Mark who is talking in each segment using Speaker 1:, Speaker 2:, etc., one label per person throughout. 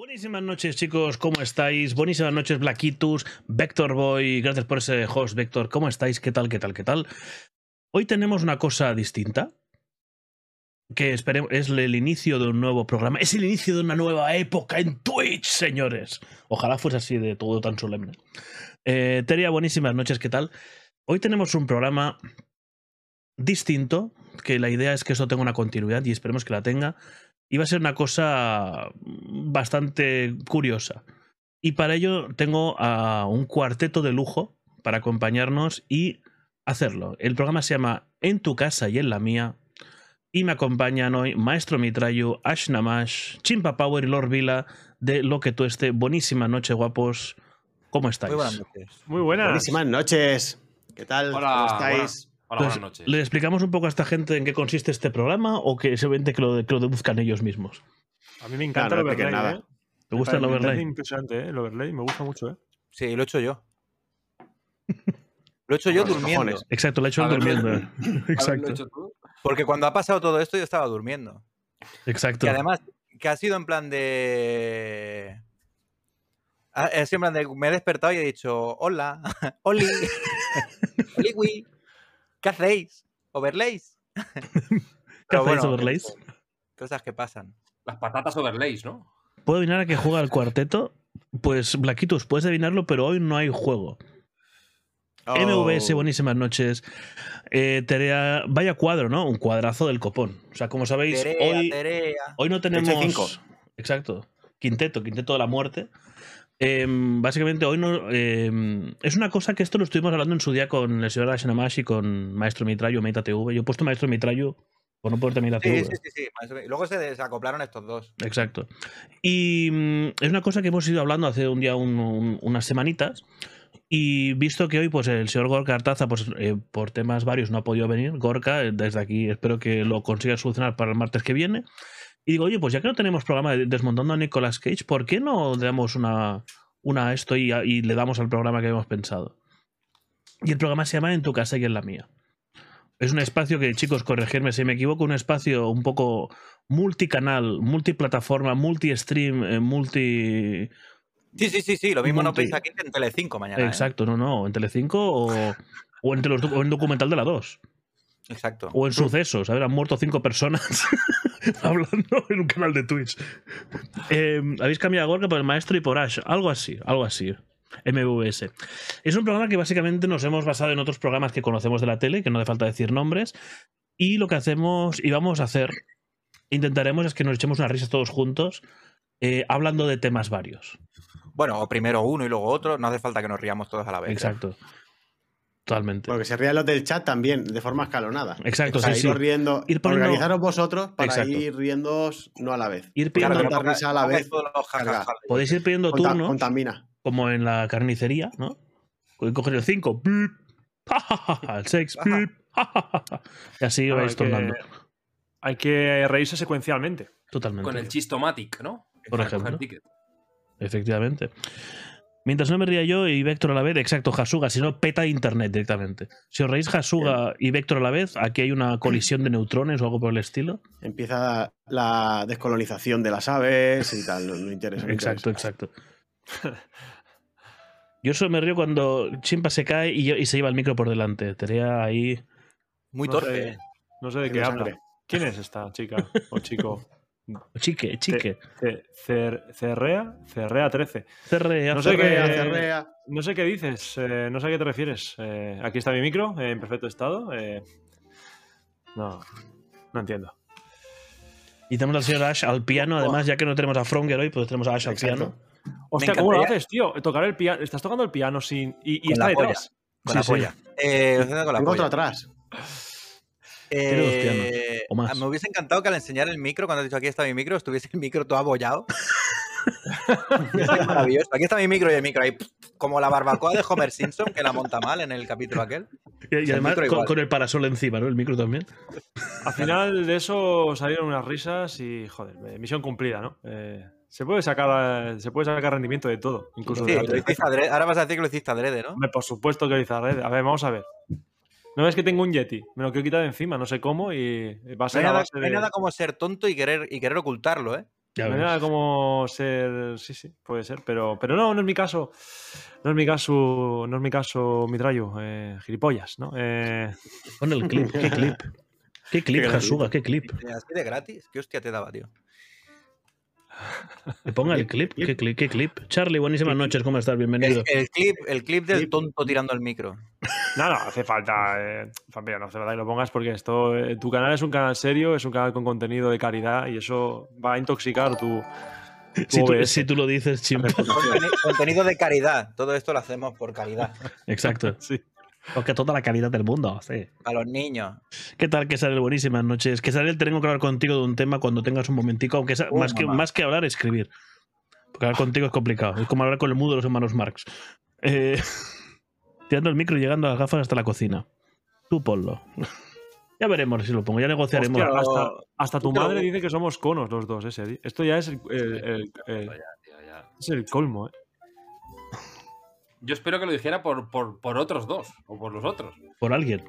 Speaker 1: Buenísimas noches, chicos, ¿cómo estáis? Buenísimas noches, Blackitus, Vector Boy, gracias por ese host, Vector, ¿cómo estáis? ¿Qué tal, qué tal, qué tal? Hoy tenemos una cosa distinta, que esperemos, es el inicio de un nuevo programa, es el inicio de una nueva época en Twitch, señores. Ojalá fuese así de todo tan solemne. Eh, Teria, buenísimas noches, ¿qué tal? Hoy tenemos un programa distinto, que la idea es que esto tenga una continuidad y esperemos que la tenga. Y va a ser una cosa bastante curiosa. Y para ello tengo a un cuarteto de lujo para acompañarnos y hacerlo. El programa se llama En tu casa y en la mía, y me acompañan hoy Maestro Mitrayu, Ash Namash, Chimpa Power y Lord Vila de Lo que tú esté. Buenísima noche, guapos. ¿Cómo estáis?
Speaker 2: Muy buenas noches.
Speaker 3: Muy buenas.
Speaker 4: Buenísimas noches. ¿Qué tal?
Speaker 5: Hola,
Speaker 4: ¿Cómo estáis?
Speaker 5: Hola, buenas
Speaker 1: Entonces,
Speaker 5: noches.
Speaker 1: ¿Le explicamos un poco a esta gente en qué consiste este programa o que se vende que lo, que lo deduzcan ellos mismos?
Speaker 3: A mí me
Speaker 4: No,
Speaker 3: encanta el
Speaker 4: no expliques
Speaker 3: overlay.
Speaker 4: nada.
Speaker 3: ¿eh?
Speaker 1: ¿Te gusta el
Speaker 3: Me parece
Speaker 1: overlay?
Speaker 3: impresionante, ¿eh? El overlay me gusta mucho, ¿eh?
Speaker 2: Sí, lo he hecho yo. Lo he hecho yo
Speaker 4: Con los
Speaker 2: durmiendo.
Speaker 4: cojones.
Speaker 1: Exacto, lo ha hecho
Speaker 5: A
Speaker 1: él
Speaker 5: ver,
Speaker 1: durmiendo.
Speaker 5: mira. ¿Haberlo
Speaker 1: Exacto,
Speaker 5: hecho tú?
Speaker 2: Porque cuando ha pasado todo esto yo estaba durmiendo.
Speaker 1: exacto.
Speaker 2: Que además, que ha sido en plan de... Ha ha sido en plan de... Me he despertado y he dicho, hola, Oli, Oliwi, ¿qué hacéis? ¿Overlays?
Speaker 1: ¿Qué
Speaker 2: Pero
Speaker 1: hacéis, overlays?
Speaker 2: Cosas que pasan.
Speaker 5: Las patatas overlays, ¿no?
Speaker 1: ¿Puedo adivinar a qué juega el cuarteto? Pues, Blaquitos, puedes adivinarlo, pero hoy no hay juego.
Speaker 4: Oh.
Speaker 1: MVS, buenísimas noches. Eh, Terea, vaya cuadro, ¿no? Un cuadrazo del copón. O sea, como sabéis,
Speaker 2: Terea,
Speaker 1: hoy,
Speaker 2: Terea.
Speaker 1: hoy no tenemos.
Speaker 4: Hecho cinco.
Speaker 1: Exacto. Quinteto, quinteto de la muerte. Em, básicamente, hoy no. em, es una cosa que esto lo estuvimos hablando en su día con el señor Ashenamash y con Maestro Mitrayo, Meta TV. Yo he puesto Maestro Mitrayo por no ponerte Meta TV.
Speaker 2: Sí, sí, sí, sí. más- Luego se desacoplaron estos dos.
Speaker 1: Exacto. Y mm, es una cosa que hemos ido hablando hace un día, un- un- unas semanitas, y visto que hoy pues el señor Gorka Artaza, pues, eh, por temas varios no ha podido venir, Gorka, eh, desde aquí espero que lo consiga solucionar para el martes que viene. Y digo, oye, pues ya que no tenemos programa de desmontando a Nicolas Cage, ¿por qué no le damos una, una a esto y, a- y le damos al programa que hemos pensado? Y el programa se llama En tu casa y en la mía. Es un espacio que, chicos, corregirme si me equivoco, un espacio un poco multicanal, multiplataforma, multi-stream, eh, multi...
Speaker 2: Sí, sí, sí, sí. Lo mismo no
Speaker 1: Monty.
Speaker 2: pensáis aquí que en Telecinco mañana. ¿eh?
Speaker 1: Exacto, no, no, en Telecinco o, o entre los, docu- o en documental de la 2.
Speaker 2: Exacto.
Speaker 1: O en sucesos, a ver, han muerto cinco personas hablando en un canal de Twitch. Eh, Habéis cambiado a Gorka por el maestro y por Ash, algo así, algo así. MVS. Es un programa que básicamente nos hemos basado en otros programas que conocemos de la tele, que no hace falta decir nombres, y lo que hacemos y vamos a hacer, intentaremos es que nos echemos unas risas todos juntos, eh, hablando de temas varios.
Speaker 2: Bueno, o primero uno y luego otro, no hace falta que nos riamos todos a la vez. ¿eh?
Speaker 1: Exacto. Totalmente.
Speaker 4: Bueno, que se rían los del chat también, de forma escalonada.
Speaker 1: Exacto,
Speaker 4: O sea,
Speaker 1: sí, sí.
Speaker 4: iros riendo.
Speaker 1: Ir poniendo-
Speaker 4: Organizaros vosotros para
Speaker 1: Exacto.
Speaker 4: ir riéndoos no a la vez.
Speaker 1: Ir
Speaker 2: Claro,
Speaker 1: pidiendo-
Speaker 2: que no
Speaker 4: Tanta
Speaker 2: ponga-
Speaker 4: risa a la
Speaker 2: pongáis
Speaker 4: vez.
Speaker 2: todos los jajaja.
Speaker 4: Carga.
Speaker 1: podéis ir pidiendo
Speaker 4: Conta-
Speaker 1: turnos.
Speaker 4: Contamina.
Speaker 1: como en la carnicería, ¿no? Co- Coges el 5, el 6, y así
Speaker 3: Claro,
Speaker 1: vais
Speaker 3: hay que-
Speaker 1: tornando.
Speaker 3: Hay que reírse secuencialmente.
Speaker 1: Totalmente.
Speaker 5: Con el chistomatic, ¿no?
Speaker 1: Por
Speaker 5: Para coger
Speaker 1: ejemplo.
Speaker 5: ticket.
Speaker 1: Efectivamente. Mientras no me ría yo y Vector a la vez, exacto, Hasuga, si no, peta internet directamente. Si os reís Hasuga y Vector a la vez, aquí hay una colisión de neutrones o algo por el estilo.
Speaker 4: Empieza la descolonización de las aves y tal. No, no interesa. no
Speaker 1: Exacto,
Speaker 4: interesa.
Speaker 1: exacto. Yo solo me río cuando Chimpa se cae y, yo- y se lleva el micro por delante. Tarea ahí.
Speaker 2: Muy
Speaker 3: No
Speaker 2: torpe. eh,
Speaker 3: sé. No sé de
Speaker 4: Que
Speaker 3: qué
Speaker 4: no
Speaker 3: habla.
Speaker 4: sangre.
Speaker 3: ¿Quién es esta chica o chico?
Speaker 1: Chique, chique.
Speaker 3: Ce- cer- cerrea, cerrea 13.
Speaker 1: Cerrea,
Speaker 3: No sé
Speaker 1: cerrea.
Speaker 4: Cerrea,
Speaker 3: que-
Speaker 4: cerrea.
Speaker 3: No sé qué dices, eh, no sé a qué te refieres. Eh, aquí está mi micro, eh, en perfecto estado. eh, No, no entiendo.
Speaker 1: Y tenemos al señor Ash al piano, además, ya que no tenemos a Fronger hoy, pues tenemos a Ash al
Speaker 4: Exacto.
Speaker 1: piano.
Speaker 3: Hostia, ¿cómo lo
Speaker 2: encantaría-
Speaker 3: haces, tío? Tocar el piano. Estás tocando el piano sin. Y, y
Speaker 2: Con
Speaker 3: está
Speaker 2: la polla.
Speaker 3: detrás.
Speaker 2: Con
Speaker 1: Sí,
Speaker 2: la
Speaker 1: sí.
Speaker 2: polla. Eh, lo siento, con la
Speaker 4: Tengo otro
Speaker 2: polla.
Speaker 4: atrás.
Speaker 2: Eh, ah,
Speaker 1: Tiene dos pianos, o más.
Speaker 2: Me hubiese encantado que al enseñar el micro, cuando has dicho aquí está mi micro, estuviese el micro todo abollado. Es maravilloso. Aquí está mi micro y el micro ahí. Como la barbacoa de Homer Simpson, que la monta mal en el capítulo aquel.
Speaker 1: Y, y
Speaker 2: Sí, el
Speaker 1: además
Speaker 2: micro
Speaker 1: con,
Speaker 2: igual.
Speaker 1: con el parasol encima, ¿no? El micro también.
Speaker 3: Al final de eso salieron unas risas y, joder, eh, misión cumplida, ¿no? Eh, se, puede sacar, eh, se puede sacar rendimiento de todo, incluso
Speaker 2: Sí,
Speaker 3: de Pues la
Speaker 2: lo hiciste adrede. Ahora vas a decir que lo hiciste adrede, ¿no?
Speaker 3: Hombre, por supuesto que lo hice adrede. A ver, vamos a ver. No ves que tengo un Yeti. Me lo quiero quitar de encima, no sé cómo, y va a
Speaker 2: No hay
Speaker 3: ser a
Speaker 2: nada,
Speaker 3: base
Speaker 2: no hay
Speaker 3: de-
Speaker 2: nada como ser tonto y querer, y querer ocultarlo, ¿eh?
Speaker 1: Ya
Speaker 3: No hay
Speaker 1: ves.
Speaker 3: nada como ser. Sí, sí, puede ser. Pero, pero no, no es mi caso. No es mi caso. No es mi caso, Mitrayo. Eh, gilipollas, ¿no? Eh,
Speaker 1: Pon el clip, qué clip. Qué clip,
Speaker 4: Qué
Speaker 1: Jasuga, qué clip.
Speaker 2: Así de gratis. ¿Qué hostia te daba, tío?
Speaker 1: Que ponga el clip, qué clip, qué clip. Charlie, buenísimas noches, ¿cómo estás? Bienvenido.
Speaker 2: El, el clip, el clip del
Speaker 4: Clip.
Speaker 2: tonto tirando el micro.
Speaker 3: no, no hace falta. Eh, Zampera, no hace falta que lo pongas porque esto. eh, tu canal es un canal serio, es un canal con contenido de calidad y eso va a intoxicar tu. tu
Speaker 1: Si tú,
Speaker 3: OBS.
Speaker 1: si tú lo dices, chimpa.
Speaker 2: Conteni- contenido de caridad. Todo esto lo hacemos por caridad.
Speaker 1: Exacto.
Speaker 3: Sí.
Speaker 1: Porque toda la calidad del mundo, sí.
Speaker 2: A los niños.
Speaker 1: ¿Qué tal, que sale? Buenísimas noches. Que sale, tengo que hablar contigo de un tema cuando tengas un momentico, aunque sea-
Speaker 2: Oh,
Speaker 1: más, que,
Speaker 2: mamá.
Speaker 1: más que hablar, escribir. Porque hablar contigo es complicado. Es como hablar con el mudo de los hermanos Marx. Eh, tirando el micro y llegando a las gafas hasta la cocina. Tú ponlo. ya veremos si lo pongo, ya negociaremos.
Speaker 3: Hostia, hasta, hasta tu
Speaker 2: Tú te lo-
Speaker 3: madre dice que somos conos los dos, ese. di- Esto ya es el, el- el- el-
Speaker 5: Tío, ya.
Speaker 3: es el colmo, ¿eh?
Speaker 5: Yo espero que lo dijera por, por, por otros dos, o por los otros.
Speaker 1: Por alguien,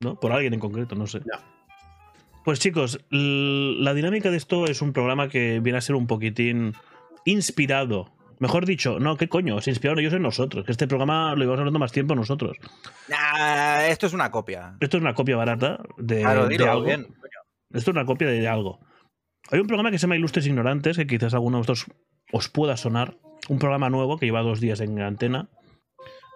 Speaker 1: ¿no? Por alguien en concreto, no sé.
Speaker 4: Ya.
Speaker 1: Pues chicos, l- la dinámica de esto es un programa que viene a ser un poquitín inspirado. Mejor dicho, no, ¿qué coño? Se inspiraron ellos en nosotros, que este programa lo íbamos hablando más tiempo nosotros.
Speaker 2: Nah, esto es una copia.
Speaker 1: Esto es una copia barata de,
Speaker 2: Claro,
Speaker 1: Eh, de
Speaker 2: dilo
Speaker 1: algo.
Speaker 2: bien. coño.
Speaker 1: Esto es una copia de algo. Hay un programa que se llama Ilustres Ignorantes, que quizás alguno de vosotros os pueda sonar. Un programa nuevo que lleva dos días en antena.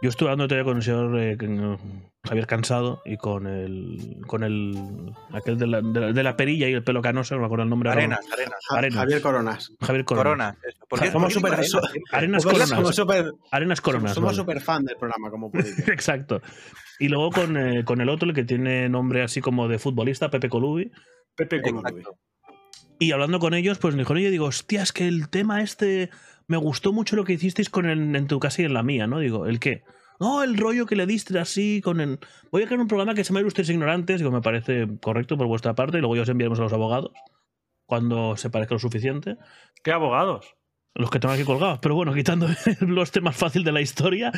Speaker 1: Yo estuve hablando todavía con el señor eh, con, eh, Javier Cansado y con el. con el. aquel de la, de la- de la perilla y el pelo canoso, no me acuerdo el nombre. ahora.
Speaker 2: Arenas, arenas.
Speaker 4: Ja-
Speaker 1: Arenas.
Speaker 4: Javier Coronas.
Speaker 1: Javier Corona.
Speaker 2: Coronas. eso. ¿Por qué-
Speaker 4: Somos
Speaker 2: por qué
Speaker 4: súper-
Speaker 2: arenas?
Speaker 4: so-
Speaker 1: Arenas
Speaker 4: Somos-
Speaker 1: Coronas.
Speaker 4: Somos súper
Speaker 1: Arenas Coronas.
Speaker 4: somos
Speaker 1: vale.
Speaker 4: súper fan del programa, como podéis ver.
Speaker 1: Exacto. Y luego con, eh, con el otro, el que tiene nombre así como de futbolista, Pepe Colubi.
Speaker 3: Pepe Columbi.
Speaker 2: Exacto.
Speaker 1: Y hablando con ellos, pues me dijeron, oye, digo, hostia, es que el tema este me gustó mucho lo que hicisteis con el, en tu casa y en la mía, ¿no? Digo, ¿el qué? No, el rollo que le diste así con el... Voy a crear un programa que se llama Ilustres Ignorantes, digo, me parece correcto por vuestra parte, y luego ya os enviaremos a los abogados cuando se parezca lo suficiente.
Speaker 3: ¿Qué abogados?
Speaker 1: Los que tengo aquí colgados, pero bueno, quitando los temas fáciles de la historia.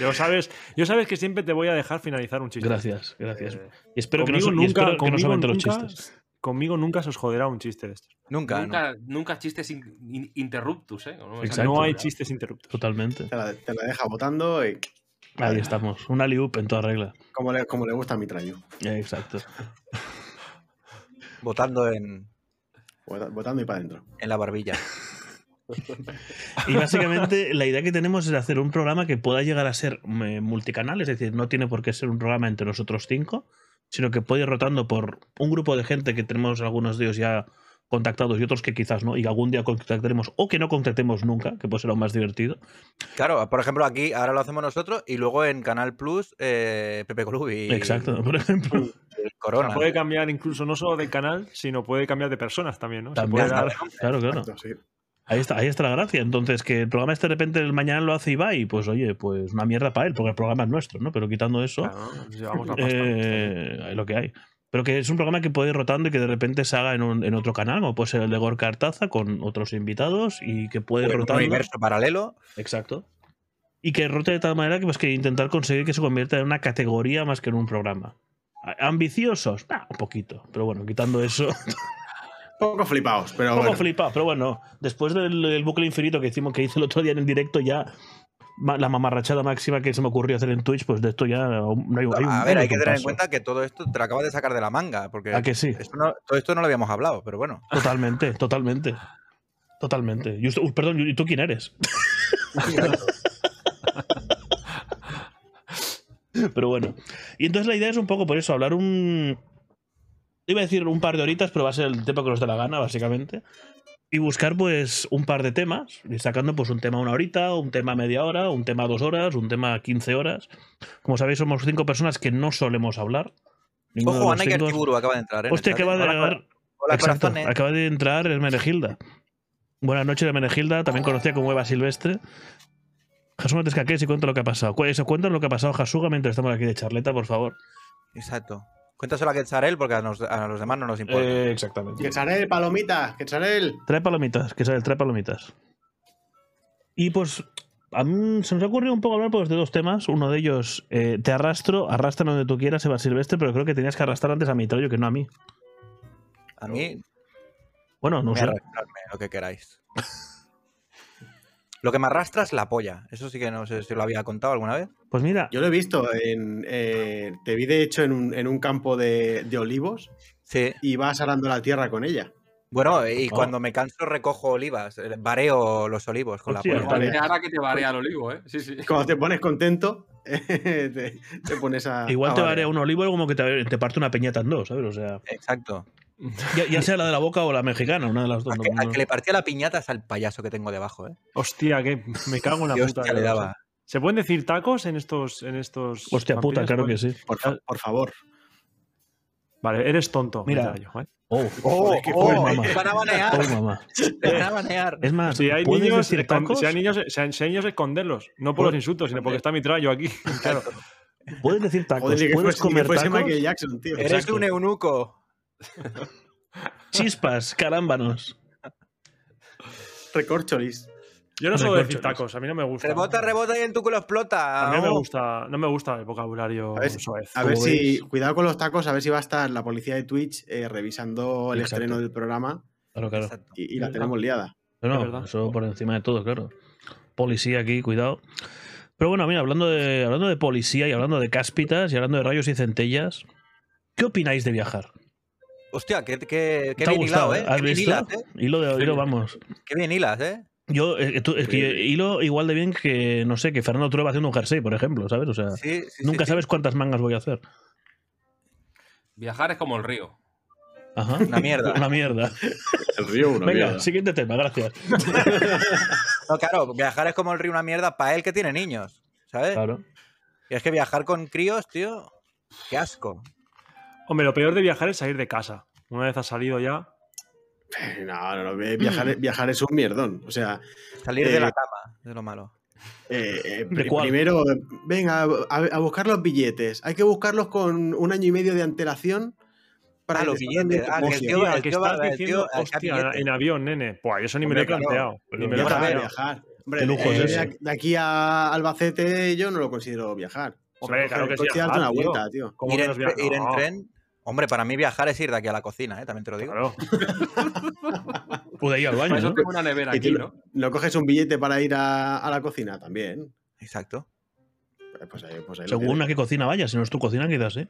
Speaker 3: Yo sabes, yo sabes que siempre te voy a dejar finalizar un chiste.
Speaker 1: Gracias, gracias.
Speaker 3: Eh,
Speaker 1: Y espero que no,
Speaker 3: conmigo
Speaker 1: so- y espero que no
Speaker 3: conmigo
Speaker 1: solamente los
Speaker 3: nunca-
Speaker 1: chistes.
Speaker 3: Conmigo nunca se os joderá un chiste de estos.
Speaker 2: Nunca. nunca.
Speaker 5: Nunca, nunca chistes in- in- interruptus, ¿eh? Como me
Speaker 1: Exacto.
Speaker 5: sale.
Speaker 3: No hay chistes interruptos.
Speaker 1: Totalmente.
Speaker 4: Te la, te la deja votando y
Speaker 1: Ahí estamos. Una liup en toda regla.
Speaker 4: como le, como le gusta a mi trayo.
Speaker 1: Eh, Exacto.
Speaker 2: Votando en,
Speaker 4: Votando y para adentro.
Speaker 2: en la barbilla.
Speaker 1: Y básicamente la idea que tenemos es hacer un programa que pueda llegar a ser eh, multicanal, es decir, no tiene por qué ser un programa entre nosotros cinco, sino que puede ir rotando por un grupo de gente que tenemos algunos de ellos ya contactados y otros que quizás no, y algún día contactaremos o que no contactemos nunca, que pues será aún más divertido.
Speaker 2: Claro, por ejemplo, aquí ahora lo hacemos nosotros y luego en Canal Plus, eh, Pepe Colubi.
Speaker 1: Exacto, por ejemplo.
Speaker 2: y
Speaker 3: O sea,
Speaker 2: Corona.
Speaker 3: puede cambiar incluso no solo de canal, sino puede cambiar de personas también, ¿no? Se
Speaker 1: También.
Speaker 3: puede dar-
Speaker 1: Claro, claro.
Speaker 4: Exacto, sí.
Speaker 1: Ahí está, ahí está la gracia. Entonces, que el programa este de repente el mañana lo hace Ibai, pues oye, pues una mierda para él, porque el programa es nuestro, ¿no? Pero quitando eso,
Speaker 3: Claro, ¿no? Nos llevamos la pasta.
Speaker 1: Eh, es lo que hay. Pero que es un programa que puede ir rotando y que de repente se haga en, un- en otro canal, como puede ser el de Gorka Artaza, con otros invitados y que puede
Speaker 2: Un
Speaker 1: rotar.
Speaker 2: universo paralelo.
Speaker 1: Exacto. Y que rote de tal manera que, pues, que intentar conseguir que se convierta en una categoría más que en un programa. A- ¿Ambiciosos? Nah, un poquito. Pero bueno, quitando eso.
Speaker 4: Poco flipaos, pero
Speaker 1: Un poco
Speaker 4: bueno.
Speaker 1: flipado, pero bueno. Después del, del bucle infinito que hicimos, que hice el otro día en el directo, ya ma- la mamarrachada máxima que se me ocurrió hacer en Twitch, pues de esto ya aún no hay, hay un-
Speaker 2: a ver,
Speaker 1: hay
Speaker 2: hay que
Speaker 1: un
Speaker 2: tener en
Speaker 1: paso.
Speaker 2: cuenta que todo esto te lo acabas de sacar de la manga, porque
Speaker 1: ¿A que sí?
Speaker 2: esto no- todo esto no lo habíamos hablado, pero bueno.
Speaker 1: Totalmente, totalmente. Totalmente. Y usted- uy, perdón, ¿y tú quién eres? pero bueno. Y entonces la idea es un poco por eso, hablar un... Iba a decir un par de horitas, pero va a ser el tema que nos dé la gana, básicamente. Y buscar pues un par de temas, ir sacando pues un tema una horita, un tema media hora, un tema dos horas, un tema quince horas. Como sabéis, somos cinco personas que no solemos hablar. Ninguno de
Speaker 2: Ojo,
Speaker 1: los
Speaker 2: Ana y
Speaker 1: cinco-
Speaker 2: Artiburu acaba de entrar. ¿eh? en el
Speaker 1: Hostia,
Speaker 2: chat,
Speaker 1: acaba de
Speaker 2: ¿eh? Hola,
Speaker 1: llegar...
Speaker 2: hola,
Speaker 1: Exacto,
Speaker 2: corazones.
Speaker 1: Acaba de entrar Hermenegilda. Buenas noches, Hermenegilda, también conocida como Eva Silvestre. Jasuma Tescaqués y cuenta lo que ha pasado. Cu- Eso, cuéntanos lo que ha pasado, Jasuga, mientras estamos aquí de charleta, por favor.
Speaker 2: Exacto. Cuéntaselo a Quetzarel porque a, nos- a los demás no nos importa.
Speaker 1: Eh,
Speaker 3: Pues,
Speaker 1: exactamente.
Speaker 4: Quetzalel, palomita, Quetzalel.
Speaker 1: Trae palomitas, que sale, trae palomitas. Y pues, a mí se nos ha ocurrido un poco hablar pues, de dos temas. Uno de ellos, eh, te arrastro, arrastra donde tú quieras, Eva Silvestre, pero creo que tenías que arrastrar antes a mi trollo que no a mí.
Speaker 2: a mí,
Speaker 1: Bueno, no
Speaker 2: Me
Speaker 1: sé.
Speaker 2: arrastrarme, lo que queráis. lo que me arrastra es la polla. Eso sí que no sé si lo había contado alguna vez.
Speaker 1: Pues mira,
Speaker 4: Yo lo he visto. En, eh, te vi de hecho en un, en un campo de, de olivos
Speaker 2: Sí.
Speaker 4: y vas arando la tierra con ella.
Speaker 2: Bueno, y
Speaker 1: Oh.
Speaker 2: cuando me canso recojo olivas, eh, bareo los olivos con
Speaker 1: Hostia,
Speaker 2: la polla.
Speaker 4: vale.
Speaker 5: Joder, ahora que te varea el olivo, ¿eh? Sí, sí.
Speaker 4: Cuando te pones contento, te, te pones a.
Speaker 2: Ah,
Speaker 1: igual te
Speaker 4: a
Speaker 1: daré un olivo y como que te, te parte una piñata en dos, ¿sabes? O sea,
Speaker 2: Exacto.
Speaker 1: ya, ya sea la de la boca o la mexicana, una de las dos.
Speaker 2: Al
Speaker 1: no-
Speaker 2: que, al
Speaker 1: no-
Speaker 2: que le partía la piñata es al payaso que tengo debajo, ¿eh?
Speaker 3: Hostia, que me cago en la
Speaker 2: Qué
Speaker 3: puta.
Speaker 2: hostia le
Speaker 3: de verdad.
Speaker 2: daba.
Speaker 3: ¿Se pueden decir tacos en estos. En estos
Speaker 1: Hostia puta,
Speaker 3: vampiros?
Speaker 1: claro que sí.
Speaker 4: Por, fa- por favor.
Speaker 3: Vale, eres tonto.
Speaker 1: Mira.
Speaker 3: me callo, ¿eh?
Speaker 1: Oh,
Speaker 4: Joder, qué
Speaker 1: oh,
Speaker 4: fuerte.
Speaker 1: mamá.
Speaker 2: Te van a
Speaker 1: oh,
Speaker 2: banear,
Speaker 1: mamá.
Speaker 2: te van a banear.
Speaker 1: Es más,
Speaker 3: Si hay,
Speaker 1: ¿puedes
Speaker 3: niños,
Speaker 1: decir
Speaker 3: escon-
Speaker 1: tacos?
Speaker 3: si hay niños, eh, si hay- si hay niños, esconderlos. No por los insultos, sino porque está mi trayo aquí. Claro.
Speaker 1: ¿Puedes decir tacos?
Speaker 4: Joder, ni que
Speaker 1: ¿Puedes
Speaker 4: fuese, ni que
Speaker 1: comer
Speaker 4: fuese
Speaker 1: tacos?
Speaker 4: Michael Jackson, tío.
Speaker 2: Eres
Speaker 1: Exacto.
Speaker 2: un eunuco.
Speaker 1: Chispas, carámbanos.
Speaker 4: Recorcholis.
Speaker 3: Yo no suelo decir
Speaker 1: Recorcholis.
Speaker 3: tacos, a mí no me gusta.
Speaker 2: Rebota, rebota y en tu culo explota.
Speaker 3: A mí no me
Speaker 2: Oh.
Speaker 3: gusta, no me gusta el vocabulario
Speaker 4: A ver,
Speaker 3: soez.
Speaker 4: A ver
Speaker 1: Como
Speaker 4: si.
Speaker 1: veis.
Speaker 4: Cuidado con los tacos, a ver si va a estar la policía de Twitch eh, revisando el
Speaker 1: Exacto.
Speaker 4: estreno del programa
Speaker 1: Claro, claro.
Speaker 2: Exacto.
Speaker 4: y, y la
Speaker 3: ¿Verdad?
Speaker 4: tenemos liada.
Speaker 1: No,
Speaker 3: Es
Speaker 1: no,
Speaker 3: verdad.
Speaker 1: eso por encima de todo, claro. Policía aquí, cuidado. Pero bueno, mira, hablando de, hablando de policía y hablando de cáspitas y hablando de rayos y centellas, ¿qué opináis de viajar?
Speaker 2: Hostia, qué, qué,
Speaker 1: ¿Te
Speaker 2: qué
Speaker 1: ha
Speaker 2: bien hilado,
Speaker 1: gustado?
Speaker 2: ¿eh?
Speaker 1: ¿Has
Speaker 2: Qué bien
Speaker 1: visto?
Speaker 2: hilas, ¿eh?
Speaker 1: Hilo de hilo, vamos.
Speaker 2: Qué bien hilas, ¿eh?
Speaker 1: Yo, eh, tú- es que
Speaker 4: Increíble.
Speaker 1: hilo igual de bien que, no sé, que Fernando Trueba haciendo un jersey, por ejemplo, ¿sabes? O sea,
Speaker 2: Sí, sí, sí,
Speaker 1: nunca
Speaker 2: sí.
Speaker 1: sabes cuántas mangas voy a hacer.
Speaker 5: Viajar es como el río.
Speaker 1: Ajá.
Speaker 2: Una mierda.
Speaker 1: Una mierda.
Speaker 4: El río, una
Speaker 1: Venga, siguiente tema, gracias.
Speaker 2: No, claro, viajar es como el río una mierda para él que tiene niños, ¿sabes?
Speaker 1: Claro.
Speaker 2: Y es que viajar con críos, tío, qué asco.
Speaker 3: Hombre, lo peor de viajar es salir de casa. Una vez has salido ya.
Speaker 4: Eh, No, no, no. vi-
Speaker 1: Mm.
Speaker 4: Viajar, viajar es un mierdón. O sea,
Speaker 2: Salir de
Speaker 4: Eh,
Speaker 2: la cama, de lo malo.
Speaker 4: eh, eh,
Speaker 1: ¿De
Speaker 4: pri-
Speaker 1: cuál?
Speaker 4: primero, eh, venga, a, a buscar los billetes. Hay que buscarlos con un año y medio de antelación para
Speaker 2: Ah,
Speaker 4: que
Speaker 2: los
Speaker 4: te salgan
Speaker 2: billetes.
Speaker 4: de tu
Speaker 2: Ah, que el
Speaker 4: negocio.
Speaker 2: tío-
Speaker 3: Tía, que
Speaker 2: tío va-
Speaker 3: estás
Speaker 2: el tío-
Speaker 3: diciendo,
Speaker 2: el
Speaker 3: hostia,
Speaker 2: capillete.
Speaker 3: en avión, nene. Pues eso ni me
Speaker 4: Hombre,
Speaker 3: lo he
Speaker 4: claro.
Speaker 3: planteado. Ni me lo he
Speaker 1: Pero
Speaker 4: Viajar,
Speaker 3: planteado.
Speaker 4: viajar. Hombre, eh,
Speaker 1: Qué lujo
Speaker 4: de,
Speaker 1: es ese.
Speaker 4: de- de aquí a Albacete yo no lo considero viajar. O sea,
Speaker 3: Hombre,
Speaker 4: coger
Speaker 3: claro
Speaker 4: el
Speaker 3: que es
Speaker 4: coche y darte
Speaker 3: viajar,
Speaker 4: una
Speaker 3: tío.
Speaker 4: vuelta, tío.
Speaker 3: ¿Cómo
Speaker 2: Ir
Speaker 3: que
Speaker 2: en,
Speaker 3: no es viajar?
Speaker 2: tre- ir en
Speaker 3: No,
Speaker 2: tren. Hombre, para mí viajar es ir de aquí a la cocina, ¿eh? también te lo digo.
Speaker 3: claro.
Speaker 1: Pude ir al
Speaker 5: Para
Speaker 1: baño,
Speaker 5: eso
Speaker 1: ¿no?
Speaker 5: tengo una nevera
Speaker 4: Y
Speaker 5: aquí,
Speaker 4: tú-
Speaker 5: ¿no?
Speaker 4: No coges un billete para ir a, a la cocina también.
Speaker 2: Exacto.
Speaker 4: Eh, Pues ahí, pues ahí lo
Speaker 1: Según
Speaker 4: tienes.
Speaker 1: a qué cocina vaya, si no es tu cocina, quizás, ¿eh?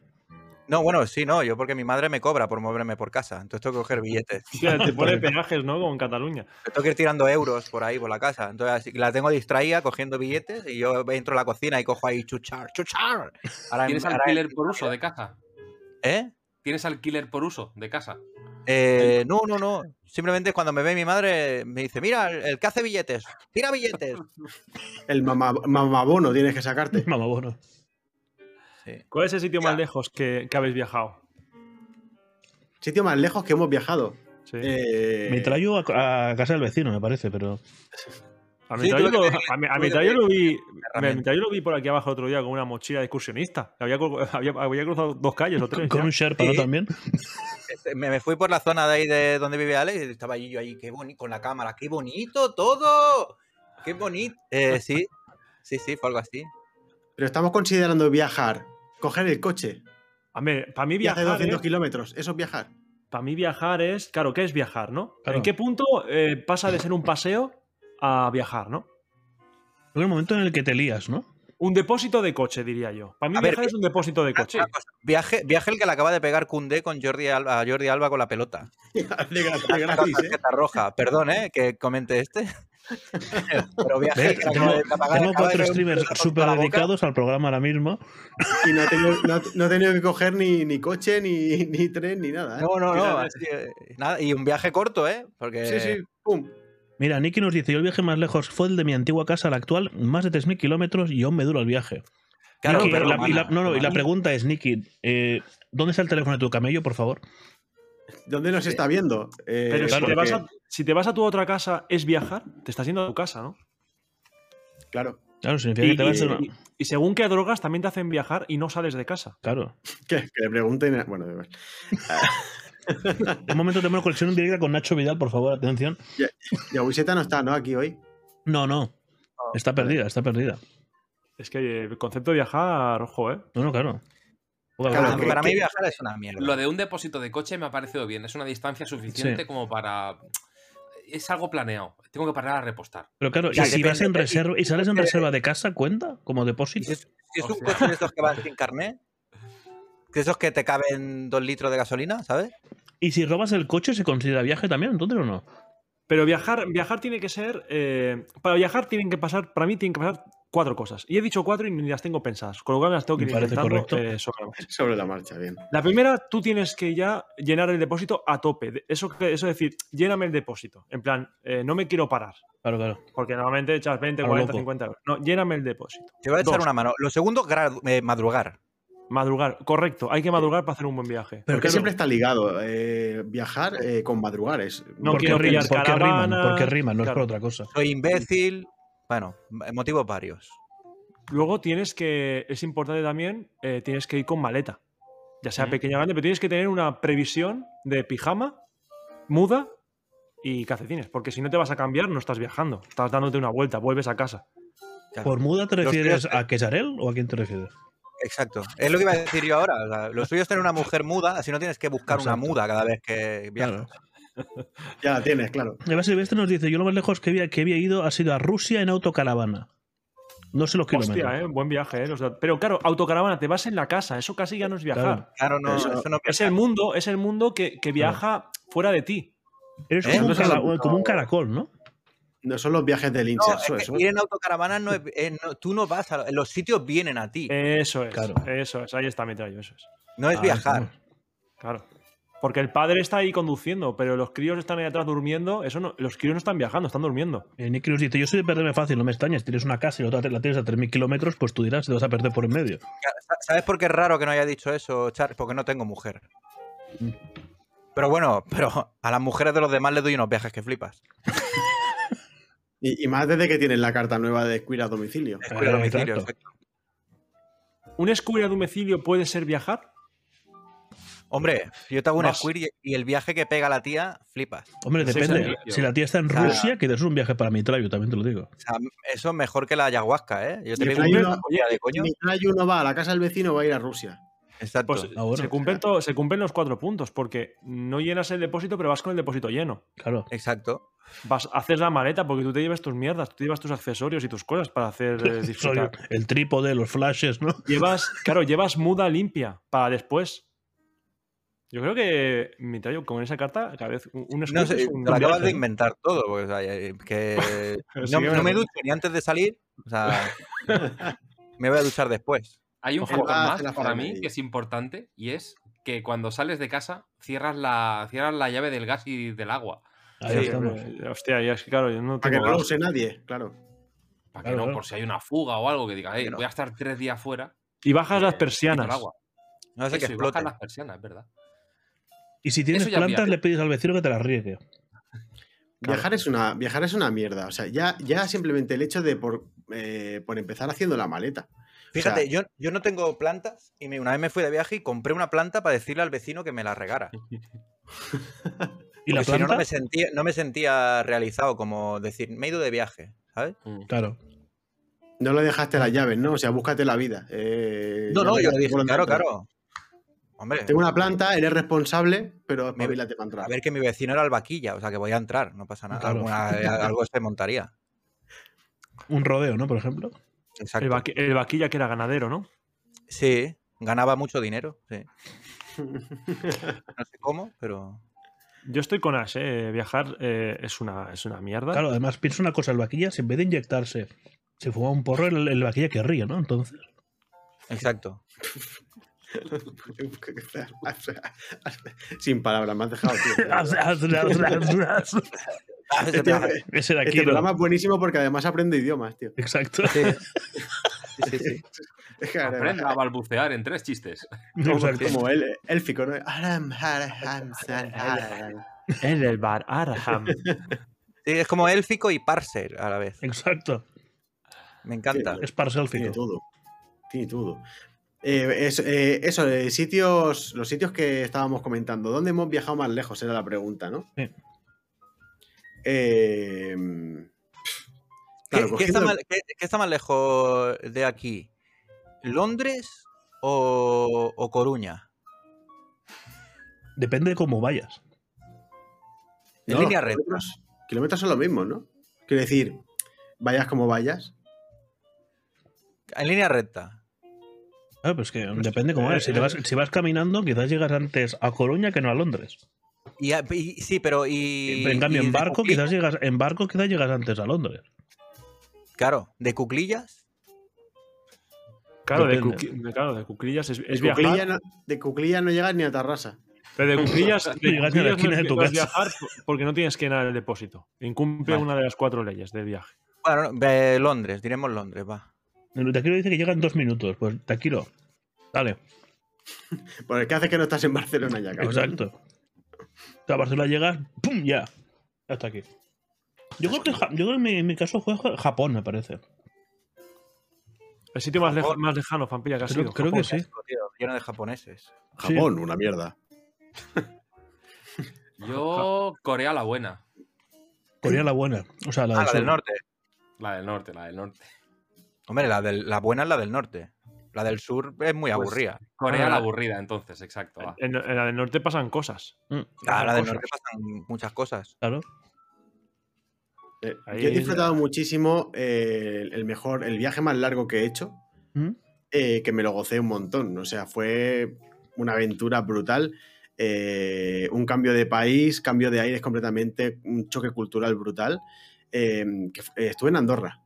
Speaker 2: No, bueno, sí, no, yo porque mi madre me cobra por moverme por casa, entonces tengo que coger billetes.
Speaker 3: Tía, te pone peajes, ¿no? Como en Cataluña.
Speaker 2: Tengo que ir tirando euros por ahí, por la casa. Entonces así que la tengo distraída cogiendo billetes y yo entro a la cocina y cojo ahí chuchar, chuchar. Ahora,
Speaker 5: ¿Tienes
Speaker 2: ahora-
Speaker 5: alquiler por uso de casa?
Speaker 2: ¿Eh?
Speaker 5: ¿Tienes alquiler por uso de casa?
Speaker 2: Eh, no, no, no. Simplemente cuando me ve mi madre me dice, mira, el, el que hace billetes, tira billetes.
Speaker 4: El mamá- mamabono tienes que sacarte.
Speaker 1: Mamá, bueno.
Speaker 2: Sí.
Speaker 3: ¿Cuál es el sitio más
Speaker 2: Ya.
Speaker 3: lejos que, que habéis viajado?
Speaker 4: Sitio más lejos que hemos viajado.
Speaker 3: Sí.
Speaker 4: Eh,
Speaker 1: Me trayo a, a casa del vecino, me parece, pero.
Speaker 3: A
Speaker 2: Sí,
Speaker 3: mi
Speaker 2: tuve
Speaker 3: trayo
Speaker 2: que
Speaker 3: lo-
Speaker 2: pedir-
Speaker 3: a mi- a
Speaker 2: tuve
Speaker 3: mi
Speaker 2: que
Speaker 3: trayo
Speaker 2: pedir
Speaker 3: lo vi. A mi
Speaker 2: herramienta.
Speaker 3: trayo lo vi por aquí abajo el otro día con una mochila de excursionista. Había, cru- había, había cruzado dos calles o tres.
Speaker 1: Con
Speaker 3: ya.
Speaker 1: un Sherpa, ¿no?
Speaker 2: Sí.
Speaker 1: También.
Speaker 2: Este, Me, me fui por la zona de ahí de donde vive Alex y estaba allí yo ahí, qué bonito, con la cámara, qué bonito todo. Qué bonito. Eh, sí, sí, sí, fue algo así.
Speaker 4: Pero estamos considerando viajar, coger el coche
Speaker 3: A ver, para mí
Speaker 4: y hacer
Speaker 3: viajar.
Speaker 4: 200
Speaker 3: es-
Speaker 4: kilómetros. Eso es viajar.
Speaker 3: Para mí viajar es, claro, ¿qué es viajar, no?
Speaker 1: Claro.
Speaker 3: ¿En qué punto eh, pasa de ser un paseo a viajar, no?
Speaker 1: Llega un momento en el que te lías, ¿no?
Speaker 3: Un depósito de coche, diría yo. Para mí
Speaker 2: A ver,
Speaker 3: viajar es un depósito de coche.
Speaker 2: Una cosa, viaje, viaje el que le acaba de pegar Cundé con Jordi Alba, a Jordi Alba con la pelota.
Speaker 4: De gra- de gratis,
Speaker 2: Con la
Speaker 4: ¿eh?
Speaker 2: tarjeta roja. Perdón, ¿eh? Que comente este. Pero viaje
Speaker 1: Ve,
Speaker 2: el que le
Speaker 1: Tengo,
Speaker 2: acaba de le acaba de
Speaker 1: tengo cuatro
Speaker 2: pegar un
Speaker 1: streamers
Speaker 2: pelotazo
Speaker 1: súper
Speaker 2: a la boca.
Speaker 1: dedicados al programa ahora mismo.
Speaker 4: Y no he tenido, no- no he tenido que coger ni, ni coche, ni, ni tren, ni nada. ¿eh?
Speaker 2: No, no, no.
Speaker 3: Fíjate.
Speaker 2: así, eh, nada, y un viaje corto, ¿eh? Porque
Speaker 4: Sí, sí, pum.
Speaker 1: Mira, Nicky nos dice: Yo el viaje más lejos fue el de mi antigua casa a la actual, más de 3.000 kilómetros y aún me dura el viaje.
Speaker 2: Claro,
Speaker 1: Nicky,
Speaker 2: pero
Speaker 1: la- y la-
Speaker 2: humana,
Speaker 1: no, no, y la
Speaker 2: humana.
Speaker 1: pregunta es: Nicky, eh, ¿dónde está el teléfono de tu camello, por favor?
Speaker 4: ¿Dónde nos está viendo? Eh,
Speaker 3: Pero si,
Speaker 1: claro,
Speaker 3: te
Speaker 4: porque-
Speaker 3: vas a, si te vas a tu otra casa, ¿es viajar? Te estás yendo a tu casa, ¿no?
Speaker 4: Claro.
Speaker 1: Claro, significa
Speaker 3: Y,
Speaker 1: que te vas a
Speaker 3: y-
Speaker 1: una-
Speaker 3: y- y según qué drogas también te hacen viajar y no sales de casa.
Speaker 1: Claro.
Speaker 4: Que, que le pregunten. Bueno, da igual.
Speaker 1: Un momento tenemos conexión directa con Nacho Vidal, por favor, atención.
Speaker 4: Yabuseta no está, ¿no? Aquí hoy.
Speaker 1: No, no. Está perdida, está perdida.
Speaker 3: Es que eh, el concepto de viajar, ojo, ¿eh?
Speaker 1: No, no, claro. Joder,
Speaker 4: Claro,
Speaker 2: A mí-
Speaker 1: joder.
Speaker 4: que-
Speaker 2: para mí
Speaker 4: que-
Speaker 2: viajar es una mierda.
Speaker 5: Lo de un depósito de coche me ha parecido bien. Es una distancia suficiente
Speaker 1: Sí.
Speaker 5: como para. Es algo planeado. Tengo que parar a repostar.
Speaker 1: Pero claro,
Speaker 2: Ya,
Speaker 1: y si
Speaker 2: depende-
Speaker 1: vas en reserva y sales en
Speaker 2: eh,
Speaker 1: reserva de casa, ¿cuenta? Como
Speaker 2: Y
Speaker 1: depósito.
Speaker 2: si es, si es un
Speaker 5: Hostia.
Speaker 2: coche de estos que van sin carnet, de esos que te caben dos litros de gasolina, ¿sabes?
Speaker 1: Y si robas el coche, ¿se considera viaje también, entonces o no?
Speaker 3: Pero viajar, viajar tiene que ser. eh, para viajar tienen que pasar, para mí tienen que pasar cuatro cosas. Y he dicho cuatro y ni las tengo pensadas. Con lo cual me las tengo que
Speaker 1: Me
Speaker 3: ir
Speaker 1: parece
Speaker 3: inventando,
Speaker 1: correcto.
Speaker 3: eh, sobre la marcha.
Speaker 4: Sobre la marcha, bien.
Speaker 3: La primera, tú tienes que ya llenar el depósito a tope. De- Eso, que- eso es decir, lléname el depósito. En plan, eh, no me quiero parar.
Speaker 1: Claro, claro.
Speaker 3: Porque normalmente echas 20,
Speaker 1: A lo
Speaker 3: 40,
Speaker 1: loco.
Speaker 3: 50 euros. No, lléname el depósito.
Speaker 2: Te voy a echar
Speaker 3: Dos.
Speaker 2: una mano. Lo segundo, gra- eh, madrugar.
Speaker 3: Madrugar, correcto. Hay que madrugar para hacer un buen viaje.
Speaker 4: Pero que
Speaker 1: claro,
Speaker 4: siempre está ligado eh, viajar eh, con madrugar. Es,
Speaker 3: No
Speaker 1: porque,
Speaker 3: quiero
Speaker 1: ri-
Speaker 3: pillar
Speaker 1: porque riman,
Speaker 3: caravana.
Speaker 1: porque riman, no es por
Speaker 3: Claro.
Speaker 1: otra cosa.
Speaker 2: Soy imbécil. Bueno, m- motivos varios.
Speaker 3: Luego tienes que, es importante también, eh, tienes que ir con maleta. Ya sea
Speaker 5: Mm.
Speaker 3: pequeña o grande, pero tienes que tener una previsión de pijama, muda y calcetines. Porque si no te vas a cambiar, no estás viajando. Estás dándote una vuelta, vuelves a casa.
Speaker 2: Claro.
Speaker 1: ¿Por muda te
Speaker 2: Los
Speaker 1: refieres
Speaker 2: tíos-
Speaker 1: a Quesarel o a quién te refieres?
Speaker 2: Exacto. Es lo que iba a decir yo ahora. o sea, lo suyo es tener una mujer muda, así no tienes que buscar una
Speaker 1: Exacto.
Speaker 2: muda cada vez que viajas.
Speaker 4: Ya la tienes, claro.
Speaker 1: Eva Silvestre nos dice, yo lo más lejos que había, que había ido ha sido a Rusia en autocaravana. No sé los kilómetros.
Speaker 3: Hostia, eh, buen viaje. eh, los da- Pero claro, autocaravana, te vas en la casa. Eso casi ya no es viajar.
Speaker 1: Claro.
Speaker 2: Claro, no,
Speaker 4: Eso-
Speaker 2: eso, no
Speaker 3: Es el mundo, es el mundo que, que viaja fuera de ti.
Speaker 1: Eres
Speaker 2: ¿Eh?
Speaker 1: como, un
Speaker 4: No se lo-
Speaker 1: cara- como un caracol, ¿no?
Speaker 4: No son los viajes del
Speaker 2: No,
Speaker 4: hincha.
Speaker 2: es
Speaker 4: eso,
Speaker 2: que
Speaker 4: eso.
Speaker 2: ir en autocaravana no es. eh, no- tú no vas a. Los sitios vienen a ti.
Speaker 3: Eso es.
Speaker 1: Claro.
Speaker 3: Eso es. Ahí está mi trayo, eso es.
Speaker 2: no es
Speaker 1: Ah,
Speaker 2: viajar.
Speaker 1: vamos.
Speaker 3: Claro. Porque el padre está ahí conduciendo, pero los críos están ahí atrás durmiendo. Eso no, los críos no están viajando, están durmiendo.
Speaker 1: Eh, Nicky nos dice, yo soy de perderme fácil, no me extrañes, tienes una casa y la otra te- la tienes a 3.000 kilómetros, pues tú dirás, te vas a perder por en medio.
Speaker 2: Sa- ¿Sabes por qué es raro que no haya dicho eso, Charles? Porque no tengo mujer. Pero bueno, pero a las mujeres de los demás les doy unos viajes que flipas.
Speaker 4: Y, y más desde que tienen la carta nueva de cuidar a domicilio.
Speaker 2: Es cuidar
Speaker 1: Eh,
Speaker 2: domicilio,
Speaker 1: exacto.
Speaker 2: exacto.
Speaker 3: ¿Un escuela a domicilio puede ser viajar?
Speaker 2: Hombre, yo te hago un
Speaker 3: Vas.
Speaker 2: squir y, y el viaje que pega la tía, flipas.
Speaker 1: Hombre,
Speaker 5: Sí,
Speaker 1: depende.
Speaker 5: sí, sí.
Speaker 1: Si la tía está en
Speaker 2: Claro.
Speaker 1: Rusia, que es un viaje para mi trayo, también te lo digo.
Speaker 2: O sea, eso es mejor que la ayahuasca, ¿eh? Yo te
Speaker 4: Y
Speaker 2: pego
Speaker 4: hay
Speaker 2: una
Speaker 4: una-
Speaker 2: polla de coño.
Speaker 4: Mientras uno va a la casa del vecino, va a ir a Rusia.
Speaker 2: Exacto.
Speaker 3: Pues
Speaker 1: Ah, bueno.
Speaker 3: se, cumplen to- se cumplen los cuatro puntos, porque no llenas el depósito, pero vas con el depósito lleno.
Speaker 1: Claro.
Speaker 2: Exacto.
Speaker 3: Vas, haces la maleta porque tú te llevas tus mierdas, tú te llevas tus accesorios y tus cosas para hacer eh, disfrutar.
Speaker 1: Soy el trípode, los flashes, ¿no?
Speaker 3: Llevas, claro, llevas muda limpia para después. Yo creo que mi tallo con esa carta, cada vez un, un
Speaker 2: No
Speaker 3: squid
Speaker 2: sé,
Speaker 3: es
Speaker 2: te
Speaker 3: un
Speaker 2: lo acabas
Speaker 3: viaje,
Speaker 2: de
Speaker 3: ¿eh?
Speaker 2: inventar todo. porque, o sea, eh, que
Speaker 3: Sí,
Speaker 2: no,
Speaker 3: que
Speaker 2: no
Speaker 3: bueno.
Speaker 2: me ducho ni antes de salir. O sea, me voy a duchar después.
Speaker 5: Hay un
Speaker 4: Ojalá
Speaker 5: factor más
Speaker 4: hacer la
Speaker 5: para
Speaker 4: faena
Speaker 5: mí
Speaker 4: y-
Speaker 5: que es importante y es que cuando sales de casa cierras la, cierras la llave del gas y del agua.
Speaker 1: Ahí
Speaker 3: Sí,
Speaker 1: estamos.
Speaker 3: eh, Hostia, ya es que claro, yo no
Speaker 4: Para que
Speaker 3: tengo
Speaker 4: no lo
Speaker 3: gas.
Speaker 4: use nadie, claro.
Speaker 1: Claro,
Speaker 5: Para que no,
Speaker 1: claro.
Speaker 5: por si hay una fuga o algo que diga, "Ey,
Speaker 2: Que no.
Speaker 5: voy a estar tres días fuera.
Speaker 3: Y bajas las
Speaker 5: eh, quito
Speaker 3: persianas.
Speaker 5: el agua.
Speaker 2: No sé que
Speaker 5: Eso, y bajas
Speaker 2: explote.
Speaker 5: las persianas, es verdad.
Speaker 1: Y si tienes
Speaker 5: Eso ya es
Speaker 1: plantas,
Speaker 5: viaje.
Speaker 1: le pides al vecino que te las riegue.
Speaker 3: Claro.
Speaker 4: Viajar, es una, viajar es una mierda. O sea, ya, ya simplemente el hecho de por, eh, por empezar haciendo la maleta.
Speaker 2: Fíjate,
Speaker 4: O sea-
Speaker 2: yo, yo no tengo plantas y me- una vez me fui de viaje y compré una planta para decirle al vecino que me la regara.
Speaker 1: ¿Y la
Speaker 2: Porque si no,
Speaker 1: planta?
Speaker 2: no me, sentía, no me sentía realizado como decir, me he ido de viaje, ¿sabes?
Speaker 1: Claro.
Speaker 4: No le dejaste las llaves, ¿no? O sea, búscate la vida. Eh,
Speaker 2: No,
Speaker 4: ya
Speaker 2: no,
Speaker 4: verás
Speaker 2: yo le dije,
Speaker 4: por dónde
Speaker 2: claro,
Speaker 4: entras.
Speaker 2: claro. Hombre,
Speaker 4: Tengo una planta, eres responsable, pero
Speaker 2: Me-
Speaker 4: espabilate para entrar.
Speaker 2: a ver que mi vecino era albaquilla, o sea que voy a entrar, no pasa nada.
Speaker 1: Claro.
Speaker 2: Alguna- eh, algo se montaría.
Speaker 1: Un rodeo, ¿no? Por ejemplo.
Speaker 2: Exacto.
Speaker 3: El, vaqui- el vaquilla que era ganadero, ¿no?
Speaker 2: Sí, ganaba mucho dinero, sí. No sé cómo, pero.
Speaker 3: Yo estoy con Ash, eh, viajar eh, es, una, es una mierda.
Speaker 1: Claro, además pienso una cosa, el vaquilla, si en vez de inyectarse, se fuma un porro, el, el vaquilla que ríe, ¿no? Entonces.
Speaker 2: Exacto.
Speaker 4: Sin palabras, me has dejado, tío.
Speaker 1: As, as, as, as, as.
Speaker 2: Ese
Speaker 4: Este,
Speaker 2: viaje.
Speaker 1: Ese de
Speaker 4: este
Speaker 1: aquí. ¿no?
Speaker 4: programa es buenísimo porque además aprende idiomas, tío.
Speaker 1: Exacto.
Speaker 2: Sí. Sí, sí, sí.
Speaker 4: Es que
Speaker 5: Aprenda a balbucear en tres chistes.
Speaker 1: Exacto.
Speaker 4: como él, eh, élfico, ¿no? Aram, aram, aram, aram.
Speaker 3: El del bar Arham.
Speaker 2: Sí, es como élfico y parser a la vez.
Speaker 1: Exacto.
Speaker 2: Me encanta.
Speaker 1: Es parselfico.
Speaker 4: Tiene todo. Tiene todo. Eh, es- eh, eso, eh, sitios, los sitios que estábamos comentando. ¿Dónde hemos viajado más lejos? Era la pregunta, ¿no?
Speaker 1: Sí.
Speaker 4: Eh,
Speaker 2: ¿Qué,
Speaker 4: claro,
Speaker 2: qué está
Speaker 4: cogiendo-
Speaker 2: más, qué- qué está más lejos de aquí? ¿Londres o, o Coruña?
Speaker 1: Depende de cómo vayas.
Speaker 2: En
Speaker 4: No,
Speaker 2: línea
Speaker 4: los
Speaker 2: recta.
Speaker 4: Kilómetros, kilómetros son los mismos, ¿no? Quiero decir, vayas como vayas.
Speaker 2: En línea recta.
Speaker 1: Ah, pues que depende cómo
Speaker 3: eh,
Speaker 1: vayas. Si, te vas, si vas caminando, quizás llegas antes a Coruña que no a Londres.
Speaker 2: Y, a- y- sí, pero y.
Speaker 1: Pero en cambio,
Speaker 2: y
Speaker 1: en
Speaker 2: de
Speaker 1: barco,
Speaker 2: cuclillas.
Speaker 1: quizás llegas, en barco quizás llegas antes a Londres.
Speaker 2: Claro, de cuclillas.
Speaker 3: Claro, de,
Speaker 1: Depende.
Speaker 3: cuqui- de- claro, de cuclillas es, es
Speaker 4: de, cuclilla
Speaker 3: viajar.
Speaker 4: no, de cuclilla no llegas ni a Tarrasa.
Speaker 3: Pero de cuclillas, de
Speaker 1: Llegas a la
Speaker 3: cuclillas no
Speaker 1: esquina de
Speaker 3: es-
Speaker 1: tu
Speaker 3: no es
Speaker 1: casa.
Speaker 3: viajar porque no tienes que ir al depósito. Incumple
Speaker 2: Vale.
Speaker 3: una de las cuatro leyes del viaje.
Speaker 2: Bueno, no, de Londres, diremos Londres, va.
Speaker 1: El Taquiro dice que llegan dos minutos. Pues Taquiro, dale.
Speaker 4: Por el que hace que no estás en Barcelona ya, cabrón.
Speaker 1: Exacto. A Barcelona llegas, ¡pum! Ya. Ya está aquí. Yo creo que, Ja- yo creo que en mi, en mi caso fue Ja- Japón, me parece.
Speaker 3: El sitio más, leja-
Speaker 2: Japón.
Speaker 3: más lejano, Pampilla, que ha
Speaker 1: Creo-
Speaker 3: sido.
Speaker 1: creo que
Speaker 3: Japón.
Speaker 1: sí.
Speaker 2: Tío, lleno de japoneses.
Speaker 4: Japón, una mierda.
Speaker 5: Yo, Corea la buena.
Speaker 1: Corea la buena. O sea, la
Speaker 2: Ah,
Speaker 1: del
Speaker 2: la del
Speaker 1: sur.
Speaker 2: norte.
Speaker 5: La del norte, la del norte.
Speaker 2: Hombre, la, del- la buena es la del norte. La del sur es muy aburrida.
Speaker 5: Corea
Speaker 3: Ah.
Speaker 5: la aburrida, entonces, exacto. va.
Speaker 3: En, en la del norte pasan cosas.
Speaker 1: Mm,
Speaker 2: Claro, la del
Speaker 3: cosas.
Speaker 2: norte pasan muchas cosas.
Speaker 1: claro.
Speaker 4: Eh,
Speaker 3: Ahí
Speaker 4: yo he
Speaker 3: es-
Speaker 4: disfrutado muchísimo eh, el el mejor, el viaje más largo que he hecho,
Speaker 1: Mm.
Speaker 4: eh, que me lo gocé un montón. O sea, fue una aventura brutal. eh, un cambio de país, cambio de aires completamente, un choque cultural brutal. eh, que fu- eh, estuve en Andorra.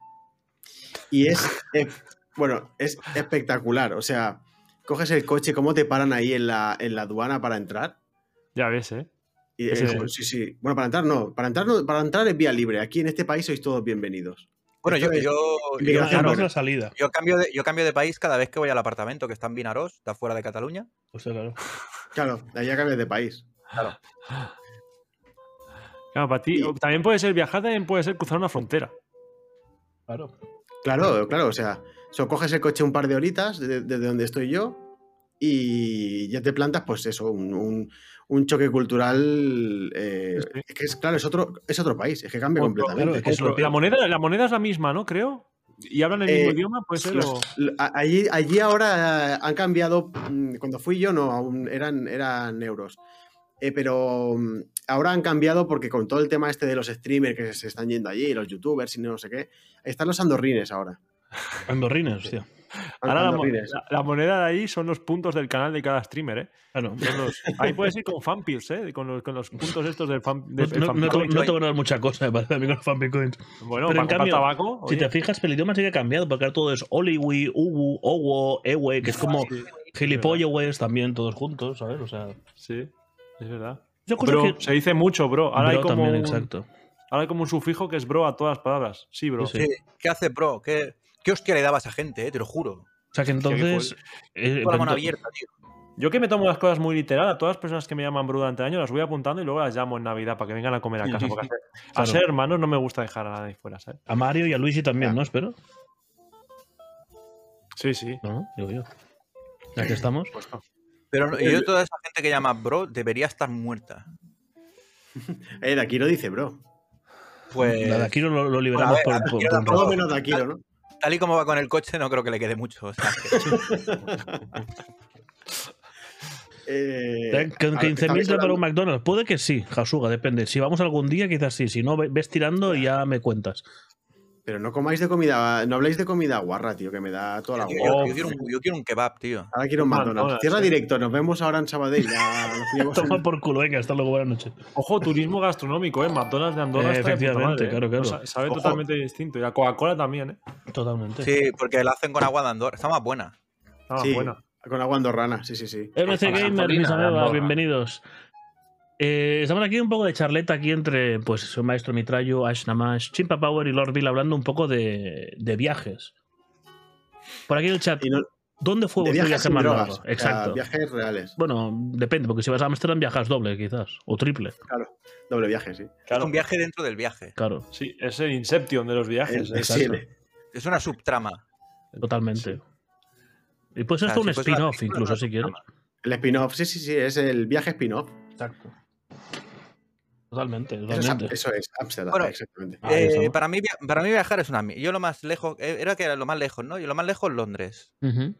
Speaker 4: Y es, es- bueno, es espectacular. O sea, coges el coche, cómo te paran ahí en la, en la aduana para entrar.
Speaker 3: Ya ves, ¿eh?
Speaker 4: Y,
Speaker 3: Ese
Speaker 4: eh,
Speaker 3: es el-
Speaker 4: sí, sí. Bueno, para entrar no. Para entrar no, para entrar es vía libre. Aquí en este país sois todos bienvenidos.
Speaker 2: Bueno, yo,
Speaker 4: Esto es-
Speaker 2: yo,
Speaker 4: es
Speaker 2: yo,
Speaker 1: Además,
Speaker 4: Migración
Speaker 2: yo-
Speaker 1: la salida.
Speaker 2: yo cambio de, yo cambio de país cada vez que voy al apartamento que está en Vinarós, está fuera de Cataluña.
Speaker 1: O sea, claro.
Speaker 4: Claro, allá cambias de país.
Speaker 3: Claro, para ti.
Speaker 4: Y-
Speaker 3: También puede ser viajar, también puede ser cruzar una frontera.
Speaker 1: claro.
Speaker 4: Claro, claro, o sea, so, coges el coche un par de horitas de- desde donde estoy yo y ya te plantas, pues eso, un, un- un choque cultural. eh,
Speaker 3: Sí, sí.
Speaker 4: Es que es claro, es otro, es otro país, es que cambia
Speaker 3: Otro,
Speaker 4: completamente.
Speaker 1: claro, es
Speaker 3: Otro-
Speaker 1: propio.
Speaker 3: la, moneda, la moneda es la misma, ¿no? Creo. Y hablan el mismo
Speaker 4: Eh,
Speaker 3: idioma, puede ser.
Speaker 4: Los-
Speaker 3: o-
Speaker 4: l- a- allí, allí ahora han cambiado, mm, cuando fui yo no, aún eran, eran euros, Eh, pero mm, ahora han cambiado porque con todo el tema este de los streamers que se están yendo allí, los youtubers y no sé qué, están los andorrines ahora.
Speaker 1: Andorrines, hostia.
Speaker 3: Ahora la, mo-
Speaker 4: Andorrines.
Speaker 3: la- la moneda de ahí son los puntos del canal de cada streamer, ¿eh?
Speaker 1: Claro.
Speaker 3: Son los- ahí puedes ir con fanpills, ¿eh? Con los, con los puntos estos del fan.
Speaker 1: No,
Speaker 3: del
Speaker 1: no, no te,
Speaker 3: fanpilcoin.
Speaker 1: no te van a dar mucha cosa, me parece, a mí con los fan bitcoins. pero
Speaker 3: bueno, para
Speaker 1: en
Speaker 3: comprar
Speaker 1: cambio,
Speaker 3: tabaco.
Speaker 1: Si
Speaker 3: oye,
Speaker 1: te fijas, el idioma sí que ha cambiado, porque ahora todo es Oliwi, Uwu, Owo, Ewe, que es como
Speaker 3: sí,
Speaker 1: gilipollas también todos juntos, ¿sabes? O sea,
Speaker 3: sí, es verdad.
Speaker 1: yo creo
Speaker 3: Bro,
Speaker 1: que.
Speaker 3: se dice mucho, bro. Ahora, hay
Speaker 1: Bro
Speaker 3: como
Speaker 1: también,
Speaker 3: un,
Speaker 1: exacto.
Speaker 3: ahora hay como un sufijo que es bro a todas las palabras. Sí, bro.
Speaker 1: Sí, sí.
Speaker 2: ¿Qué, qué hace pro? ¿Qué, qué hostia le daba a esa gente, eh? te lo juro?
Speaker 1: O sea que
Speaker 3: qué
Speaker 1: entonces. eh,
Speaker 2: Con la mano
Speaker 1: ento-
Speaker 2: abierta, tío.
Speaker 3: Yo que me tomo las cosas muy literal, a todas las personas que me llaman bro durante el año las voy apuntando y luego las llamo en Navidad para que vengan a comer a casa. Porque a ser, a
Speaker 1: Claro.
Speaker 3: ser hermanos no me gusta dejar a nadie fuera, ¿sabes?
Speaker 1: a Mario y a Luigi también,
Speaker 4: Ah.
Speaker 1: ¿no? Espero.
Speaker 3: Sí, sí.
Speaker 1: No, digo yo. Ya que estamos.
Speaker 2: Pero no- yo toda esa gente que llama bro debería estar muerta.
Speaker 4: Eh, de aquí lo dice, bro.
Speaker 2: Pues
Speaker 1: La de Akiro lo, lo liberamos
Speaker 2: a ver,
Speaker 1: por,
Speaker 2: a ver,
Speaker 1: por-
Speaker 2: yo
Speaker 1: por-
Speaker 2: tampoco-
Speaker 4: Todo menos de aquí, ¿no?
Speaker 2: tal y como va con el coche no creo que le quede mucho. o sea, que-
Speaker 4: Eh,
Speaker 1: Eh,
Speaker 4: a
Speaker 1: Con
Speaker 4: ver,
Speaker 1: 15.000
Speaker 4: estabais
Speaker 1: te para un
Speaker 4: hablando-
Speaker 1: McDonald's. Puede que sí, Jasuga, depende. Si vamos algún día, quizás sí. Si no, ve- ves tirando y ya me cuentas.
Speaker 4: Pero no comáis de comida, no habláis de comida guarra, tío, que me da toda la
Speaker 2: tío,
Speaker 4: guarra.
Speaker 2: yo, yo quiero un, yo quiero un kebab, tío.
Speaker 4: Ahora quiero un
Speaker 3: McDonald's,
Speaker 4: McDonald's. Cierra
Speaker 3: sí.
Speaker 4: directo, nos vemos ahora en Sabadell. ya nos pillamos
Speaker 1: Toma
Speaker 4: en-
Speaker 1: por culo, venga, hasta luego, buenas noches.
Speaker 3: Ojo, turismo gastronómico, ¿eh? McDonald's de Andorra.
Speaker 1: Eh,
Speaker 3: está de puta
Speaker 1: efectivamente,
Speaker 3: madre, ¿eh?
Speaker 1: claro, claro.
Speaker 3: sa- Sabe
Speaker 4: Ojo.
Speaker 3: totalmente distinto. Y la Coca-Cola también, ¿eh?
Speaker 1: Totalmente.
Speaker 2: Sí, porque la hacen con agua de Andorra. Está más buena.
Speaker 3: Está
Speaker 4: sí,
Speaker 3: buena.
Speaker 4: con agua andorrana, sí, sí, sí.
Speaker 1: MC Gamer,
Speaker 5: Hola, Paulina,
Speaker 1: mis amigos,
Speaker 5: Andorra.
Speaker 1: bienvenidos. Eh, estamos aquí un poco de charleta aquí entre pues su maestro Mitrayo, Ash Namash, Chimpa Power y Lord Bill hablando un poco de, de viajes. Por aquí en el chat,
Speaker 4: Y no,
Speaker 1: ¿dónde fue
Speaker 4: de
Speaker 1: vuestro
Speaker 4: viajes
Speaker 1: viaje
Speaker 4: sin
Speaker 1: más
Speaker 4: drogas,
Speaker 1: largo?
Speaker 4: o sea,
Speaker 1: Exacto.
Speaker 4: viajes reales,
Speaker 1: Bueno, depende, porque si vas a Amsterdam viajas doble quizás, o triple,
Speaker 4: doble viaje, sí.
Speaker 2: Es
Speaker 3: Claro.
Speaker 2: un viaje dentro del viaje.
Speaker 1: claro,
Speaker 3: Sí, es el Inception de los viajes.
Speaker 4: Eh,
Speaker 3: ¿eh?
Speaker 4: sí,
Speaker 1: exacto.
Speaker 4: eh,
Speaker 2: Es una subtrama.
Speaker 1: totalmente. Y pues
Speaker 4: Ah,
Speaker 2: sea,
Speaker 1: esto un
Speaker 2: si fuese una
Speaker 1: spin-off
Speaker 2: película,
Speaker 1: incluso,
Speaker 2: no
Speaker 1: si
Speaker 2: es un
Speaker 1: quieres.
Speaker 4: el spin-off, sí, sí, sí, es el viaje spin-off.
Speaker 1: Exacto. Totalmente,
Speaker 4: Eso es,
Speaker 1: totalmente.
Speaker 4: eso es Amsterdam,
Speaker 2: Bueno,
Speaker 4: exactamente.
Speaker 1: Ahí
Speaker 2: Eh,
Speaker 1: estamos.
Speaker 2: para, mí, via- para mí viajar es una... mi- Yo lo más lejos... eh, Era que era lo más lejos, ¿no? Yo lo más lejos Londres.
Speaker 1: Ujú.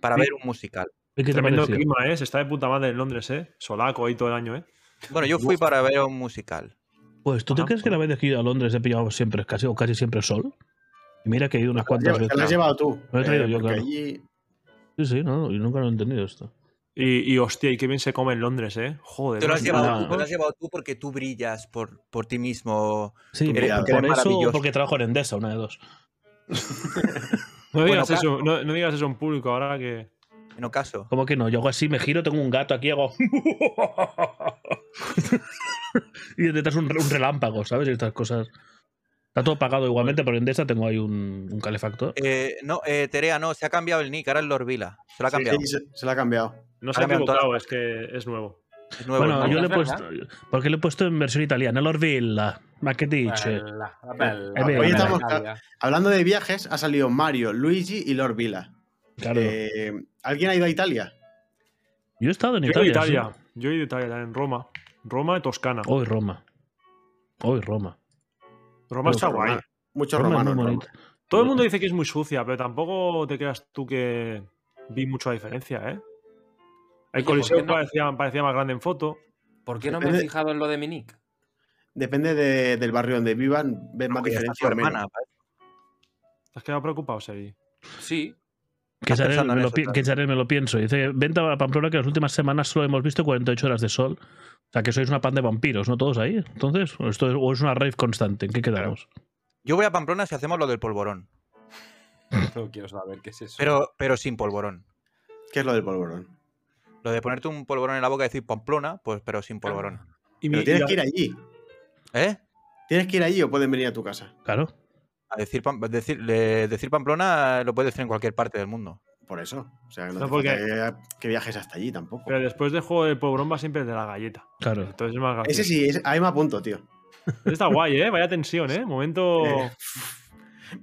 Speaker 2: para
Speaker 3: Sí.
Speaker 2: ver un musical.
Speaker 1: ¿Y ¿Qué te
Speaker 3: Tremendo
Speaker 1: pareció?
Speaker 3: clima, ¿eh? Se está de puta madre en Londres, ¿eh? Solaco ahí todo el año, ¿eh?
Speaker 2: Bueno, yo fui para ver un musical.
Speaker 1: Pues tú te
Speaker 3: Ajá,
Speaker 1: crees que la vez que he ido a Londres he pillado siempre casi o casi siempre sol. Y mira que he ido unas
Speaker 4: Te
Speaker 1: cuantas
Speaker 4: Pues la- te la has
Speaker 1: veces.
Speaker 4: llevado tú.
Speaker 1: Lo he traído yo,
Speaker 4: porque
Speaker 1: claro.
Speaker 4: allí-
Speaker 1: Sí, sí, no, yo nunca lo he entendido esto.
Speaker 3: Y, y, hostia, y qué bien se come en Londres, ¿eh? Joder.
Speaker 2: Te lo has
Speaker 3: macho.
Speaker 2: llevado,
Speaker 1: no.
Speaker 2: tú, te lo has llevado tú porque tú brillas por, por ti mismo.
Speaker 1: Sí,
Speaker 4: Tú mira,
Speaker 1: por,
Speaker 4: que
Speaker 1: por
Speaker 2: eres
Speaker 1: eso o
Speaker 2: maravilloso.
Speaker 1: porque trabajo en Endesa, una de dos.
Speaker 3: No digas,
Speaker 2: Bueno,
Speaker 3: eso, no, no digas eso en público ahora que.
Speaker 2: En ocaso.
Speaker 1: ¿Cómo que no? Yo hago así, me giro, tengo un gato aquí, hago. y detrás un, un relámpago, ¿sabes? Y estas cosas. Está todo pagado igualmente, pero en Endesa tengo ahí un, un calefactor.
Speaker 2: Eh, no, eh, Terea, no, se ha cambiado el nick, ahora es Lorvila. Se lo ha
Speaker 4: Sí,
Speaker 2: cambiado.
Speaker 4: sí, se- se la ha cambiado.
Speaker 3: No se ha
Speaker 2: Ahora me
Speaker 3: equivocado, es que es nuevo.
Speaker 2: Es nuevo,
Speaker 1: Bueno,
Speaker 2: es
Speaker 1: yo le
Speaker 2: nuevo.
Speaker 1: he
Speaker 5: Es verdad.
Speaker 1: puesto. Porque lo he puesto en versión italiana, L'Orville, más que dice.
Speaker 5: Bella, bella,
Speaker 1: Hoy
Speaker 5: bella
Speaker 4: estamos-
Speaker 5: Italia.
Speaker 4: Hablando de viajes, ha salido Mario, Luigi y Lord Vila.
Speaker 1: Claro.
Speaker 4: Eh, ¿Alguien ha ido a Italia?
Speaker 1: Yo he estado en
Speaker 3: Yo he ido a
Speaker 1: Italia.
Speaker 3: Italia.
Speaker 1: sí. Oh,
Speaker 3: Yo he ido a Italia, en Roma. Roma y Toscana.
Speaker 1: Hoy Roma. Hoy Roma.
Speaker 3: Roma está
Speaker 4: Roma.
Speaker 3: guay.
Speaker 4: Muchos
Speaker 1: Roma es
Speaker 4: romanos.
Speaker 1: muy
Speaker 4: en Roma.
Speaker 1: bonita.
Speaker 3: Todo el mundo dice que es muy sucia, pero tampoco te creas tú que vi mucha diferencia, ¿eh? El
Speaker 5: Oye, ¿por
Speaker 3: Coliseo
Speaker 5: qué no?
Speaker 3: parecía, parecía más grande en foto.
Speaker 5: ¿Por qué no me he
Speaker 4: Depende-
Speaker 5: fijado en lo de mi nick?
Speaker 4: Depende de- del barrio donde vivan, ves más
Speaker 2: Oye, está tu
Speaker 4: diferencia o menos.
Speaker 2: hermana, parece.
Speaker 3: ¿Te has quedado preocupado, Seri?
Speaker 5: Sí,
Speaker 1: Que
Speaker 2: Estás
Speaker 1: Sarel
Speaker 2: pensando en
Speaker 1: me, lo
Speaker 2: eso,
Speaker 1: pi-
Speaker 2: claro.
Speaker 1: que Sarel me lo pienso. Dice, venta a Pamplona que las últimas semanas solo hemos visto 48 horas de sol. O sea, que sois una pan de vampiros, ¿no? Todos ahí. Entonces, o esto es, o es una rave constante. ¿En qué quedamos?
Speaker 2: Yo voy a Pamplona si hacemos lo del polvorón,
Speaker 5: no quiero saber qué es eso.
Speaker 2: pero, pero sin polvorón.
Speaker 4: ¿Qué es lo del polvorón?
Speaker 2: Lo de ponerte un polvorón en la boca y decir Pamplona, pues pero sin polvorón.
Speaker 3: Y
Speaker 4: Pero
Speaker 3: mi-
Speaker 4: tienes
Speaker 3: y-
Speaker 4: que ir allí.
Speaker 2: ¿Eh?
Speaker 4: Tienes que ir allí o pueden venir a tu casa.
Speaker 1: Claro.
Speaker 2: A decir, Pam- decir, le- decir Pamplona lo puedes decir en cualquier parte del mundo.
Speaker 4: Por eso. O sea, no,
Speaker 3: No,
Speaker 4: hace
Speaker 3: porque-
Speaker 4: falta que, que viajes hasta allí tampoco.
Speaker 3: Pero después de juego de pobrón va siempre el de la galleta.
Speaker 1: Claro.
Speaker 3: Entonces es más gracioso.
Speaker 4: Ese sí, ese- ahí me apunto, tío.
Speaker 3: Está guay, ¿eh? Vaya tensión, ¿eh? Momento.
Speaker 4: Eh,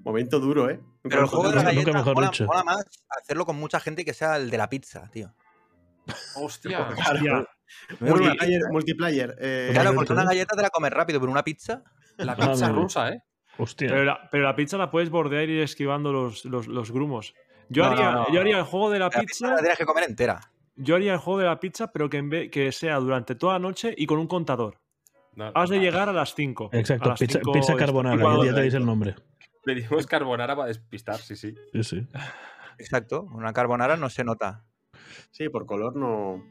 Speaker 4: Momento duro, ¿eh? Nunca
Speaker 2: Pero el
Speaker 4: lo
Speaker 2: juego de la
Speaker 1: nunca
Speaker 2: galleta
Speaker 1: mejor
Speaker 2: mola,
Speaker 1: dicho.
Speaker 2: mola más hacerlo con mucha gente que sea el de la pizza, tío.
Speaker 5: Hostia.
Speaker 4: Claro.
Speaker 3: Hostia.
Speaker 2: Porque-
Speaker 4: Multiplayer, multiplayer, eh,
Speaker 2: claro,
Speaker 1: Obviamente,
Speaker 2: porque una
Speaker 1: ¿no?
Speaker 2: galleta te la comes rápido, pero una pizza.
Speaker 5: La
Speaker 1: Madre
Speaker 5: pizza
Speaker 1: mía.
Speaker 5: rusa, ¿eh?
Speaker 1: Hostia.
Speaker 3: Pero la, pero la pizza la puedes bordear y ir esquivando los, los- los grumos. Yo,
Speaker 5: No,
Speaker 3: haría,
Speaker 5: no, no.
Speaker 3: yo haría el juego de la,
Speaker 2: La pizza
Speaker 3: pizza.
Speaker 2: la tienes que comer entera.
Speaker 3: Yo haría el juego de la pizza, pero que, en vez, que sea durante toda la noche y con un contador.
Speaker 5: No,
Speaker 3: Has de
Speaker 5: no.
Speaker 3: llegar a las 5.
Speaker 1: Exacto. pizza, pizza carbonara.
Speaker 3: Cuando,
Speaker 1: Ya, ya tenéis el nombre.
Speaker 5: Le dimos carbonara para despistar, sí, sí.
Speaker 1: Sí, sí.
Speaker 2: Exacto. Una carbonara no se nota.
Speaker 4: Sí, por color no.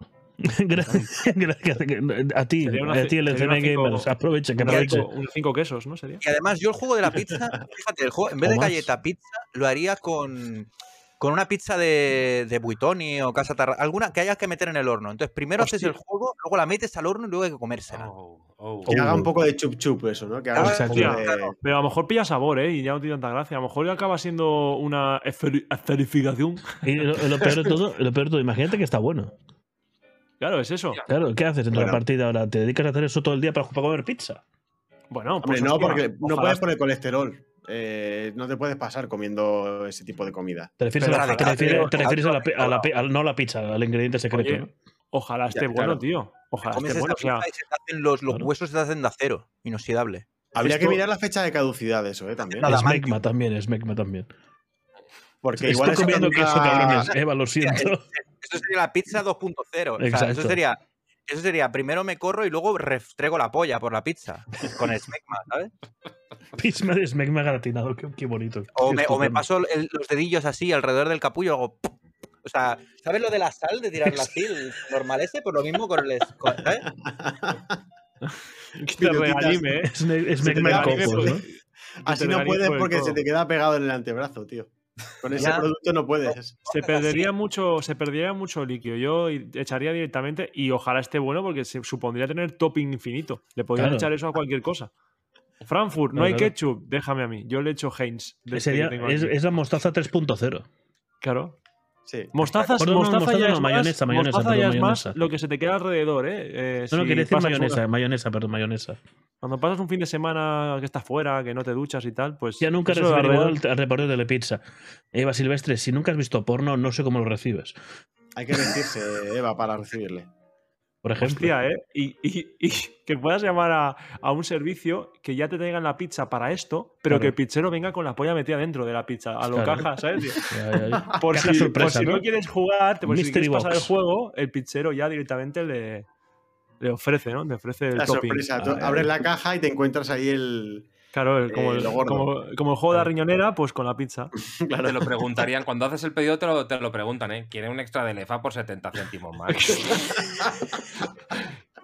Speaker 1: Gra- Gracias. A ti,
Speaker 3: Sería una
Speaker 1: a
Speaker 3: ce-
Speaker 1: ti, el
Speaker 3: sería una
Speaker 1: LCN
Speaker 3: cinco-
Speaker 1: Gamers. Aprovecha, que
Speaker 3: unos
Speaker 1: aproveche.
Speaker 3: cinco, unos cinco quesos, ¿no? Sería.
Speaker 2: Y además, yo el juego de la pizza, fíjate, el juego, en vez
Speaker 1: O
Speaker 2: de
Speaker 1: más.
Speaker 2: galleta pizza, lo haría con, con una pizza de, de Buitoni o Casa Tarra, alguna que hayas que meter en el horno. Entonces, primero haces el juego, luego la metes al horno y luego hay que comérsela.
Speaker 5: Oh, oh.
Speaker 4: Que
Speaker 1: Oh.
Speaker 4: haga un poco de chup chup eso, ¿no? Que haga un
Speaker 1: Exacto.
Speaker 4: poco de-
Speaker 2: Claro.
Speaker 3: Pero a lo mejor pilla sabor, ¿eh? Y ya no tiene tanta gracia. A lo mejor acaba siendo una esferi- esferificación.
Speaker 1: Y lo, lo peor de todo, lo peor de todo, imagínate que está bueno.
Speaker 3: Claro, es eso.
Speaker 1: Claro, ¿qué haces dentro de la
Speaker 4: Bueno.
Speaker 1: partida ahora? ¿Te dedicas a hacer eso todo el día para, para comer pizza?
Speaker 3: Bueno,
Speaker 4: Hombre,
Speaker 3: pues
Speaker 4: no,
Speaker 3: hostia,
Speaker 4: porque no
Speaker 3: ojalá
Speaker 4: puedes por el colesterol. Eh, no te puedes pasar comiendo ese tipo de comida.
Speaker 1: Te refieres, a la,
Speaker 2: Pero
Speaker 1: te
Speaker 2: la-
Speaker 1: refieres- te
Speaker 2: la-
Speaker 1: refieres a la, pi- a la pi- al- no a la pizza, al ingrediente secreto.
Speaker 3: Oye,
Speaker 1: ¿no?
Speaker 3: Ojalá esté
Speaker 4: Ya,
Speaker 3: bueno,
Speaker 4: claro.
Speaker 3: tío. Ojalá
Speaker 2: Comes
Speaker 3: esté
Speaker 2: esta
Speaker 3: bueno. O sea,
Speaker 2: pizza y se te hacen los, los
Speaker 1: Claro.
Speaker 2: huesos se te hacen de acero, inoxidable.
Speaker 4: Habría
Speaker 3: Esto-
Speaker 4: que mirar la fecha de caducidad de eso, ¿eh? También.
Speaker 2: Nada.
Speaker 1: Es
Speaker 2: Adamantium.
Speaker 1: Mecma también, es Mecma también.
Speaker 4: Porque
Speaker 1: Estoy
Speaker 4: igual eso
Speaker 1: comiendo
Speaker 4: caduca-
Speaker 1: queso, cabrones. Eva, lo siento.
Speaker 2: Eso sería la pizza 2.0. O sea,
Speaker 1: Exacto.
Speaker 2: eso sería. Eso sería, primero me corro y luego restrego la polla por la pizza. Con el smegma, ¿sabes?
Speaker 1: Pizza de Smegma gratinado, qué, qué bonito.
Speaker 2: O
Speaker 1: qué
Speaker 2: me, o me
Speaker 1: estupendo.
Speaker 2: paso el- los dedillos así alrededor del capullo y hago. ¡pum! O sea, ¿sabes lo de la sal de tirarla así? El normal ese, por lo mismo con el. es- con- ¿sabes?
Speaker 3: que te
Speaker 4: Minutitas.
Speaker 3: regalime, ¿eh?
Speaker 1: Es, me- es
Speaker 4: Se te
Speaker 1: Mecma en
Speaker 4: da
Speaker 1: copos,
Speaker 4: nivel,
Speaker 1: ¿no?
Speaker 4: pues, Así
Speaker 3: Te
Speaker 4: no
Speaker 3: regalime
Speaker 4: puedes
Speaker 3: por el
Speaker 4: porque se
Speaker 3: codo.
Speaker 4: te queda pegado en el antebrazo, tío. Con ese
Speaker 2: Ya.
Speaker 4: producto no puedes.
Speaker 3: Se perdería, mucho, se perdería mucho líquido. Yo i- echaría directamente y ojalá esté bueno porque se supondría tener topping infinito. Le podrían
Speaker 1: Claro.
Speaker 3: echar eso a cualquier cosa. Frankfurt, no,
Speaker 1: No,
Speaker 3: hay
Speaker 1: claro.
Speaker 3: ketchup, déjame a mí. Yo le echo Heinz. de este que
Speaker 1: Sería-
Speaker 3: tengo
Speaker 1: es,
Speaker 3: aquí.
Speaker 1: es la mostaza 3.0.
Speaker 3: Claro.
Speaker 4: Sí.
Speaker 3: Mostazas,
Speaker 1: Perdón, no,
Speaker 3: mostaza
Speaker 1: mostaza
Speaker 3: ya
Speaker 1: no,
Speaker 3: es
Speaker 1: mayonesa,
Speaker 3: más,
Speaker 1: mayonesa,
Speaker 3: mostaza
Speaker 1: perdón,
Speaker 3: ya es más
Speaker 1: mayonesa.
Speaker 3: lo que se te queda alrededor, ¿eh? Eh,
Speaker 1: No, no,
Speaker 3: si
Speaker 1: quería decir
Speaker 3: pasas una-
Speaker 1: mayonesa, mayonesa, perdón, mayonesa.
Speaker 3: cuando pasas un fin de semana que estás fuera, que no te duchas y tal, pues.
Speaker 1: Ya nunca has
Speaker 3: eso alrededor-
Speaker 1: averiguado el, el reportero de la pizza. Eva Silvestre, si nunca has visto porno, no sé cómo lo recibes.
Speaker 4: Hay que vestirse, Eva, para recibirle.
Speaker 1: por ejemplo.
Speaker 3: Hostia, ¿eh? Y, y- y que puedas llamar a, a un servicio que ya te traigan la pizza para esto, pero
Speaker 1: Claro.
Speaker 3: que el pizzero venga con la polla metida dentro de la pizza, a lo
Speaker 1: Claro.
Speaker 3: caja, ¿sabes? tío?
Speaker 1: Ya, ya, ya.
Speaker 3: Por
Speaker 1: Caja
Speaker 3: si,
Speaker 1: sorpresa,
Speaker 3: por si
Speaker 1: ¿no?
Speaker 3: ¿no? quieres jugar, te- por si
Speaker 1: Mystery
Speaker 3: quieres pasar el
Speaker 1: box.
Speaker 3: juego, el pizzero ya directamente le, le ofrece, ¿no? Le ofrece el
Speaker 4: La
Speaker 3: topping.
Speaker 4: sorpresa. Tú
Speaker 1: Ah,
Speaker 4: abres la caja y te encuentras ahí el.
Speaker 3: Claro, el- como,
Speaker 4: Eh,
Speaker 3: el,
Speaker 4: lo gordo.
Speaker 3: como, como el juego de
Speaker 1: Ah.
Speaker 3: la riñonera, pues con la pizza.
Speaker 4: Claro.
Speaker 5: Te lo preguntarían. Cuando haces el pedido, te lo, te lo preguntan, ¿eh? ¿Quiere un extra de lefa por 70 céntimos más?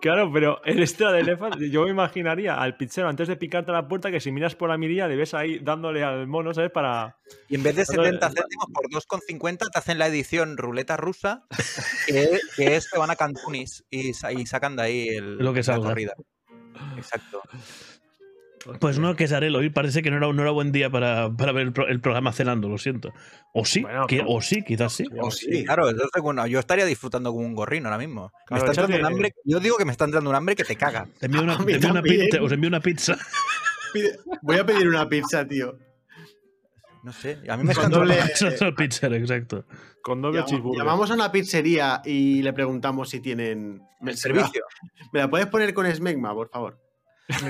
Speaker 3: Claro, pero el extra de elefante, yo me imaginaría al pizzero antes de picarte a la puerta que si miras por la mirilla le ves ahí dándole al mono, ¿sabes? Para.
Speaker 2: Y en vez de
Speaker 3: Cuando-
Speaker 2: 70 céntimos por 2,50 te hacen la edición ruleta rusa, que, que es que van a Cantunis y, sa- y sacan de ahí el-
Speaker 1: Lo que
Speaker 2: la
Speaker 1: salga.
Speaker 2: corrida. Exacto.
Speaker 1: Pues no, que Sarelo, hoy parece que no era, no era buen día para, para ver el, pro- el programa cenando, lo siento. O sí,
Speaker 3: Bueno,
Speaker 1: que-
Speaker 3: claro.
Speaker 1: o sí, quizás sí.
Speaker 4: Oh, sí.
Speaker 2: Claro, entonces, bueno, yo estaría disfrutando como un gorrino ahora mismo.
Speaker 3: Claro,
Speaker 2: me está entrando un
Speaker 3: échate-
Speaker 2: hambre, yo digo que me está entrando un hambre que te caga.
Speaker 1: Te envío una,
Speaker 4: A mí
Speaker 1: te envío una
Speaker 4: también.
Speaker 1: pizza, os envío una pizza.
Speaker 4: Pide- Voy a pedir una pizza, tío.
Speaker 2: No sé, a mí me está
Speaker 4: Cuando
Speaker 2: entrando
Speaker 4: le-
Speaker 1: Eso es el pizza, exacto.
Speaker 3: Con doble
Speaker 4: Llam-
Speaker 3: cheeseburger.
Speaker 4: Llamamos a una pizzería y le preguntamos si tienen.
Speaker 2: el servicio.
Speaker 4: ¿Me la puedes poner con Smegma, por favor?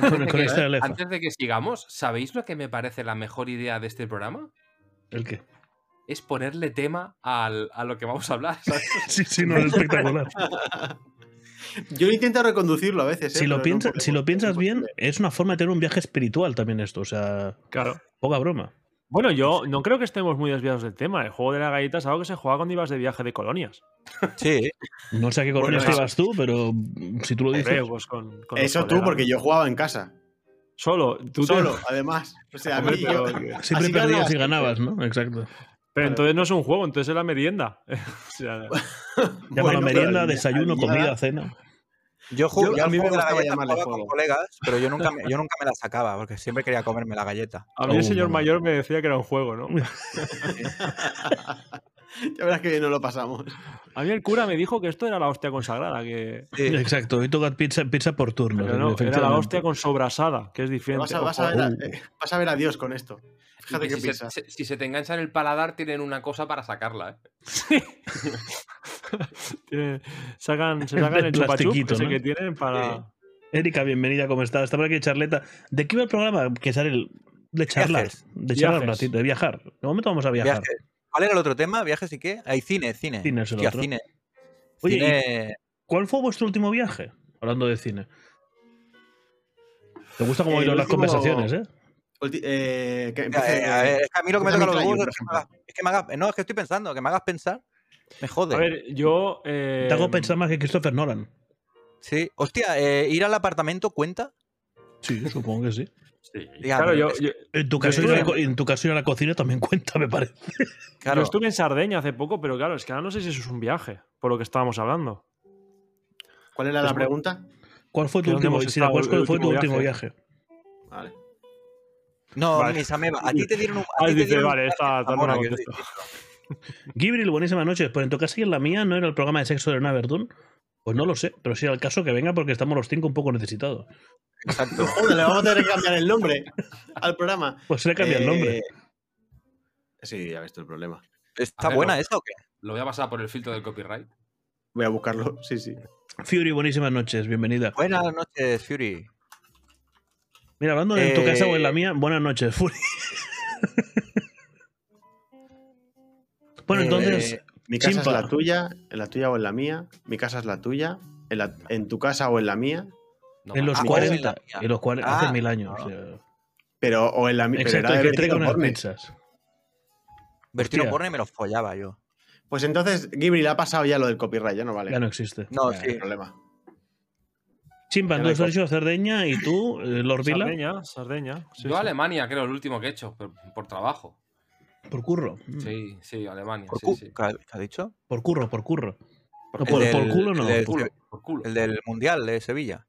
Speaker 1: Con, con esta lefa.
Speaker 5: Antes de que sigamos, ¿sabéis lo que me parece la mejor idea de este programa?
Speaker 1: ¿El qué?
Speaker 5: Es ponerle tema al- a lo que vamos a hablar. ¿sabes?
Speaker 1: Sí, sí, no, es espectacular.
Speaker 4: Yo intento reconducirlo a veces. ¿eh?
Speaker 1: Si lo,
Speaker 4: Pero no
Speaker 1: piensas,
Speaker 4: podemos,
Speaker 1: si lo
Speaker 4: es
Speaker 1: piensas bien,
Speaker 4: imposible.
Speaker 1: es una forma de tener un viaje espiritual también esto, o sea,
Speaker 3: Claro.
Speaker 1: poca broma.
Speaker 3: Bueno, yo no creo que estemos muy desviados del tema. El juego de la galleta es algo que se jugaba cuando ibas de viaje de colonias.
Speaker 2: Sí,
Speaker 1: No sé a qué
Speaker 4: Bueno,
Speaker 1: colonias
Speaker 4: eso-
Speaker 1: te ibas tú, pero mm, si tú lo dices,
Speaker 3: Hombre, pues con- con los
Speaker 4: Eso tú,
Speaker 3: colegas.
Speaker 4: porque yo jugaba en casa.
Speaker 3: Solo, tú te-
Speaker 4: Solo, además. O sea, a mí
Speaker 3: Hombre,
Speaker 4: yo.
Speaker 3: pero, pero
Speaker 1: siempre
Speaker 4: así
Speaker 1: perdías y
Speaker 4: ganabas siempre.
Speaker 1: ganabas, ¿no? Exacto.
Speaker 3: entonces no es un juego, entonces es la merienda. O sea,
Speaker 1: Llámalo
Speaker 4: Bueno,
Speaker 1: merienda,
Speaker 4: pero-
Speaker 1: desayuno,
Speaker 4: ya-
Speaker 1: comida, cena.
Speaker 2: yo jugué
Speaker 4: Yo- a mí me
Speaker 2: la
Speaker 4: gustaba
Speaker 2: galleta
Speaker 4: llamarle
Speaker 2: jugaba con
Speaker 4: juego.
Speaker 2: colegas, pero yo nunca, me, yo nunca me la sacaba porque siempre quería comerme la galleta.
Speaker 3: a mí
Speaker 1: Oh,
Speaker 3: el señor
Speaker 1: no.
Speaker 3: mayor me decía que era un juego, ¿no?
Speaker 4: Ya verás que bien no lo pasamos.
Speaker 3: A mí el cura me dijo que esto era la hostia consagrada, que
Speaker 2: Sí.
Speaker 1: Exacto, hoy toca pizza, pizza por turno.
Speaker 3: pero no, era la
Speaker 1: efectivamente.
Speaker 3: hostia con sobrasada, que es
Speaker 4: Vas
Speaker 3: diferente.
Speaker 4: a, vas a ver a, eh, vas a ver a Dios con esto. Fíjate
Speaker 5: Y que
Speaker 4: qué
Speaker 5: si,
Speaker 4: pizza.
Speaker 5: se, se- si se te engancha en el paladar, tienen una cosa para sacarla. ¿eh?
Speaker 3: Tiene- sacan, se
Speaker 1: El
Speaker 3: sacan
Speaker 1: de
Speaker 3: el chupa chup
Speaker 1: plastiquito,
Speaker 3: ese
Speaker 1: ¿no?
Speaker 3: que tienen para.
Speaker 1: Erika, bienvenida, ¿cómo estás? Está por aquí Charleta. ¿De qué iba el programa? Que sale el... De charlar.
Speaker 2: Viajes.
Speaker 1: De charlar un
Speaker 3: Viajes.
Speaker 1: ratito, de viajar. De momento vamos a viajar.
Speaker 2: Viajes. ¿Cuál era el otro tema? ¿Viajes y qué? Hay cine, cine.
Speaker 1: Cine es el
Speaker 2: Hostia,
Speaker 1: otro.
Speaker 2: cine.
Speaker 1: Oye, ¿y
Speaker 2: Cine-
Speaker 1: ¿cuál fue vuestro último viaje? Hablando de cine. Te gusta cómo
Speaker 4: El
Speaker 1: oír las
Speaker 4: último-
Speaker 1: conversaciones, ¿eh?
Speaker 4: Ulti- eh, que
Speaker 2: Ya,
Speaker 4: empiece-
Speaker 2: eh, a ver, es que a mí lo que me
Speaker 4: empieza
Speaker 2: toca los
Speaker 4: Mitrayo,
Speaker 2: huevos
Speaker 4: por
Speaker 2: es que, me hagas, es que me hagas- No, es que estoy pensando, que me hagas pensar. Me jode.
Speaker 3: A ver, yo. eh,
Speaker 1: Te hago pensar más que Christopher Nolan.
Speaker 2: Sí. Hostia, eh, ir al apartamento cuenta.
Speaker 1: Sí, supongo que sí.
Speaker 2: Ya,
Speaker 3: Claro,
Speaker 2: pero
Speaker 3: yo,
Speaker 2: es-
Speaker 3: yo-
Speaker 1: En tu caso,
Speaker 3: Yo
Speaker 1: ir a la,
Speaker 3: estuve-
Speaker 1: co- en tu caso ir a la cocina también cuenta, me parece.
Speaker 2: claro.
Speaker 3: Yo estuve en Sardeña hace poco, pero claro, es que ahora no sé si eso es un viaje, por lo que estábamos hablando.
Speaker 4: ¿Cuál era
Speaker 3: Pues
Speaker 4: la
Speaker 3: bueno.
Speaker 4: pregunta?
Speaker 1: ¿Cuál fue
Speaker 3: ¿Que
Speaker 1: tu
Speaker 3: dónde
Speaker 1: último,
Speaker 3: hemos
Speaker 1: si te
Speaker 3: estado
Speaker 1: acuerdas
Speaker 3: el
Speaker 1: cuál fue tu
Speaker 3: último
Speaker 1: último
Speaker 3: viaje?
Speaker 1: viaje?
Speaker 4: Vale.
Speaker 2: No,
Speaker 3: Vale.
Speaker 2: mis amebas, a ti te dieron un. a
Speaker 3: Ah,
Speaker 2: ti te
Speaker 3: dice,
Speaker 2: dieron un
Speaker 3: vale, está
Speaker 2: viaje a
Speaker 3: dando una
Speaker 2: Zamora, que
Speaker 3: contesta.
Speaker 1: Gibril, buenísimas noches. Pues en tu caso y en la mía, ¿no era el programa de sexo de Ana Verdún? Pues no lo sé, pero si era el caso que venga porque estamos los cinco un poco necesitados.
Speaker 2: sí, Exacto.
Speaker 4: Joder, le vamos a tener que cambiar el nombre al programa.
Speaker 1: Pues se le cambia el nombre.
Speaker 4: Eh, Sí, ya ves tú el problema.
Speaker 2: ¿Está
Speaker 5: Hazlo.
Speaker 2: buena esa o qué?
Speaker 5: Lo voy a pasar por el filtro del copyright.
Speaker 4: Voy a buscarlo, sí, sí.
Speaker 1: Fury, buenísimas noches, bienvenida.
Speaker 2: Buenas noches, Fury.
Speaker 1: Mira, hablando de en tu
Speaker 2: eh,
Speaker 1: casa o en la mía, buenas noches, Fury. bueno,
Speaker 2: eh,
Speaker 1: entonces,
Speaker 4: Mi casa
Speaker 1: Chimpa.
Speaker 4: es la tuya, en la tuya o en la mía. Mi casa es la tuya, en, la- en tu casa o en la mía.
Speaker 5: No,
Speaker 1: en los
Speaker 2: ah, o en la
Speaker 1: 40,
Speaker 2: mía.
Speaker 1: en los 40,
Speaker 2: Ah,
Speaker 1: hace mil años.
Speaker 2: no.
Speaker 1: o sea.
Speaker 4: Pero, o en la mía.
Speaker 1: Exacto, que traiga unas pizzas.
Speaker 2: Bertino
Speaker 1: hostia.
Speaker 2: Borne me lo follaba yo.
Speaker 4: Pues entonces, Gibril ha pasado ya lo del copyright, ya no vale.
Speaker 1: Ya no existe.
Speaker 2: No,
Speaker 4: Ya,
Speaker 2: sí.
Speaker 4: problema.
Speaker 1: Chimpa,
Speaker 4: Ya no
Speaker 1: tú
Speaker 4: hay
Speaker 1: Sergio Cerdeña y tú, eh, Lord Vila,
Speaker 3: Sardeña, Sardeña. sí,
Speaker 5: Yo
Speaker 3: sí.
Speaker 5: a Alemania, creo, el último que he hecho, por, por trabajo.
Speaker 1: por curro.
Speaker 4: Mm.
Speaker 5: Sí, sí, Alemania.
Speaker 2: Por
Speaker 5: sí,
Speaker 2: cu-
Speaker 5: sí.
Speaker 2: ¿Qué ha- qué ha dicho?
Speaker 1: Por curro, por curro. No, por,
Speaker 2: El
Speaker 1: por
Speaker 2: del-
Speaker 1: culo no.
Speaker 2: el del-
Speaker 1: por culo.
Speaker 5: Por culo.
Speaker 2: El del Mundial de Sevilla.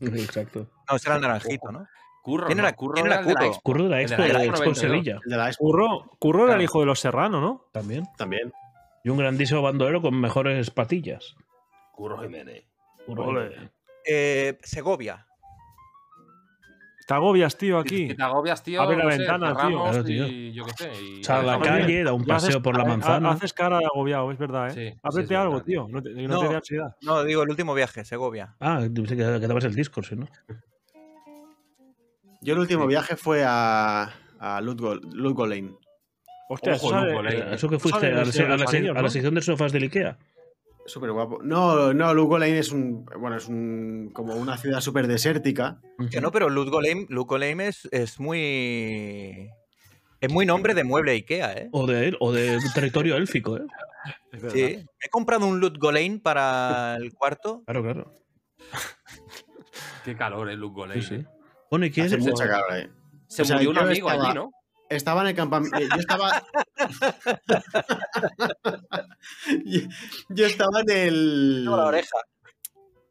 Speaker 1: Exacto.
Speaker 2: No, ese era el naranjito, ¿no?
Speaker 5: Curro,
Speaker 2: ¿Quién
Speaker 5: no,
Speaker 2: era-
Speaker 5: curro
Speaker 2: quién era
Speaker 5: era el de la
Speaker 2: curro?
Speaker 5: expo.
Speaker 1: Curro de la
Speaker 5: El de
Speaker 1: Expo,
Speaker 5: la
Speaker 1: de la
Speaker 5: Expo
Speaker 1: Expo en
Speaker 5: 92.
Speaker 1: Sevilla,
Speaker 4: El de la Expo
Speaker 3: Curro, Curro era
Speaker 5: Claro.
Speaker 3: el hijo de los Serrano, ¿no?
Speaker 1: también.
Speaker 4: también.
Speaker 1: Y un grandísimo bandolero con mejores patillas.
Speaker 5: Curro Jiménez.
Speaker 1: Curro.
Speaker 3: Ole.
Speaker 2: Eh, Segovia.
Speaker 3: Te agobias, tío,
Speaker 5: Dices
Speaker 3: aquí.
Speaker 5: que te agobias, tío.
Speaker 3: Abre la
Speaker 5: no sé,
Speaker 3: ventana, tío.
Speaker 5: cerramos
Speaker 1: Claro, tío.
Speaker 5: Y yo qué sé. y-
Speaker 1: Sal a la
Speaker 3: Déjame
Speaker 1: calle,
Speaker 3: bien.
Speaker 1: da un
Speaker 3: Lo haces-
Speaker 1: paseo por la
Speaker 3: ha- ha-
Speaker 1: manzana.
Speaker 3: Haces cara de agobiado, es verdad, ¿eh?
Speaker 5: Sí, sí, es
Speaker 3: Ábrete
Speaker 5: verdad,
Speaker 3: algo,
Speaker 5: tío.
Speaker 3: tío. No te, que no te
Speaker 2: No.
Speaker 3: dé ansiedad.
Speaker 2: No, digo, el último viaje, Segovia.
Speaker 1: Ah, pensé que, que te vas el Discord, si no.
Speaker 4: Yo el último viaje fue a, a Ludgo- Ludgolane.
Speaker 3: Hostia,
Speaker 5: Ojo,
Speaker 3: eso sale-
Speaker 5: Lugo, eh.
Speaker 1: Eso que fuiste
Speaker 3: sale
Speaker 1: a la,
Speaker 3: de- de
Speaker 1: a la-
Speaker 3: los anillos,
Speaker 1: a la
Speaker 3: ¿no?
Speaker 1: sección de sofás del Ikea.
Speaker 4: Súper guapo. No, no, Ludgolane es un. Bueno, es un. como una ciudad súper desértica.
Speaker 2: Tío, no, pero Ludgolame, Ludgolame es, es muy. Es muy nombre de mueble Ikea, ¿eh?
Speaker 1: O de, o de territorio élfico, ¿eh?
Speaker 3: Es verdad.
Speaker 2: Sí. He comprado un Ludgolame para el cuarto.
Speaker 1: Claro, claro.
Speaker 5: Qué calor, eh, Luke Goley.
Speaker 1: Sí, sí. Bueno, ¿y quién
Speaker 4: Hace
Speaker 1: es?
Speaker 4: mucha calor ahí.
Speaker 5: Se
Speaker 4: O sea,
Speaker 5: murió un
Speaker 4: yo
Speaker 5: amigo
Speaker 4: estaba-
Speaker 5: allí, ¿no?
Speaker 4: Estaba en el campamento. eh, Yo estaba. yo, yo estaba en el.
Speaker 2: Tengo la oreja.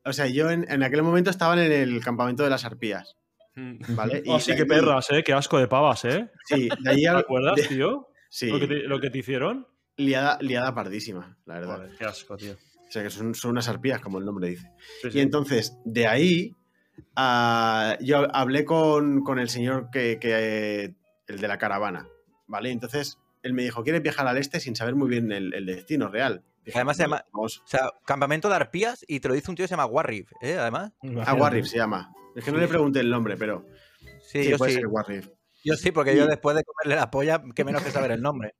Speaker 4: O sea, yo en, en aquel momento estaba en el campamento de las arpías.
Speaker 5: Mm.
Speaker 4: ¿Vale?
Speaker 3: Oh, sí,
Speaker 4: de
Speaker 3: qué
Speaker 4: ahí-
Speaker 3: perras, ¿eh? Qué asco de pavas, ¿eh?
Speaker 4: Sí, de ahí
Speaker 3: ¿Te
Speaker 4: al-
Speaker 3: acuerdas,
Speaker 4: de-
Speaker 3: tío?
Speaker 4: sí,
Speaker 3: Lo, que te, lo que te hicieron.
Speaker 4: liada, liada pardísima, la verdad.
Speaker 3: Joder, qué asco, tío.
Speaker 4: O sea, que son, son unas arpías, como el nombre dice.
Speaker 3: Sí, sí.
Speaker 4: Y entonces, de ahí, ah, yo hablé con, con el señor que, que- el de la caravana, ¿vale? Entonces, él me dijo, ¿quieres viajar al este sin saber muy bien el, el destino real? Dije,
Speaker 2: Además se llama-
Speaker 4: "Vamos".
Speaker 2: O sea, campamento de arpías y te lo dice un tío que se llama Warriff, ¿eh? Además.
Speaker 4: Ah, Warriff se llama. Es que no le pregunté el nombre, pero
Speaker 2: Sí,
Speaker 4: sí,
Speaker 2: yo
Speaker 4: puede
Speaker 2: sí.
Speaker 4: ser Warriff.
Speaker 2: Yo sí, porque yo después de comerle la polla, que menos que saber el nombre.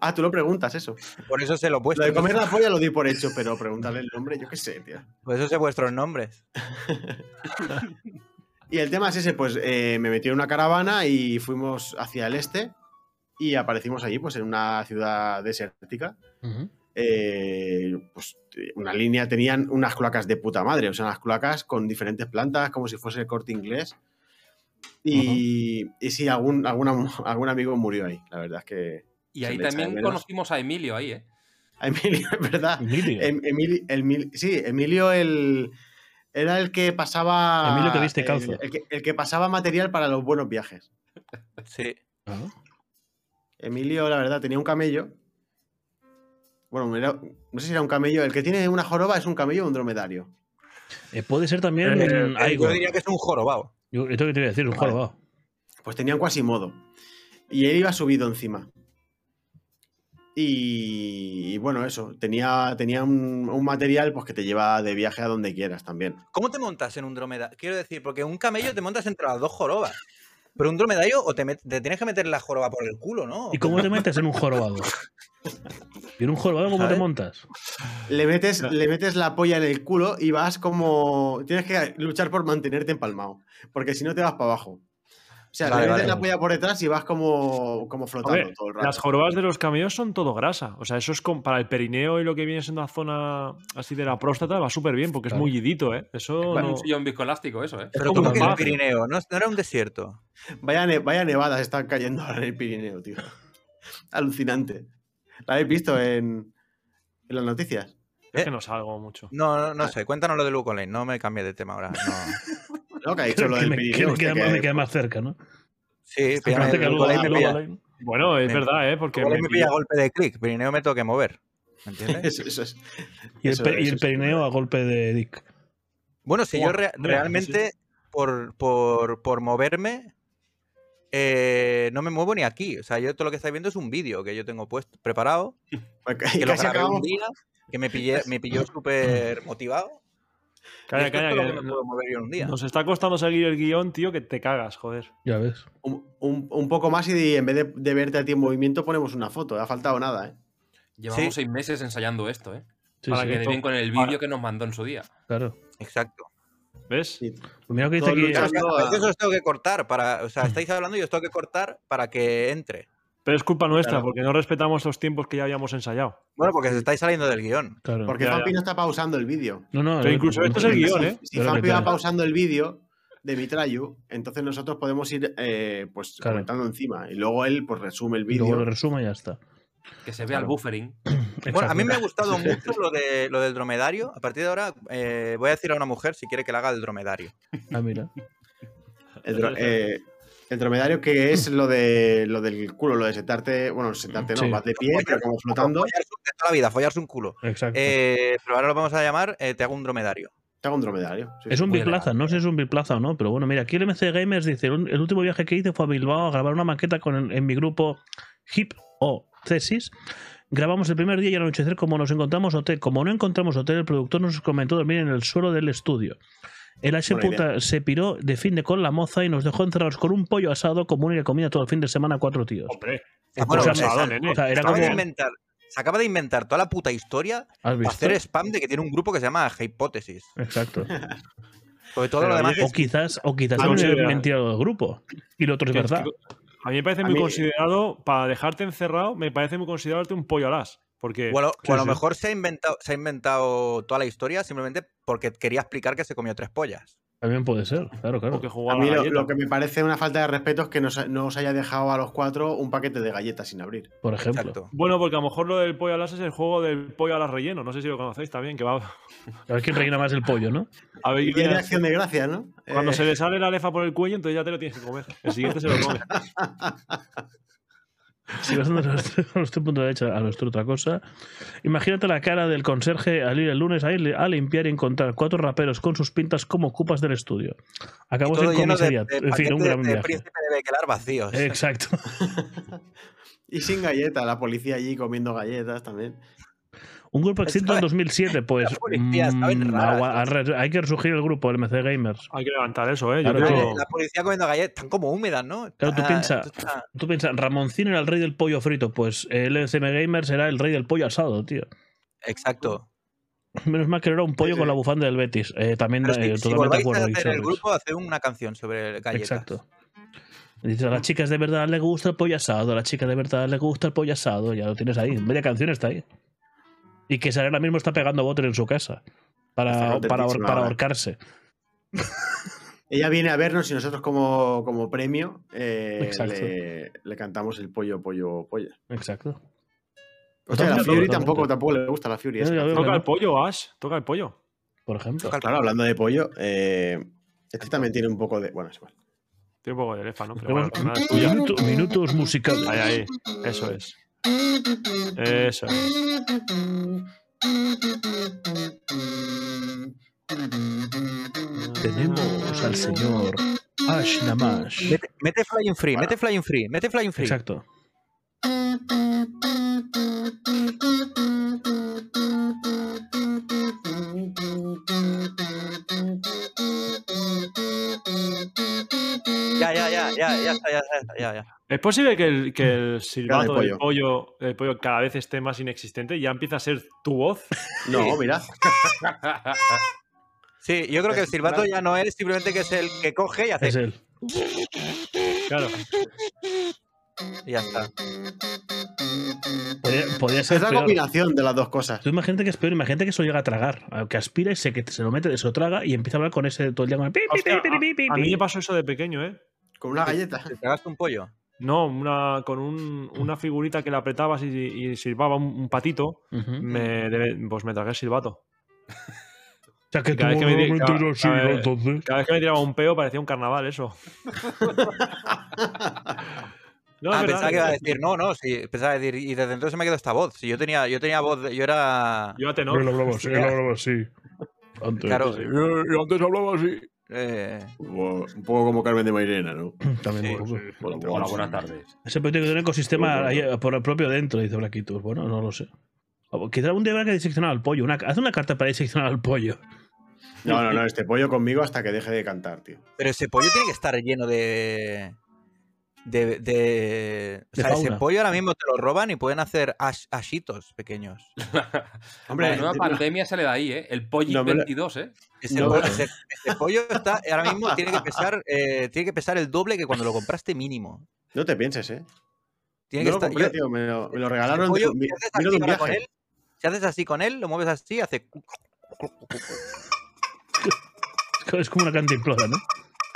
Speaker 4: Ah, tú lo preguntas eso.
Speaker 2: Por eso se lo he puesto.
Speaker 4: Lo de comer la polla lo di por hecho, pero preguntarle el nombre, yo qué sé, tío.
Speaker 2: Por eso sé vuestros nombres.
Speaker 4: Y el tema es ese, pues eh, me metí en una caravana y fuimos hacia el este y aparecimos allí, pues en una ciudad desértica.
Speaker 1: Ujú.
Speaker 4: eh, pues eh, una línea, tenían unas cloacas de puta madre, o sea, unas cloacas con diferentes plantas, como si fuese el corte inglés. Y, y sí, algún, algún, algún amigo murió ahí, la verdad es que...
Speaker 5: Y
Speaker 4: se
Speaker 5: ahí
Speaker 4: le echa de
Speaker 5: también
Speaker 4: menos.
Speaker 5: conocimos a Emilio ahí, ¿eh?
Speaker 4: A Emilio, es verdad.
Speaker 1: Emilio.
Speaker 4: Em- Emili- Emil- sí, Emilio el... Era el que pasaba...
Speaker 1: Emilio que viste
Speaker 4: el-
Speaker 1: calzo.
Speaker 4: El, que, el que pasaba material para los buenos viajes.
Speaker 2: Sí. Eh,
Speaker 1: Ah.
Speaker 4: Emilio, la verdad, tenía un camello. Bueno, era- no sé si era un camello. El que tiene una joroba es un camello o un dromedario.
Speaker 1: Eh, puede ser también
Speaker 3: Eh,
Speaker 1: un
Speaker 3: eh,
Speaker 1: Aigo.
Speaker 2: Yo diría que es un jorobado.
Speaker 1: Yo- Esto que te voy a decir, un
Speaker 4: Vale.
Speaker 1: jorobado.
Speaker 4: Pues tenía un cuasimodo. Y él iba subido encima. Y, y bueno, eso. Tenía, tenía un, un material pues, que te lleva de viaje a donde quieras también.
Speaker 2: ¿Cómo te montas en un dromedario? Quiero decir, porque un camello te montas entre las dos jorobas. Pero un dromedario o te, met- te tienes que meter la joroba por el culo, ¿no?
Speaker 1: ¿Y cómo te metes en un jorobado? ¿Y en un jorobado cómo te
Speaker 4: ¿Sabes?
Speaker 1: montas?
Speaker 4: Le metes, le metes la polla en el culo y vas como. Tienes que luchar por mantenerte empalmado. Porque si no te vas para abajo. O sea,
Speaker 2: Vale,
Speaker 4: le metes
Speaker 2: vale.
Speaker 4: la polla por detrás y vas como, como flotando
Speaker 3: Hombre,
Speaker 4: todo el rato.
Speaker 3: Las jorobas de los camellos son todo grasa. O sea, eso es con- para el perineo y lo que viene siendo la zona así de la próstata va súper bien porque
Speaker 1: Claro.
Speaker 3: es muy guidito, ¿eh? Eso
Speaker 5: Bueno,
Speaker 3: no-
Speaker 5: un sillón viscoelástico, eso, ¿eh?
Speaker 2: Pero ¿cómo
Speaker 3: como un
Speaker 2: que en el
Speaker 3: mafia.
Speaker 2: Pirineo? ¿No, no era un desierto?
Speaker 4: Vaya, ne- vaya nevadas están cayendo ahora en el Pirineo, tío. Alucinante. ¿La habéis visto en, en las noticias?
Speaker 3: es que no salgo mucho.
Speaker 2: No, no, no sé. Cuéntanos lo de Luke Lane. No me cambies de tema ahora. no.
Speaker 4: No, que ha dicho
Speaker 1: Creo
Speaker 4: lo
Speaker 1: que
Speaker 4: del
Speaker 1: me, que
Speaker 4: Pirineo.
Speaker 1: me
Speaker 4: usted
Speaker 1: queda,
Speaker 4: que-
Speaker 1: me queda más cerca, ¿no?
Speaker 2: Sí,
Speaker 1: Me
Speaker 2: píllame,
Speaker 1: parece que
Speaker 2: Luke
Speaker 1: luego-
Speaker 2: Lane me
Speaker 1: luego-
Speaker 2: pilla.
Speaker 1: luego-
Speaker 3: Bueno, es
Speaker 2: Me-
Speaker 3: verdad, ¿eh? Porque
Speaker 2: Luke Lane me pilla a
Speaker 3: pilló-
Speaker 2: golpe de clic. Pirineo me tengo que mover. ¿Me entiendes?
Speaker 4: Eso- eso es-
Speaker 1: Y el,
Speaker 4: eso-
Speaker 1: pe- y
Speaker 4: eso
Speaker 1: el
Speaker 4: es-
Speaker 1: perineo a golpe de Dick.
Speaker 2: Bueno, si yo
Speaker 3: Buah,
Speaker 2: rea-
Speaker 3: hombre,
Speaker 2: realmente por, por- por moverme eh, no me muevo ni aquí. O sea, yo todo lo que estáis viendo es un vídeo que yo tengo puesto, preparado,
Speaker 4: Casi
Speaker 2: que lo grabé
Speaker 4: acabamos-
Speaker 2: un día, que me, pillé, me pilló súper motivado. Y
Speaker 3: Calla,
Speaker 2: esto es
Speaker 3: calla,
Speaker 2: todo lo
Speaker 3: que
Speaker 2: que me puedo mover yo en un día.
Speaker 3: nos está costando seguir el guión, tío, que te cagas, joder.
Speaker 1: Ya ves.
Speaker 4: un, un- un poco más y en vez de, de verte a ti en movimiento ponemos una foto. Ha faltado nada, ¿eh?
Speaker 5: Llevamos
Speaker 2: Sí.
Speaker 5: seis meses ensayando esto, ¿eh?
Speaker 1: Sí,
Speaker 3: Para
Speaker 1: sí,
Speaker 5: Que
Speaker 3: que
Speaker 5: quede
Speaker 3: to-
Speaker 5: bien con el vídeo que nos mandó en su día.
Speaker 1: claro.
Speaker 2: Exacto.
Speaker 3: ¿Ves?
Speaker 4: Sí.
Speaker 1: Pues Mira que dice
Speaker 4: Todo
Speaker 1: aquí.
Speaker 4: lucha-
Speaker 2: O sea,
Speaker 4: no,
Speaker 2: a veces
Speaker 4: a-
Speaker 2: os tengo que cortar para. O sea, estáis hablando y os tengo que cortar para que entre.
Speaker 3: Pero es culpa nuestra
Speaker 4: Claro.
Speaker 3: porque no respetamos los tiempos que ya habíamos ensayado.
Speaker 2: Bueno, porque se estáis saliendo del guión.
Speaker 1: Claro.
Speaker 4: Porque
Speaker 3: Ya,
Speaker 4: Fampi
Speaker 3: ya.
Speaker 4: no está pausando el vídeo.
Speaker 1: No, no,
Speaker 3: Pero
Speaker 1: no,
Speaker 3: incluso
Speaker 1: no,
Speaker 3: esto es
Speaker 1: no,
Speaker 3: el
Speaker 1: no,
Speaker 3: guión,
Speaker 4: si,
Speaker 3: ¿eh?
Speaker 4: si
Speaker 1: Pero
Speaker 4: Fampi
Speaker 1: que-
Speaker 4: va pausando el vídeo de Mitrayu, entonces nosotros podemos ir eh, pues
Speaker 1: Claro.
Speaker 4: comentando encima. Y luego él pues resume el
Speaker 1: y Luego lo
Speaker 4: vídeo.
Speaker 1: resumo y ya está.
Speaker 5: Que se vea el
Speaker 4: Claro.
Speaker 5: buffering.
Speaker 2: Bueno, a mí me ha
Speaker 1: Exacto.
Speaker 2: gustado mucho lo, de, lo del dromedario. A partir de ahora eh, voy a decir a una mujer si quiere que le haga el dromedario.
Speaker 1: Ah, mira.
Speaker 4: El, dro- eh, el dromedario que es lo de lo del culo, lo de sentarte, bueno, sentarte no,
Speaker 1: Sí.
Speaker 4: vas de pie, pero como flotando.
Speaker 2: Follarse un- de toda la vida, follarse un culo.
Speaker 1: Exacto.
Speaker 2: Eh, pero ahora lo vamos a llamar eh, Te hago un dromedario.
Speaker 4: Te hago un dromedario. sí,
Speaker 1: Es
Speaker 4: sí.
Speaker 1: un
Speaker 5: muy
Speaker 1: biplaza, no sé si es un biplaza o no, pero bueno, mira, aquí el MC Gamers dice, "Un- el último viaje que hice fue a Bilbao a grabar una maqueta con en mi grupo Hip o Cesis. Grabamos el primer día y al anochecer como nos encontramos hotel. Como no encontramos hotel, el productor nos comentó dormir en el suelo del estudio. El H
Speaker 4: Buena idea.
Speaker 1: puta se piró de fin de con la moza y nos dejó encerrados con un pollo asado como única comida todo el fin de semana a cuatro tíos.
Speaker 3: Hombre,
Speaker 1: O
Speaker 2: Bueno,
Speaker 1: sea,
Speaker 2: o sea,
Speaker 3: asado,
Speaker 2: se-
Speaker 3: nene.
Speaker 1: o sea,
Speaker 2: se
Speaker 1: ¿eh? era
Speaker 2: acaba
Speaker 1: como...
Speaker 2: de inventar- se acaba de inventar toda la puta historia
Speaker 1: ¿Has
Speaker 2: para
Speaker 1: visto?
Speaker 2: hacer spam de que tiene un grupo que se llama Hipótesis.
Speaker 1: Exacto.
Speaker 2: Sobre todo
Speaker 3: Pero
Speaker 2: lo demás
Speaker 3: oye,
Speaker 1: O quizás, o quizás
Speaker 3: Ah,
Speaker 1: también
Speaker 3: sí,
Speaker 1: era
Speaker 3: ya.
Speaker 1: mentira del grupo. Y lo otro es
Speaker 3: Que-
Speaker 1: verdad.
Speaker 3: que- A mí me parece
Speaker 4: A
Speaker 3: muy
Speaker 4: mí-
Speaker 3: considerado, para dejarte encerrado, me parece muy considerado darte un pollo al as. Porque,
Speaker 2: O a lo, o a lo
Speaker 3: sí.
Speaker 2: mejor se ha, inventado, se ha inventado toda la historia simplemente porque quería explicar que se comió tres pollas.
Speaker 1: También puede ser, claro, claro.
Speaker 3: porque
Speaker 4: A
Speaker 3: jugaba
Speaker 4: mí
Speaker 3: a la
Speaker 4: lo,
Speaker 3: galleta.
Speaker 4: lo que me parece una falta de respeto es que nos, no os haya dejado a los cuatro un paquete de galletas sin abrir.
Speaker 1: Por ejemplo.
Speaker 2: Exacto.
Speaker 3: Bueno, porque a lo mejor lo del pollo al as es el juego del pollo al as relleno. No sé si lo conocéis también, que va
Speaker 1: A ver quién reina más el pollo, ¿no?
Speaker 3: a ver
Speaker 4: Y
Speaker 3: quién-
Speaker 4: tiene acción de gracia, ¿no?
Speaker 3: Cuando
Speaker 4: Eh,
Speaker 3: se le sale la lefa por el cuello, entonces ya te lo tienes que comer. El siguiente se lo come.
Speaker 1: Si vas dando a nuestro punto de derecha a nuestra otra cosa. Imagínate la cara del conserje al ir el lunes a, ir a limpiar y encontrar cuatro raperos con sus pintas como ocupas del estudio.
Speaker 2: Y
Speaker 1: Acabamos
Speaker 2: todo
Speaker 1: en
Speaker 2: lleno de,
Speaker 1: comisaría.
Speaker 2: de
Speaker 1: en fin, un
Speaker 2: paquetes
Speaker 1: gran
Speaker 2: de
Speaker 1: viaje.
Speaker 2: príncipe de Bequelar vacíos.
Speaker 1: Exacto.
Speaker 4: Y sin galletas, la policía allí comiendo galletas también.
Speaker 1: Un grupo extinto en 2007, pues.
Speaker 2: Las policías saben
Speaker 1: mm,
Speaker 2: raras.
Speaker 1: agua- arre- hay que resurgir el grupo, el MC Gamers.
Speaker 3: Hay que levantar eso, ¿eh? Yo
Speaker 1: Claro,
Speaker 2: La-
Speaker 3: creo-
Speaker 2: La policía comiendo galletas, están como húmedas, ¿no?
Speaker 1: Claro, tú
Speaker 2: Está-
Speaker 1: piensa-
Speaker 2: esto está-
Speaker 1: Tú piensas, Ramoncín era el rey del pollo frito, pues el MC Gamers era el rey del pollo asado, tío.
Speaker 2: Exacto.
Speaker 1: Menos mal que no era un pollo
Speaker 4: Sí, sí.
Speaker 1: con la bufanda del Betis. Eh, también
Speaker 2: Pero si,
Speaker 1: eh,
Speaker 2: si
Speaker 1: totalmente de
Speaker 2: volváis
Speaker 1: acuerdo.
Speaker 2: a hacer el
Speaker 1: Guisarres.
Speaker 2: grupo, hacer una canción sobre galletas.
Speaker 1: Exacto. Dices, a las chicas de verdad les gusta el pollo asado, a las chicas de verdad les gusta el pollo asado, ya lo tienes ahí, media canción está ahí. Y que Sara ahora mismo está pegando boter en su casa
Speaker 4: Está
Speaker 1: para, para, ahor-
Speaker 4: contentísima ¿eh?
Speaker 1: para
Speaker 4: ahora.
Speaker 1: ahorcarse.
Speaker 4: Ella viene a vernos y nosotros como, como premio eh,
Speaker 1: Exacto.
Speaker 4: le, le cantamos el pollo, pollo, polla.
Speaker 1: Exacto.
Speaker 4: O sea, la
Speaker 1: Totalmente,
Speaker 4: Fury
Speaker 1: totalmente.
Speaker 4: tampoco, tampoco le gusta la Fury.
Speaker 1: Ya,
Speaker 4: esa
Speaker 1: ya veo.
Speaker 4: canción.
Speaker 3: Toca el pollo, Ash. Toca el pollo.
Speaker 1: Por ejemplo.
Speaker 2: Toca el-
Speaker 4: Claro, hablando de pollo, eh, este también tiene un poco de... Bueno, es igual.
Speaker 3: Tiene un poco de lefa, ¿no? Pero bueno,
Speaker 1: Tenemos
Speaker 3: pues nada, es tuya.
Speaker 1: minuto- minutos musicales.
Speaker 3: Ahí, ahí. Eso es. Eso es.
Speaker 1: Tenemos al señor Ash Namash.
Speaker 2: Mete, mete Flying Free, mete Flying Free, mete Flying Free.
Speaker 1: Exacto.
Speaker 2: Ya, ya, ya, ya, ya, está, ya, está, ya, ya.
Speaker 3: ¿Es posible que el, que el silbato
Speaker 4: Cara de
Speaker 3: del pollo, del pollo cada vez esté más inexistente y ya empieza a ser tu voz?
Speaker 4: No, mira.
Speaker 2: Sí, yo creo que el silbato ya no es simplemente que es el que coge y hace.
Speaker 1: Es él.
Speaker 3: Claro.
Speaker 2: Y ya está.
Speaker 1: Podría, podría ser
Speaker 4: Es la
Speaker 1: peor.
Speaker 4: combinación de las dos cosas.
Speaker 1: Tú imagínate que es peor, imagínate que eso llega a tragar, a- que aspira y se, que se lo mete, se lo traga y empieza a hablar con ese todo el día con el pi, pi,
Speaker 3: Hostia,
Speaker 1: pi, pi, pi, pi,
Speaker 3: a, a mí
Speaker 1: pi.
Speaker 3: me pasó eso de pequeño, ¿eh?
Speaker 4: Con una galleta.
Speaker 2: Te tragaste un pollo.
Speaker 3: No, una, con un- una figurita que la apretabas y, y silbaba un, un patito,
Speaker 1: Ujú. O
Speaker 3: me, de- pues me tragué el silbato.
Speaker 1: sea, que
Speaker 3: Cada
Speaker 1: tú
Speaker 3: vez que me "Ah, di-
Speaker 1: me
Speaker 3: cada-
Speaker 1: tiras así,
Speaker 3: cada
Speaker 1: ¿no?
Speaker 3: vez-
Speaker 1: entonces.
Speaker 3: Cada vez que me tiraba un peo parecía un carnaval eso. No, es
Speaker 2: ah,
Speaker 3: verdad, eh,
Speaker 2: pensaba que iba a decir, no, no, sí, pensaba decir, y desde entonces me quedó esta voz. Si yo tenía, yo tenía voz, de- yo era.
Speaker 3: Yo a tenor.
Speaker 1: Él hablaba así, él hablaba así. Antes.
Speaker 2: claro,
Speaker 3: antes hablaba así.
Speaker 2: eh,
Speaker 4: Un poco como Carmen de Mairena, ¿no?
Speaker 3: eh,
Speaker 1: También
Speaker 2: sí,
Speaker 1: un poco.
Speaker 5: Hola, buenas tardes.
Speaker 1: Siempre tiene que tener un ecosistema ahí, por el propio dentro, dice Blaquitos. Bueno, no lo sé. O Quizá algún día habrá que diseccionar al pollo. Una, haz una carta para diseccionar al pollo.
Speaker 4: No, no, no, este pollo conmigo hasta que deje de cantar, tío.
Speaker 2: Pero ese pollo tiene que estar lleno de. De, de, o
Speaker 1: De
Speaker 2: sea, ese
Speaker 1: fauna.
Speaker 2: pollo ahora mismo te lo roban y pueden hacer ash- ashitos pequeños.
Speaker 4: Hombre,
Speaker 5: la nueva
Speaker 4: no-
Speaker 5: pandemia sale de ahí, ¿eh? El Pollo
Speaker 4: No me la-
Speaker 5: 22, ¿eh?
Speaker 2: Ese,
Speaker 4: No,
Speaker 2: pollo,
Speaker 4: pero-
Speaker 2: ese- ese pollo está ahora mismo tiene que pesar, eh, tiene que pesar el doble que cuando lo compraste mínimo.
Speaker 4: no te pienses, ¿eh?
Speaker 2: Tiene que
Speaker 4: no lo
Speaker 2: estar.
Speaker 4: compré,
Speaker 2: yo-
Speaker 4: tío, me lo, me lo
Speaker 2: ese
Speaker 4: regalaron.
Speaker 2: pollo,
Speaker 4: mi-
Speaker 2: si haces
Speaker 4: vino
Speaker 2: así
Speaker 4: de un
Speaker 2: ahora con
Speaker 4: viaje.
Speaker 2: él, si haces así con él, lo mueves así, hace.
Speaker 1: Es como una cantimplora, ¿no?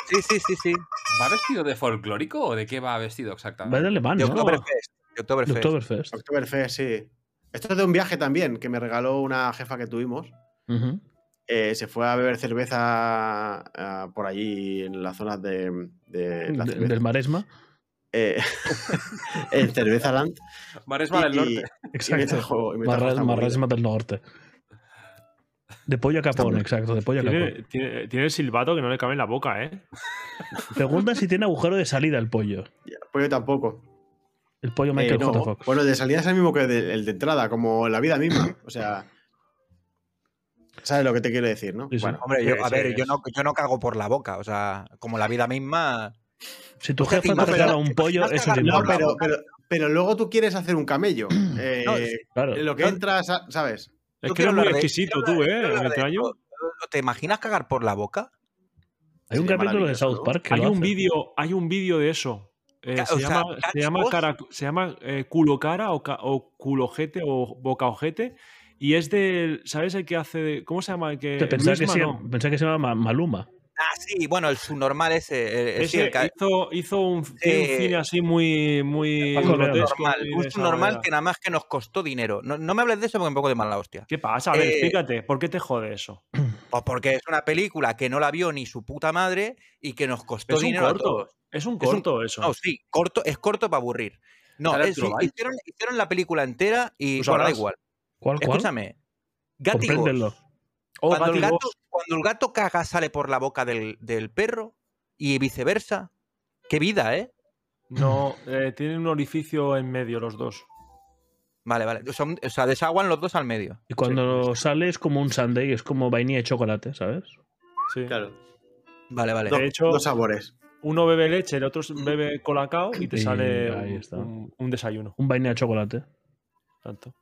Speaker 2: Sí, sí, sí, sí.
Speaker 5: ¿Va vestido de folclórico o de qué va vestido
Speaker 1: Va de
Speaker 5: exactamente?
Speaker 1: alemán,
Speaker 2: De
Speaker 1: ¿no?
Speaker 2: Oktoberfest. De
Speaker 1: De
Speaker 2: Oktoberfest.
Speaker 1: Oktoberfest.
Speaker 4: Oktoberfest, sí. Esto es de un viaje también, que me regaló una jefa que tuvimos.
Speaker 1: Ujú.
Speaker 4: Eh, se fue a beber cerveza ah, por allí en las zonas de, de la
Speaker 1: De-
Speaker 4: cerveza.
Speaker 1: Del maresma.
Speaker 4: Eh, en Cerveza Land.
Speaker 5: Maresma del
Speaker 4: y,
Speaker 5: Norte.
Speaker 4: y me trajo- y me trajo
Speaker 1: Marra-
Speaker 4: esta movida.
Speaker 1: Marresma del Norte. De pollo a capón, exacto, de pollo a capón.
Speaker 3: Tiene, tiene- tiene el silbato que no le cabe en la boca, ¿eh?
Speaker 1: Pregunta si tiene agujero de salida el pollo.
Speaker 4: Pues yo tampoco.
Speaker 1: El pollo
Speaker 4: Eh,
Speaker 1: Michael
Speaker 4: no.
Speaker 1: J. Fox.
Speaker 4: Bueno, de salida es el mismo que de- el de entrada, como la vida misma. O sea. ¿Sabes lo que te quiero decir, no?
Speaker 1: Sí, sí.
Speaker 4: Bueno,
Speaker 2: Hombre, yo, a
Speaker 3: Sí,
Speaker 2: ver,
Speaker 3: sí,
Speaker 2: yo
Speaker 3: es-
Speaker 2: no, yo no cago por la boca, o sea, como la vida misma.
Speaker 1: si tu
Speaker 2: o sea,
Speaker 1: jefa
Speaker 2: te
Speaker 1: te regala
Speaker 2: imaginas-
Speaker 1: un pollo,
Speaker 2: te
Speaker 1: es
Speaker 2: imaginas
Speaker 1: un
Speaker 4: no,
Speaker 1: inmortal.
Speaker 2: por la
Speaker 4: pero,
Speaker 2: boca.
Speaker 4: pero, pero luego tú quieres hacer un camello. Eh,
Speaker 2: No, sí.
Speaker 1: Claro.
Speaker 4: Lo que entra, sa- ¿sabes?
Speaker 3: Es
Speaker 2: Yo
Speaker 3: que
Speaker 2: quiero
Speaker 3: eres muy
Speaker 2: hablar de-
Speaker 3: exquisito
Speaker 2: quiero
Speaker 3: tú,
Speaker 2: hablar- quiero
Speaker 3: ¿eh?
Speaker 2: hablar de
Speaker 3: 21 años.
Speaker 2: esto. ¿Te imaginas cagar por la boca?
Speaker 1: Hay un
Speaker 4: Sería
Speaker 1: capítulo de
Speaker 4: maravilloso,
Speaker 1: South
Speaker 4: ¿no?
Speaker 1: Park que
Speaker 3: Hay
Speaker 1: lo
Speaker 3: un
Speaker 1: hace.
Speaker 3: vídeo, hay un vídeo de eso. Eh,
Speaker 2: Ca- o
Speaker 3: se,
Speaker 2: sea,
Speaker 3: llama, se
Speaker 2: Catch
Speaker 3: llama
Speaker 2: Boss.
Speaker 3: cara- se llama, eh, culo cara o, ca- o culojete o boca ojete. Y es del. ¿Sabes el que hace? de- ¿Cómo se llama? El que,
Speaker 1: Hostia, Pensaba que, eh,
Speaker 3: Luisma,
Speaker 1: se,
Speaker 3: no.
Speaker 1: pensaba que se llamaba Ma- Maluma.
Speaker 2: Ah, sí, bueno, el subnormal ese. el- el- sí,
Speaker 3: Ese eh,
Speaker 2: el ca-
Speaker 3: hizo, hizo un, tiene un
Speaker 2: Eh,
Speaker 3: cine así muy, muy
Speaker 1: Paco López.
Speaker 3: grotesco.
Speaker 2: normal,
Speaker 3: y de
Speaker 2: un
Speaker 3: esa
Speaker 2: subnormal
Speaker 3: manera.
Speaker 2: que nada más que nos costó dinero. No, no me hables de eso porque un poco de mala hostia.
Speaker 3: ¿Qué pasa? A ver,
Speaker 2: Eh,
Speaker 3: explícate. ¿Por qué te jode eso?
Speaker 2: Pues porque es una película que no la vio ni su puta madre y que nos costó
Speaker 3: Es un
Speaker 2: dinero a todos.
Speaker 3: corto. Es un
Speaker 2: Es un-
Speaker 3: corto eso.
Speaker 2: No, sí, corto, es corto para aburrir. No,
Speaker 5: Ahora
Speaker 2: es-
Speaker 5: tú lo vas.
Speaker 2: hicieron, hicieron la película entera y
Speaker 3: Tú
Speaker 2: bueno, da
Speaker 3: sabrás.
Speaker 2: igual.
Speaker 1: ¿Cuál, cuál?
Speaker 2: Escúchame. Gátigos.
Speaker 1: Compréndelo.
Speaker 3: Oh,
Speaker 2: cuando, el
Speaker 3: Gatigos.
Speaker 2: gato, cuando el gato caga sale por la boca del, del perro y viceversa. Qué vida, ¿eh?
Speaker 3: No, eh, tienen un orificio en medio los dos.
Speaker 2: Vale, vale. Son- o sea, desaguan los dos al medio.
Speaker 1: Y cuando sale es como un sundae, es como vainilla y chocolate, ¿sabes?
Speaker 3: Sí.
Speaker 4: Claro.
Speaker 2: Vale, vale.
Speaker 4: Dos-
Speaker 3: hecho-
Speaker 4: dos sabores.
Speaker 3: Uno bebe leche, el otro
Speaker 2: Mm.
Speaker 3: bebe colacao y te
Speaker 1: Y
Speaker 3: sale
Speaker 1: ahí
Speaker 3: un-
Speaker 1: está.
Speaker 3: un- un desayuno.
Speaker 1: Un vainilla de chocolate.
Speaker 3: Tanto.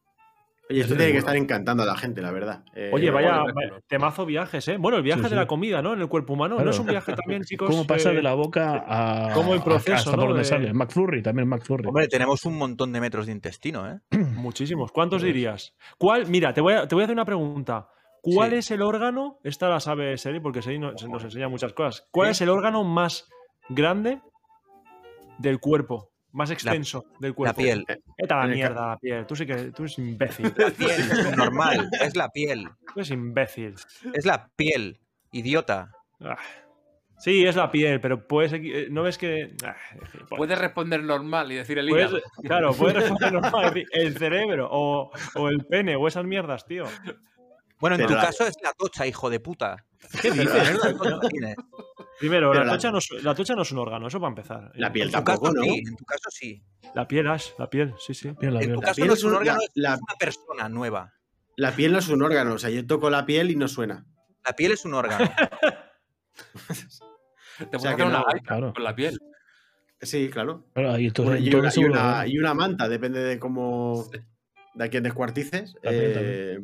Speaker 4: Oye,
Speaker 1: Eso
Speaker 4: esto
Speaker 1: es
Speaker 4: tiene
Speaker 1: bueno.
Speaker 4: que estar encantando a la gente, la verdad. Eh,
Speaker 3: Oye, vaya,
Speaker 5: bueno,
Speaker 3: vaya-
Speaker 5: bueno.
Speaker 3: temazo viajes, ¿eh? Bueno, el viaje
Speaker 1: Sí,
Speaker 3: de
Speaker 1: sí.
Speaker 3: la comida, ¿no? En el cuerpo humano.
Speaker 1: Claro.
Speaker 3: ¿No es un viaje también, chicos?
Speaker 1: ¿Cómo pasa
Speaker 3: Eh,
Speaker 1: de la boca a.
Speaker 3: ¿Cómo el proceso,
Speaker 1: a- hasta
Speaker 3: no?
Speaker 1: por donde
Speaker 3: de-
Speaker 1: sale? McFlurry, también McFlurry.
Speaker 2: Hombre, tenemos un montón de metros de intestino, ¿eh?
Speaker 3: Muchísimos. ¿Cuántos dirías? ¿Cuál? Mira, te voy a, te voy a hacer una pregunta. ¿Cuál
Speaker 2: Sí.
Speaker 3: es el órgano? Esta la sabe Seri porque Seri nos, nos enseña muchas cosas. ¿Cuál
Speaker 2: Sí.
Speaker 3: es el órgano más grande del cuerpo? Más extenso del
Speaker 2: La
Speaker 3: cuerpo.
Speaker 2: piel.
Speaker 4: Eh,
Speaker 3: Vete a la
Speaker 4: En el ca-
Speaker 3: mierda, la piel. Tú sí que tú eres imbécil.
Speaker 2: La piel es normal. Es la piel.
Speaker 3: Tú eres imbécil.
Speaker 2: Es la piel. Idiota.
Speaker 3: Ah. Sí, es la piel, pero puedes. equi- eh, ¿No ves que.? Ah, en fin,
Speaker 4: pues
Speaker 3: bueno.
Speaker 5: Puedes responder normal y decir el
Speaker 3: Puedes-
Speaker 5: hígado.
Speaker 3: claro, puedes responder normal, es decir, el cerebro o, o el pene o esas mierdas, tío.
Speaker 2: Bueno, en
Speaker 4: Pero
Speaker 2: tu
Speaker 4: la-
Speaker 2: caso es la tocha, hijo de puta.
Speaker 3: ¿Qué dices?
Speaker 2: Es la tocha, Inés.
Speaker 3: Primero, la,
Speaker 4: Pero la-
Speaker 3: tocha no es, la tocha no es un órgano, eso para empezar.
Speaker 4: La piel
Speaker 2: En tu caso
Speaker 4: tampoco, ¿no?
Speaker 2: sí. En tu caso sí.
Speaker 3: La piel, Ash, la piel, sí, sí.
Speaker 1: Mira la
Speaker 2: En tu
Speaker 1: mierda.
Speaker 4: La
Speaker 2: caso
Speaker 4: piel
Speaker 2: no
Speaker 4: es
Speaker 2: es un
Speaker 4: un-
Speaker 2: órgano, es
Speaker 4: la- la-
Speaker 2: una persona nueva.
Speaker 4: La piel no es un órgano, o sea, yo toco la piel y no suena.
Speaker 2: La piel es un órgano.
Speaker 5: Te
Speaker 4: O
Speaker 5: puedes
Speaker 4: sea que
Speaker 5: hacer una
Speaker 4: no,
Speaker 5: gaita
Speaker 1: claro.
Speaker 5: con la piel.
Speaker 4: Sí, claro.
Speaker 1: Claro, ahí entonces-
Speaker 4: Bueno, y, una,
Speaker 1: entonces
Speaker 4: y
Speaker 1: seguro-
Speaker 4: una- y una manta, depende de cómo. de a quién descuartices.
Speaker 1: También,
Speaker 4: eh,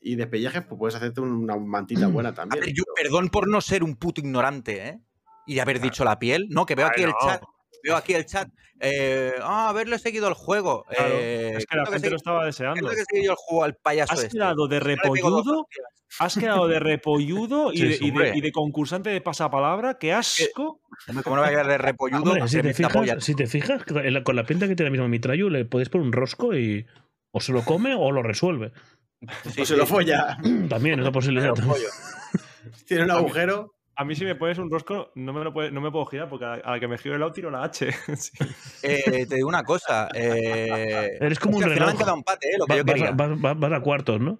Speaker 4: Y de pellejes, pues puedes hacerte una mantita buena
Speaker 2: A
Speaker 4: también.
Speaker 2: ver, yo perdón por no ser un puto ignorante, ¿eh? Y de haber dicho la piel. No, que veo aquí
Speaker 3: Ay,
Speaker 2: el
Speaker 3: no,
Speaker 2: chat. Veo aquí el chat. Eh, ah, haberle seguido el juego.
Speaker 3: claro,
Speaker 2: Eh,
Speaker 3: es que
Speaker 2: ¿qué
Speaker 3: la
Speaker 2: es
Speaker 3: gente
Speaker 2: que
Speaker 3: lo estaba
Speaker 2: ¿Qué es
Speaker 3: deseando.
Speaker 2: lo que seguí yo el juego al payaso
Speaker 3: Has
Speaker 2: este?
Speaker 3: quedado de
Speaker 2: Yo le pego dos
Speaker 3: repolludo,
Speaker 2: hostias.
Speaker 3: has quedado de repolludo y,
Speaker 1: Sí,
Speaker 3: de,
Speaker 1: sí,
Speaker 3: y de-
Speaker 2: hombre.
Speaker 3: y de concursante de pasapalabra. ¡Qué asco!
Speaker 2: Hombre, ¿Cómo no voy a quedar de repolludo?
Speaker 1: Ah, Hombre, si te,
Speaker 2: Tremenda polla.
Speaker 1: fijas, si te fijas, en la- con la pinta que tiene el mismo Mitrayu, le podéis poner un rosco y o se lo come o lo resuelve.
Speaker 4: O se lo folla.
Speaker 1: También es una posibilidad.
Speaker 4: Tiene un agujero.
Speaker 3: A mí si me pones un rosco no me, lo puede- no me puedo girar porque a, a la que me giro el lado tiro la H. Sí.
Speaker 2: Eh, te digo una cosa. eh,
Speaker 1: Eres como
Speaker 2: hostia,
Speaker 1: un
Speaker 2: al final
Speaker 1: reloj.
Speaker 2: han quedado empate, eh, lo que
Speaker 1: Va-
Speaker 2: yo
Speaker 1: vas
Speaker 2: quería.
Speaker 1: a- vas- vas- vas a cuartos, ¿no?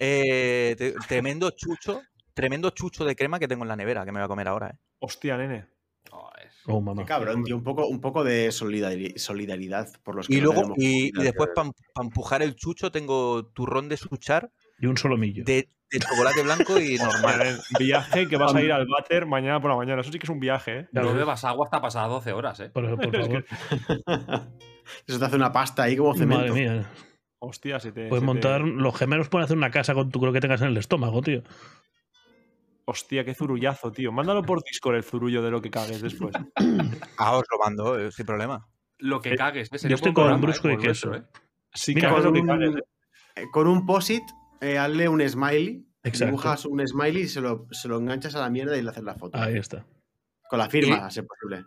Speaker 2: Eh, te- tremendo chucho, tremendo chucho de crema que tengo en la nevera que me voy a comer ahora. eh.
Speaker 3: Hostia, nene.
Speaker 5: Joder.
Speaker 1: Oh,
Speaker 4: Qué
Speaker 1: mamá.
Speaker 4: cabrón, tío. Un poco, un poco de solidari- solidaridad por los que
Speaker 2: Y
Speaker 4: no
Speaker 2: luego,
Speaker 4: tenemos
Speaker 2: y, y
Speaker 4: posibilidad
Speaker 2: después
Speaker 4: de-
Speaker 2: para empujar el chucho tengo turrón de suchar
Speaker 1: Y un solo millo.
Speaker 2: de, de chocolate blanco y normal.
Speaker 3: Vale, viaje que vas a ir al váter mañana por la mañana. Eso sí que es un viaje, ¿eh?
Speaker 5: No
Speaker 1: Claro.
Speaker 5: bebas agua hasta pasadas 12 horas, ¿eh?
Speaker 1: Por, por favor.
Speaker 4: Eso te hace una pasta ahí como cemento.
Speaker 1: Madre mía.
Speaker 3: Hostia, se te...
Speaker 1: Puedes
Speaker 3: se te-
Speaker 1: montar. Los gemelos pueden hacer una casa con tu creo que tengas en el estómago, tío.
Speaker 3: Hostia, qué zurullazo, tío. Mándalo por Discord el zurullo de lo que cagues después.
Speaker 2: Ah, os lo mando, eh, sin problema.
Speaker 5: Lo que
Speaker 3: Eh,
Speaker 5: cagues. ¿eh?
Speaker 1: yo
Speaker 5: Sería
Speaker 1: estoy
Speaker 5: un buen
Speaker 1: con
Speaker 5: programa,
Speaker 1: brusco
Speaker 5: ¿eh?
Speaker 1: y
Speaker 5: Por eso,
Speaker 1: queso.
Speaker 5: ¿eh?
Speaker 3: Si
Speaker 1: Mira,
Speaker 3: cagas lo que
Speaker 4: con
Speaker 3: cagues,
Speaker 4: un-
Speaker 3: ¿eh?
Speaker 4: eh, con un posit, eh, hazle un smiley.
Speaker 1: Exacto.
Speaker 4: Dibujas un smiley y se lo, se lo enganchas a la mierda y le haces la
Speaker 2: Ah,
Speaker 4: foto.
Speaker 1: Ahí está.
Speaker 4: Con la firma, a ser posible.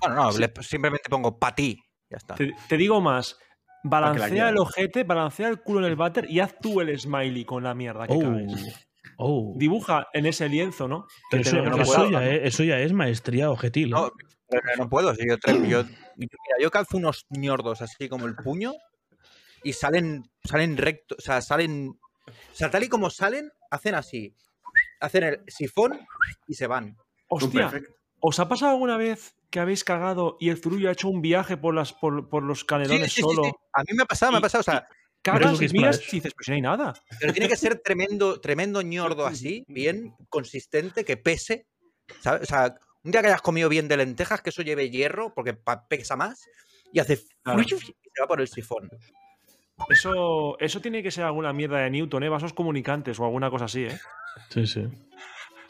Speaker 2: Bueno, no, le- simplemente pongo pa' ti. Ya está.
Speaker 3: Te, te digo más. Balancea
Speaker 4: quiera.
Speaker 3: el ojete, balancea el culo en el váter y haz tú el smiley con la mierda que
Speaker 1: Oh.
Speaker 3: cagues.
Speaker 1: Oh.
Speaker 3: Dibuja en ese lienzo, ¿no? Que
Speaker 1: Eso,
Speaker 3: tenemos
Speaker 1: eso
Speaker 3: guardado.
Speaker 1: ya es, eso ya es maestría objetil.
Speaker 2: No, pero no puedo. si yo, tra- yo, yo- mira, yo calzo unos ñordos así como el puño y salen, salen rectos. O sea, salen. O sea, tal y como salen, hacen así, hacen el sifón y se van.
Speaker 3: Hostia, ¿os ha pasado alguna vez que habéis cagado y el zurullo ha hecho un viaje por, las, por, por los canelones solo?
Speaker 2: A mí me ha pasado, me ha pasado. O sea,
Speaker 3: Cagas
Speaker 1: Metal
Speaker 3: y
Speaker 1: Gear
Speaker 3: miras
Speaker 1: Splash.
Speaker 3: y dices, pues no hay nada.
Speaker 2: pero tiene que ser tremendo, tremendo ñordo así, bien consistente, que pese. ¿sabes? O sea, un día que hayas comido bien de lentejas, que eso lleve hierro, porque pa- pesa más, y hace
Speaker 3: Claro.
Speaker 2: y se va por el sifón.
Speaker 3: Eso, eso tiene que ser alguna mierda de Newton, ¿eh? Vasos comunicantes o alguna cosa así, ¿eh?
Speaker 1: Sí, sí.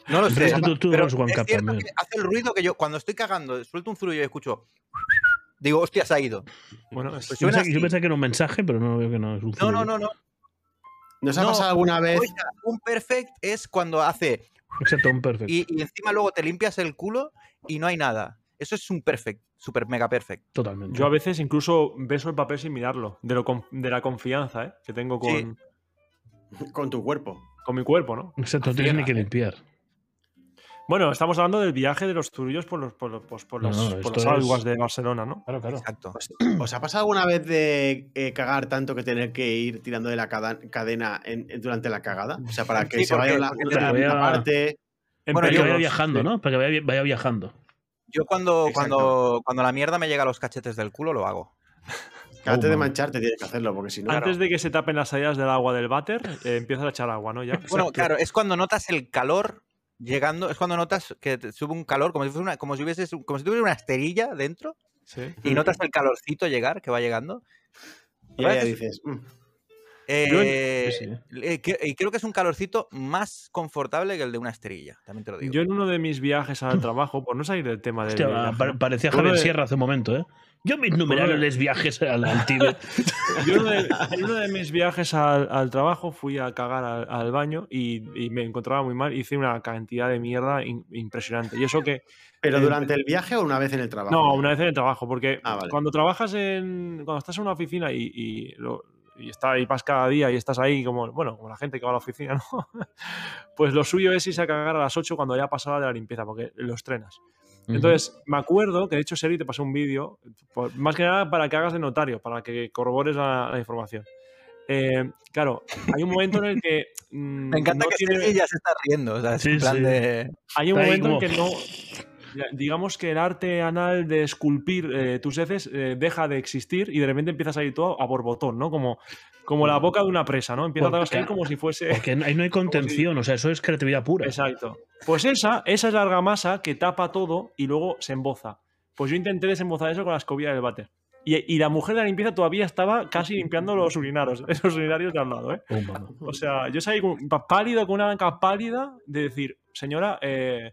Speaker 2: No lo sé.
Speaker 1: Pero tú- tú
Speaker 2: pero
Speaker 1: eres One
Speaker 2: es
Speaker 1: Cup
Speaker 2: cierto
Speaker 1: también.
Speaker 2: que hace el ruido que yo, cuando estoy cagando, suelto un zurullo y escucho. Digo, hostia, se ha ido.
Speaker 3: Bueno, es-
Speaker 2: Pues
Speaker 1: Yo
Speaker 2: suena
Speaker 1: pensaba, que- yo
Speaker 2: así.
Speaker 1: pensaba que era un mensaje, pero no veo que no es un
Speaker 2: No,
Speaker 1: zurullo.
Speaker 2: no, no, no.
Speaker 4: ¿Nos ha
Speaker 2: No,
Speaker 4: pasado alguna vez?
Speaker 2: Oiga, un perfect es cuando hace
Speaker 1: Excepto un perfecto.
Speaker 2: y, y encima luego te limpias el culo y no hay nada. Eso es un perfect, super mega perfect.
Speaker 1: Totalmente.
Speaker 3: yo a veces incluso beso el papel sin mirarlo, de, lo con- de la confianza ¿eh? que tengo con,
Speaker 2: Sí.
Speaker 4: Con tu cuerpo.
Speaker 3: con mi cuerpo, ¿no?
Speaker 1: Excepto, no
Speaker 5: Así
Speaker 1: tienes
Speaker 5: era,
Speaker 1: ni que
Speaker 5: ¿eh?
Speaker 1: limpiar.
Speaker 3: Bueno, estamos hablando del viaje de los turullos por, los, por, los- pues, por
Speaker 1: No,
Speaker 3: las,
Speaker 1: no,
Speaker 3: por
Speaker 1: esto
Speaker 3: las
Speaker 1: es-
Speaker 3: aguas de Barcelona, ¿no?
Speaker 1: Claro, claro.
Speaker 2: Exacto.
Speaker 4: ¿Os ha pasado alguna vez de eh, cagar tanto que tener que ir tirando de la cada- cadena en- en- durante la cagada? O sea, para que
Speaker 2: Sí,
Speaker 4: se vaya
Speaker 2: porque-
Speaker 4: la,
Speaker 2: porque
Speaker 4: una-
Speaker 1: te voy
Speaker 4: una
Speaker 1: a-
Speaker 4: parte.
Speaker 3: En
Speaker 2: Bueno,
Speaker 1: Para que
Speaker 2: yo-
Speaker 1: vaya
Speaker 3: periodos,
Speaker 1: viajando,
Speaker 3: sí.
Speaker 1: ¿no? Para que vaya, vaya viajando.
Speaker 2: Yo cuando,
Speaker 4: Exacto.
Speaker 2: cuando, cuando la mierda me llega a los cachetes del culo, lo hago.
Speaker 4: que antes de
Speaker 1: Oh, man.
Speaker 4: mancharte tienes que hacerlo, porque si no.
Speaker 3: Antes de que se tapen las salidas del agua del váter, eh, empiezas a echar agua, ¿no? Ya.
Speaker 2: Bueno, claro, es cuando notas el calor llegando, es cuando notas que te sube un calor, como si, fuese una, como si, hubieses- como si tuvieras una esterilla dentro
Speaker 3: Sí.
Speaker 2: y notas el calorcito llegar, que va llegando.
Speaker 4: Y ahí ya
Speaker 2: ¿Verdad?
Speaker 4: dices. "Mm".
Speaker 3: Yo en-
Speaker 2: Eh,
Speaker 1: sí, sí.
Speaker 2: eh, que- y creo que es un calorcito más confortable que el de una esterilla, también te lo digo.
Speaker 3: Yo en uno de mis viajes al trabajo, por no salir del tema del
Speaker 1: Hostia,
Speaker 3: viaje,
Speaker 1: pa- parecía
Speaker 3: Uno
Speaker 1: Javier
Speaker 3: de-
Speaker 1: Sierra hace un momento, ¿eh? Yo mis
Speaker 3: eh.
Speaker 1: innumerables viajes al, al Tíbet.
Speaker 3: Yo en uno de- en uno de mis viajes al, al trabajo fui a cagar al, al baño y, y me encontraba muy mal. Hice una cantidad de mierda in- impresionante. Y eso que...
Speaker 4: ¿Pero
Speaker 3: Eh,
Speaker 4: durante el viaje o una vez en el trabajo?
Speaker 3: No, una vez en el trabajo, porque
Speaker 4: Ah, vale.
Speaker 3: cuando trabajas en... Cuando estás en una oficina y, y, lo- y está, y vas cada día y estás ahí como, bueno, como la gente que va a la oficina, ¿no? Pues lo suyo es irse a cagar a las 8 cuando ya pasaba de la limpieza, porque los trenas. Entonces, me acuerdo que de hecho, Seri, te pasé un vídeo, por- más que nada para que hagas de notario, para que corrobores la, la información. Eh, claro, hay un momento en el que. mm,
Speaker 2: Me encanta
Speaker 3: no
Speaker 2: que
Speaker 3: tiene-
Speaker 2: Sergi ya se está riendo. o sea, es
Speaker 1: Sí,
Speaker 2: en plan
Speaker 1: sí.
Speaker 2: de-
Speaker 3: Hay un
Speaker 1: Está ahí
Speaker 3: momento en que no. ya, Digamos que el arte anal de esculpir eh, tus heces eh, deja de existir y de repente empiezas a ir todo a borbotón, ¿no? Como, como la boca de una presa, ¿no? Empieza a
Speaker 1: Porque-
Speaker 3: salir como si fuese.
Speaker 1: Porque ahí no hay contención, o sea, eso es creatividad pura.
Speaker 3: Exacto. Pues esa, esa es la argamasa que tapa todo y luego se emboza. Pues yo intenté desembozar eso con la escobilla del váter. Y, y la mujer de la limpieza todavía estaba casi limpiando los urinarios, los urinarios de al lado, ¿eh?
Speaker 1: Oh, mano.
Speaker 3: O sea, yo salí con- pa- pálido, con una banca pálida, de decir, señora, eh,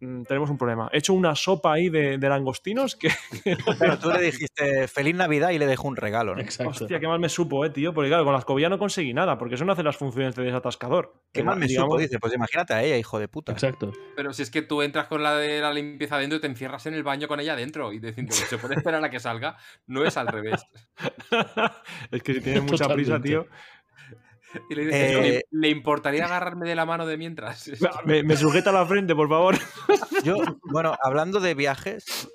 Speaker 3: mm, tenemos un problema. He hecho una sopa ahí de, de langostinos que,
Speaker 2: Claro, tú le dijiste feliz Navidad y le dejó un regalo. ¿no?
Speaker 1: Exacto.
Speaker 3: hostia, qué mal me supo, eh, tío. Porque claro, con la escobilla no conseguí nada, porque eso no hace las funciones de desatascador.
Speaker 2: Qué mal me
Speaker 3: Digamos-
Speaker 2: supo, dice. Pues imagínate a ella, hijo de puta.
Speaker 1: Exacto.
Speaker 5: ¿eh? Pero si es que tú entras con la de la limpieza dentro y te encierras en el baño con ella dentro y diciendo, se puede esperar a que salga, no es al revés.
Speaker 3: es que si tienes mucha prisa,
Speaker 1: Totalmente.
Speaker 3: tío.
Speaker 5: Y le dices,
Speaker 2: Eh,
Speaker 5: "¿Le- ¿le importaría agarrarme de la mano de mientras? Es que-
Speaker 3: Me, me sujeta la frente, por favor.
Speaker 2: Yo, bueno, hablando de viajes,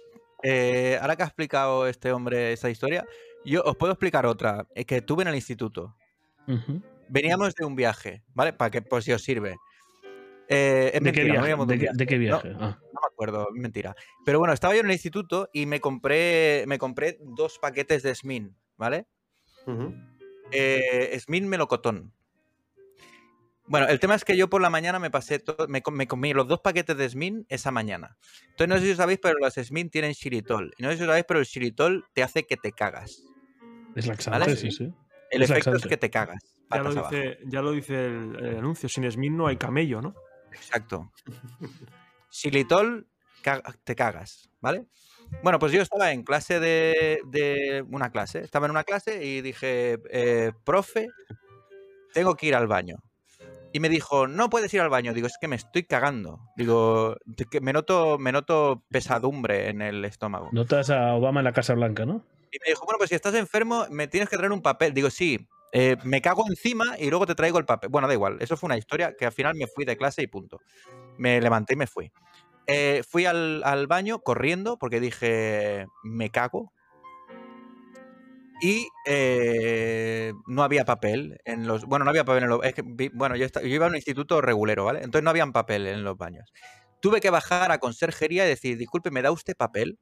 Speaker 2: eh, ahora que ha explicado este hombre esa historia, yo os puedo explicar otra. Es que tuve en el instituto.
Speaker 1: Ujú.
Speaker 2: Veníamos de un viaje, ¿vale? Para que por si os sirve. Eh, es
Speaker 1: ¿De, qué
Speaker 2: mentira, no
Speaker 1: viaje?
Speaker 2: veníamos de
Speaker 1: ¿De,
Speaker 2: un
Speaker 1: qué-
Speaker 2: viaje.
Speaker 1: de qué viaje? Ah,
Speaker 2: no me acuerdo, es mentira. Pero bueno, estaba yo en el instituto y me compré, me compré dos paquetes de Smin, ¿vale?
Speaker 4: Ujú.
Speaker 2: Eh, Smin melocotón. Bueno, el tema es que yo por la mañana me pasé, to- me, com- me comí los dos paquetes de Smin esa mañana. Entonces no sé si os sabéis, pero las Smin tienen xilitol. Y no sé si os sabéis, pero el xilitol te hace que te cagas.
Speaker 1: es laxante,
Speaker 2: ¿Vale?
Speaker 1: sí, sí.
Speaker 2: El
Speaker 1: Es
Speaker 2: efecto es
Speaker 1: laxante.
Speaker 2: que te cagas.
Speaker 3: Ya lo
Speaker 2: patas abajo.
Speaker 3: dice, ya lo dice el, el anuncio. Sin Smith no hay camello, ¿no?
Speaker 2: Exacto. Xilitol, ca- te cagas, ¿vale? Bueno, pues yo estaba en clase de, de una clase, estaba en una clase y dije, eh, profe, tengo que ir al baño. Y me dijo, no puedes ir al baño. Digo, es que me estoy cagando. Digo, "Te- que me noto, me noto pesadumbre en el estómago.
Speaker 1: Notas a Obama en la Casa Blanca, ¿no?
Speaker 2: Y me dijo, bueno, pues si estás enfermo, me tienes que traer un papel. Digo, sí, eh, me cago encima y luego te traigo el papel. Bueno, da igual. Eso fue una historia que al final me fui de clase y punto. Me levanté y me fui. Eh, fui al, al baño corriendo porque dije, me cago. y eh, no había papel en los bueno no había papel en los es que vi- bueno yo, esta- yo iba a un instituto regulero vale entonces no habían papel en los baños tuve que bajar a conserjería y decir disculpe me da usted papel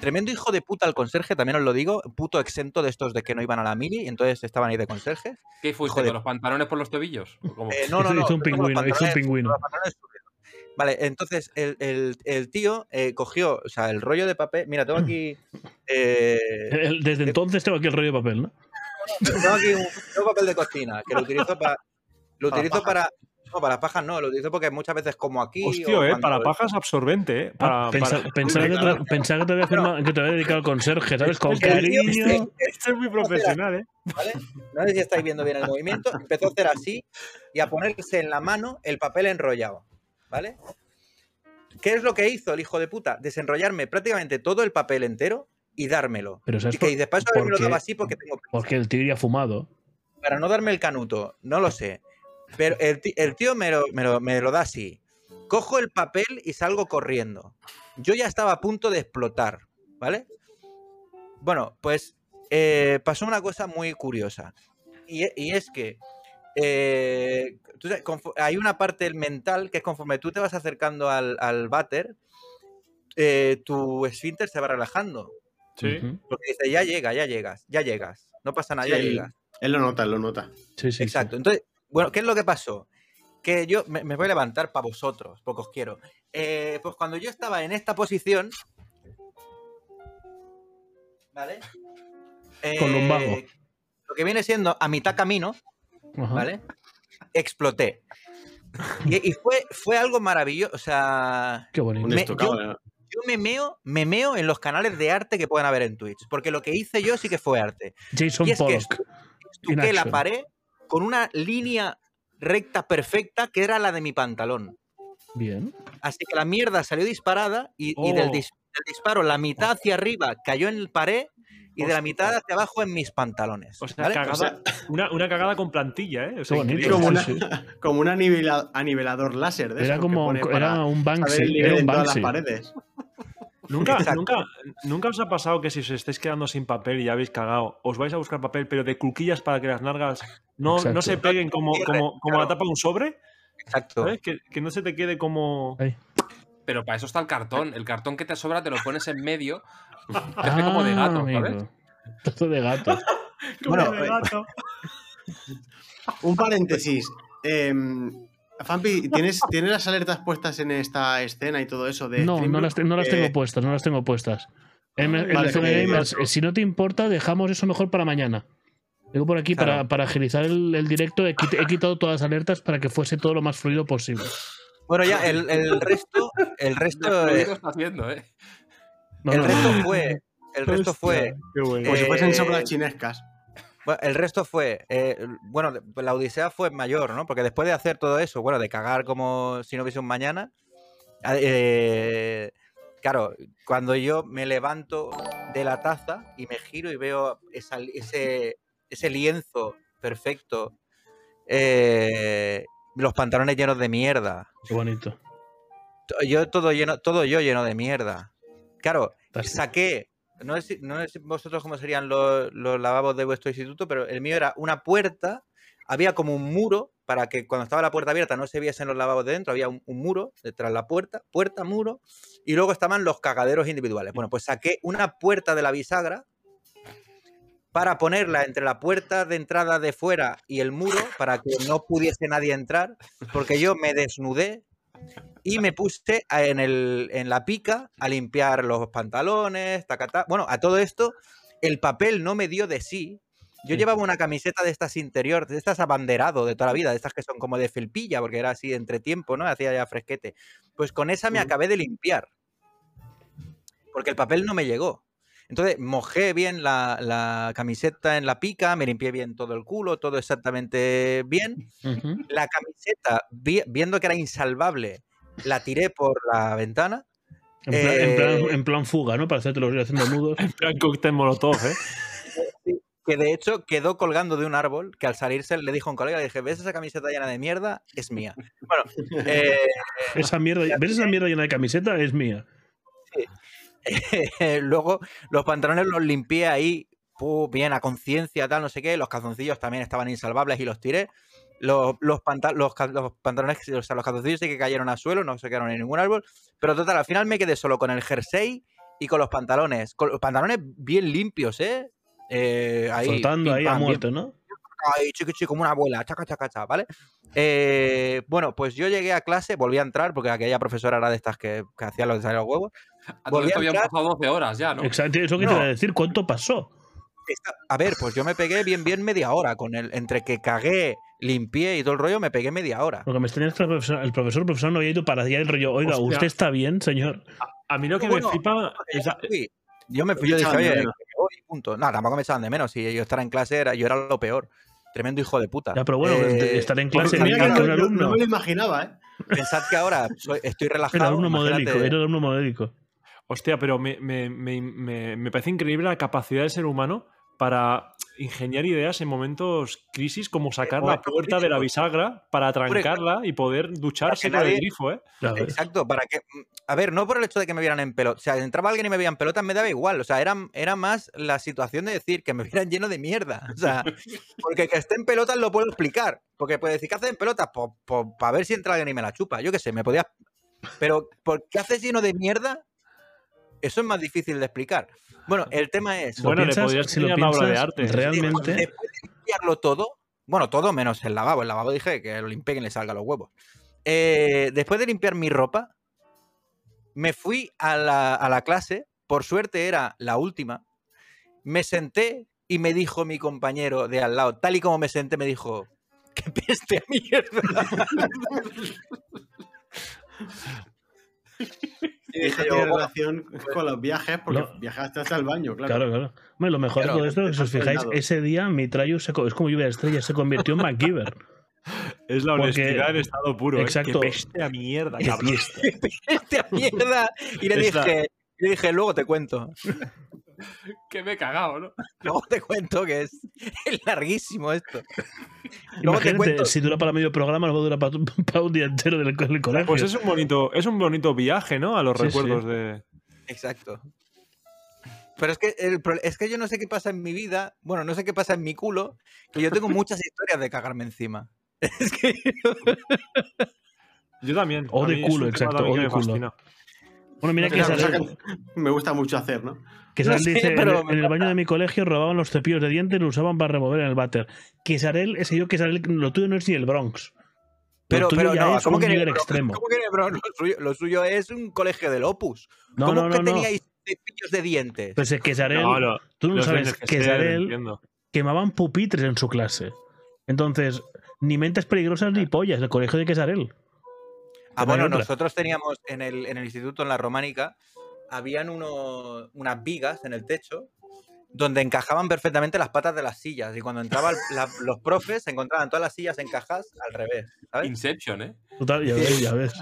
Speaker 2: tremendo hijo de puta el conserje también os lo digo puto exento de estos de que no iban a la mili y entonces estaban ahí de conserjes
Speaker 5: ¿Qué fuiste?
Speaker 2: Joder.
Speaker 5: ¿Con los pantalones por los tobillos? ¿O cómo?
Speaker 2: Eh, no no
Speaker 1: Hizo-
Speaker 2: no
Speaker 1: hizo un
Speaker 2: fue con
Speaker 1: pingüino,
Speaker 2: los
Speaker 1: hizo un
Speaker 2: pantalones-
Speaker 1: pingüino.
Speaker 2: los pantalones subidos. Vale, entonces el, el- el tío eh, cogió, o sea, el rollo de papel. Mira, tengo aquí. eh,
Speaker 1: El- Desde entonces tengo aquí el rollo de papel, ¿no?
Speaker 2: tengo aquí un, tengo papel de cocina que lo utilizo para.
Speaker 1: Ah,
Speaker 2: Lo
Speaker 3: Para
Speaker 2: utilizo para. No, para pajas no, lo utilizo porque muchas veces como aquí. o
Speaker 3: Hostia, eh,
Speaker 2: cuando-
Speaker 3: para pajas absorbente, eh. Para,
Speaker 1: Ah, pensaba
Speaker 3: para-
Speaker 1: pensaba que, te- pensaba que te había firmado- que te había dedicado al conserje, ¿sabes? Con
Speaker 2: El tío este-
Speaker 1: cariño.
Speaker 3: Este es muy profesional, eh.
Speaker 2: ¿vale? No sé si estáis viendo bien el movimiento. Empezó a hacer así y a ponerse en la mano el papel enrollado, ¿vale? ¿Qué es lo que hizo el hijo de puta? Desenrollarme prácticamente todo el papel entero y dármelo.
Speaker 1: Pero
Speaker 2: Y
Speaker 1: ¿sabes
Speaker 2: que
Speaker 1: Pues por,
Speaker 2: y después
Speaker 1: por
Speaker 2: me lo
Speaker 1: qué?
Speaker 2: daba así porque tengo prisa.
Speaker 1: Porque el tío iría fumado.
Speaker 2: para no darme el canuto, no lo sé. Pero el ti- el tío, me, lo, me lo- me lo da así. Cojo el papel y salgo corriendo. Yo ya estaba a punto de explotar, ¿vale? Bueno, pues eh, pasó una cosa muy curiosa. Y, e- y es que eh, tú sabes, confo- hay una parte mental que es conforme tú te vas acercando al, al váter, eh, tu esfínter se va relajando.
Speaker 1: Ujú.
Speaker 2: Porque dice, ya llega, ya llegas, ya llegas. No pasa nada,
Speaker 4: Sí,
Speaker 2: ya
Speaker 4: el-
Speaker 2: llegas.
Speaker 4: Él lo nota, él lo nota.
Speaker 1: Sí, sí, sí.
Speaker 2: Exacto. Entonces, bueno, ¿qué es lo que pasó? Que yo me, me voy a levantar para vosotros, porque os quiero. Eh, pues cuando yo estaba en esta posición. ¿Vale?
Speaker 1: Con
Speaker 2: Eh,
Speaker 1: lumbago.
Speaker 2: Lo que viene siendo a mitad camino,
Speaker 1: Ajá.
Speaker 2: ¿vale? Exploté. Y, y fue, fue algo maravilloso. O sea,
Speaker 1: Qué
Speaker 4: Un
Speaker 1: bonito.
Speaker 2: Me-
Speaker 4: estocado.
Speaker 2: yo me meo, me meo en los canales de arte que pueden haber en Twitch. Porque lo que hice yo sí que fue arte.
Speaker 1: Jason
Speaker 2: y es que
Speaker 1: Pollock. In
Speaker 2: estuqué Pues, la
Speaker 1: action.
Speaker 2: pared con una línea recta perfecta que era la de mi pantalón.
Speaker 1: Bien.
Speaker 2: Así que la mierda salió disparada y, y del,
Speaker 3: Oh.
Speaker 2: dis- del disparo la mitad hacia arriba cayó en el pared y de la mitad hacia abajo en mis pantalones.
Speaker 3: O sea,
Speaker 2: ¿vale?
Speaker 3: cagada,
Speaker 4: O sea-
Speaker 3: una, una cagada con plantilla, eh. O sea,
Speaker 1: Qué bonito.
Speaker 3: increíble.
Speaker 4: Como, una-
Speaker 1: Sí, sí.
Speaker 4: como un anivela- anivelador láser. De
Speaker 1: Era
Speaker 4: esos que
Speaker 1: como
Speaker 4: pone para
Speaker 1: era un
Speaker 4: saber el
Speaker 1: Banksy.
Speaker 4: nivel
Speaker 1: Era un
Speaker 4: en todas las
Speaker 1: Banksy.
Speaker 4: paredes.
Speaker 3: ¿Nunca,
Speaker 2: Exacto.
Speaker 3: nunca, nunca os ha pasado que si os estáis quedando sin papel y ya habéis cagado, os vais a buscar papel, pero de cuquillas para que las nargas no, no
Speaker 1: Exacto.
Speaker 3: se peguen como, como, como la
Speaker 2: Claro.
Speaker 3: tapa de un sobre?
Speaker 2: Exacto.
Speaker 3: ¿Sabes? Que, que no se te quede como.
Speaker 5: Pero para eso está el cartón. El cartón que te sobra te lo pones en medio. Te hace como de gato,
Speaker 1: Ah,
Speaker 5: ¿sabes?
Speaker 1: amigo. Todo de gato.
Speaker 3: como
Speaker 4: Bueno,
Speaker 3: de
Speaker 4: eh,
Speaker 3: gato.
Speaker 4: Un paréntesis. Eh, Fampi, ¿tienes, ¿tienes las alertas puestas en esta escena y todo eso? De
Speaker 1: No, no
Speaker 4: Streamlabs?
Speaker 1: las, te- no las tengo
Speaker 4: Eh,
Speaker 1: puestas, no las tengo puestas. En, en
Speaker 4: Vale,
Speaker 1: la zona
Speaker 4: eh,
Speaker 1: gamers, eh, si no te importa, dejamos eso mejor para mañana. Tengo por aquí, para,
Speaker 2: Claro.
Speaker 1: para agilizar el, el directo, he, quit- he quitado todas las alertas para que fuese todo lo más fluido posible.
Speaker 2: Bueno, ya el, el resto, el resto,
Speaker 5: Desfluido está haciendo, ¿eh?
Speaker 1: No,
Speaker 2: el
Speaker 1: no,
Speaker 2: resto
Speaker 1: no.
Speaker 2: fue, el resto fue
Speaker 3: Qué bueno. Pues
Speaker 4: Como si fuesen
Speaker 2: eh,
Speaker 4: sobras chinescas.
Speaker 2: Bueno, el resto fue. eh, bueno, de- la Odisea fue mayor, ¿no? Porque después de hacer todo eso, bueno, de cagar como si no hubiese un mañana. a- eh, claro, cuando yo me levanto de la taza y me giro y veo esa li- ese, ese lienzo perfecto, eh, los pantalones llenos de mierda.
Speaker 1: Qué bonito.
Speaker 2: to- Yo todo lleno, todo yo lleno de mierda. Claro,
Speaker 1: Estás-
Speaker 2: saqué, no sé, si- no sé si vosotros cómo serían los, los lavabos de vuestro instituto, pero el mío era una puerta, había como un muro para que cuando estaba la puerta abierta no se viesen los lavabos de dentro, había un, un muro detrás de la puerta, puerta, muro, y luego estaban los cagaderos individuales. Bueno, pues saqué una puerta de la bisagra para ponerla entre la puerta de entrada de fuera y el muro para que no pudiese nadie entrar, porque yo me desnudé y me puse a- en, el, en la pica a limpiar los pantalones, tacatá. Bueno, a todo esto, el papel no me dio de sí. Yo
Speaker 1: Sí.
Speaker 2: llevaba una camiseta de estas interior, de estas abanderado de toda la vida, de estas que son como de felpilla, porque era así entre tiempo, ¿no? Hacía ya fresquete. Pues con esa me acabé de limpiar. Porque el papel no me llegó. Entonces mojé bien la, la camiseta en la pica, me limpié bien todo el culo, todo exactamente bien
Speaker 1: Ujú.
Speaker 2: la camiseta, vi- viendo que era insalvable, la tiré por la ventana.
Speaker 1: en, plan, en plan-
Speaker 2: eh,
Speaker 1: en plan fuga, ¿no? Para hacerte los ir haciendo nudos.
Speaker 3: Gran cóctel molotov, ¿eh?
Speaker 2: Que de hecho quedó colgando de un árbol que al salirse le dijo a un colega, le dije, ¿ves esa camiseta llena de mierda? Es mía. Bueno, eh,
Speaker 1: Esa mierda, ¿Ves esa mierda llena de camiseta? Es mía.
Speaker 2: luego los pantalones los limpié ahí pu, bien, a conciencia, tal, no sé qué. Los calzoncillos también estaban insalvables y los tiré. Los, los, panta- los ca- los pantalones, o sea, los calzoncillos sí que cayeron al suelo, no se quedaron en ningún árbol. Pero total, al final me quedé solo con el jersey y con los pantalones. Con los pantalones bien limpios, ¿eh? Eh, ahí,
Speaker 1: Flotando
Speaker 2: pim,
Speaker 1: ahí
Speaker 2: pam,
Speaker 1: a
Speaker 2: bien
Speaker 1: muerto, ¿no?
Speaker 2: ahí, chiqui, chiqui, como una abuela, chaca, chaca, chaca, ¿vale? Eh, bueno, pues yo llegué a clase, volví a entrar, porque aquella profesora era de estas que, que hacía los de salir los huevos.
Speaker 5: A todo
Speaker 2: Volví
Speaker 5: esto
Speaker 2: a
Speaker 5: habían
Speaker 2: entrar.
Speaker 5: pasado 12 horas ya, ¿no?
Speaker 1: Exacto, eso que
Speaker 2: No.
Speaker 1: te iba a decir, ¿cuánto pasó?
Speaker 2: Esta- a ver, pues yo me pegué bien, bien media hora con el, entre que cagué, limpié y todo el rollo, me pegué media hora.
Speaker 1: Porque me extraña es que el profesor, el profesor, el profesor no había ido para allá el rollo. Oiga,
Speaker 3: Hostia.
Speaker 1: ¿usted está bien, señor?
Speaker 3: A mí lo que
Speaker 2: Bueno,
Speaker 3: me flipa es la-
Speaker 2: Uy, yo me fui, yo dije,
Speaker 4: echaban
Speaker 2: oye,
Speaker 4: de
Speaker 2: que
Speaker 4: menos".
Speaker 2: me voy, punto. No, tampoco me echaban de menos. Si yo estaba en clase, era, yo era lo peor. Tremendo hijo de puta.
Speaker 1: Ya, pero bueno,
Speaker 2: Eh,
Speaker 1: estar en
Speaker 4: Pues
Speaker 1: clase
Speaker 4: mira que
Speaker 1: mientras que un
Speaker 4: no, no-
Speaker 1: alumno.
Speaker 4: no me lo imaginaba, ¿eh?
Speaker 2: Pensad que ahora soy- estoy relajado.
Speaker 1: Era alumno
Speaker 2: imagínate.
Speaker 1: modélico, era alumno modélico.
Speaker 3: Hostia, pero me, me- me- me- me parece increíble la capacidad del ser humano para ingeniar ideas en momentos crisis, como sacar la
Speaker 2: momentos pues,
Speaker 3: puerta de la bisagra para
Speaker 2: Hombre, pues,
Speaker 3: trancarla y poder ducharse con el
Speaker 2: nadie-
Speaker 3: grifo, ¿eh?
Speaker 1: Claro,
Speaker 2: Exacto, para que. mm, A ver, no por el hecho de que me vieran en pelota. O sea, entraba alguien y me veían pelotas, me daba igual. O sea, era, era más la situación de decir que me vieran lleno de mierda. O sea, porque que esté en pelotas lo puedo explicar. Porque puede decir, ¿qué haces en pelotas? Pues para ver si entra alguien y me la chupa. Yo qué sé, me podía. Pero, ¿por qué haces lleno de mierda? Eso es más difícil de explicar. Bueno, el tema es.
Speaker 1: Si lo
Speaker 3: Bueno, le
Speaker 1: piensas-
Speaker 3: podrías
Speaker 1: si lo
Speaker 3: enseñar una obra de
Speaker 1: piensas,
Speaker 3: arte.
Speaker 1: Realmente,
Speaker 2: Después de limpiarlo todo, bueno, todo menos el lavabo. El lavabo dije que lo limpié y le salga los huevos. Eh, después de limpiar mi ropa, me fui a la, a la clase. Por suerte era la última. Me senté y me dijo mi compañero de al lado, tal y como me senté, me dijo: ¡Qué peste a mierda! y
Speaker 4: Eso
Speaker 2: dije yo,
Speaker 4: tiene
Speaker 2: "Bueno,
Speaker 4: relación con los viajes, porque
Speaker 1: No.
Speaker 4: viajaste hasta el baño, claro.
Speaker 1: claro, claro. Hombre, lo mejor de
Speaker 2: Claro,
Speaker 1: todo esto es que, si os
Speaker 4: estás
Speaker 1: fijáis,
Speaker 4: soldado.
Speaker 1: ese día Mitrayu se co- es como lluvia de estrellas, se convirtió en MacGyver.
Speaker 3: Es la
Speaker 1: Porque-
Speaker 3: honestidad en estado puro. ¿eh?
Speaker 1: Exacto.
Speaker 3: Qué peste a mierda,
Speaker 1: Y-
Speaker 3: cabrón.
Speaker 1: y este-
Speaker 2: peste a mierda! Y le
Speaker 3: Es la-
Speaker 2: dije, le dije: Luego te cuento.
Speaker 5: Que me he cagado, ¿no?
Speaker 2: Luego te cuento que es, es larguísimo esto. Luego te
Speaker 1: Imagínate,
Speaker 2: cuento.
Speaker 1: si dura para medio programa, lo va a durar para, un día entero del, co- del colegio.
Speaker 3: Pues es un bonito, es un bonito viaje, ¿no? A los
Speaker 1: Sí,
Speaker 3: recuerdos
Speaker 1: sí.
Speaker 3: de.
Speaker 2: Exacto. Pero es que, el pro- es que yo no sé qué pasa en mi vida, bueno, no sé qué pasa en mi culo, que yo tengo muchas historias de cagarme encima. Es que
Speaker 3: Yo también.
Speaker 1: O
Speaker 3: A
Speaker 1: de
Speaker 3: mí es un
Speaker 1: culo,
Speaker 3: tema
Speaker 1: exacto,
Speaker 3: también
Speaker 1: o
Speaker 3: que
Speaker 1: de
Speaker 3: me
Speaker 1: culo.
Speaker 3: fascina.
Speaker 1: Bueno, mira
Speaker 3: no
Speaker 1: que
Speaker 4: Es
Speaker 3: tenía
Speaker 4: una
Speaker 1: Sal,
Speaker 3: pensado.
Speaker 4: cosa que me gusta mucho hacer, ¿no?
Speaker 1: que
Speaker 2: No
Speaker 1: Sal
Speaker 2: sé,
Speaker 1: dice, en el-
Speaker 2: pero
Speaker 1: en,
Speaker 2: me
Speaker 1: el baño de mi colegio robaban los cepillos de dientes y los usaban para remover en el váter. Que Sarel, ese yo que Sarel, lo tuyo no es ni el Bronx.
Speaker 2: Pero,
Speaker 1: lo tuyo
Speaker 2: pero
Speaker 1: ya
Speaker 2: no,
Speaker 1: es
Speaker 2: ¿cómo
Speaker 1: un
Speaker 2: que
Speaker 1: nivel
Speaker 2: no?
Speaker 1: extremo.
Speaker 2: ¿Cómo que no, bro? Lo suyo, lo suyo es un colegio del Opus.
Speaker 1: No,
Speaker 2: ¿Cómo
Speaker 1: no,
Speaker 2: que
Speaker 1: no, no.
Speaker 2: teníais cepillos de dientes?
Speaker 1: Pues es que Sarel,
Speaker 3: No, lo-
Speaker 1: tú no
Speaker 3: los
Speaker 1: sabes
Speaker 3: beneficios,
Speaker 1: que Sarel
Speaker 3: entiendo.
Speaker 1: quemaban pupitres en su clase. Entonces, ni mentes peligrosas ni pollas, el colegio de Quesarel.
Speaker 2: Ah,
Speaker 1: no hay
Speaker 2: bueno,
Speaker 1: otra.
Speaker 2: nosotros teníamos en el, en el instituto, en la románica, habían unos- unas vigas en el techo donde encajaban perfectamente las patas de las sillas. Y cuando entraban los profes, se encontraban todas las sillas encajadas al revés. ¿sabes?
Speaker 5: Inception, ¿eh?
Speaker 1: Total, ya ves, ya ves.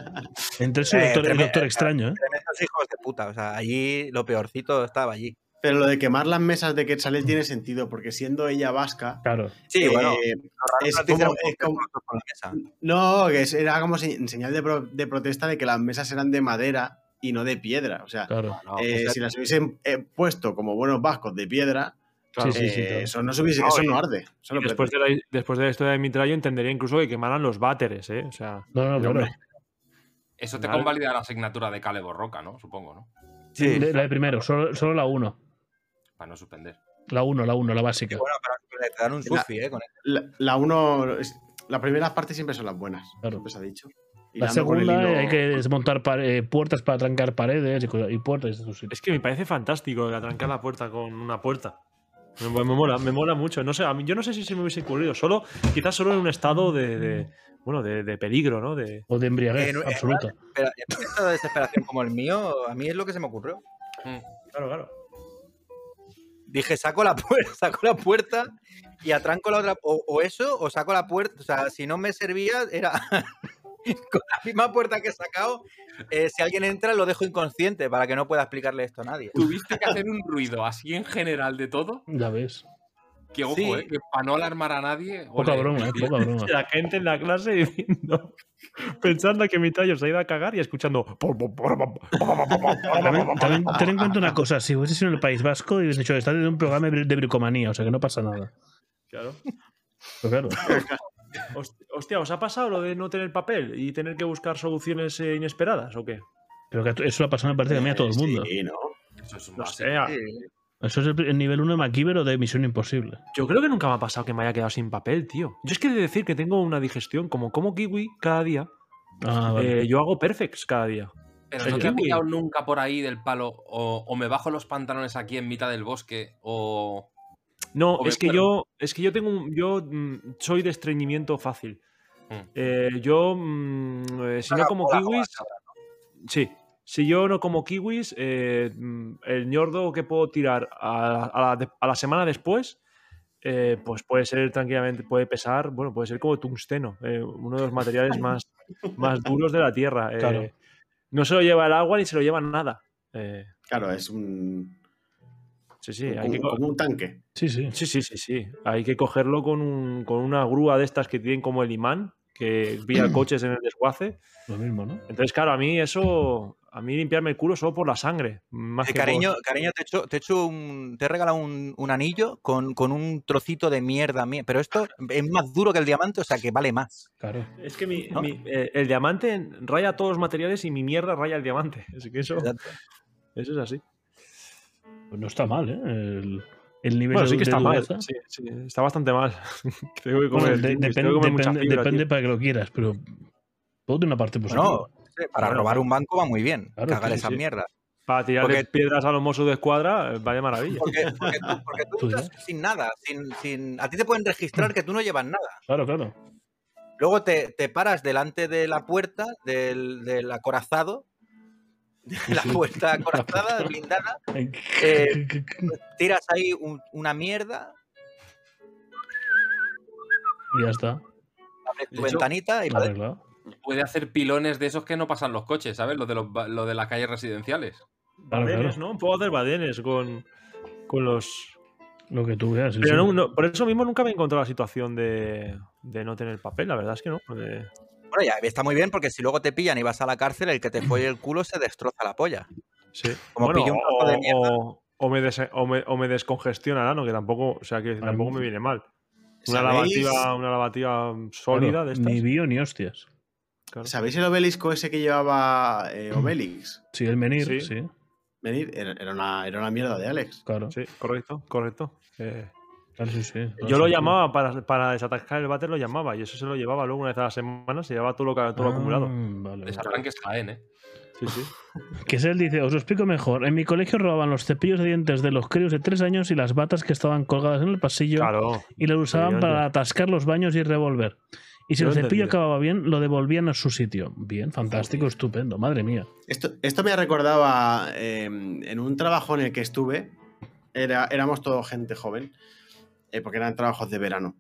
Speaker 1: Entre eso y
Speaker 2: Eh,
Speaker 1: doctor, el
Speaker 2: tremendo,
Speaker 1: doctor extraño, ¿eh?
Speaker 2: Tremendos hijos de puta. O sea, allí lo peorcito estaba allí.
Speaker 4: Pero lo de quemar las mesas de Quetzalel tiene sentido, porque siendo ella vasca.
Speaker 1: Claro.
Speaker 2: Sí,
Speaker 4: eh,
Speaker 2: bueno,
Speaker 4: es
Speaker 2: no te hicieron
Speaker 4: como- es como-
Speaker 2: puntos por la mesa.
Speaker 4: no, que es- era como se- en señal de, pro- de protesta de que las mesas eran de madera y no de piedra. O sea,
Speaker 1: Claro.
Speaker 2: No,
Speaker 4: eh,
Speaker 2: o sea,
Speaker 4: si las hubiesen eh, puesto como buenos vascos de piedra,
Speaker 3: Claro.
Speaker 1: Sí, sí, sí, Ah,
Speaker 4: eh,
Speaker 1: claro.
Speaker 4: eso no se hubiese-
Speaker 3: No,
Speaker 4: eso
Speaker 3: y-
Speaker 4: no arde. Eso no
Speaker 3: Y Después de, la, después de la historia de Mitrayo entendería incluso que quemaran los váteres, ¿eh? O sea,
Speaker 1: No, no, claro.
Speaker 3: hombre.
Speaker 5: Eso te
Speaker 3: Vale.
Speaker 5: convalida la asignatura de Cale Borroca, ¿no? Supongo, ¿no?
Speaker 2: sí.
Speaker 1: De- La de primero, solo, solo la 1.
Speaker 5: Para no suspender.
Speaker 1: La 1, la 1, la básica.
Speaker 2: bueno, pero te dan un
Speaker 4: La-
Speaker 2: sufi, ¿eh? Con esto.
Speaker 4: La, la uno. es- Las primeras partes siempre son las buenas.
Speaker 1: Claro.
Speaker 4: Siempre se ha dicho.
Speaker 1: La
Speaker 4: Hilando con el
Speaker 1: segunda eh,
Speaker 4: hilo-
Speaker 1: hay que desmontar pa- eh, puertas para trancar paredes y, co- y puertas. de sus sitios.
Speaker 3: es que me parece fantástico atrancar la puerta con una puerta. Me, me mola, me mola mucho. No sé, a mí, yo no sé si se me hubiese ocurrido. Solo, quizás solo en un estado de, de- bueno, de, de peligro, ¿no? De,
Speaker 1: O de embriaguez
Speaker 2: En- en-
Speaker 1: absoluta.
Speaker 2: Pero en un estado de desesperación como el mío, a mí es lo que se me ocurrió.
Speaker 5: Mm.
Speaker 3: claro, claro.
Speaker 2: Dije, saco la puerta, saco la puerta y atranco la otra. O, o eso, o saco la puerta. O sea, si no me servía, era con la misma puerta que he sacado. eh, si alguien entra, lo dejo inconsciente para que no pueda explicarle esto a nadie.
Speaker 5: Tuviste que hacer un ruido así en general de todo
Speaker 1: Ya ves.
Speaker 5: Que ojo,
Speaker 2: Sí.
Speaker 5: eh, que para no alarmar a nadie.
Speaker 1: Poca
Speaker 5: ole.
Speaker 1: broma, eh, poca broma.
Speaker 3: La gente en la clase diciendo, pensando que mi tallo se ha ido a cagar y escuchando. "Por, por, por, por, por, por, por, por".
Speaker 1: También, también ten en cuenta una cosa, si hubiese sido en el País Vasco y hubiese hecho, está en un programa de bri- de bricomanía, o sea que no pasa nada.
Speaker 3: Claro.
Speaker 1: Pues claro.
Speaker 3: Host- Hostia, ¿os ha pasado lo de no tener papel y tener que buscar soluciones eh, inesperadas o qué?
Speaker 1: Pero que eso lo ha pasado, me parece que a mí
Speaker 3: Eh,
Speaker 1: a todo el mundo.
Speaker 4: eh, Sí, ¿no?
Speaker 5: Eso es un
Speaker 3: No
Speaker 5: base.
Speaker 3: sé. a-
Speaker 1: Eso es el, el nivel 1 de MacGyver o de Misión Imposible.
Speaker 3: Yo creo que nunca me ha pasado que me haya quedado sin papel, tío. Yo es que he de decir que tengo una digestión, como como kiwi cada día,
Speaker 1: Ah, vale.
Speaker 3: eh, yo hago perfects cada día.
Speaker 5: Pero
Speaker 1: Sí,
Speaker 5: no te
Speaker 1: sí.
Speaker 5: ha pillado nunca por ahí del palo o, o me bajo los pantalones aquí en mitad del bosque o...
Speaker 3: No,
Speaker 5: Joder,
Speaker 3: es que
Speaker 5: claro.
Speaker 3: yo, es que yo tengo un, yo mm, soy de estreñimiento fácil.
Speaker 5: Mm.
Speaker 3: Eh, yo mm, eh, si no
Speaker 2: Haga
Speaker 3: como
Speaker 2: bola,
Speaker 3: kiwis, sí. Si yo no como kiwis, eh, mm, el ñordo que puedo tirar a, a la, de- a la semana después, eh, pues puede ser tranquilamente, puede pesar, bueno, puede ser como tungsteno, eh, uno de los materiales más, más duros de la Tierra. eh,
Speaker 1: Claro.
Speaker 3: No se lo lleva el agua ni se lo lleva nada. Eh,
Speaker 4: Claro, es un.
Speaker 3: sí, sí, hay
Speaker 4: como,
Speaker 3: que, co-
Speaker 4: como un tanque.
Speaker 1: Sí, sí.
Speaker 3: Sí, sí, sí, sí. Hay que cogerlo con, un- con una grúa de estas que tienen como el imán, que pilla coches en el desguace.
Speaker 1: Lo mismo, ¿no?
Speaker 3: Entonces, claro, a mí eso, a mí limpiarme el culo solo por la sangre. Más
Speaker 2: Eh,
Speaker 3: que
Speaker 2: cariño,
Speaker 3: por-
Speaker 2: cariño, te he hecho, te he hecho un. Te he regalado un, un anillo con, con un trocito de mierda mía. Pero esto es más duro que el diamante, o sea que vale más.
Speaker 1: Claro.
Speaker 3: Es que mi-
Speaker 2: ¿No?
Speaker 3: mi- eh, el diamante raya todos los materiales y mi mierda raya el diamante. Así que eso,
Speaker 2: Exacto.
Speaker 3: eso es así.
Speaker 1: Pues no está mal, ¿eh? El, el nivel
Speaker 3: Bueno,
Speaker 1: de,
Speaker 3: sí que
Speaker 1: de
Speaker 3: está mal.
Speaker 1: dureza.
Speaker 3: sí, sí, está bastante mal. Tengo que
Speaker 1: Bueno,
Speaker 3: comer,
Speaker 1: de-
Speaker 3: kiwis,
Speaker 1: depen-
Speaker 3: tengo que comer mucha
Speaker 1: depende,
Speaker 3: fibra, tío.
Speaker 1: depende para que lo quieras, pero todo tiene una parte positiva.
Speaker 2: Bueno, sí, para
Speaker 3: Claro.
Speaker 2: robar un banco va muy bien.
Speaker 1: Claro,
Speaker 2: cagar
Speaker 1: sí,
Speaker 2: esas
Speaker 1: sí.
Speaker 2: mierdas.
Speaker 3: Para tirarle
Speaker 2: porque-
Speaker 3: piedras a los mozos de escuadra, eh, vaya maravilla.
Speaker 2: Porque, porque tú, porque tú
Speaker 1: Tú
Speaker 2: entras sin nada. Sin, sin, a ti te pueden registrar que tú no llevas nada.
Speaker 1: Claro, claro.
Speaker 2: Luego te, te paras delante de la puerta del, del acorazado, de la
Speaker 1: sí.
Speaker 2: puerta acorazada, blindada, Eh, tiras ahí un- una mierda,
Speaker 1: y ya está.
Speaker 2: abres tu
Speaker 5: De hecho,
Speaker 2: ventanita y vale.
Speaker 1: Arreglado.
Speaker 5: Puede hacer pilones de esos que no pasan los coches, ¿sabes? Lo de, los, ba- lo de las calles residenciales.
Speaker 1: Claro,
Speaker 3: Badenes,
Speaker 1: claro.
Speaker 3: ¿no? Puedo hacer badenes con, con los,
Speaker 1: Lo que tú veas. sí,
Speaker 3: Pero
Speaker 1: sí.
Speaker 3: no, no- por eso mismo nunca me he encontrado la situación de, de no tener papel, la verdad es que no. de-
Speaker 2: Bueno, ya está muy bien porque si luego te pillan y vas a la cárcel, el que te folle el culo se destroza la polla.
Speaker 3: sí.
Speaker 2: Como
Speaker 3: Bueno,
Speaker 2: pillo un trozo
Speaker 3: o,
Speaker 2: de mierda.
Speaker 3: o- o me des- o me- o me descongestiona el ano, que tampoco, o sea, que tampoco me viene mal. Una
Speaker 4: ¿Sabéis?
Speaker 3: lavativa, una lavativa sólida
Speaker 1: Claro,
Speaker 3: de estas.
Speaker 1: Ni bio ni hostias.
Speaker 3: claro.
Speaker 4: ¿Sabéis el obelisco ese que llevaba eh, Obelix?
Speaker 1: Sí, el menir,
Speaker 3: Sí.
Speaker 1: sí.
Speaker 4: Venir, era, era una, era una mierda de Alex.
Speaker 1: claro.
Speaker 3: Sí, correcto, correcto. Eh,
Speaker 1: Claro, sí, sí.
Speaker 3: yo lo
Speaker 1: Sí.
Speaker 3: llamaba para, para desatascar el váter, lo llamaba y eso se lo llevaba luego una vez a la semana, se llevaba todo lo, ca- todo lo
Speaker 1: Ah,
Speaker 3: acumulado.
Speaker 1: Vale. vale.
Speaker 5: Desarranques Jaén, ¿eh?
Speaker 3: Sí, sí.
Speaker 1: Que es él dice, os lo explico mejor. En mi colegio robaban los cepillos de dientes de los críos de tres años y las batas que estaban colgadas en el pasillo
Speaker 3: Claro.
Speaker 1: y las usaban
Speaker 3: yo-
Speaker 1: para atascar los baños y revolver. Y si
Speaker 3: Yo
Speaker 1: el
Speaker 3: lo he
Speaker 1: cepillo
Speaker 3: entendido.
Speaker 1: acababa bien, lo devolvían a su sitio. Bien, fantástico, estupendo. Madre mía.
Speaker 4: Esto, esto me recordaba eh, en un trabajo en el que estuve. Era, éramos todos gente joven, eh, porque eran trabajos de verano.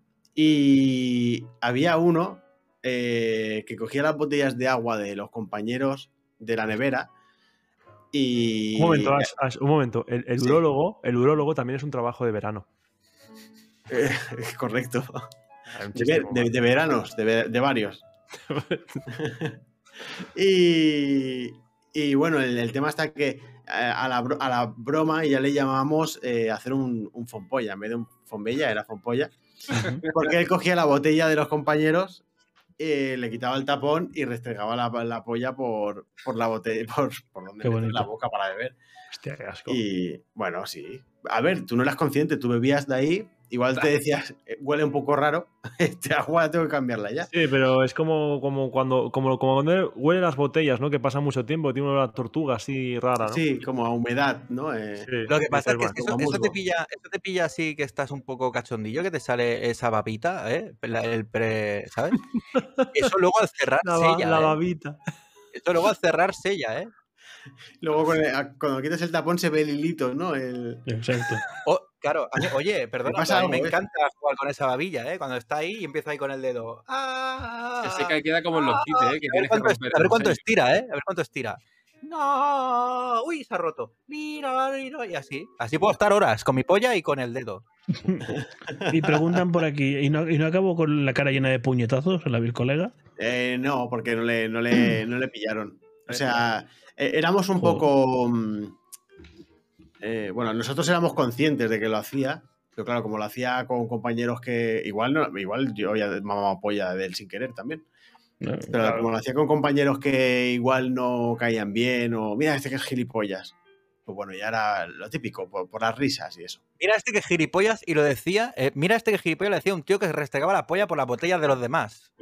Speaker 4: Y había uno eh, que cogía las botellas de agua de los compañeros de la nevera y...
Speaker 3: Un momento, Ash, Ash, un momento. El, el
Speaker 4: Sí.
Speaker 3: urólogo, el urólogo también es un trabajo de verano.
Speaker 4: Eh, correcto.
Speaker 3: Un
Speaker 4: De,
Speaker 3: chiste
Speaker 4: ver-
Speaker 3: muy
Speaker 4: de-
Speaker 3: malo.
Speaker 4: de veranos, de, ve- de varios. y, y bueno, el, el tema está que eh, a la, bro- a la broma ya le llamamos eh, hacer un, un fompolla. En vez de un fombella, era fompolla. Porque él cogía la botella de los compañeros, eh, le quitaba el tapón y restregaba la, la polla por, por la botella, por, por donde
Speaker 1: Qué
Speaker 4: meter
Speaker 1: bonito.
Speaker 4: la boca para beber.
Speaker 3: Hostia, qué asco.
Speaker 4: Y bueno, sí. A ver, tú no eras consciente, tú bebías de ahí, igual te decías, "Eh, huele un poco raro, este agua tengo que cambiarla ya.
Speaker 3: Sí, pero es como, como cuando como, como cuando huele las botellas, ¿no? Que pasa mucho tiempo, tiene una tortuga así rara, ¿no?
Speaker 4: Sí, como a humedad, ¿no? Eh,
Speaker 2: Lo que pasa es que
Speaker 3: dices,
Speaker 2: eso,
Speaker 4: como
Speaker 2: eso te
Speaker 4: musgo.
Speaker 2: pilla, eso te pilla así que estás un poco cachondillo, que te sale esa babita, ¿eh? La- el pre, ¿sabes? Eso luego al cerrar
Speaker 3: "Bueno, la, ba-
Speaker 2: sella,
Speaker 3: la
Speaker 2: ¿eh?
Speaker 3: babita.
Speaker 2: Eso luego al cerrar sella, ¿eh?
Speaker 4: Luego con el- a- cuando quitas el tapón se ve el hilito, ¿no? El-
Speaker 1: Exacto.
Speaker 2: O- claro, a mí- oye, perdona,
Speaker 4: pasa
Speaker 2: pero a mí
Speaker 4: algo,
Speaker 2: me
Speaker 4: ¿eh?
Speaker 2: encanta jugar con esa babilla, ¿eh? Cuando está ahí y empieza ahí con el dedo. ¡Ah!
Speaker 5: Que seca y queda como en los kits, ¿eh? Que
Speaker 2: a ver
Speaker 5: tienes que
Speaker 2: cuánto,
Speaker 5: romper.
Speaker 2: a ver cuánto
Speaker 5: en serio.
Speaker 2: estira, ¿eh? A ver cuánto estira. No, uy, se ha roto. Mira, mira, y así. Así puedo estar horas con mi polla y con el dedo.
Speaker 1: Y preguntan por aquí, ¿y no, y no acabó con la cara llena de puñetazos la vil colega?
Speaker 4: Eh, no, porque no le, no, le, no le pillaron. O sea, eh, éramos un poco. mm, eh, bueno, nosotros éramos conscientes de que lo hacía, pero claro, como lo hacía con compañeros que. Igual, no, igual yo ya mamaba polla de él sin querer también.
Speaker 1: No,
Speaker 4: Pero como lo hacía con compañeros que igual no caían bien, o mira, este que es gilipollas. Pues bueno, ya era lo típico, por, por las risas y eso.
Speaker 2: Mira este que es gilipollas y lo decía. eh, mira este que es gilipollas lo decía un tío que restregaba la polla por las botellas de los demás.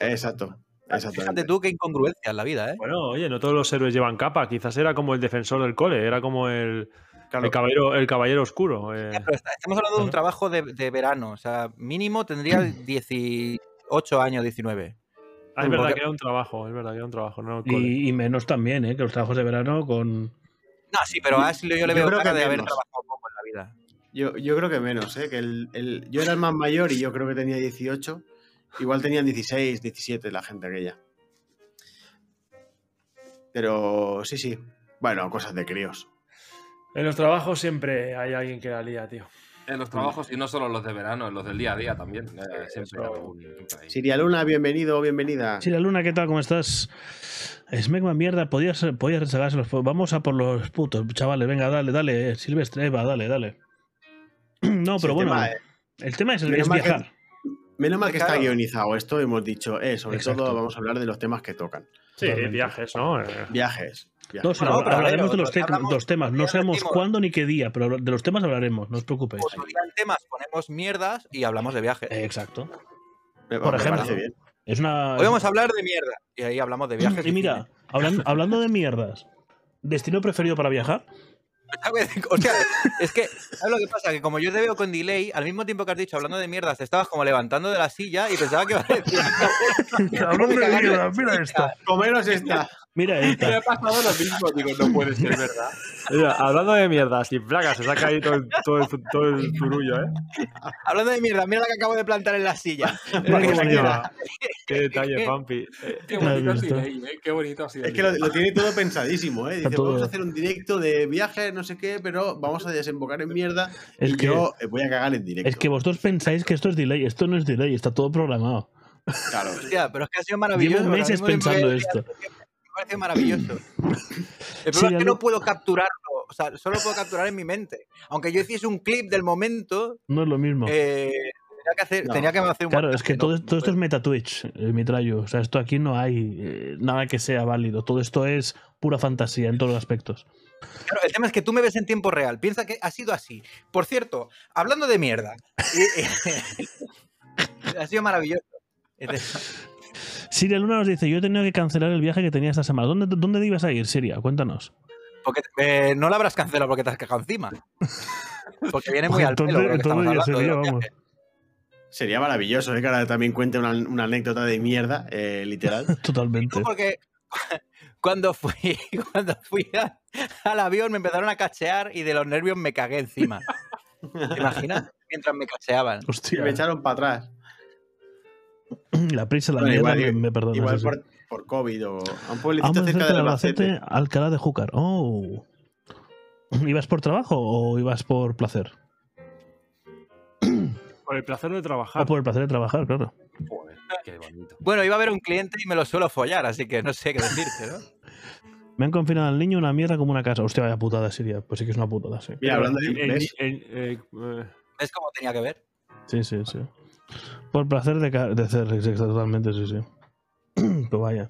Speaker 4: Exacto.
Speaker 2: Fíjate
Speaker 4: Exactamente.
Speaker 2: tú qué incongruencia en la vida, ¿eh?
Speaker 3: Bueno, oye, no todos los héroes llevan capa. Quizás era como el defensor del cole, era como el,
Speaker 4: Claro.
Speaker 3: el, caballero, el caballero oscuro. eh.
Speaker 2: Ya, pero está- estamos hablando de un trabajo de, de verano. O sea, mínimo tendría 18 años, 19.
Speaker 3: Ah, es verdad
Speaker 2: porque-
Speaker 3: que era un trabajo, es verdad que era un trabajo, no el cole.
Speaker 1: Y, y menos también, ¿eh? que los trabajos de verano con...
Speaker 2: No, sí, pero a Ashley yo le
Speaker 4: Yo
Speaker 2: veo
Speaker 4: creo
Speaker 2: cara
Speaker 4: que
Speaker 2: de haber
Speaker 4: menos.
Speaker 2: trabajado poco en la vida.
Speaker 4: Yo, yo creo que menos, ¿eh? Que el, el- yo era el más mayor y yo creo que tenía 18. Igual tenían 16, 17 la gente aquella. Pero sí, sí. Bueno, cosas de críos.
Speaker 3: En los trabajos siempre hay alguien que la lía, tío.
Speaker 5: En eh, los trabajos y no solo en los de verano, en los del día a día también. eh, siempre hay
Speaker 3: eso-
Speaker 5: algún- siempre hay.
Speaker 4: Siria Luna, bienvenido o bienvenida.
Speaker 1: Sí, la luna, ¿qué tal? ¿Cómo estás? Smegma, mierda, podías, podías rezagarse los... po- Vamos a por los putos, chavales, venga, dale, dale, eh, Silvestre, Eva, dale, dale. No,
Speaker 4: Sí,
Speaker 1: pero
Speaker 4: el
Speaker 1: bueno,
Speaker 4: tema, eh,
Speaker 1: el tema es, el-
Speaker 4: menos
Speaker 1: es
Speaker 4: mal que-
Speaker 1: viajar.
Speaker 4: menos mal que está
Speaker 2: claro.
Speaker 4: guionizado esto. Hemos dicho, eh, sobre
Speaker 1: Exacto.
Speaker 4: todo vamos a hablar de los temas que tocan.
Speaker 3: Sí,
Speaker 1: Totalmente.
Speaker 3: viajes, ¿no? Eh,
Speaker 4: Viajes. viajes.
Speaker 1: No, sí,
Speaker 2: Bueno,
Speaker 1: hab-
Speaker 2: pero
Speaker 1: hablaremos
Speaker 2: a
Speaker 1: de
Speaker 2: ver,
Speaker 1: los, te-
Speaker 2: hablamos-
Speaker 1: los temas. No
Speaker 2: ya
Speaker 1: sabemos
Speaker 2: decimos.
Speaker 1: cuándo ni qué día, pero de los temas hablaremos, no os preocupéis.
Speaker 2: Pues nos digan temas, ponemos mierdas y hablamos de viajes.
Speaker 1: Eh, Exacto.
Speaker 4: Me-
Speaker 1: por
Speaker 4: me
Speaker 1: ejemplo.
Speaker 4: parece bien.
Speaker 1: Es una.
Speaker 2: Hoy vamos a hablar de mierda. Y ahí hablamos de viajes.
Speaker 1: y mira, hablan- hablando de mierdas, ¿destino preferido para viajar?
Speaker 2: cine. Ah, O sea, es que, ¿sabes lo que pasa? Que como yo te veo con delay, al mismo tiempo que has dicho hablando de mierdas, te estabas como levantando de la silla y pensaba que iba a decir. Hablando de mierdas,
Speaker 1: mira esto.
Speaker 4: Comeros esta.
Speaker 1: Mira
Speaker 5: Me ha
Speaker 1: esta.
Speaker 5: pasado lo mismo, digo, no puede ser verdad.
Speaker 3: Mira, hablando de mierdas, y plaga, se saca ahí todo el, todo el, todo el turullo, ¿eh?
Speaker 2: hablando de mierda, mira la que acabo de plantar en la silla.
Speaker 3: Mira
Speaker 2: que
Speaker 3: qué
Speaker 2: se
Speaker 3: bonito.
Speaker 2: quiera.
Speaker 3: Qué detalle, Pampi. Eh,
Speaker 5: Qué
Speaker 1: Claro,
Speaker 5: bonito ha
Speaker 1: está.
Speaker 5: sido ahí, ¿eh? Qué bonito ha sido.
Speaker 4: Es
Speaker 5: el
Speaker 4: que lo,
Speaker 5: día.
Speaker 4: lo tiene todo pensadísimo, ¿eh? Dice,
Speaker 1: Está todo-
Speaker 4: vamos a hacer un directo de viaje, no sé qué, pero vamos a desembocar en mierda
Speaker 1: Es
Speaker 4: y
Speaker 1: que-
Speaker 4: yo eh, voy a cagar en directo.
Speaker 1: Es que vosotros pensáis que esto es delay. Esto no es delay, está todo programado.
Speaker 4: Claro.
Speaker 2: Hostia, pero es que ha sido maravilloso.
Speaker 1: Llevo meses
Speaker 2: ahora mismo me
Speaker 1: pensando
Speaker 2: parece-
Speaker 1: esto.
Speaker 2: Me parece maravilloso. El
Speaker 1: Sí, ya
Speaker 2: problema es que
Speaker 1: lo-
Speaker 2: no puedo capturarlo. O sea, solo puedo capturar en mi mente. Aunque yo hiciese un clip del momento,
Speaker 1: No es lo mismo.
Speaker 2: eh, tenía, que hacer,
Speaker 4: No.
Speaker 2: tenía que hacer un.
Speaker 1: Claro, es
Speaker 2: montaje,
Speaker 1: que
Speaker 2: no-
Speaker 1: todo, todo
Speaker 2: no
Speaker 1: este esto
Speaker 2: puedo.
Speaker 1: es MetaTwitch, eh, Mitrayo. O sea, esto aquí no hay eh, nada que sea válido. Todo esto es pura fantasía en todos los aspectos.
Speaker 2: Claro, el tema es que tú me ves en tiempo real. Piensa que ha sido así. Por cierto, hablando de mierda. y- y- ha sido maravilloso. Este-
Speaker 1: Siria Luna nos dice, yo he tenido que cancelar el viaje que tenía esta semana. ¿Dónde, dónde te ibas a ir, Siria? Cuéntanos.
Speaker 2: Porque eh, no la habrás cancelado porque te has cagado encima. Porque viene muy
Speaker 1: Porque
Speaker 2: al pelo.
Speaker 1: entonces-
Speaker 2: lo que
Speaker 1: entonces ya
Speaker 2: estamos hablando de
Speaker 1: sería,
Speaker 2: los
Speaker 1: vamos.
Speaker 2: viajes.
Speaker 4: Sería maravilloso ¿eh? que ahora también cuente una, una anécdota de mierda, eh, literal.
Speaker 1: Totalmente.
Speaker 2: No, porque cuando fui, cuando fui a- al avión me empezaron a cachear y de los nervios me cagué encima. ¿Te imaginas? Mientras me cacheaban.
Speaker 1: Hostia,
Speaker 4: Me echaron para atrás.
Speaker 1: la prisa, la
Speaker 4: Bueno,
Speaker 1: mierda,
Speaker 4: igual-
Speaker 1: me- me perdonas.
Speaker 4: Igual
Speaker 1: eso.
Speaker 4: por, por COVID o a un pueblecito
Speaker 1: Vamos a
Speaker 4: cerca
Speaker 1: hacerte
Speaker 4: de
Speaker 1: el
Speaker 4: Albacete.
Speaker 1: Albacete, Alcalá de Júcar. Oh. ¿Ibas por trabajo o ibas por placer?
Speaker 3: Por el placer de
Speaker 1: O
Speaker 3: trabajar.
Speaker 1: por el placer de trabajar, claro.
Speaker 5: Joder, qué bonito.
Speaker 2: Bueno, iba a ver un cliente y me lo suelo follar, así que no sé qué decirte, ¿no?
Speaker 1: Me han confinado al niño una mierda como una casa. Hostia, vaya putada, Siria. Pues sí que es una putada, sí.
Speaker 4: Mira, hablando de
Speaker 3: En- en-
Speaker 4: inglés,
Speaker 3: en- eh, eh,
Speaker 2: ¿Ves cómo tenía que ver?
Speaker 1: Sí, sí, sí. Por placer de, ca- de hacer sexo, totalmente, sí, sí. Pues vaya.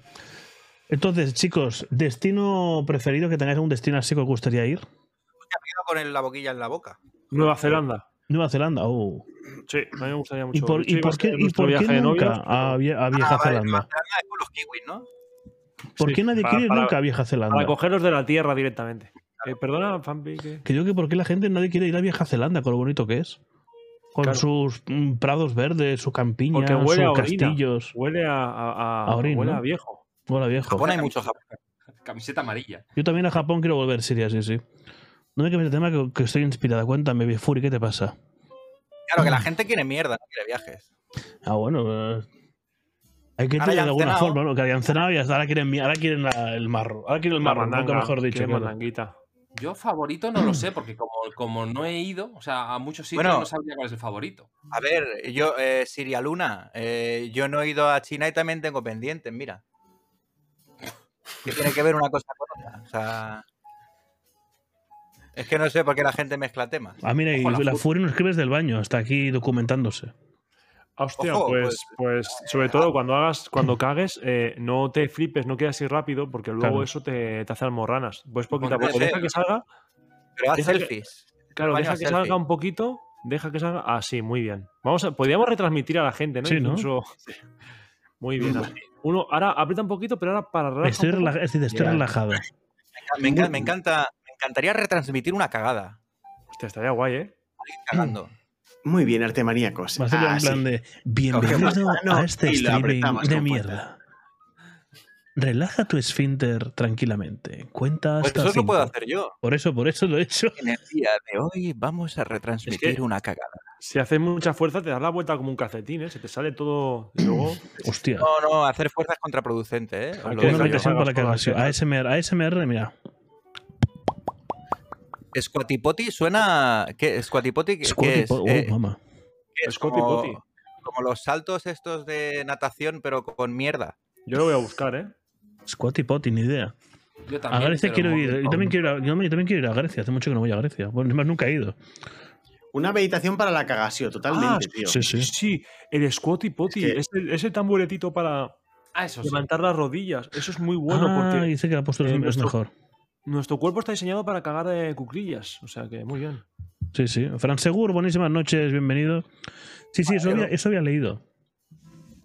Speaker 1: Entonces, chicos, destino preferido que tengáis un destino así que os gustaría ir.
Speaker 2: Iba con el- la boquilla en la boca.
Speaker 3: Nueva Zelanda.
Speaker 1: Nueva Zelanda, oh.
Speaker 3: Sí, a mí me gustaría mucho.
Speaker 1: ¿Y por, y
Speaker 3: Sí, iba a
Speaker 1: por qué,
Speaker 3: ser
Speaker 1: y
Speaker 3: nuestro
Speaker 1: por qué
Speaker 3: viaje de
Speaker 1: nunca
Speaker 3: novios,
Speaker 1: a, vie- a Vieja
Speaker 2: Ah, vale,
Speaker 1: Zelanda?
Speaker 2: Zelanda es con los kiwis, ¿no?
Speaker 1: ¿Por
Speaker 3: Ah, Sí,
Speaker 1: qué nadie
Speaker 3: para-
Speaker 1: quiere ir
Speaker 3: para-
Speaker 1: nunca a Vieja Zelanda?
Speaker 3: Para cogerlos de la tierra directamente. Eh, perdona, Pampi, que...
Speaker 1: Que yo que por qué la gente nadie quiere ir a Vieja Zelanda con lo bonito que es. Con
Speaker 3: Claro.
Speaker 1: sus mm, prados verdes, su campiña,
Speaker 3: Porque huele a
Speaker 1: sus
Speaker 3: orina.
Speaker 1: castillos.
Speaker 3: Huele a, a,
Speaker 1: A orín,
Speaker 3: huele
Speaker 1: ¿no?
Speaker 3: a viejo.
Speaker 1: Hola viejo.
Speaker 2: Japón hay mucho Japón.
Speaker 5: Camiseta amarilla.
Speaker 1: Yo también a Japón quiero volver, Siria, sí, sí. No me cambies de tema que, que estoy inspirada. Cuéntame, Bifuri, ¿qué te pasa?
Speaker 2: Claro, que la gente quiere mierda, no quiere viajes.
Speaker 1: Ah, bueno. eh, Hay que tener
Speaker 2: Ahora ya
Speaker 1: de
Speaker 2: han
Speaker 1: alguna
Speaker 2: cenado.
Speaker 1: forma, ¿no? Que habían cenado y hasta ahora quieren, mi- ahora quieren la- el marro. Ahora quieren el
Speaker 3: La
Speaker 1: marro, nunca
Speaker 3: mandanga,
Speaker 1: mejor dicho.
Speaker 3: qué
Speaker 1: claro.
Speaker 3: mandanguita.
Speaker 5: Yo favorito no lo sé, porque como, como no he ido, o sea, a muchos sitios
Speaker 2: Bueno.
Speaker 5: no sabría cuál es el favorito.
Speaker 2: A ver, yo, eh, Siria Luna, eh, yo no he ido a China y también tengo pendientes, mira. Que tiene que ver una cosa con otra. O sea, es que no sé por qué la gente mezcla temas.
Speaker 1: Ah, mira, y
Speaker 5: Ojo, la
Speaker 1: la
Speaker 5: fu-
Speaker 1: Fury no escribes del baño, está aquí documentándose.
Speaker 3: Ah, Hostia,
Speaker 2: Ojo,
Speaker 3: pues, pues sobre todo cuando hagas, cuando cagues, eh, no te flipes, no quedas así rápido, porque luego
Speaker 1: Claro.
Speaker 3: eso te, te hace almorranas. Pues poquito a
Speaker 5: Bueno,
Speaker 3: poco.
Speaker 2: puede
Speaker 3: Deja
Speaker 2: ser.
Speaker 3: que salga,
Speaker 2: Pero haz
Speaker 3: Deja que-
Speaker 2: selfies.
Speaker 3: claro,
Speaker 2: Baño
Speaker 3: deja
Speaker 2: a
Speaker 3: que
Speaker 2: selfie.
Speaker 3: salga un poquito, deja que salga. Así, muy bien. Vamos a, podríamos retransmitir a la gente, ¿no?
Speaker 1: Sí, ¿no?
Speaker 3: Incluso- Muy bien. así. Uno, ahora aprieta un poquito, pero ahora para relajar
Speaker 1: Estoy,
Speaker 3: un poco,
Speaker 1: relaja- estoy- estoy
Speaker 3: Bien.
Speaker 1: relajado.
Speaker 2: Me, enca- me encanta, me encantaría retransmitir una cagada.
Speaker 3: hostia, estaría guay, ¿eh?
Speaker 2: Alguien cagando.
Speaker 4: Muy bien, artemaníacos.
Speaker 1: Va a ser
Speaker 4: Ah,
Speaker 1: en
Speaker 4: sí.
Speaker 1: plan de bienvenido
Speaker 4: mano
Speaker 1: a este
Speaker 4: y la
Speaker 1: streaming
Speaker 4: apretamos
Speaker 1: de
Speaker 4: con fuerza".
Speaker 1: mierda. Relaja tu esfínter tranquilamente. Cuenta
Speaker 2: Pues
Speaker 1: hasta
Speaker 2: eso lo puedo
Speaker 1: cinco.
Speaker 2: hacer yo.
Speaker 1: Por eso, por eso lo he hecho.
Speaker 2: En el día de hoy vamos a retransmitir una cagada.
Speaker 3: Si haces mucha fuerza, te das la vuelta como un calcetín, ¿eh? Se te sale todo. Y luego.
Speaker 1: Hostia.
Speaker 2: No, no, hacer fuerza es contraproducente, ¿eh? Os lo
Speaker 3: Aquí
Speaker 1: Una
Speaker 2: digo yo.
Speaker 1: aplicación para la
Speaker 3: Con las
Speaker 1: cagación. ASMR, ASMR, mira.
Speaker 2: Squatipoti suena. ¿Qué? ¿Squatipoti? ¿Qué,
Speaker 1: Squatty
Speaker 2: qué es?
Speaker 1: po- oh,
Speaker 2: Eh,
Speaker 1: mamá.
Speaker 2: que es
Speaker 3: Scotty
Speaker 2: como,
Speaker 3: Potty.
Speaker 2: como los saltos estos de natación, pero con mierda.
Speaker 3: Yo lo voy a buscar, ¿eh?
Speaker 1: Squatty potty, ni idea.
Speaker 5: Yo
Speaker 1: A
Speaker 5: también.
Speaker 1: Grecia
Speaker 5: pero
Speaker 1: quiero
Speaker 5: mo-
Speaker 1: ir. eh. Yo también quiero ir a, yo también quiero ir a Grecia. Hace mucho que no voy a Grecia. Bueno, además nunca he ido.
Speaker 4: Una meditación para la cagación, totalmente, tío.
Speaker 1: Ah, Sí, sí.
Speaker 3: Ah, Sí, el squatty potty,
Speaker 4: Es que- Pues
Speaker 3: ese, ese tamboretito para
Speaker 5: Ah, eso sí.
Speaker 3: levantar las rodillas. Eso es muy bueno
Speaker 1: ah,
Speaker 3: porque
Speaker 1: dice que la postura
Speaker 3: eh,
Speaker 1: es
Speaker 3: nuestro-
Speaker 1: mejor.
Speaker 3: nuestro cuerpo está diseñado para cagar de cuclillas. O sea que muy bien.
Speaker 1: Sí, sí. Fran Segur, buenísimas noches, bienvenido. Sí, sí, eso
Speaker 2: Vale.
Speaker 1: había, eso había leído.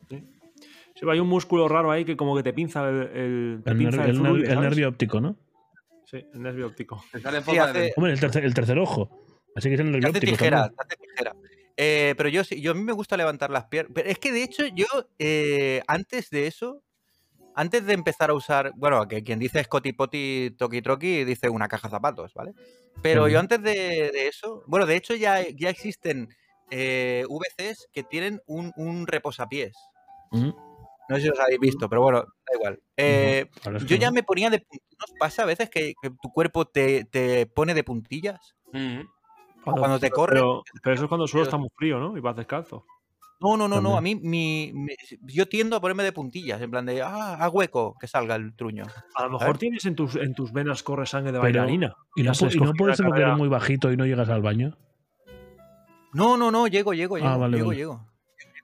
Speaker 3: Sí, hay un músculo raro ahí que como que te pinza el, el- te
Speaker 1: El,
Speaker 3: pinza
Speaker 1: ner-
Speaker 3: el
Speaker 1: el ner-
Speaker 3: fluido,
Speaker 1: el
Speaker 3: ¿sabes?
Speaker 1: nervio óptico, ¿no?
Speaker 3: Sí, el nervio óptico.
Speaker 5: Te sale en
Speaker 2: Sí,
Speaker 5: forma
Speaker 2: hace-
Speaker 5: de-
Speaker 1: Hombre, el tercer, el tercer ojo. Así que es el
Speaker 2: Te
Speaker 1: nervio
Speaker 2: hace
Speaker 1: óptico.
Speaker 2: tijera,
Speaker 1: también.
Speaker 2: te hace tijera. Eh, pero yo, sí- yo a mí me gusta levantar las piernas. Pero es que de hecho yo, eh, antes de eso, antes de empezar a usar, bueno, que quien dice Scotipoti Toki Troki dice una caja de zapatos, ¿vale? Pero yo
Speaker 1: Ujú.
Speaker 2: antes de, de eso, bueno, de hecho ya, ya existen eh, VCs que tienen un, un reposapiés.
Speaker 1: Mm,
Speaker 2: No sé si os habéis visto, pero bueno, da igual. Eh,
Speaker 1: ahora es
Speaker 2: Yo
Speaker 1: que-
Speaker 2: ya me ponía de puntillas. pasa a veces que, que tu cuerpo te, te pone de puntillas?
Speaker 5: Mm.
Speaker 2: Cuando te corre.
Speaker 3: Pero, pero eso es cuando el suelo está muy frío, ¿no? Y vas descalzo.
Speaker 2: No, no, no, no. A mí, mi, mi- yo tiendo a ponerme de puntillas. En plan de, ah, a hueco que salga el truño.
Speaker 3: A lo mejor tienes en tus, en tus venas corre sangre de
Speaker 1: Pero-
Speaker 3: bailarina.
Speaker 1: ¿Y no,
Speaker 3: has
Speaker 1: pu- y no
Speaker 3: escogido
Speaker 1: puede
Speaker 3: la
Speaker 1: ser porque
Speaker 3: carrera-
Speaker 1: eres muy bajito y no llegas al baño?
Speaker 2: No, no, no. Llego, llego,
Speaker 1: Ah,
Speaker 2: llego.
Speaker 1: vale,
Speaker 2: llego,
Speaker 1: vale.
Speaker 2: llego.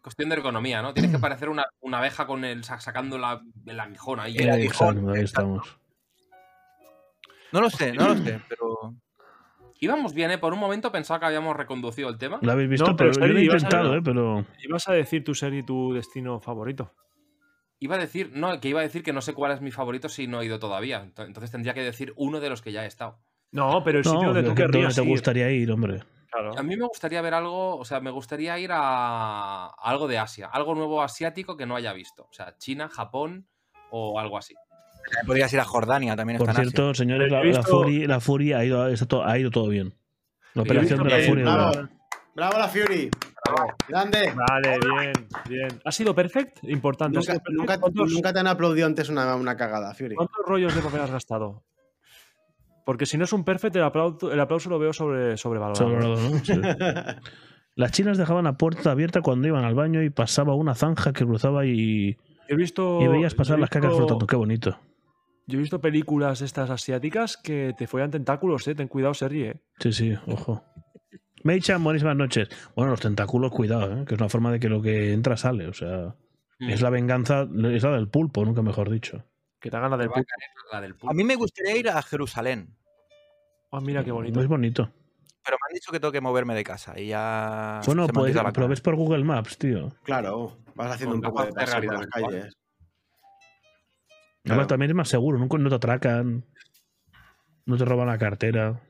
Speaker 5: Cuestión de ergonomía, ¿no? Tienes que parecer una, una abeja con el sac- sacando la, el aguijón ahí.
Speaker 2: El
Speaker 1: Ahí,
Speaker 2: aguijón,
Speaker 1: exacto, ahí estamos.
Speaker 2: No lo sé, no lo sé, pero.
Speaker 5: Íbamos bien, ¿eh? Por un momento pensaba que habíamos reconducido el tema.
Speaker 1: Lo habéis visto,
Speaker 3: No,
Speaker 1: pero,
Speaker 3: pero es
Speaker 1: yo lo he
Speaker 3: serio, ibas a-
Speaker 1: intentado, ¿eh? Pero
Speaker 3: Y vas a decir tu serie y tu destino favorito.
Speaker 5: Iba a decir, no, que iba a decir que no sé cuál es mi favorito si no he ido todavía. Ento- Entonces tendría que decir uno de los que ya he estado.
Speaker 3: No, pero el sitio
Speaker 1: no,
Speaker 3: donde
Speaker 1: lo
Speaker 3: tú
Speaker 1: que- donde
Speaker 3: querrías
Speaker 1: te
Speaker 3: ir,
Speaker 1: gustaría ir, hombre.
Speaker 3: claro.
Speaker 5: A mí me gustaría ver algo, o sea, me gustaría ir a a algo de Asia, algo nuevo asiático que no haya visto. O sea, China, Japón o algo así.
Speaker 2: Podrías ir a Jordania también.
Speaker 1: Por
Speaker 2: está en Asia.
Speaker 1: cierto, señores, la,
Speaker 3: Pero yo he
Speaker 1: la
Speaker 3: visto-
Speaker 1: Fury, la Fury ha, ido, está todo, ha ido todo bien. La
Speaker 5: Yo he
Speaker 1: operación de
Speaker 5: visto
Speaker 1: la
Speaker 5: que-
Speaker 1: Fury.
Speaker 4: Eh, bravo,
Speaker 1: es
Speaker 4: bravo la Fury. Grande.
Speaker 3: Vale, bien, bien. ¿Ha sido perfect? Importante. ¿ha
Speaker 4: Nunca,
Speaker 3: sido perfect?
Speaker 4: nunca-
Speaker 3: ¿Cuántos,
Speaker 4: nunca te han aplaudido antes una, una cagada, Fury.
Speaker 3: cuántos rollos de papel has gastado? Porque si no es un perfect, el aplauso, el aplauso lo veo sobre, sobrevalorado.
Speaker 1: sobrevalorado, ¿no? Sí. Las chinas dejaban la puerta abierta cuando iban al baño y pasaba una zanja que cruzaba y,
Speaker 3: He visto,
Speaker 1: y veías pasar
Speaker 3: yo he
Speaker 1: las cacas
Speaker 3: visto-
Speaker 1: flotando. Qué bonito.
Speaker 3: Yo he visto películas estas asiáticas que te follan tentáculos, eh. Ten cuidado, Sergi, eh.
Speaker 1: Sí, sí, ojo. Meichan, buenísimas noches. Bueno, los tentáculos, cuidado, ¿eh? que es una forma de que lo que entra sale. O sea,
Speaker 5: Mm.
Speaker 1: es la venganza, es la del pulpo, nunca mejor dicho.
Speaker 3: Que te hagan la
Speaker 5: Te
Speaker 3: del
Speaker 5: va a
Speaker 3: pu-
Speaker 5: caer la del
Speaker 2: A
Speaker 5: pulpo.
Speaker 2: mí me gustaría ir a Jerusalén.
Speaker 3: Ah, mira qué bonito.
Speaker 1: Es bonito.
Speaker 2: Pero me han dicho que tengo que moverme de casa y ya.
Speaker 1: Bueno,
Speaker 2: Ah, se me ha
Speaker 1: pues,
Speaker 2: quitado la
Speaker 1: pero
Speaker 2: cara.
Speaker 1: ves por Google Maps, tío.
Speaker 4: Claro, vas haciendo
Speaker 5: Con
Speaker 4: un poco
Speaker 5: gafas
Speaker 4: de paseo por
Speaker 5: de
Speaker 4: las
Speaker 5: realidad virtual.
Speaker 4: calles.
Speaker 1: Además,
Speaker 4: Claro.
Speaker 1: también es más seguro, nunca- no te atracan, no te roban la cartera,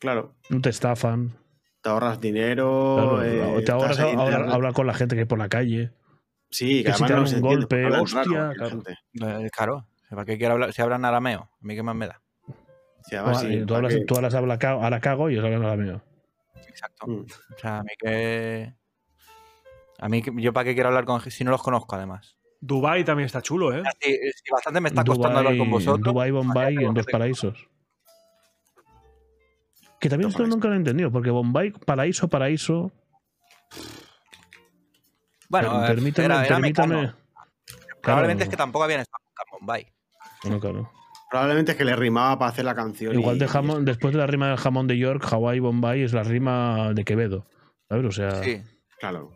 Speaker 4: Claro,
Speaker 1: no te estafan.
Speaker 4: te ahorras dinero.
Speaker 1: Claro,
Speaker 4: eh,
Speaker 1: te
Speaker 4: estás
Speaker 1: ahorras
Speaker 4: ahí
Speaker 1: a- ahora
Speaker 4: internet.
Speaker 1: hablar con la gente que hay por la calle.
Speaker 4: Sí,
Speaker 1: que si te dan
Speaker 4: se
Speaker 1: un
Speaker 4: entiende,
Speaker 1: golpe,
Speaker 4: hablan
Speaker 1: hostia,
Speaker 4: raro, la
Speaker 1: claro.
Speaker 4: gente.
Speaker 2: Eh, claro. ¿Para qué quiero hablar? Si hablan arameo, a mí qué más me da.
Speaker 4: Sí,
Speaker 1: Vale,
Speaker 4: además, Ah, sí,
Speaker 1: tú,
Speaker 4: para
Speaker 1: hablas,
Speaker 4: que-
Speaker 1: tú hablas a la ca- a la cago y ellos hablan a la mía.
Speaker 2: Exacto.
Speaker 4: Mm.
Speaker 2: O sea, a mí que. A mí, que- yo para qué quiero hablar con gente si no los conozco, además.
Speaker 3: Dubai también está chulo, ¿eh?
Speaker 2: Sí, sí, bastante me está costando hablar con vosotros.
Speaker 1: Dubai, Bombay,
Speaker 2: Imagínate
Speaker 1: en dos
Speaker 2: vosotros.
Speaker 1: paraísos. Que también
Speaker 4: Dos
Speaker 1: esto
Speaker 4: paraísos.
Speaker 1: nunca lo he entendido, porque Bombay, paraíso, paraíso.
Speaker 2: Bueno,
Speaker 1: Per-
Speaker 2: eh,
Speaker 1: permítame,
Speaker 2: era- era
Speaker 1: permítame.
Speaker 2: mecano. Probablemente es
Speaker 1: Claro.
Speaker 2: que tampoco habían estado nunca en Bombay.
Speaker 1: Bueno, claro.
Speaker 4: Probablemente es que le rimaba para hacer la canción.
Speaker 1: Igual
Speaker 4: y-
Speaker 1: de jamón, después de la rima del jamón de York, Hawái, Bombay es la rima de Quevedo. ¿Sabes? O sea,
Speaker 2: Sí.
Speaker 4: Claro.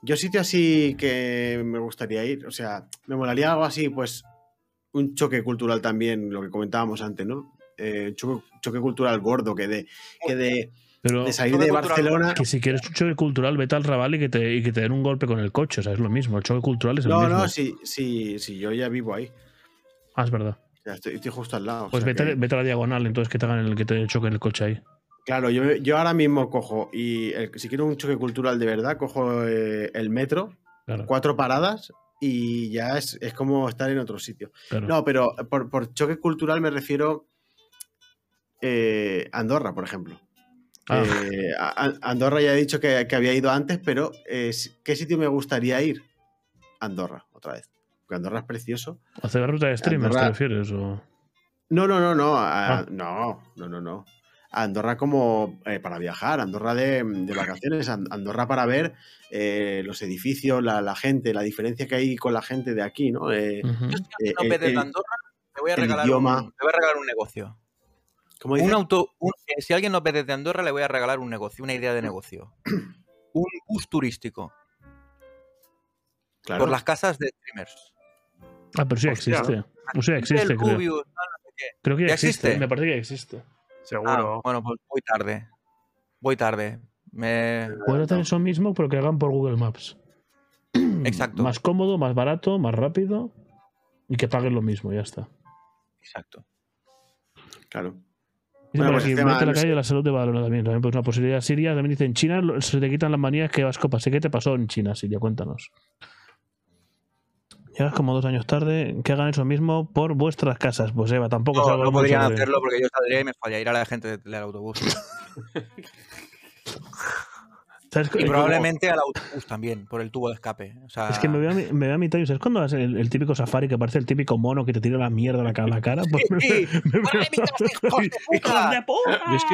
Speaker 4: Yo sitio así que me gustaría ir, o sea, me molaría algo así, pues un choque cultural también, lo que comentábamos antes, ¿no? Eh, choque, choque cultural gordo, que de, que de,
Speaker 1: pero
Speaker 4: de salir
Speaker 2: Choque
Speaker 4: de
Speaker 2: cultural
Speaker 4: Barcelona...
Speaker 1: que si quieres un choque cultural, vete al Raval y que te, y que te den un golpe con el coche. O sea, es lo mismo. El choque cultural es el
Speaker 4: No,
Speaker 1: mismo.
Speaker 4: no, sí, sí, sí, yo ya vivo ahí.
Speaker 1: Ah, es verdad.
Speaker 4: O sea, estoy, estoy justo al lado. o
Speaker 1: Pues
Speaker 4: sea
Speaker 1: vete,
Speaker 4: que-
Speaker 1: vete a la diagonal, entonces que te hagan el que te choquen el coche ahí.
Speaker 4: Claro, yo, yo ahora mismo cojo, y el- si quiero un choque cultural de verdad, cojo eh, el metro,
Speaker 1: Claro,
Speaker 4: cuatro paradas, y ya es, es como estar en otro sitio.
Speaker 1: claro.
Speaker 4: No, pero por, por choque cultural me refiero eh, Andorra, por ejemplo.
Speaker 1: Ah.
Speaker 4: Eh, a- a- Andorra ya he dicho que, que había ido antes, pero eh, ¿qué sitio me gustaría ir? Andorra, otra vez. Porque Andorra es precioso.
Speaker 1: ¿Hacer la ruta de streamers te
Speaker 4: Andorra-
Speaker 1: refieres? O...
Speaker 4: No, no, no, no. a-
Speaker 1: Ah.
Speaker 4: No, no, no, no. Andorra como eh, para viajar, Andorra de, de vacaciones, An- Andorra para ver eh, los edificios, la, la gente, la diferencia que hay con la gente de aquí, ¿no? Eh,
Speaker 2: Mm,
Speaker 1: Ujú.
Speaker 4: eh,
Speaker 2: No,
Speaker 4: eh,
Speaker 2: Pedro,
Speaker 4: eh,
Speaker 2: de Andorra, te voy a
Speaker 4: el
Speaker 2: regalar
Speaker 4: idioma.
Speaker 2: un, te voy a regalar un negocio.
Speaker 4: ¿cómo
Speaker 2: Un
Speaker 4: dices?
Speaker 2: auto, un- eh, si alguien nos ve desde Andorra, le voy a regalar un negocio, una idea de negocio. Un bus turístico
Speaker 4: Claro.
Speaker 2: por las casas de streamers.
Speaker 1: Ah, pero sí
Speaker 3: Hostia.
Speaker 1: existe. O sea,
Speaker 2: el
Speaker 1: existe, creo.
Speaker 2: Cubius, tal,
Speaker 1: Creo que ya
Speaker 2: ¿Ya
Speaker 1: existe.
Speaker 2: existe?
Speaker 1: Me parece que ya existe.
Speaker 4: Pues
Speaker 3: Seguro.
Speaker 2: Ah, bueno, pues voy tarde. Voy tarde. Me...
Speaker 1: Puedes hacer eso mismo, pero que hagan por Google Maps.
Speaker 2: Exacto.
Speaker 1: Más cómodo, más barato, más rápido y que paguen lo mismo, ya está.
Speaker 2: Exacto.
Speaker 4: claro.
Speaker 1: Dice
Speaker 4: Bueno,
Speaker 1: por
Speaker 4: pues
Speaker 1: aquí,
Speaker 4: el tema,
Speaker 1: vete a la
Speaker 4: no
Speaker 1: calle
Speaker 4: sé.
Speaker 1: de la salud de Badalona también. También pues una posibilidad. Siria también dice, en China lo- se te quitan las manías que vas copas. ¿Qué te pasó en China, Siria? Cuéntanos. Llegas como dos años tarde, que hagan eso mismo por vuestras casas. Pues Eva, tampoco es
Speaker 2: No,
Speaker 1: algo
Speaker 2: no
Speaker 1: mucho
Speaker 2: podrían
Speaker 1: de-
Speaker 2: hacerlo porque yo saldría y me fallaría ir a la gente del autobús.
Speaker 1: ¿Sabes?
Speaker 2: Y
Speaker 1: Eh,
Speaker 2: probablemente al autobús también, por el tubo de escape. O sea,
Speaker 1: Es que me veo, a mi- me veo a mitad y ¿sabes cuando haces el, el típico safari que parece el típico mono que te tira la mierda a la, ca- a la cara? Pues me,
Speaker 2: Sí, sí.
Speaker 1: me
Speaker 2: ¡Ponle
Speaker 1: veo-
Speaker 2: mitas, hijos de puta!
Speaker 3: Ah. Yo es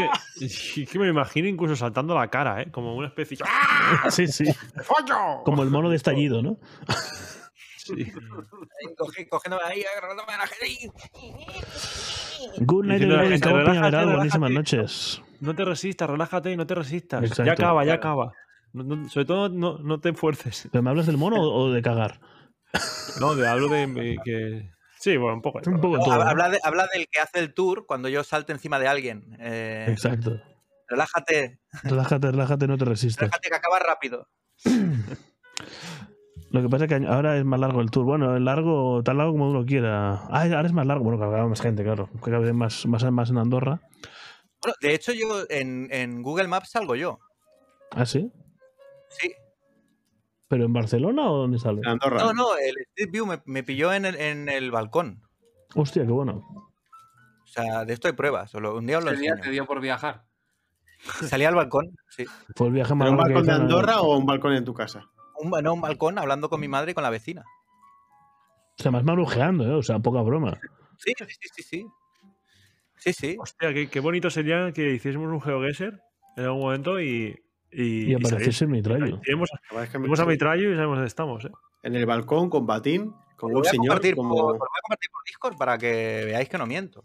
Speaker 3: que, es que me lo imagino incluso saltando a la cara, ¿eh? Como una especie. ¡Ah!
Speaker 1: Sí, sí.
Speaker 3: ¡Te follo!
Speaker 1: Como el mono de estallido, ¿no?
Speaker 3: Sí.
Speaker 2: Cogi- Cogiéndome ahí, agarrándome a la gente. ¡Ih!
Speaker 1: Good night,
Speaker 3: Diciendo a la
Speaker 1: everybody.
Speaker 3: gente,
Speaker 1: Cabo
Speaker 3: "Relájate,
Speaker 1: Peñaveral,
Speaker 3: relájate".
Speaker 1: buenísimas noches.
Speaker 3: No te resistas, relájate y no te resistas.
Speaker 1: Exacto.
Speaker 3: Ya acaba, ya acaba. No- no- sobre todo no, no te enfuerces.
Speaker 1: ¿Pero me hablas del mono o o de cagar?
Speaker 3: No, de hablo de de que. Sí, bueno, un poco. de
Speaker 1: Un
Speaker 3: todo.
Speaker 1: poco
Speaker 2: No,
Speaker 1: todo. ¿no?
Speaker 2: habla, de- habla del que hace el tour cuando yo salte encima de alguien. Eh,
Speaker 1: Exacto.
Speaker 2: relájate,
Speaker 1: Relájate, relájate, no te resistas.
Speaker 2: relájate que acaba rápido.
Speaker 1: Lo que pasa es que ahora es más largo el tour. Bueno, el largo, tan largo como uno quiera. Ah, ahora es más largo. Bueno, cargaba más gente, claro. Que cada vez más, más, más en Andorra.
Speaker 2: Bueno, de hecho, yo en, en Google Maps salgo yo.
Speaker 1: Ah, sí.
Speaker 2: Sí.
Speaker 1: ¿Pero en Barcelona o dónde sale?
Speaker 4: En Andorra.
Speaker 2: No, no, el Street View me, me pilló en el, en el balcón.
Speaker 1: Hostia, qué bueno.
Speaker 2: O sea, de esto hay pruebas. solo un día os lo
Speaker 5: Ese día te
Speaker 2: enseño.
Speaker 5: dio por viajar.
Speaker 2: Salí al balcón, sí.
Speaker 1: Fue el viaje más
Speaker 4: ¿Pero un
Speaker 1: largo que
Speaker 4: balcón de
Speaker 1: hice en la-
Speaker 4: Andorra o un balcón en tu casa?
Speaker 2: Un, ba- no, un balcón hablando con mi madre y con la vecina.
Speaker 1: O sea, más marujeando, ¿eh? O sea, poca broma.
Speaker 2: Sí, sí, sí, sí. Sí, sí. sí.
Speaker 3: Hostia, qué, qué bonito sería que hiciésemos un GeoGuessr en algún momento y.
Speaker 1: Y,
Speaker 3: Y,
Speaker 1: aparecerse en mi traigo.
Speaker 3: Iremos,
Speaker 4: La verdad es que me-
Speaker 3: iremos a Mitrallo y sabemos dónde estamos, ¿eh?
Speaker 4: En el balcón con batín, con
Speaker 2: Lo
Speaker 4: un
Speaker 2: voy, a
Speaker 4: señor.
Speaker 2: compartir
Speaker 4: como-
Speaker 2: por, lo voy a compartir por Discord para que veáis que no miento.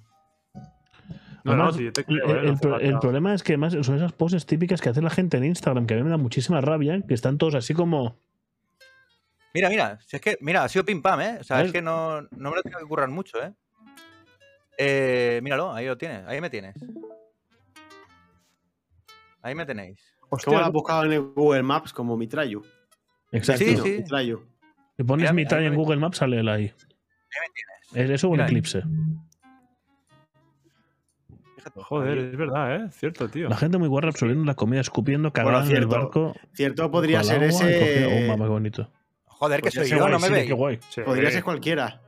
Speaker 3: No,
Speaker 1: Además,
Speaker 3: no, sí, yo te
Speaker 1: El,
Speaker 3: creo, ¿eh?
Speaker 1: el
Speaker 3: No
Speaker 1: pro-
Speaker 3: hace
Speaker 1: el
Speaker 3: falta.
Speaker 1: problema es que además son esas poses típicas que hace la gente en Instagram que a mí me da muchísima rabia, que están todos así como...
Speaker 2: Mira, mira, si es que, mira, ha sido pim pam, ¿eh? O sea,
Speaker 1: ¿Ves?
Speaker 2: es que no, no me lo tengo que currar mucho, ¿eh? Eh, Míralo, ahí lo tienes, ahí me tienes. Ahí me tenéis.
Speaker 4: ¿Cómo
Speaker 3: Hostia,
Speaker 4: lo has buscado en el Google Maps como Mitrayu?
Speaker 1: Exacto.
Speaker 2: Sí,
Speaker 4: No,
Speaker 2: sí.
Speaker 4: Mitrayu.
Speaker 1: Si pones
Speaker 2: Mira,
Speaker 1: mi talla
Speaker 2: ahí
Speaker 1: en
Speaker 2: me-
Speaker 1: Google Maps, sale él ahí. ¿Es eso o un
Speaker 2: Mira ahí.
Speaker 1: eclipse?
Speaker 2: Fíjate.
Speaker 3: Joder, es verdad, ¿eh? Cierto, tío.
Speaker 1: La gente muy guarra absorbiendo la comida, escupiendo, cagando en el
Speaker 4: cierto.
Speaker 1: barco.
Speaker 4: Cierto, podría
Speaker 1: al
Speaker 4: ser
Speaker 1: agua y cogiendo-
Speaker 4: ese.
Speaker 1: Oh, mamá, qué bonito.
Speaker 2: Joder, que
Speaker 4: Podría
Speaker 2: soy
Speaker 4: ser
Speaker 2: yo,
Speaker 1: Guay,
Speaker 2: no me
Speaker 1: sí,
Speaker 2: veis.
Speaker 1: qué guay.
Speaker 3: Pues Sí. Eh,
Speaker 4: Podría
Speaker 2: eh.
Speaker 4: ser cualquiera.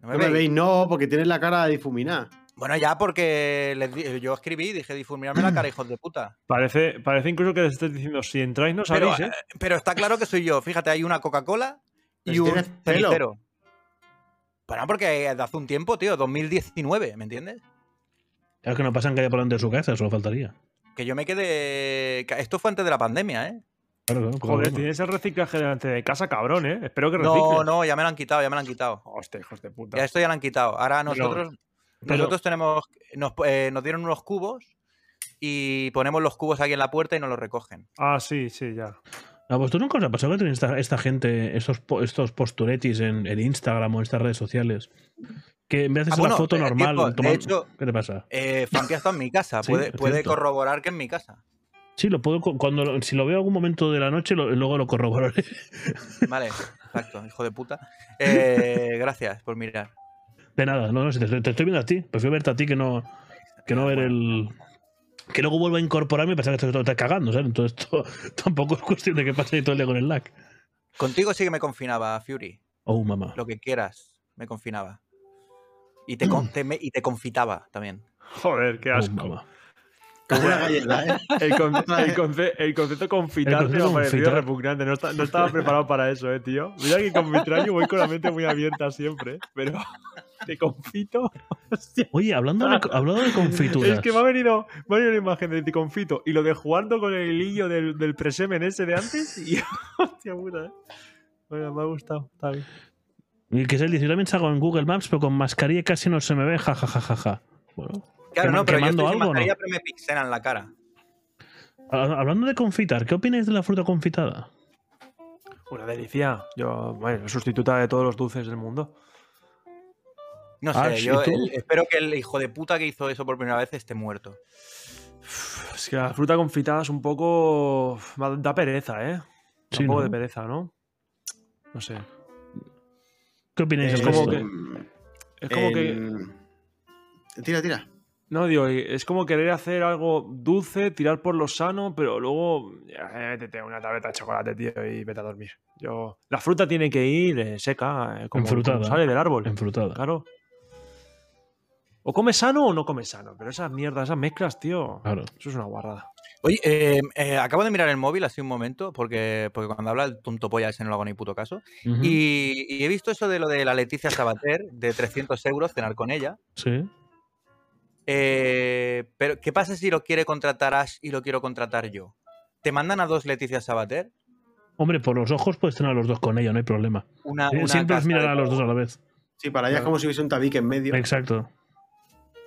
Speaker 2: No me
Speaker 4: No me
Speaker 2: veis.
Speaker 4: veis, no, porque tienes la cara difuminada.
Speaker 2: Bueno, ya porque les di- yo escribí y dije, difuminarme la cara, hijos de puta.
Speaker 3: Parece, parece incluso que les estés diciendo, si entráis no
Speaker 2: Pero,
Speaker 3: sabéis, ¿eh?
Speaker 2: Pero está claro que soy yo. Fíjate, hay una Coca-Cola
Speaker 4: Pero
Speaker 2: y
Speaker 4: si
Speaker 2: un
Speaker 4: tienes pelo.
Speaker 2: cenicero. Bueno, porque hace un tiempo, tío, 2019, ¿me entiendes?
Speaker 1: Claro que no pasan cada por delante de su casa, solo faltaría.
Speaker 2: Que yo me quedé. que Esto fue antes de la pandemia, ¿eh?
Speaker 1: Claro, claro, poco
Speaker 3: Joder,
Speaker 1: broma.
Speaker 3: tienes el reciclaje delante de casa, cabrón, ¿eh? Espero que recicles.
Speaker 2: No, no, ya me lo han quitado, ya me lo han quitado.
Speaker 3: Hostia, hijos de puta.
Speaker 2: Ya esto ya lo han quitado. Ahora nosotros.
Speaker 1: pero-
Speaker 2: nosotros tenemos. Nos, eh, nos dieron unos cubos y ponemos los cubos aquí en la puerta y nos los recogen.
Speaker 3: Ah, sí, sí, ya.
Speaker 1: A vosotros Ah, pues nunca os ha pasado que tenéis esta, esta gente, estos, po- estos posturetis en, en Instagram o en estas redes sociales, que en vez de
Speaker 2: Ah,
Speaker 1: hacer
Speaker 2: bueno,
Speaker 1: la foto
Speaker 2: eh,
Speaker 1: normal,
Speaker 2: tipo, de
Speaker 1: tomar-
Speaker 2: hecho-
Speaker 1: ¿qué te pasa?
Speaker 2: Eh, Frankie ha estado en mi casa.
Speaker 1: Sí,
Speaker 2: puede
Speaker 1: es
Speaker 2: puede
Speaker 1: cierto.
Speaker 2: corroborar que en mi casa.
Speaker 1: Sí, lo puedo, co- cuando, lo- si lo veo algún momento de la noche, lo- luego lo corroboraré.
Speaker 2: Vale, exacto, hijo de puta. Eh, gracias por mirar.
Speaker 1: De nada, no, no, si te, te estoy viendo a ti, prefiero verte a ti que no, que no ver el... Que luego vuelva a incorporarme y pensar que te estás cagando, ¿sabes? Entonces esto tampoco es cuestión de que pase ahí todo el día con el lag.
Speaker 2: Contigo sí que me confinaba, Fury.
Speaker 1: Oh, mamá.
Speaker 2: Lo que quieras, me confinaba. Y te,
Speaker 1: Mm.
Speaker 2: con- te me- y te confitaba también.
Speaker 3: Joder, qué
Speaker 1: Oh,
Speaker 3: asco.
Speaker 1: mamá.
Speaker 4: Como una galleta, ¿eh?
Speaker 3: El, con- el conce- el concepto confitar
Speaker 1: El
Speaker 3: me ha
Speaker 1: concepto
Speaker 3: parecido
Speaker 1: confitar.
Speaker 3: repugnante. No, esta- no estaba preparado para eso, eh, tío. Mira que con mi traño voy con la mente muy abierta siempre, pero te confito. Hostia.
Speaker 1: Oye, hablando de, hablando de confituras.
Speaker 3: Ah. Es que me ha venido, me ha venido la imagen de te confito y lo de jugando con el hilillo del, del presemen ese de antes y hostia puta, eh. Bueno, me ha gustado, está bien.
Speaker 1: Y que es el 18 también salgo en Google Maps, pero con mascarilla casi no se me ve, jajajajaja. Bueno.
Speaker 2: Claro,
Speaker 1: ¿Quema-
Speaker 2: no, pero yo
Speaker 1: quemando
Speaker 2: estoy sin
Speaker 1: algo o no?
Speaker 2: mascarilla, pero me pixelan la cara.
Speaker 1: Ha- Hablando de confitar, ¿qué opináis de la fruta confitada?
Speaker 3: Una delicia. Yo, bueno, sustituta de todos los dulces del mundo.
Speaker 2: No sé,
Speaker 1: Ash, ¿y
Speaker 2: yo
Speaker 1: tú?
Speaker 2: el- espero que el hijo de puta que hizo eso por primera vez esté muerto.
Speaker 3: Uf, Es que la fruta confitada es un poco. ma- da pereza, ¿eh? Da
Speaker 1: Sí,
Speaker 3: un poco
Speaker 1: ¿no?
Speaker 3: de pereza, ¿no? No sé.
Speaker 1: ¿Qué opináis
Speaker 3: Es
Speaker 1: de
Speaker 3: como
Speaker 1: esto?
Speaker 3: que- Es como que.
Speaker 4: que. Em, Tira, tira.
Speaker 3: No, digo, eh, es como querer hacer algo dulce, tirar por lo sano, pero luego. eh, Métete una tableta de chocolate, tío, y vete a dormir. Yo. La fruta tiene que ir eh, seca, eh, como, como
Speaker 1: Enfrutada.
Speaker 3: sale del árbol.
Speaker 1: Enfrutada.
Speaker 3: Claro. O comes sano o no comes sano, pero esas mierdas, esas mezclas, tío.
Speaker 1: Claro.
Speaker 3: Eso es una guarrada.
Speaker 2: Oye, eh, eh, acabo de mirar el móvil hace un momento, porque, porque cuando habla el tonto polla ese no lo hago ni puto caso.
Speaker 1: Ujú.
Speaker 2: Y, y he visto eso de lo de la Leticia Sabater, de 300 euros, cenar con ella.
Speaker 1: Sí.
Speaker 2: Eh, pero, ¿qué pasa si lo quiere contratar Ash y lo quiero contratar yo? ¿Te mandan a dos Leticia Sabater?
Speaker 1: Hombre, por los ojos puedes tener a los dos con ella, no hay problema.
Speaker 2: Una,
Speaker 1: Eh,
Speaker 2: una
Speaker 1: Siempre es
Speaker 2: casa
Speaker 1: mirar
Speaker 2: de-
Speaker 1: a los dos a la vez.
Speaker 4: Sí, para allá es como si hubiese un tabique en medio
Speaker 1: Exacto.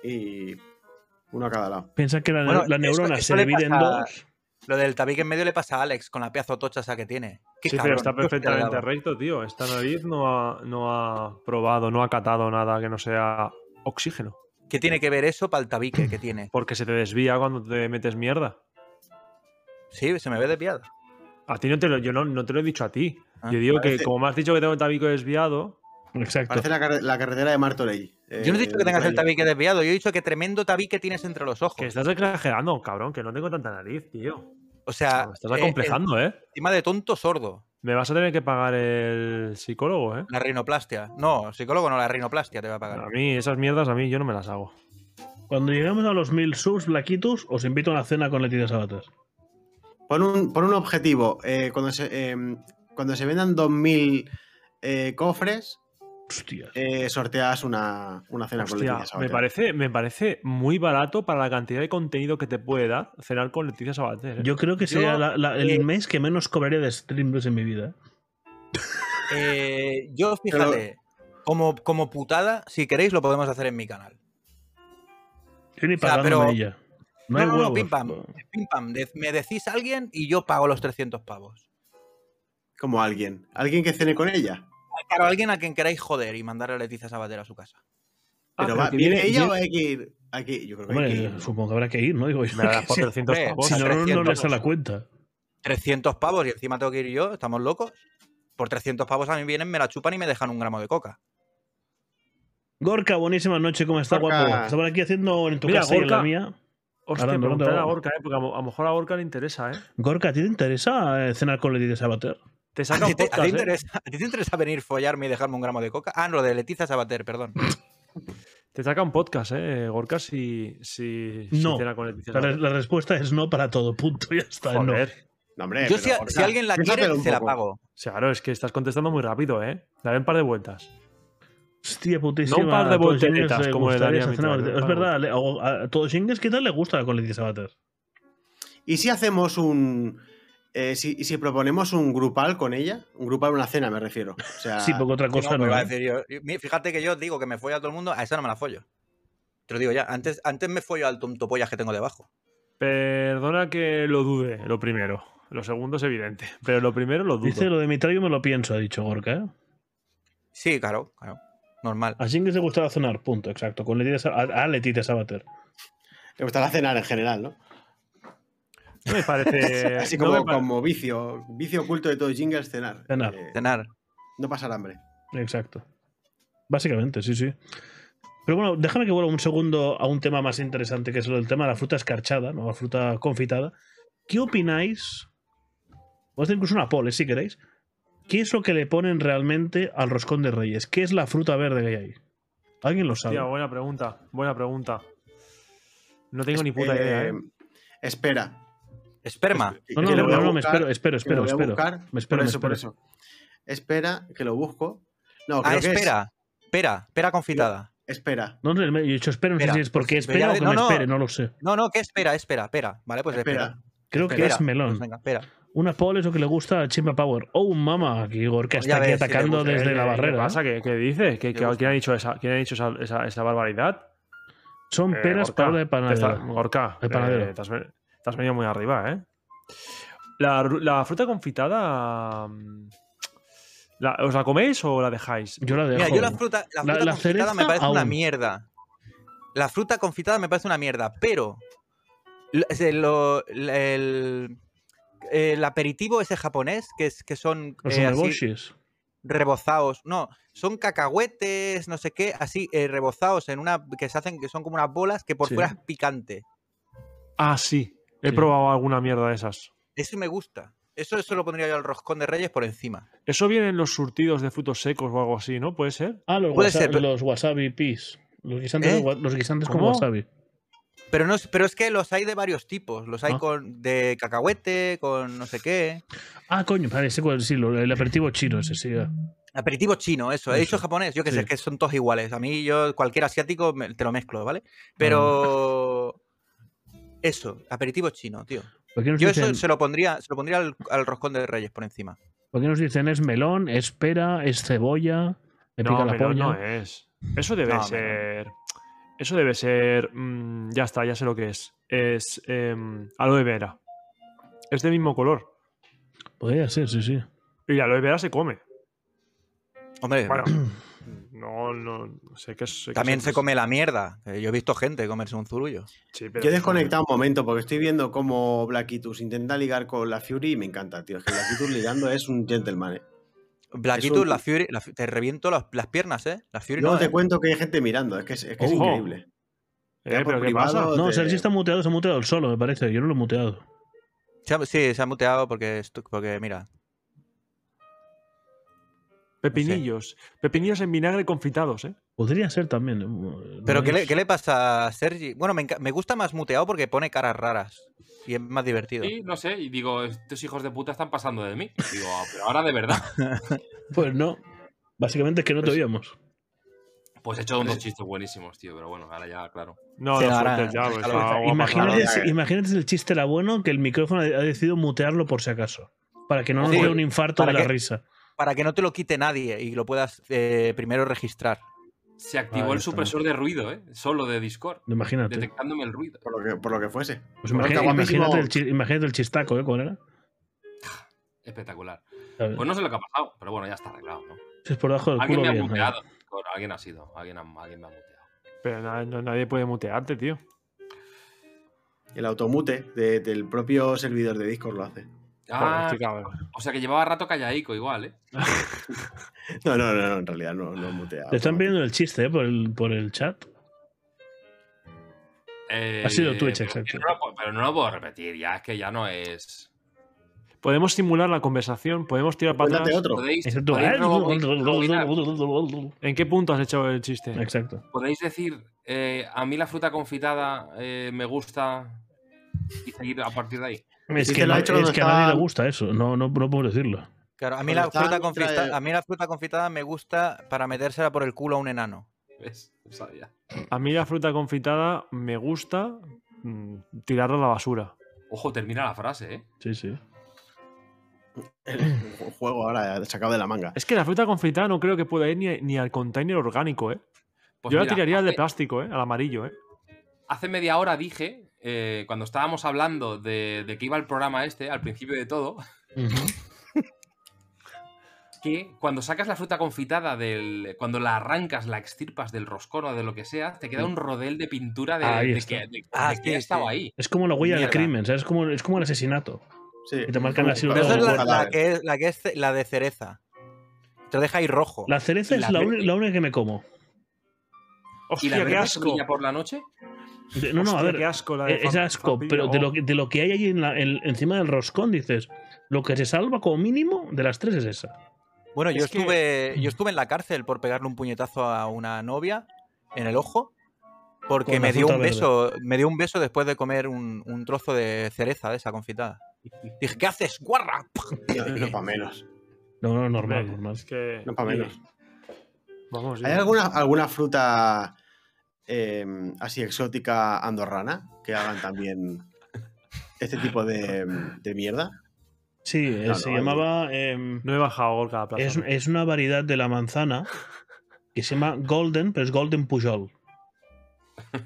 Speaker 4: y uno a cada lado.
Speaker 1: Piensa que la,
Speaker 2: Bueno,
Speaker 1: la
Speaker 2: eso-
Speaker 1: neurona
Speaker 2: eso
Speaker 1: se
Speaker 2: le
Speaker 1: divide en
Speaker 2: pasa-
Speaker 1: dos.
Speaker 2: Lo del tabique en medio le pasa a Alex con la pieza tocha esa que tiene. Qué
Speaker 3: Sí,
Speaker 2: cabrón,
Speaker 3: pero está
Speaker 2: yo se la
Speaker 3: perfectamente
Speaker 2: daba.
Speaker 3: recto, tío. Esta nariz no ha, no ha probado, no ha catado nada que no sea oxígeno.
Speaker 2: ¿Qué tiene que ver eso para el tabique que tiene?
Speaker 3: Porque se te desvía cuando te metes mierda.
Speaker 2: Sí, se me ve desviado.
Speaker 3: A ti no te lo, yo no, no te lo he dicho a ti.
Speaker 2: Ah,
Speaker 3: yo digo que
Speaker 4: parece-
Speaker 3: como me has dicho que tengo el tabico desviado,
Speaker 1: Exacto.
Speaker 4: Parece la, carre- la carretera de Martorell. eh,
Speaker 2: Yo no he dicho que tengas el
Speaker 4: Martorell.
Speaker 2: tabique desviado, yo he dicho que tremendo tabique tienes entre los ojos.
Speaker 3: que estás exagerando, cabrón, que no tengo tanta nariz, tío.
Speaker 2: O sea,
Speaker 3: Me estás
Speaker 2: eh,
Speaker 3: acomplejando, ¿eh?
Speaker 2: encima de tonto sordo,
Speaker 3: Me vas a tener que pagar el psicólogo, ¿eh?
Speaker 2: la rinoplastia. No, psicólogo no, la rinoplastia te va a
Speaker 3: A
Speaker 2: pagar.
Speaker 3: mí, esas mierdas, a mí yo no me las hago.
Speaker 1: Cuando lleguemos a los mil subs blaquitos, os invito a una cena con Leticia Sabater.
Speaker 4: Pon un, pon un objetivo. eh, cuando, se, eh, cuando se vendan 2.000 eh, cofres,
Speaker 1: Hostias.
Speaker 4: eh, sorteas una, una cena con
Speaker 3: Hostia,
Speaker 4: Leticia Sabater.
Speaker 3: me parece, me parece muy barato para la cantidad de contenido que te puede dar cenar con Leticia Sabater. ¿eh?
Speaker 1: Yo creo que
Speaker 2: Yo,
Speaker 1: sería la- la- el
Speaker 2: eh,
Speaker 1: mes que menos cobraría de streams en mi vida.
Speaker 2: Eh, yo, fíjate, como, como putada, si queréis lo podemos hacer en mi canal.
Speaker 1: Yo ni
Speaker 2: sea,
Speaker 1: pagándome
Speaker 2: pero-
Speaker 1: ella.
Speaker 2: No,
Speaker 1: No, hay
Speaker 2: no, no,
Speaker 1: huevos.
Speaker 2: pim, pam. Pim, pam, de- me decís a alguien y yo pago los 300 pavos.
Speaker 4: Como alguien. Alguien que cene con ella.
Speaker 2: Claro, alguien a quien queráis joder y mandar a Leticia Sabater a su casa.
Speaker 3: Ah,
Speaker 4: Pero
Speaker 3: pero
Speaker 4: va,
Speaker 3: que
Speaker 4: ¿viene
Speaker 3: viene-
Speaker 4: ella
Speaker 3: viene-
Speaker 4: o hay que ir? Hay que- yo creo que hay que ir.
Speaker 1: Hombre, supongo que habrá que ir, ¿no? Digo yo.
Speaker 3: Me la das
Speaker 1: que
Speaker 3: por
Speaker 1: si-
Speaker 3: 300
Speaker 2: hombre,
Speaker 3: pavos.
Speaker 1: si no, no, no
Speaker 2: 300
Speaker 1: les da la cuenta.
Speaker 2: 300 pavos y encima tengo que ir yo, estamos locos. Por 300 pavos a mí vienen, me la chupan y me dejan un gramo de coca.
Speaker 1: Gorka, buenísima noche, ¿cómo está,
Speaker 4: Gorka.
Speaker 1: guapo? Estaba aquí haciendo en tu
Speaker 3: Mira,
Speaker 1: casa y en
Speaker 3: Gorka.
Speaker 1: la mía.
Speaker 3: Hostia,
Speaker 1: Ahora, ¿dónde
Speaker 3: preguntad a
Speaker 1: va?
Speaker 3: Orca, ¿eh? Porque a, mo- a lo mejor a Orca le interesa, ¿eh?
Speaker 1: Gorka, ¿a ti te interesa eh, cenar con Leticia Sabater?
Speaker 3: Te
Speaker 2: ¿A
Speaker 3: saca un
Speaker 2: ti, te, a ti
Speaker 3: podcast, ¿eh?
Speaker 2: interesa, a ti te interesa venir follarme y dejarme un gramo de coca? Ah, no, lo de Leticia Sabater, perdón.
Speaker 3: Te saca un podcast, ¿eh? Gorka, si. si si
Speaker 1: No.
Speaker 3: cena con Leticia
Speaker 1: La,
Speaker 3: Sabater.
Speaker 1: la respuesta es no para todo, punto. Ya está. no.
Speaker 3: Joder.
Speaker 4: No, hombre,
Speaker 2: Yo
Speaker 4: Eh, pero,
Speaker 2: si, a-
Speaker 4: o
Speaker 2: si
Speaker 4: sea,
Speaker 2: alguien la quiere,
Speaker 4: piénsatelo un
Speaker 2: se la
Speaker 4: poco.
Speaker 2: pago.
Speaker 3: O sea, claro, es que estás contestando muy rápido, ¿eh? Dale un par de vueltas.
Speaker 1: Hostia putísima.
Speaker 3: No un par de
Speaker 1: a todos
Speaker 3: volteretas
Speaker 1: Jingles le
Speaker 3: como le
Speaker 1: gustaría
Speaker 3: daría a
Speaker 1: esa
Speaker 3: mi
Speaker 1: cena.
Speaker 3: padre.
Speaker 1: Es verdad, le- a, a todos Jingles, ¿qué tal le gusta la Colin Sabater?
Speaker 4: ¿Y si hacemos un. eh, si, y si proponemos un grupal con ella? Un grupal, una cena, me refiero. O sea,
Speaker 1: Sí, porque otra cosa
Speaker 2: Ah, No,
Speaker 1: no.
Speaker 2: me va a
Speaker 1: ¿eh?
Speaker 2: decir yo. Y mi- Fíjate que yo digo que me follo a todo el mundo, a esa no me la follo. Te lo digo ya, antes, antes me follo al tontopollas que tengo debajo.
Speaker 3: Perdona que lo dude, lo primero. Lo segundo es evidente, pero lo primero lo dudo.
Speaker 1: Dice lo de Mitrayo me lo pienso, ha dicho Gorka. ¿eh?
Speaker 2: Sí, claro, claro. Normal.
Speaker 1: A Jingles le gustaba cenar, punto, exacto. Con Leticia Sa- a, a Leticia Sabater.
Speaker 4: le gustará cenar en general, ¿no?
Speaker 3: No me
Speaker 1: Eh,
Speaker 3: parece...
Speaker 4: Así
Speaker 3: no
Speaker 4: como,
Speaker 3: me pare-
Speaker 4: como vicio, vicio oculto de todo jingles, cenar.
Speaker 1: Cenar.
Speaker 4: Eh,
Speaker 2: Cenar.
Speaker 4: no pasar hambre.
Speaker 1: Exacto. Básicamente, sí, sí. Pero bueno, déjame que vuelva un segundo a un tema más interesante, que es el tema de la fruta escarchada, ¿no? la fruta confitada. ¿Qué opináis? Voy a hacer incluso una poll, eh, si queréis. ¿Qué es lo que le ponen realmente al roscón de reyes? ¿Qué es la fruta verde que hay ahí? ¿Alguien lo sabe?
Speaker 3: Hostia, buena pregunta, buena pregunta. No tengo ni puta idea, ¿eh?
Speaker 4: Eh, Espera.
Speaker 2: Esperma.
Speaker 1: no, no,
Speaker 4: Que
Speaker 1: no,
Speaker 4: lo voy a
Speaker 1: no, no, me
Speaker 4: buscar,
Speaker 1: espero, espero,
Speaker 4: que lo
Speaker 1: espero,
Speaker 4: voy a
Speaker 1: espero.
Speaker 4: buscar.
Speaker 1: Me espero,
Speaker 4: por
Speaker 1: me
Speaker 4: eso, por
Speaker 1: espero.
Speaker 4: eso. Espera, que lo busco. No,
Speaker 2: Ah,
Speaker 4: creo que es-
Speaker 2: espera. Pera, pera confitada.
Speaker 4: espera.
Speaker 1: No, no, yo he dicho espero, no sé
Speaker 2: Espera,
Speaker 1: si es porque
Speaker 2: pues,
Speaker 1: espera
Speaker 2: ya-
Speaker 1: o que
Speaker 2: no,
Speaker 1: me
Speaker 2: no.
Speaker 1: espere, no lo sé.
Speaker 2: No, no, ¿qué espera? Espera, pera. Vale, pues espera.
Speaker 4: Espera.
Speaker 1: Creo que
Speaker 2: Pera.
Speaker 1: es melón.
Speaker 2: Pues venga, pera.
Speaker 1: Una poll es lo que le gusta a Chimba Power. Oh, mama, aquí Igor, que
Speaker 2: Ya
Speaker 1: está aquí
Speaker 2: ves, sí le
Speaker 1: atacando
Speaker 2: gusta,
Speaker 1: desde
Speaker 3: eh, ¿Qué-
Speaker 1: la
Speaker 3: qué
Speaker 1: barrera. ¿eh?
Speaker 3: pasa? ¿Qué, qué dices? ¿Qué-
Speaker 2: Me
Speaker 3: qué-
Speaker 2: gusta.
Speaker 3: ¿Quién ha dicho esa, quién ha dicho esa, esa- esa barbaridad?
Speaker 1: Son
Speaker 3: Eh,
Speaker 1: peras
Speaker 3: Gorka,
Speaker 1: para de
Speaker 3: te está-
Speaker 1: panadero.
Speaker 3: Gorka,
Speaker 1: El panadero.
Speaker 3: eh, te, has, ve- te has venido muy arriba, ¿eh? La, ru- la fruta confitada... mm, ¿la- ¿Os la coméis o la dejáis?
Speaker 1: Yo la dejo.
Speaker 2: Mira, yo la fruta, la
Speaker 1: La-
Speaker 2: fruta
Speaker 1: la cereza
Speaker 2: confitada me parece una
Speaker 1: aún.
Speaker 2: mierda. La fruta confitada me parece una mierda, pero lo- se- lo- el, el aperitivo ese japonés, que, es, que son
Speaker 1: Los
Speaker 2: eh, así,
Speaker 1: umeboshis.
Speaker 2: rebozados, no, son cacahuetes, no sé qué, así eh, rebozados en una que se hacen que son como unas bolas que por
Speaker 1: Sí.
Speaker 2: fuera es picante.
Speaker 3: Ah, sí. He
Speaker 1: Sí.
Speaker 3: probado alguna mierda de esas.
Speaker 2: Eso me gusta. Eso, eso lo pondría yo al roscón de Reyes por encima.
Speaker 3: Eso viene en los surtidos de frutos secos o algo así, ¿no? ¿Puede ser?
Speaker 1: Ah, los,
Speaker 2: Puede
Speaker 1: wasa-
Speaker 2: ser, pero-
Speaker 1: los wasabi peas. Los guisantes, de
Speaker 2: ¿Eh?
Speaker 1: wa- los guisantes con
Speaker 3: ¿Cómo?
Speaker 1: wasabi.
Speaker 2: Pero no, es- pero es que los hay de varios tipos. Los hay
Speaker 1: Ah.
Speaker 2: con de cacahuete, con no sé qué.
Speaker 1: Ah, coño, vale, sé cuál- sí, lo- el aperitivo chino ese, sí. ya.
Speaker 2: Aperitivo chino, eso. He
Speaker 1: Eso.
Speaker 2: dicho japonés, yo que sé,
Speaker 1: Sí.
Speaker 2: es que son todos iguales. A mí, yo, cualquier asiático, me- te lo mezclo, ¿vale? Pero. Eso, aperitivo chino, tío.
Speaker 1: ¿Por qué nos
Speaker 2: Yo
Speaker 1: dicen,
Speaker 2: eso se lo pondría, se lo pondría al, al roscón de Reyes por encima.
Speaker 1: por qué nos dicen es melón, es pera, es cebolla, me
Speaker 3: no,
Speaker 1: pica la
Speaker 3: melón
Speaker 1: polla?
Speaker 3: no eh. es. Eso debe
Speaker 2: No, melón.
Speaker 3: ser. Eso debe ser. mm, ya está, ya sé lo que es. Es em, aloe vera. Es del mismo color.
Speaker 1: Podría ser, sí, sí.
Speaker 3: Y la aloe vera se come.
Speaker 2: Hombre,
Speaker 3: Bueno, no, no. Sé que es. sé pues que
Speaker 2: Em, también
Speaker 3: es-
Speaker 2: se come la mierda. Eh, Yo he visto gente comerse un zurullo.
Speaker 3: Sí, pero-
Speaker 4: Yo he desconectado un momento porque estoy viendo cómo Blackitus intenta ligar con la Fury y me encanta, tío. Es que Blackitus ligando es un gentleman, eh.
Speaker 2: Blaquito,
Speaker 4: un-
Speaker 2: la Fury, la Fu- te reviento las, las piernas, ¿eh? La Fury
Speaker 4: Luego
Speaker 2: no.
Speaker 4: te
Speaker 2: ¿eh?
Speaker 4: cuento que hay gente mirando, es que es, es que es
Speaker 3: Ojo.
Speaker 4: increíble.
Speaker 3: Eh,
Speaker 4: Ya por
Speaker 3: pero ¿qué
Speaker 4: privado,
Speaker 3: pasa?
Speaker 1: No,
Speaker 4: de-
Speaker 1: Sergi está muteado, se ha muteado el solo, me parece. Yo no lo he muteado.
Speaker 2: Se ha- sí, se ha muteado porque, estu- porque mira.
Speaker 3: Pepinillos. Pepinillos en vinagre confitados, ¿eh?
Speaker 1: Podría ser también. eh,
Speaker 2: Pero ¿qué le,
Speaker 1: es-
Speaker 2: qué le pasa a Sergi? Bueno, me, enca- me gusta más muteado porque pone caras raras. Y es más divertido.
Speaker 5: Y no sé, y digo, estos hijos de puta están pasando de mí. Digo, "Ah, pero ahora de verdad.
Speaker 1: Pues no. Básicamente es que no te
Speaker 3: Pues-
Speaker 1: oíamos.
Speaker 5: Pues he hecho unos chistes buenísimos, tío, pero bueno, ahora ya, claro.
Speaker 3: No,
Speaker 2: Sí,
Speaker 3: no
Speaker 2: ahora-
Speaker 3: sueltes ya, pues,
Speaker 2: déjalo,
Speaker 3: está guapa,
Speaker 1: Imagínate,
Speaker 3: claro.
Speaker 1: si- imagínate si el chiste era bueno que el micrófono ha ha decidido mutearlo por si acaso. Para que no nos
Speaker 2: Sí,
Speaker 1: dé un infarto de
Speaker 2: para
Speaker 1: la
Speaker 2: que-
Speaker 1: risa.
Speaker 2: Para que no te lo quite nadie y lo puedas eh, primero registrar.
Speaker 5: Se activó
Speaker 1: Ahí
Speaker 5: el
Speaker 1: está.
Speaker 5: supresor de ruido, ¿eh? Solo de Discord,
Speaker 1: Imagínate.
Speaker 5: detectándome el ruido.
Speaker 4: Por lo que, por lo que fuese.
Speaker 1: Pues
Speaker 4: Gorka,
Speaker 1: imagina-
Speaker 4: guapísimo.
Speaker 1: imagínate, el chi- imagínate el chistaco, ¿eh? ¿Cuál era?
Speaker 5: Espectacular.
Speaker 1: ¿Sabes?
Speaker 5: Pues no sé lo que ha pasado, pero bueno, ya está arreglado, ¿no?
Speaker 1: Si es por debajo del
Speaker 5: Alguien
Speaker 1: culo
Speaker 5: me ha
Speaker 1: bien. ¿eh?
Speaker 5: muteado. Discord, Alguien ha sido, alguien, ha- alguien me ha muteado.
Speaker 3: Pero na- no- nadie puede mutearte, tío.
Speaker 4: El automute de- del propio servidor de Discord lo hace.
Speaker 3: Joder,
Speaker 5: Ah,
Speaker 3: este cabrón.
Speaker 5: o sea que llevaba rato callaico igual, ¿eh?
Speaker 4: No, no, no, no, en realidad no, no mutea.
Speaker 1: Te están pidiendo el chiste, ¿eh? Por el, por el chat.
Speaker 5: Eh,
Speaker 1: Ha sido Twitch,
Speaker 5: pero es que
Speaker 1: exacto.
Speaker 5: no lo puedo- pero no lo puedo repetir, ya es que ya no es.
Speaker 3: Podemos simular la conversación, podemos tirar para
Speaker 4: Cuéntate
Speaker 3: atrás.
Speaker 4: otro.
Speaker 5: Podéis,
Speaker 1: Excepto-
Speaker 5: podéis rebobinar,
Speaker 3: ¿En qué punto has echado el chiste?
Speaker 1: Exacto.
Speaker 5: podéis decir, eh, a mí la fruta confitada eh, me gusta y seguir a partir de ahí.
Speaker 1: Es
Speaker 4: Sí,
Speaker 1: que,
Speaker 4: te lo ha
Speaker 1: no-
Speaker 4: hecho cuando
Speaker 1: es que a nadie
Speaker 4: estaba-
Speaker 1: le gusta eso, no, no, no puedo decirlo.
Speaker 2: Claro, a mí,
Speaker 4: Cuando
Speaker 2: la fruta
Speaker 4: estaban
Speaker 2: confita-
Speaker 4: trae-
Speaker 2: a mí la fruta confitada me gusta para metérsela por el culo a un enano.
Speaker 5: ¿Ves? Lo sabía.
Speaker 3: A mí la fruta confitada me gusta mm, tirarla a la basura.
Speaker 5: Ojo, termina la frase, ¿eh?
Speaker 1: Sí, sí.
Speaker 4: Un juego ahora sacado de la manga.
Speaker 3: Es que la fruta confitada no creo que pueda ir ni, ni al container orgánico, ¿eh?
Speaker 5: Pues
Speaker 3: Yo la
Speaker 5: mira,
Speaker 3: tiraría al de
Speaker 5: hace-
Speaker 3: plástico, ¿eh? Al amarillo, ¿eh?
Speaker 5: Hace media hora dije, eh, cuando estábamos hablando de, de que iba el programa este, al principio de todo, que cuando sacas la fruta confitada del. Cuando la arrancas, la extirpas del roscón o de lo que sea, te queda un rodel de pintura de,
Speaker 1: Ahí
Speaker 5: de
Speaker 1: está.
Speaker 5: que, de-
Speaker 2: Ah,
Speaker 5: de que
Speaker 2: sí,
Speaker 5: ha estado
Speaker 2: sí.
Speaker 5: ahí.
Speaker 1: Es como la huella del
Speaker 5: Mierda.
Speaker 1: crimen, ¿sabes? Es como, es como el asesinato.
Speaker 4: Sí.
Speaker 1: Y te marcan la
Speaker 4: Pero
Speaker 1: silueta
Speaker 2: Pero esa es
Speaker 1: Ojo,
Speaker 2: la, la
Speaker 4: cadáver.
Speaker 2: que es, la, que es ce- la de cereza. Te deja ahí rojo.
Speaker 1: La cereza
Speaker 5: Y
Speaker 1: es
Speaker 5: la
Speaker 1: la,
Speaker 5: verde.
Speaker 1: uni- la única que me como.
Speaker 5: ¿Y la
Speaker 3: ¡Hostia, qué
Speaker 5: verde
Speaker 3: asco!
Speaker 5: semilla por la noche?
Speaker 1: De- no, no, a
Speaker 3: Hostia,
Speaker 1: ver,
Speaker 3: qué asco la de
Speaker 1: eh, es
Speaker 3: fam-
Speaker 1: asco,
Speaker 3: familia,
Speaker 1: pero de
Speaker 3: oh.
Speaker 1: lo, que- de lo que hay ahí en la- en- encima del roscón, dices, lo que se salva como mínimo de las tres es esa.
Speaker 2: Bueno, yo
Speaker 3: Es que-
Speaker 2: estuve,
Speaker 1: mm.
Speaker 2: yo estuve en la cárcel por pegarle un puñetazo a una novia en el ojo porque
Speaker 1: Con la
Speaker 2: me dio
Speaker 1: fruta
Speaker 2: un
Speaker 1: verde.
Speaker 2: beso, me dio un beso después de comer un, un trozo de cereza de esa confitada. Dije, ¿qué haces, guarra?
Speaker 4: No, para menos.
Speaker 1: No, no, normal,
Speaker 3: Hombre,
Speaker 1: normal.
Speaker 3: Es que.
Speaker 4: No pa' menos.
Speaker 3: Vamos,
Speaker 4: ¿Hay
Speaker 3: yo-
Speaker 4: alguna, alguna fruta em, así exótica andorrana que hagan también este tipo de, de mierda?
Speaker 1: Sí, eh,
Speaker 4: No,
Speaker 1: se
Speaker 4: no,
Speaker 1: llamaba... em,
Speaker 3: No he bajado Gorka a la plaza.
Speaker 1: es,
Speaker 3: ¿no?
Speaker 1: es una variedad de la manzana que se llama Golden, pero es Golden Pujol.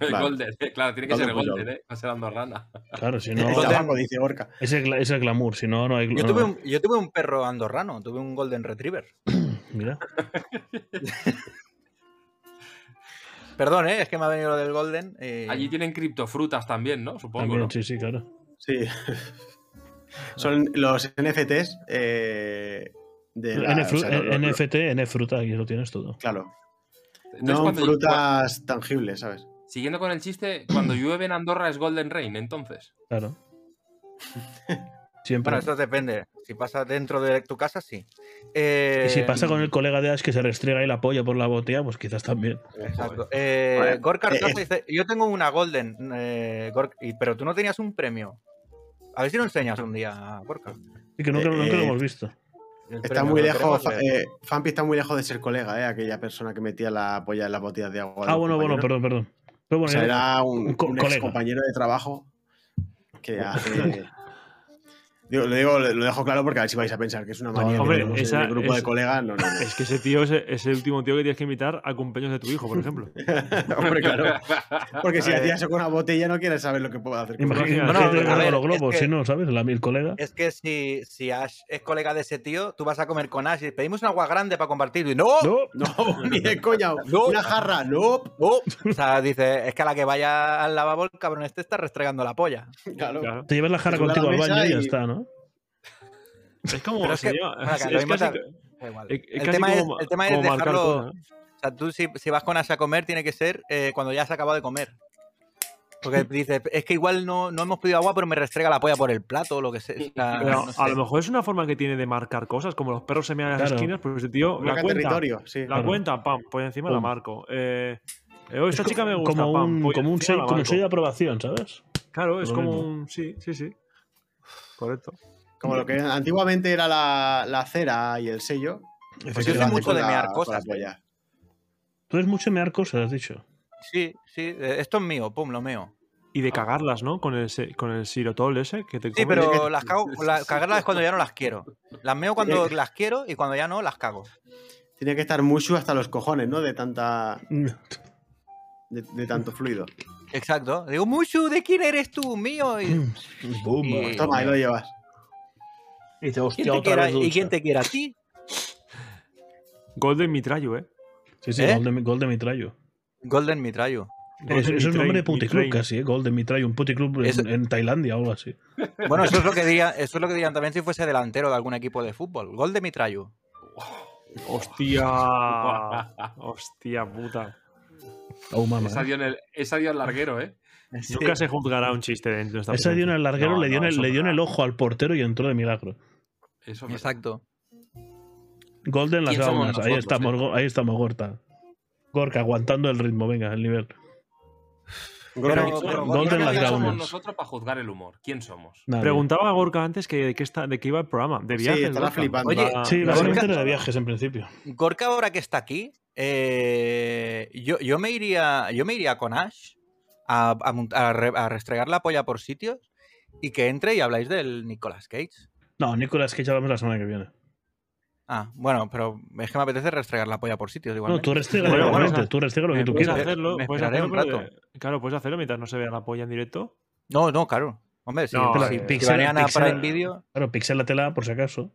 Speaker 5: El
Speaker 4: Vale.
Speaker 5: Golden, eh, claro, tiene que
Speaker 4: Golden
Speaker 5: ser
Speaker 4: Pujol.
Speaker 5: Golden, ¿eh? Va a ser Andorrana.
Speaker 1: Claro, si
Speaker 4: No,
Speaker 1: no...
Speaker 2: Golden-
Speaker 4: dice Orca.
Speaker 1: Es el, gla- es el glamour, si no, no hay...
Speaker 2: Yo
Speaker 1: no,
Speaker 2: tuve
Speaker 1: no.
Speaker 2: un, yo tuve un perro andorrano, tuve un golden retriever.
Speaker 1: Mira.
Speaker 2: Perdón, ¿eh? es que me ha venido lo del golden. eh,
Speaker 5: Allí tienen criptofrutas también, ¿no? Supongo,
Speaker 1: También,
Speaker 5: ¿no?
Speaker 1: sí, sí, claro.
Speaker 4: Sí. Son los NFTs eh, de la-
Speaker 1: N
Speaker 4: o sea, lo- lo- lo-
Speaker 1: NFT, N fruta, aquí lo tienes todo.
Speaker 4: Claro.
Speaker 5: Entonces,
Speaker 4: No
Speaker 5: cuando-
Speaker 4: frutas tangibles, ¿sabes?
Speaker 5: cua- siguiendo con el chiste, cuando llueve en Andorra es Golden Rain, entonces.
Speaker 1: Claro. Siempre.
Speaker 2: Bueno, eso depende. Si pasa dentro de tu casa, sí. Eh,
Speaker 1: y si pasa con el colega de Ash que se restriega ahí la polla por la botella, pues quizás también.
Speaker 2: Exacto. Eh,
Speaker 4: Joder.
Speaker 2: Gorka
Speaker 4: Eh,
Speaker 2: Artaza dice, yo tengo una Golden, eh, Gork- y- pero tú no tenías un premio. A ver si lo enseñas un día, Gorka.
Speaker 1: Y que nunca,
Speaker 4: Eh,
Speaker 1: nunca lo
Speaker 4: eh,
Speaker 1: hemos visto.
Speaker 2: El
Speaker 4: Está
Speaker 2: premio,
Speaker 4: muy
Speaker 2: lo
Speaker 4: lejos,
Speaker 2: queremos
Speaker 4: fa-
Speaker 2: ver.
Speaker 4: eh, Fampi está muy lejos de ser colega, ¿eh? Aquella persona que metía la polla en las botellas de agua. de
Speaker 1: Ah,
Speaker 4: los
Speaker 1: bueno, bueno, perdón,
Speaker 4: compañeros.
Speaker 1: perdón. Pero
Speaker 4: O
Speaker 1: bueno,
Speaker 4: sea,
Speaker 1: ya-
Speaker 4: era
Speaker 1: un
Speaker 4: un,
Speaker 1: co- colega.
Speaker 4: compañero de trabajo que hace. Digo, lo, digo, lo dejo claro porque a ver si vais a pensar que es una
Speaker 1: No,
Speaker 4: manía
Speaker 1: hombre,
Speaker 4: que tenemos
Speaker 3: esa-
Speaker 4: en el grupo
Speaker 3: es-
Speaker 4: de colegas. No, no, no.
Speaker 3: Es que ese tío es, es el último tío que tienes que invitar a cumpleaños de tu hijo, por ejemplo.
Speaker 4: Hombre, claro. Porque si
Speaker 2: Eh,
Speaker 4: hacías eso con una botella no quieres saber lo que puedo hacer. con
Speaker 1: imagínate
Speaker 4: ella.
Speaker 3: Bueno,
Speaker 1: imagínate
Speaker 3: a
Speaker 1: con
Speaker 2: ver,
Speaker 1: los globos,
Speaker 2: es que-
Speaker 1: si no, ¿sabes? La, el colega.
Speaker 2: Es que si, si Ash es colega de ese tío, tú vas a comer con Ash y pedimos un agua grande para compartir. Y no, no,
Speaker 1: No,
Speaker 4: No, ni de coña.
Speaker 2: No.
Speaker 4: Una jarra, no.
Speaker 2: O sea, dice, es que a la que vaya al lavabo, el cabrón este está restregando la polla.
Speaker 4: Claro.
Speaker 3: Claro.
Speaker 1: te llevas la jarra
Speaker 4: Te subes a la
Speaker 1: contigo al baño
Speaker 4: mesa
Speaker 1: y ya
Speaker 4: y-
Speaker 1: está, ¿no?
Speaker 3: Es como.
Speaker 2: Pero es que-
Speaker 3: sería-
Speaker 2: bueno, que
Speaker 3: es-
Speaker 2: lo
Speaker 3: es
Speaker 2: mismo
Speaker 3: casi-
Speaker 2: te- Da igual.
Speaker 3: es- es
Speaker 2: El
Speaker 3: casi
Speaker 2: tema es,
Speaker 3: como ma-
Speaker 2: el tema es
Speaker 3: como marcar
Speaker 2: dejarlo.
Speaker 3: cosas, ¿eh?
Speaker 2: O sea, tú si, si vas con Ash a comer, tiene que ser eh, cuando ya has acabado de comer. Porque dices, es que igual no, no hemos pedido agua, pero me restrega la polla por el plato o lo que sea. O sea,
Speaker 3: Pero
Speaker 2: no sé.
Speaker 3: a lo mejor es una forma que tiene de marcar cosas, como los perros se mean en las
Speaker 1: Claro.
Speaker 3: esquinas, pero ese tío. La
Speaker 4: Marca
Speaker 3: cuenta,
Speaker 4: territorio, sí.
Speaker 3: la cuenta, pam, pues encima la
Speaker 1: Pum.
Speaker 3: marco. Eh, eh, oh,
Speaker 1: Es
Speaker 3: esta
Speaker 1: co-
Speaker 3: chica me gusta.
Speaker 1: como
Speaker 3: pam,
Speaker 1: un,
Speaker 3: voy
Speaker 1: como un
Speaker 3: encima
Speaker 1: sello,
Speaker 3: la
Speaker 1: como un
Speaker 3: marco.
Speaker 1: sello de aprobación, ¿sabes?
Speaker 3: Claro, es
Speaker 1: Lo
Speaker 3: como
Speaker 1: mismo.
Speaker 3: un. Sí, sí, sí. Correcto.
Speaker 4: Como lo que antiguamente era la, la cera y el sello.
Speaker 2: Pues yo
Speaker 4: se
Speaker 2: soy
Speaker 4: lo hace
Speaker 2: mucho
Speaker 4: con
Speaker 2: de
Speaker 4: la-
Speaker 2: mear
Speaker 4: con la
Speaker 2: cosas, ¿eh?
Speaker 4: polla.
Speaker 1: Tú eres mucho mear cosas, has dicho.
Speaker 2: Sí, sí, eh, esto es mío, pum, lo mío.
Speaker 3: Y de cagarlas, ¿no? Con el, se- con el sirotol ese que te
Speaker 2: Ah. Sí,
Speaker 3: comes.
Speaker 2: pero las cago, la- cagarlas es cuando ya no las quiero. Las meo cuando las quiero y cuando ya no las cago.
Speaker 4: Tiene que estar mucho hasta los cojones, ¿no? De tanta. De, de tanto fluido.
Speaker 2: Exacto. Digo, Mushu, ¿de quién eres tú? Mío. Y,
Speaker 1: Boom.
Speaker 2: y-
Speaker 4: Toma, ahí lo llevas.
Speaker 1: dice,
Speaker 2: ¿quién te
Speaker 1: hostia, otra
Speaker 2: quiera-
Speaker 1: vez
Speaker 2: ¿Y
Speaker 1: ducha.
Speaker 2: quién te quiere a ti?
Speaker 3: Golden Mitrayo, ¿eh?
Speaker 1: Sí, sí,
Speaker 2: ¿Eh?
Speaker 1: Golden, Golden Mitrayo.
Speaker 2: Golden Mitrayo.
Speaker 1: Es,
Speaker 3: Golden
Speaker 1: es un
Speaker 3: Mitrayo,
Speaker 1: nombre de puticlub
Speaker 3: Mitrayo.
Speaker 1: casi, ¿eh? Golden Mitrayo, un puticlub en,
Speaker 2: Eso-
Speaker 1: en Tailandia o algo así.
Speaker 2: Bueno, eso es lo que dirían, eso es lo que dirían también si fuese delantero de algún equipo de fútbol. Gol de Mitrayu.
Speaker 3: Hostia. Hostia puta.
Speaker 1: Oh, mamá.
Speaker 5: Esa dio en el, esa dio al larguero, ¿eh?
Speaker 3: Nunca se juzgará un chiste dentro de esta
Speaker 1: Esa dio en el larguero,
Speaker 3: No,
Speaker 1: le, dio
Speaker 3: no,
Speaker 1: en el,
Speaker 3: eso
Speaker 1: le dio en
Speaker 3: no.
Speaker 1: el ojo al portero y entró de milagro.
Speaker 5: Eso me-
Speaker 2: Exacto.
Speaker 1: Golden las
Speaker 5: ¿Quién somos
Speaker 1: gaunas, ahí
Speaker 5: nosotros,
Speaker 1: estamos,
Speaker 5: eh?
Speaker 1: Go- ahí estamos, Gorta. Gorka, aguantando el ritmo, venga, el nivel.
Speaker 2: Pero-
Speaker 5: ¿Quién
Speaker 2: pero-
Speaker 5: somos?
Speaker 1: Golden
Speaker 5: ¿Quién
Speaker 1: Las
Speaker 5: somos
Speaker 1: Gaunas.
Speaker 5: nosotros para juzgar el humor? ¿Quién somos?
Speaker 1: Nadie.
Speaker 3: Preguntaba a Gorka antes que, de, qué está, de qué iba el programa. De
Speaker 4: Sí,
Speaker 3: viajes.
Speaker 4: estará
Speaker 3: Gorka.
Speaker 4: flipando.
Speaker 2: Oye,
Speaker 3: Va-
Speaker 1: Sí,
Speaker 3: va-
Speaker 1: básicamente era de viajes en principio.
Speaker 2: Gorka, ahora que está aquí, eh, yo, yo me iría, yo me iría con Ash a, a mont- a re- a restregar la polla por sitios y que entre y habláis del Nicolas Cage.
Speaker 1: No, Nicolás Cage hablamos la semana que viene.
Speaker 2: Ah, bueno, pero es que me apetece restregar la polla por sitios igual.
Speaker 1: No, tú restriega
Speaker 3: Bueno,
Speaker 1: directamente,
Speaker 3: bueno,
Speaker 1: tú restriega lo que
Speaker 3: Eh,
Speaker 1: tú
Speaker 3: puedes
Speaker 1: quieras.
Speaker 3: hacerlo,
Speaker 2: Me
Speaker 3: puedes
Speaker 2: esperaré
Speaker 3: hacerlo
Speaker 2: un
Speaker 3: pero- claro, puedes hacerlo mientras no se vea la polla en directo.
Speaker 2: no, no, claro. Hombre, si, si-
Speaker 3: No, pero
Speaker 2: si
Speaker 1: Pixar-
Speaker 2: banean a
Speaker 1: Pixar-
Speaker 2: Prime Video,
Speaker 1: Claro, pixel la tela por si acaso.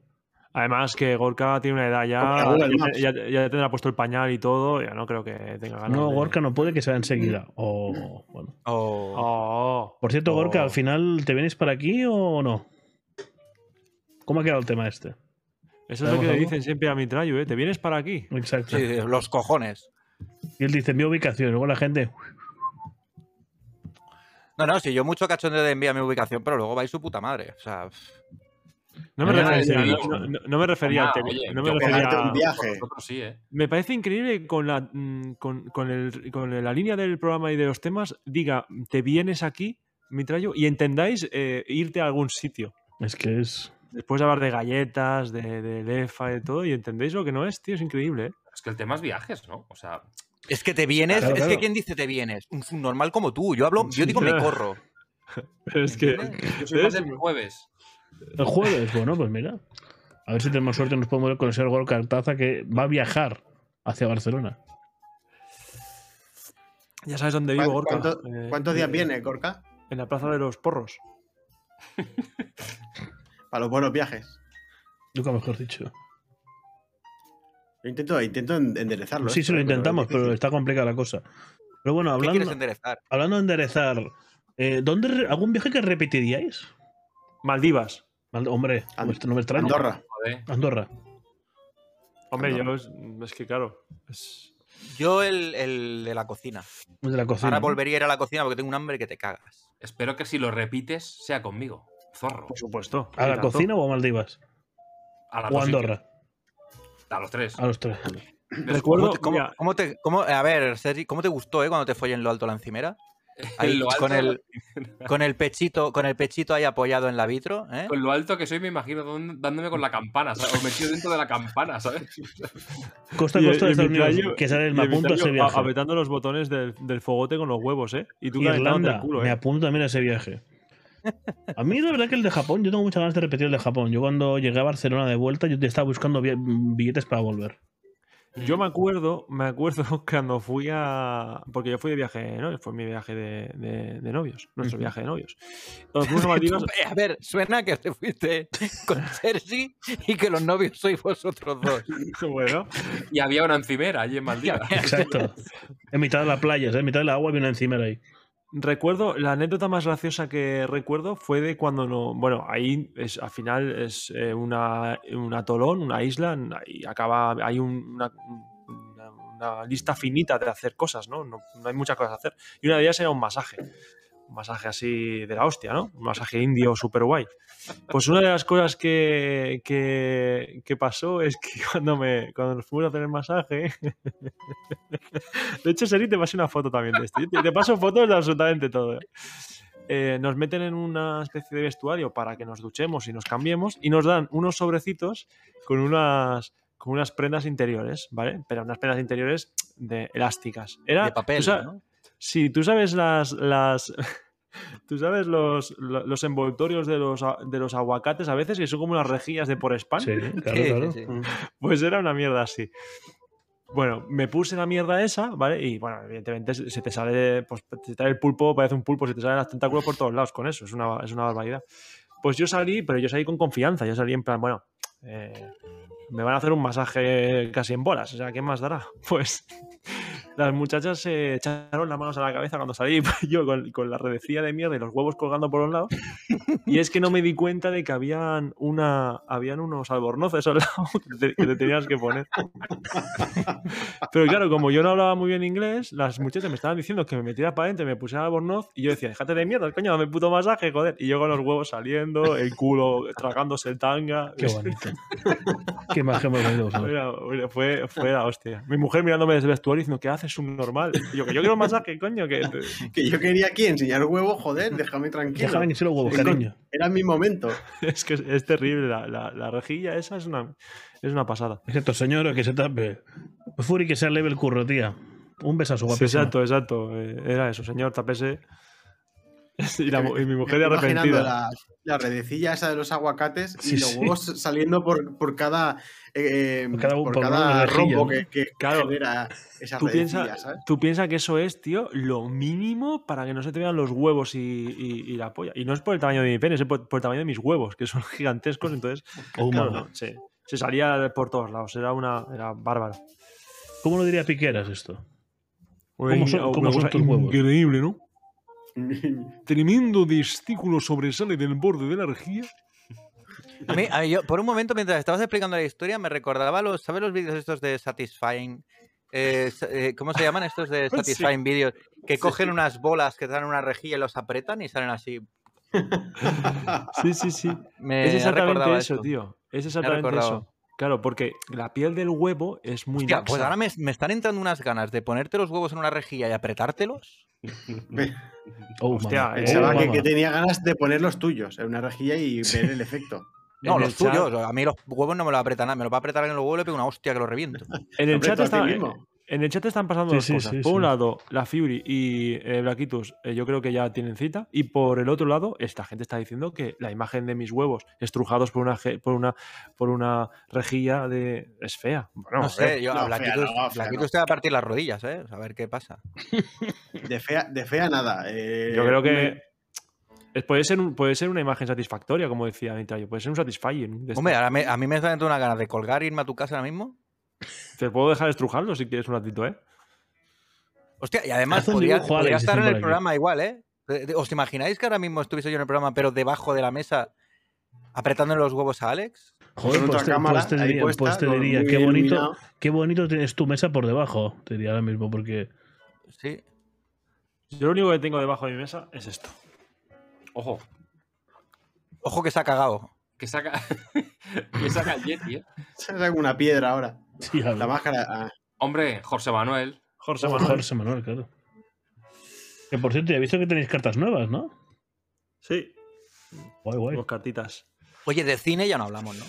Speaker 3: Además que Gorka tiene una edad
Speaker 4: Porque
Speaker 3: ya,
Speaker 4: Google
Speaker 3: ya,
Speaker 4: Maps.
Speaker 3: ya, ya tendrá puesto el pañal y todo, ya no creo que tenga ganas.
Speaker 1: No,
Speaker 3: de-
Speaker 1: Gorka no puede que sea enseguida. O, bueno.
Speaker 2: o-
Speaker 3: Oh,
Speaker 1: Por cierto, Gorka,
Speaker 3: Oh.
Speaker 1: ¿al final te vienes para aquí o no? ¿Cómo ha quedado el tema este?
Speaker 3: eso es lo
Speaker 1: ¿Tenemos
Speaker 3: que le
Speaker 1: algo?
Speaker 3: dicen siempre a Mitrayu, ¿eh? ¿Te vienes para aquí?
Speaker 1: Exacto.
Speaker 2: sí, los cojones.
Speaker 1: Y él dice mi ubicación. y Luego la gente.
Speaker 2: No, no, si yo mucho cachondeo de envía mi ubicación, pero luego vais su puta madre. O sea, pff.
Speaker 3: No me
Speaker 1: Mañana
Speaker 3: refería,
Speaker 1: es el
Speaker 3: no, no- no me refería
Speaker 5: Nah,
Speaker 3: al tema.
Speaker 5: Ah, oye,
Speaker 3: no me
Speaker 5: yo
Speaker 3: refería
Speaker 4: pegarte un día.
Speaker 3: a-
Speaker 4: Viaje.
Speaker 5: Nosotros sí, ¿eh?
Speaker 3: Me parece increíble que con la, mm, con, con el- con la línea del programa y de los temas diga, te vienes aquí, Mitrayu, y entendáis eh, irte a algún sitio.
Speaker 1: Es que es.
Speaker 3: Después de hablar de galletas, de, de lefa y de todo, y entendéis lo que no es, tío, es increíble. ¿eh?
Speaker 5: Es que el tema es viajes, ¿no? O sea,
Speaker 2: es que te vienes,
Speaker 1: Claro,
Speaker 2: es que
Speaker 1: claro.
Speaker 2: quién dice te vienes, un subnormal como tú. Yo hablo, yo digo me corro.
Speaker 3: Pero es que...
Speaker 2: ¿entiendes?
Speaker 5: yo soy más del jueves.
Speaker 1: El jueves, bueno, pues mira. A ver si tenemos suerte y nos podemos ver con el señor Gorka Artaza que va a viajar hacia Barcelona.
Speaker 3: Ya sabes dónde vivo, Gorka.
Speaker 4: ¿Cuánto-
Speaker 3: Eh,
Speaker 4: ¿Cuántos días
Speaker 3: eh,
Speaker 4: viene, Corca?
Speaker 3: En la plaza de los porros.
Speaker 4: Para los buenos viajes.
Speaker 1: Nunca mejor dicho.
Speaker 4: Yo intento, intento en- enderezarlo.
Speaker 1: Sí,
Speaker 4: esto,
Speaker 1: sí, lo
Speaker 4: eh, pero
Speaker 1: intentamos,
Speaker 4: es
Speaker 1: pero
Speaker 4: difícil.
Speaker 1: está complicada la cosa. Pero bueno,
Speaker 2: ¿Qué quieres
Speaker 1: hablando,
Speaker 2: enderezar?
Speaker 1: hablando de enderezar, eh, ¿dónde re- ¿algún viaje que repetiríais?
Speaker 3: Maldivas.
Speaker 1: Mal- Hombre,
Speaker 4: And-
Speaker 1: esto no me extraña.
Speaker 4: Andorra.
Speaker 5: Joder.
Speaker 1: Andorra. Ah,
Speaker 3: Hombre,
Speaker 4: Andorra.
Speaker 3: yo es, es que claro. es-
Speaker 2: Yo el, el de la cocina.
Speaker 1: el De la cocina.
Speaker 2: Ahora volvería a ir a la cocina porque tengo un hambre que te cagas.
Speaker 5: Espero que si lo repites sea conmigo. Zorro.
Speaker 3: por supuesto.
Speaker 1: ¿A
Speaker 3: y
Speaker 1: la
Speaker 3: tanto.
Speaker 1: cocina o a Maldivas?
Speaker 5: A las
Speaker 1: Pues, O a
Speaker 5: dos y-
Speaker 1: Andorra.
Speaker 5: A los tres.
Speaker 1: A los tres.
Speaker 3: Recuerdo,
Speaker 2: ¿Cómo te, cómo-
Speaker 3: mira,
Speaker 2: cómo te- cómo- a ver, Sergi, ¿cómo te gustó eh, cuando te follé en lo alto la encimera? Ahí,
Speaker 5: En lo alto,
Speaker 2: con, el, con el pechito, con el pechito ahí apoyado en la vitro, ¿eh?
Speaker 5: con lo alto que soy, me imagino dón- dándome con la campana, ¿sabes? O metido dentro de la campana, ¿sabes?
Speaker 1: Costa a
Speaker 3: Y el-
Speaker 1: costa de
Speaker 3: y el
Speaker 1: Estados Unidos,
Speaker 3: Mitrayo-
Speaker 1: que sale el
Speaker 3: y el
Speaker 1: mapunto a ese
Speaker 3: Mitrayo a-
Speaker 1: viaje.
Speaker 3: Apretando los botones del, del fogote con los huevos, ¿eh? Y tú calentándote
Speaker 1: Irlanda,
Speaker 3: el culo,
Speaker 1: me
Speaker 3: ¿eh?
Speaker 1: apunto también a ese viaje. A mí la verdad que el de Japón, yo tengo muchas ganas de repetir el de Japón. Yo cuando llegué a Barcelona de vuelta, yo te estaba buscando bi- billetes para volver.
Speaker 3: Yo me acuerdo, me acuerdo cuando fui a. Porque yo fui de viaje de novios, fue mi viaje de, de- de novios, nuestro
Speaker 1: Ujú.
Speaker 3: viaje de novios. Cuando fuimos a Maldivas,
Speaker 2: Eh, A ver, suena que te fuiste ¿eh? con Sergi y que los novios sois vosotros dos.
Speaker 3: bueno,
Speaker 5: Y había una encimera allí en Maldivas.
Speaker 1: Exacto. en mitad de la playa, ¿sabes? en mitad del agua había una encimera ahí.
Speaker 3: Recuerdo, la anécdota más graciosa que recuerdo fue de cuando no. Bueno, ahí es, al final es eh, una, un atolón, una isla, y acaba. Hay un- una, una- una lista finita de hacer cosas, ¿no? ¿no? no hay muchas cosas a hacer. Y una de ellas era un masaje. Un masaje así de la hostia, ¿no? Un masaje indio super guay. Pues una de las cosas que, que, que pasó es que cuando, me, cuando nos fuimos a hacer el masaje, de hecho, Seri, te pasé una foto también de esto. Yo Te, te paso fotos de absolutamente todo. ¿eh? Eh, nos meten en una especie de vestuario para que nos duchemos y nos cambiemos y nos dan unos sobrecitos con unas, con unas prendas interiores, ¿vale? Pero unas prendas interiores de elásticas. Era,
Speaker 2: De papel,
Speaker 3: tú sa-
Speaker 2: ¿no?
Speaker 3: Sí, tú sabes las... las... Tú sabes los, lo- los envoltorios de los, a- de los aguacates a veces que son como unas rejillas de por spam.
Speaker 1: Sí, claro,
Speaker 2: Sí, sí,
Speaker 1: claro.
Speaker 2: sí.
Speaker 3: Pues era una mierda así. Bueno, me puse la mierda esa, ¿vale? Y bueno, evidentemente se se te sale, pues se te sale el pulpo, parece un pulpo, se te salen los tentáculos por todos lados con eso, es una, es una barbaridad. Pues yo salí, pero yo salí con confianza, yo salí en plan, bueno, eh, me van a hacer un masaje casi en bolas, o sea, ¿qué más dará? Pues las muchachas se echaron las manos a la cabeza cuando salí yo con, con la redecilla de mierda y los huevos colgando por un lado. Y es que no me di cuenta de que habían una habían unos albornoces al lado que te, que te tenías que poner. Pero claro, como yo no hablaba muy bien inglés, las muchachas me estaban diciendo que me metiera para adentro, me pusiera el albornoz y yo decía, déjate de mierda, coño, dame puto masaje, joder. Y yo con los huevos saliendo, el culo tragándose el tanga.
Speaker 1: Qué bonito. Qué imagen más bonita. por favor.
Speaker 3: Ah, Era- era- fue, fue la hostia. Mi mujer mirándome desde el vestuario diciendo, ¿qué haces? haces subnormal? Y Yo que yo quiero masaje, coño, que
Speaker 4: Que yo quería aquí enseñar huevo, joder, déjame tranquilo.
Speaker 1: Déjame que se lo huevos,
Speaker 4: Sí,
Speaker 1: cariño.
Speaker 4: Era mi momento.
Speaker 3: es que es, es terrible. La, la- la rejilla esa es una, es una pasada.
Speaker 1: Exacto, señor, que se tape. Furi, que sea leve el curro, tía. Un besazo,
Speaker 3: Sí,
Speaker 1: guapísima.
Speaker 3: exacto, exacto. eh, Era eso, señor, tapese. Y, la- y mi
Speaker 4: Me
Speaker 3: mujer
Speaker 4: estoy imaginando
Speaker 3: arrepentida.
Speaker 4: La, la redecilla esa de los aguacates
Speaker 1: Sí,
Speaker 4: y los
Speaker 1: sí.
Speaker 4: huevos saliendo por, por cada, eh,
Speaker 1: Por cada-
Speaker 4: por
Speaker 1: por
Speaker 4: cada
Speaker 1: una rejilla,
Speaker 4: rombo
Speaker 1: ¿no?
Speaker 4: que, que
Speaker 3: Claro.
Speaker 4: genera esa
Speaker 3: Tú
Speaker 4: redecilla,
Speaker 3: piensas
Speaker 4: ¿sabes?
Speaker 3: piensa que eso es, tío, lo mínimo para que no se te vean los huevos y, y- y la polla. Y no es por el tamaño de mi pene, es por, por el tamaño de mis huevos, que son gigantescos, entonces
Speaker 1: Oh,
Speaker 3: claro,
Speaker 1: mamá.
Speaker 3: no, se, se salía por todos lados, era una era bárbaro.
Speaker 1: ¿Cómo lo diría Piqueras esto?
Speaker 3: Una-
Speaker 1: ¿Cómo son-
Speaker 3: Pues una
Speaker 1: cómo son
Speaker 3: cosa
Speaker 1: tus huevos?
Speaker 3: Increíble, ¿no? Tremendo testículo sobresale del borde de la rejilla.
Speaker 2: A mí, a mí yo, por un momento, mientras estabas explicando la historia, me recordaba los, ¿sabes los vídeos estos de Satisfying? Eh, sa- eh, ¿Cómo se llaman estos de
Speaker 3: Sí.
Speaker 2: Satisfying videos? Que cogen unas bolas que dan una rejilla y los apretan y salen así.
Speaker 3: Sí, sí, sí.
Speaker 2: Me
Speaker 3: Es exactamente
Speaker 2: Eh, recordaba
Speaker 3: eso,
Speaker 2: esto.
Speaker 3: tío. Es exactamente
Speaker 2: recordaba.
Speaker 3: eso. Claro, porque la piel del huevo es muy
Speaker 2: Hostia,
Speaker 3: laxa.
Speaker 2: pues ahora me, me están entrando unas ganas de ponerte los huevos en una rejilla y apretártelos.
Speaker 1: Oh,
Speaker 3: Hostia,
Speaker 1: mamá.
Speaker 3: eh,
Speaker 4: Pensaba
Speaker 1: Oh,
Speaker 4: que,
Speaker 1: mamá.
Speaker 4: que tenía ganas de poner los tuyos en una rejilla y ver el efecto.
Speaker 3: En
Speaker 2: No,
Speaker 3: el
Speaker 2: los
Speaker 3: chat-
Speaker 2: tuyos. A mí los huevos no me los apretan nada. Me los va a apretar alguien en los huevos y le pego una hostia que lo reviento.
Speaker 3: En el,
Speaker 4: Hombre,
Speaker 3: chat
Speaker 2: pues
Speaker 3: eh,
Speaker 4: tú a ti
Speaker 3: está-
Speaker 4: mismo.
Speaker 3: en el chat están pasando
Speaker 1: Sí,
Speaker 3: dos
Speaker 1: sí,
Speaker 3: cosas.
Speaker 1: sí,
Speaker 3: por un
Speaker 1: sí.
Speaker 3: lado, la Fury y eh, Blaquitus, eh, yo creo que ya tienen cita. Y por el otro lado, esta gente está diciendo que la imagen de mis huevos estrujados por una, ge- por una, por una rejilla de, es fea. Bueno,
Speaker 2: No
Speaker 3: a ver,
Speaker 2: sé, yo
Speaker 4: no,
Speaker 2: a
Speaker 4: fea
Speaker 2: Blaquitos,
Speaker 4: no, fea
Speaker 2: Blaquitus
Speaker 4: no.
Speaker 2: te va a partir las rodillas, ¿eh? A ver qué pasa.
Speaker 4: De fea, de fea nada. eh,
Speaker 3: yo creo que
Speaker 4: me-
Speaker 3: es- puede, ser un- puede ser una imagen satisfactoria, como decía Mitrayo. Puede ser un satisfying. de esto.
Speaker 2: Hombre, ahora me- a mí me está dando una ganas de colgar e irme a tu casa ahora mismo.
Speaker 3: Te puedo dejar estrujarlo si quieres un ratito, ¿eh?
Speaker 2: Hostia, y además
Speaker 1: Haz un
Speaker 2: podría,
Speaker 1: dibujo, Alex,
Speaker 2: podría estar
Speaker 1: dicen
Speaker 2: en
Speaker 1: por
Speaker 2: el
Speaker 1: aquí.
Speaker 2: programa igual, ¿eh? De- de- ¿Os imagináis que ahora mismo estuviese yo en el programa, pero debajo de la mesa, apretándole los huevos a Alex?
Speaker 1: Joder,
Speaker 4: con
Speaker 1: pues
Speaker 4: otra
Speaker 1: te,
Speaker 4: cámara
Speaker 1: pues te
Speaker 4: ahí
Speaker 1: diría,
Speaker 4: puesta,
Speaker 1: pues te
Speaker 4: con-
Speaker 1: diría,
Speaker 4: muy
Speaker 1: qué
Speaker 4: bien
Speaker 1: bonito,
Speaker 4: iluminado.
Speaker 1: qué bonito tienes tu mesa por debajo, te diría ahora mismo, porque
Speaker 2: Sí.
Speaker 3: Yo lo único que tengo debajo de mi mesa es esto.
Speaker 5: Ojo,
Speaker 2: Ojo que se ha cagado.
Speaker 5: que saca. que saca el Yeti, eh.
Speaker 4: Esa Es alguna piedra ahora.
Speaker 1: sí, a
Speaker 4: La
Speaker 1: ver,
Speaker 4: máscara. ah,
Speaker 5: Hombre, José Manuel.
Speaker 3: Jorge Manuel.
Speaker 1: Jorge Manuel, claro. Que por cierto, ya he visto que tenéis cartas nuevas, ¿no?
Speaker 3: Sí.
Speaker 1: Guay, guay.
Speaker 3: Dos cartitas.
Speaker 2: Oye, de cine ya no hablamos, ¿no?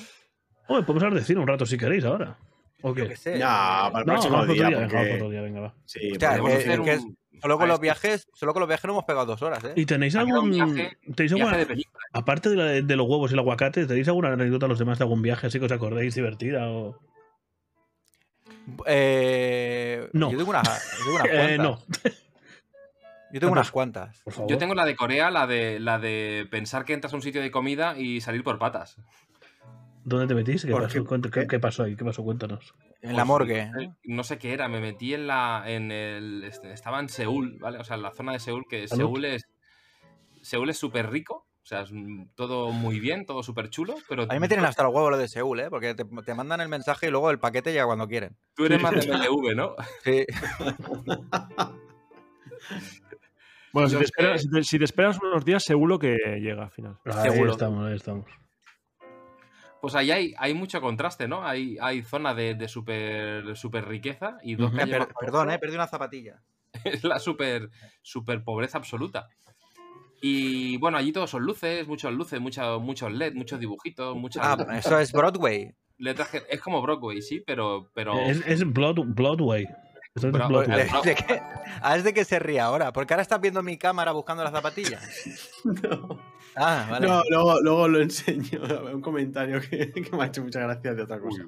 Speaker 1: Hombre, podemos hablar de cine un rato si queréis ahora. ¿O qué?
Speaker 2: Yo qué sé.
Speaker 4: no, para el
Speaker 1: No,
Speaker 4: próximo
Speaker 1: vamos otro
Speaker 4: día.
Speaker 1: día, venga, vamos
Speaker 4: porque-
Speaker 1: otro día, venga, va.
Speaker 4: sí,
Speaker 2: Eh, Hostia,
Speaker 4: podemos
Speaker 2: eh,
Speaker 5: Podemos hacer
Speaker 4: hacer-
Speaker 2: que Ah, es-
Speaker 5: un
Speaker 2: Solo con los
Speaker 5: Este-
Speaker 2: viajes, solo con los viajes no hemos pegado dos horas, ¿eh?
Speaker 1: ¿Y tenéis
Speaker 5: Ha quedado un
Speaker 1: algún.
Speaker 5: viaje-
Speaker 1: ¿Tenéis
Speaker 5: viaje
Speaker 1: alguna,
Speaker 5: de película.
Speaker 1: aparte de, la- de los huevos y el aguacate, ¿tenéis alguna anécdota a los demás de algún viaje así que os acordéis divertida? O...
Speaker 2: Eh,
Speaker 1: No.
Speaker 2: Yo tengo, una- yo tengo unas cuantas.
Speaker 1: Eh, no,
Speaker 2: Yo tengo unas cuantas.
Speaker 1: por favor.
Speaker 5: Yo tengo la de Corea, la de, la de pensar que entras a un sitio de comida y salir por patas.
Speaker 1: ¿Dónde te metís? ¿Qué
Speaker 4: ¿Por
Speaker 1: pasó?
Speaker 4: qué?
Speaker 1: Cuenta- ¿Qué, qué pasó ahí? ¿Qué pasó? Cuéntanos.
Speaker 2: En la morgue.
Speaker 5: Eh, No sé qué era, me metí en la. En el, este, estaba en Seúl, ¿vale? O sea, en la zona de Seúl,
Speaker 2: Ah,
Speaker 5: que
Speaker 1: Salud.
Speaker 5: Seúl es. Seúl es súper rico. O sea, es un- todo muy bien, todo súper chulo, pero
Speaker 2: A mí me tienen hasta el huevo lo de Seúl, ¿eh? Porque te, te mandan el mensaje y luego el paquete llega cuando quieren.
Speaker 5: tú eres más de MTV, ¿no?
Speaker 2: Sí.
Speaker 3: Bueno, si
Speaker 5: Yo
Speaker 3: te,
Speaker 5: es que-
Speaker 3: esperas, si te- si te esperas unos días, seguro que llega al final.
Speaker 1: Ahí
Speaker 2: Seguro.
Speaker 1: estamos, ahí estamos.
Speaker 5: Pues ahí hay, hay mucho contraste, ¿no? Hay, hay zona de, de súper super riqueza y dos
Speaker 1: Ujú.
Speaker 5: calles
Speaker 2: Per-
Speaker 5: más por
Speaker 2: perdón,
Speaker 5: otro.
Speaker 2: ¿eh? Perdí una zapatilla.
Speaker 5: es la super, super pobreza absoluta. Y bueno, allí todos son luces, muchos luces, muchos muchos LED, muchos dibujitos, muchas
Speaker 2: Ah, eso es Broadway.
Speaker 5: letras. que- Es como Broadway, sí, pero. pero
Speaker 1: Es, es Blood, Bloodway. Esto es
Speaker 5: Bra-
Speaker 2: Por-
Speaker 1: Bloodway.
Speaker 2: de- de que- ah, es de que se ríe ahora. Porque ahora estás viendo mi cámara buscando las zapatillas. Ah, vale.
Speaker 4: No, luego, luego lo enseño. Un comentario que, que me ha hecho muchas gracias de otra cosa.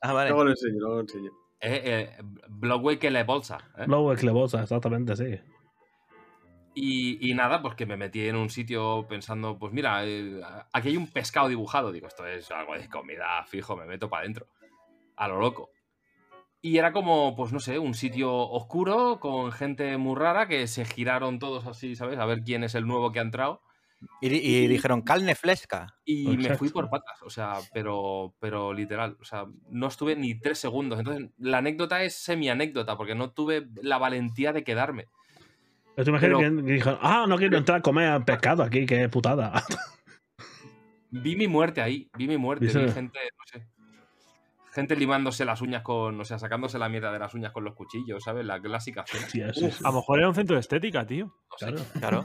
Speaker 2: Ah, vale.
Speaker 4: Luego lo enseño, luego lo enseño.
Speaker 5: eh, eh, Broadway que le bolsa. ¿eh?
Speaker 1: Bloodway Clebosa, exactamente, sí.
Speaker 5: Y, y nada, pues que me metí en un sitio pensando, pues mira, eh, aquí hay un pescado dibujado. Digo, esto es algo de comida fijo, me meto para adentro. A lo loco. Y era como, pues no sé, un sitio oscuro con gente muy rara que se giraron todos así, ¿sabes? A ver quién es el nuevo que ha entrado.
Speaker 2: Y, di- y dijeron carne fresca.
Speaker 5: Y me fui
Speaker 1: Exacto.
Speaker 5: por patas, o sea, pero, pero literal, o sea, no estuve ni tres segundos. Entonces, la anécdota es semi-anécdota porque no tuve la valentía de quedarme.
Speaker 1: Pero te imaginas
Speaker 5: Pero-
Speaker 1: que- que dijeron, ah, no quiero entrar a comer pescado aquí, qué putada.
Speaker 5: Vi mi muerte ahí, vi mi muerte,
Speaker 1: Dice-
Speaker 5: vi gente, no sé. Gente limándose las uñas con, o sea, sacándose la mierda de las uñas con los cuchillos, ¿sabes? La clásica escena.
Speaker 1: Hostia, sí, sí,
Speaker 3: A lo mejor era un centro de estética, tío.
Speaker 5: No sé.
Speaker 1: claro.
Speaker 2: Claro.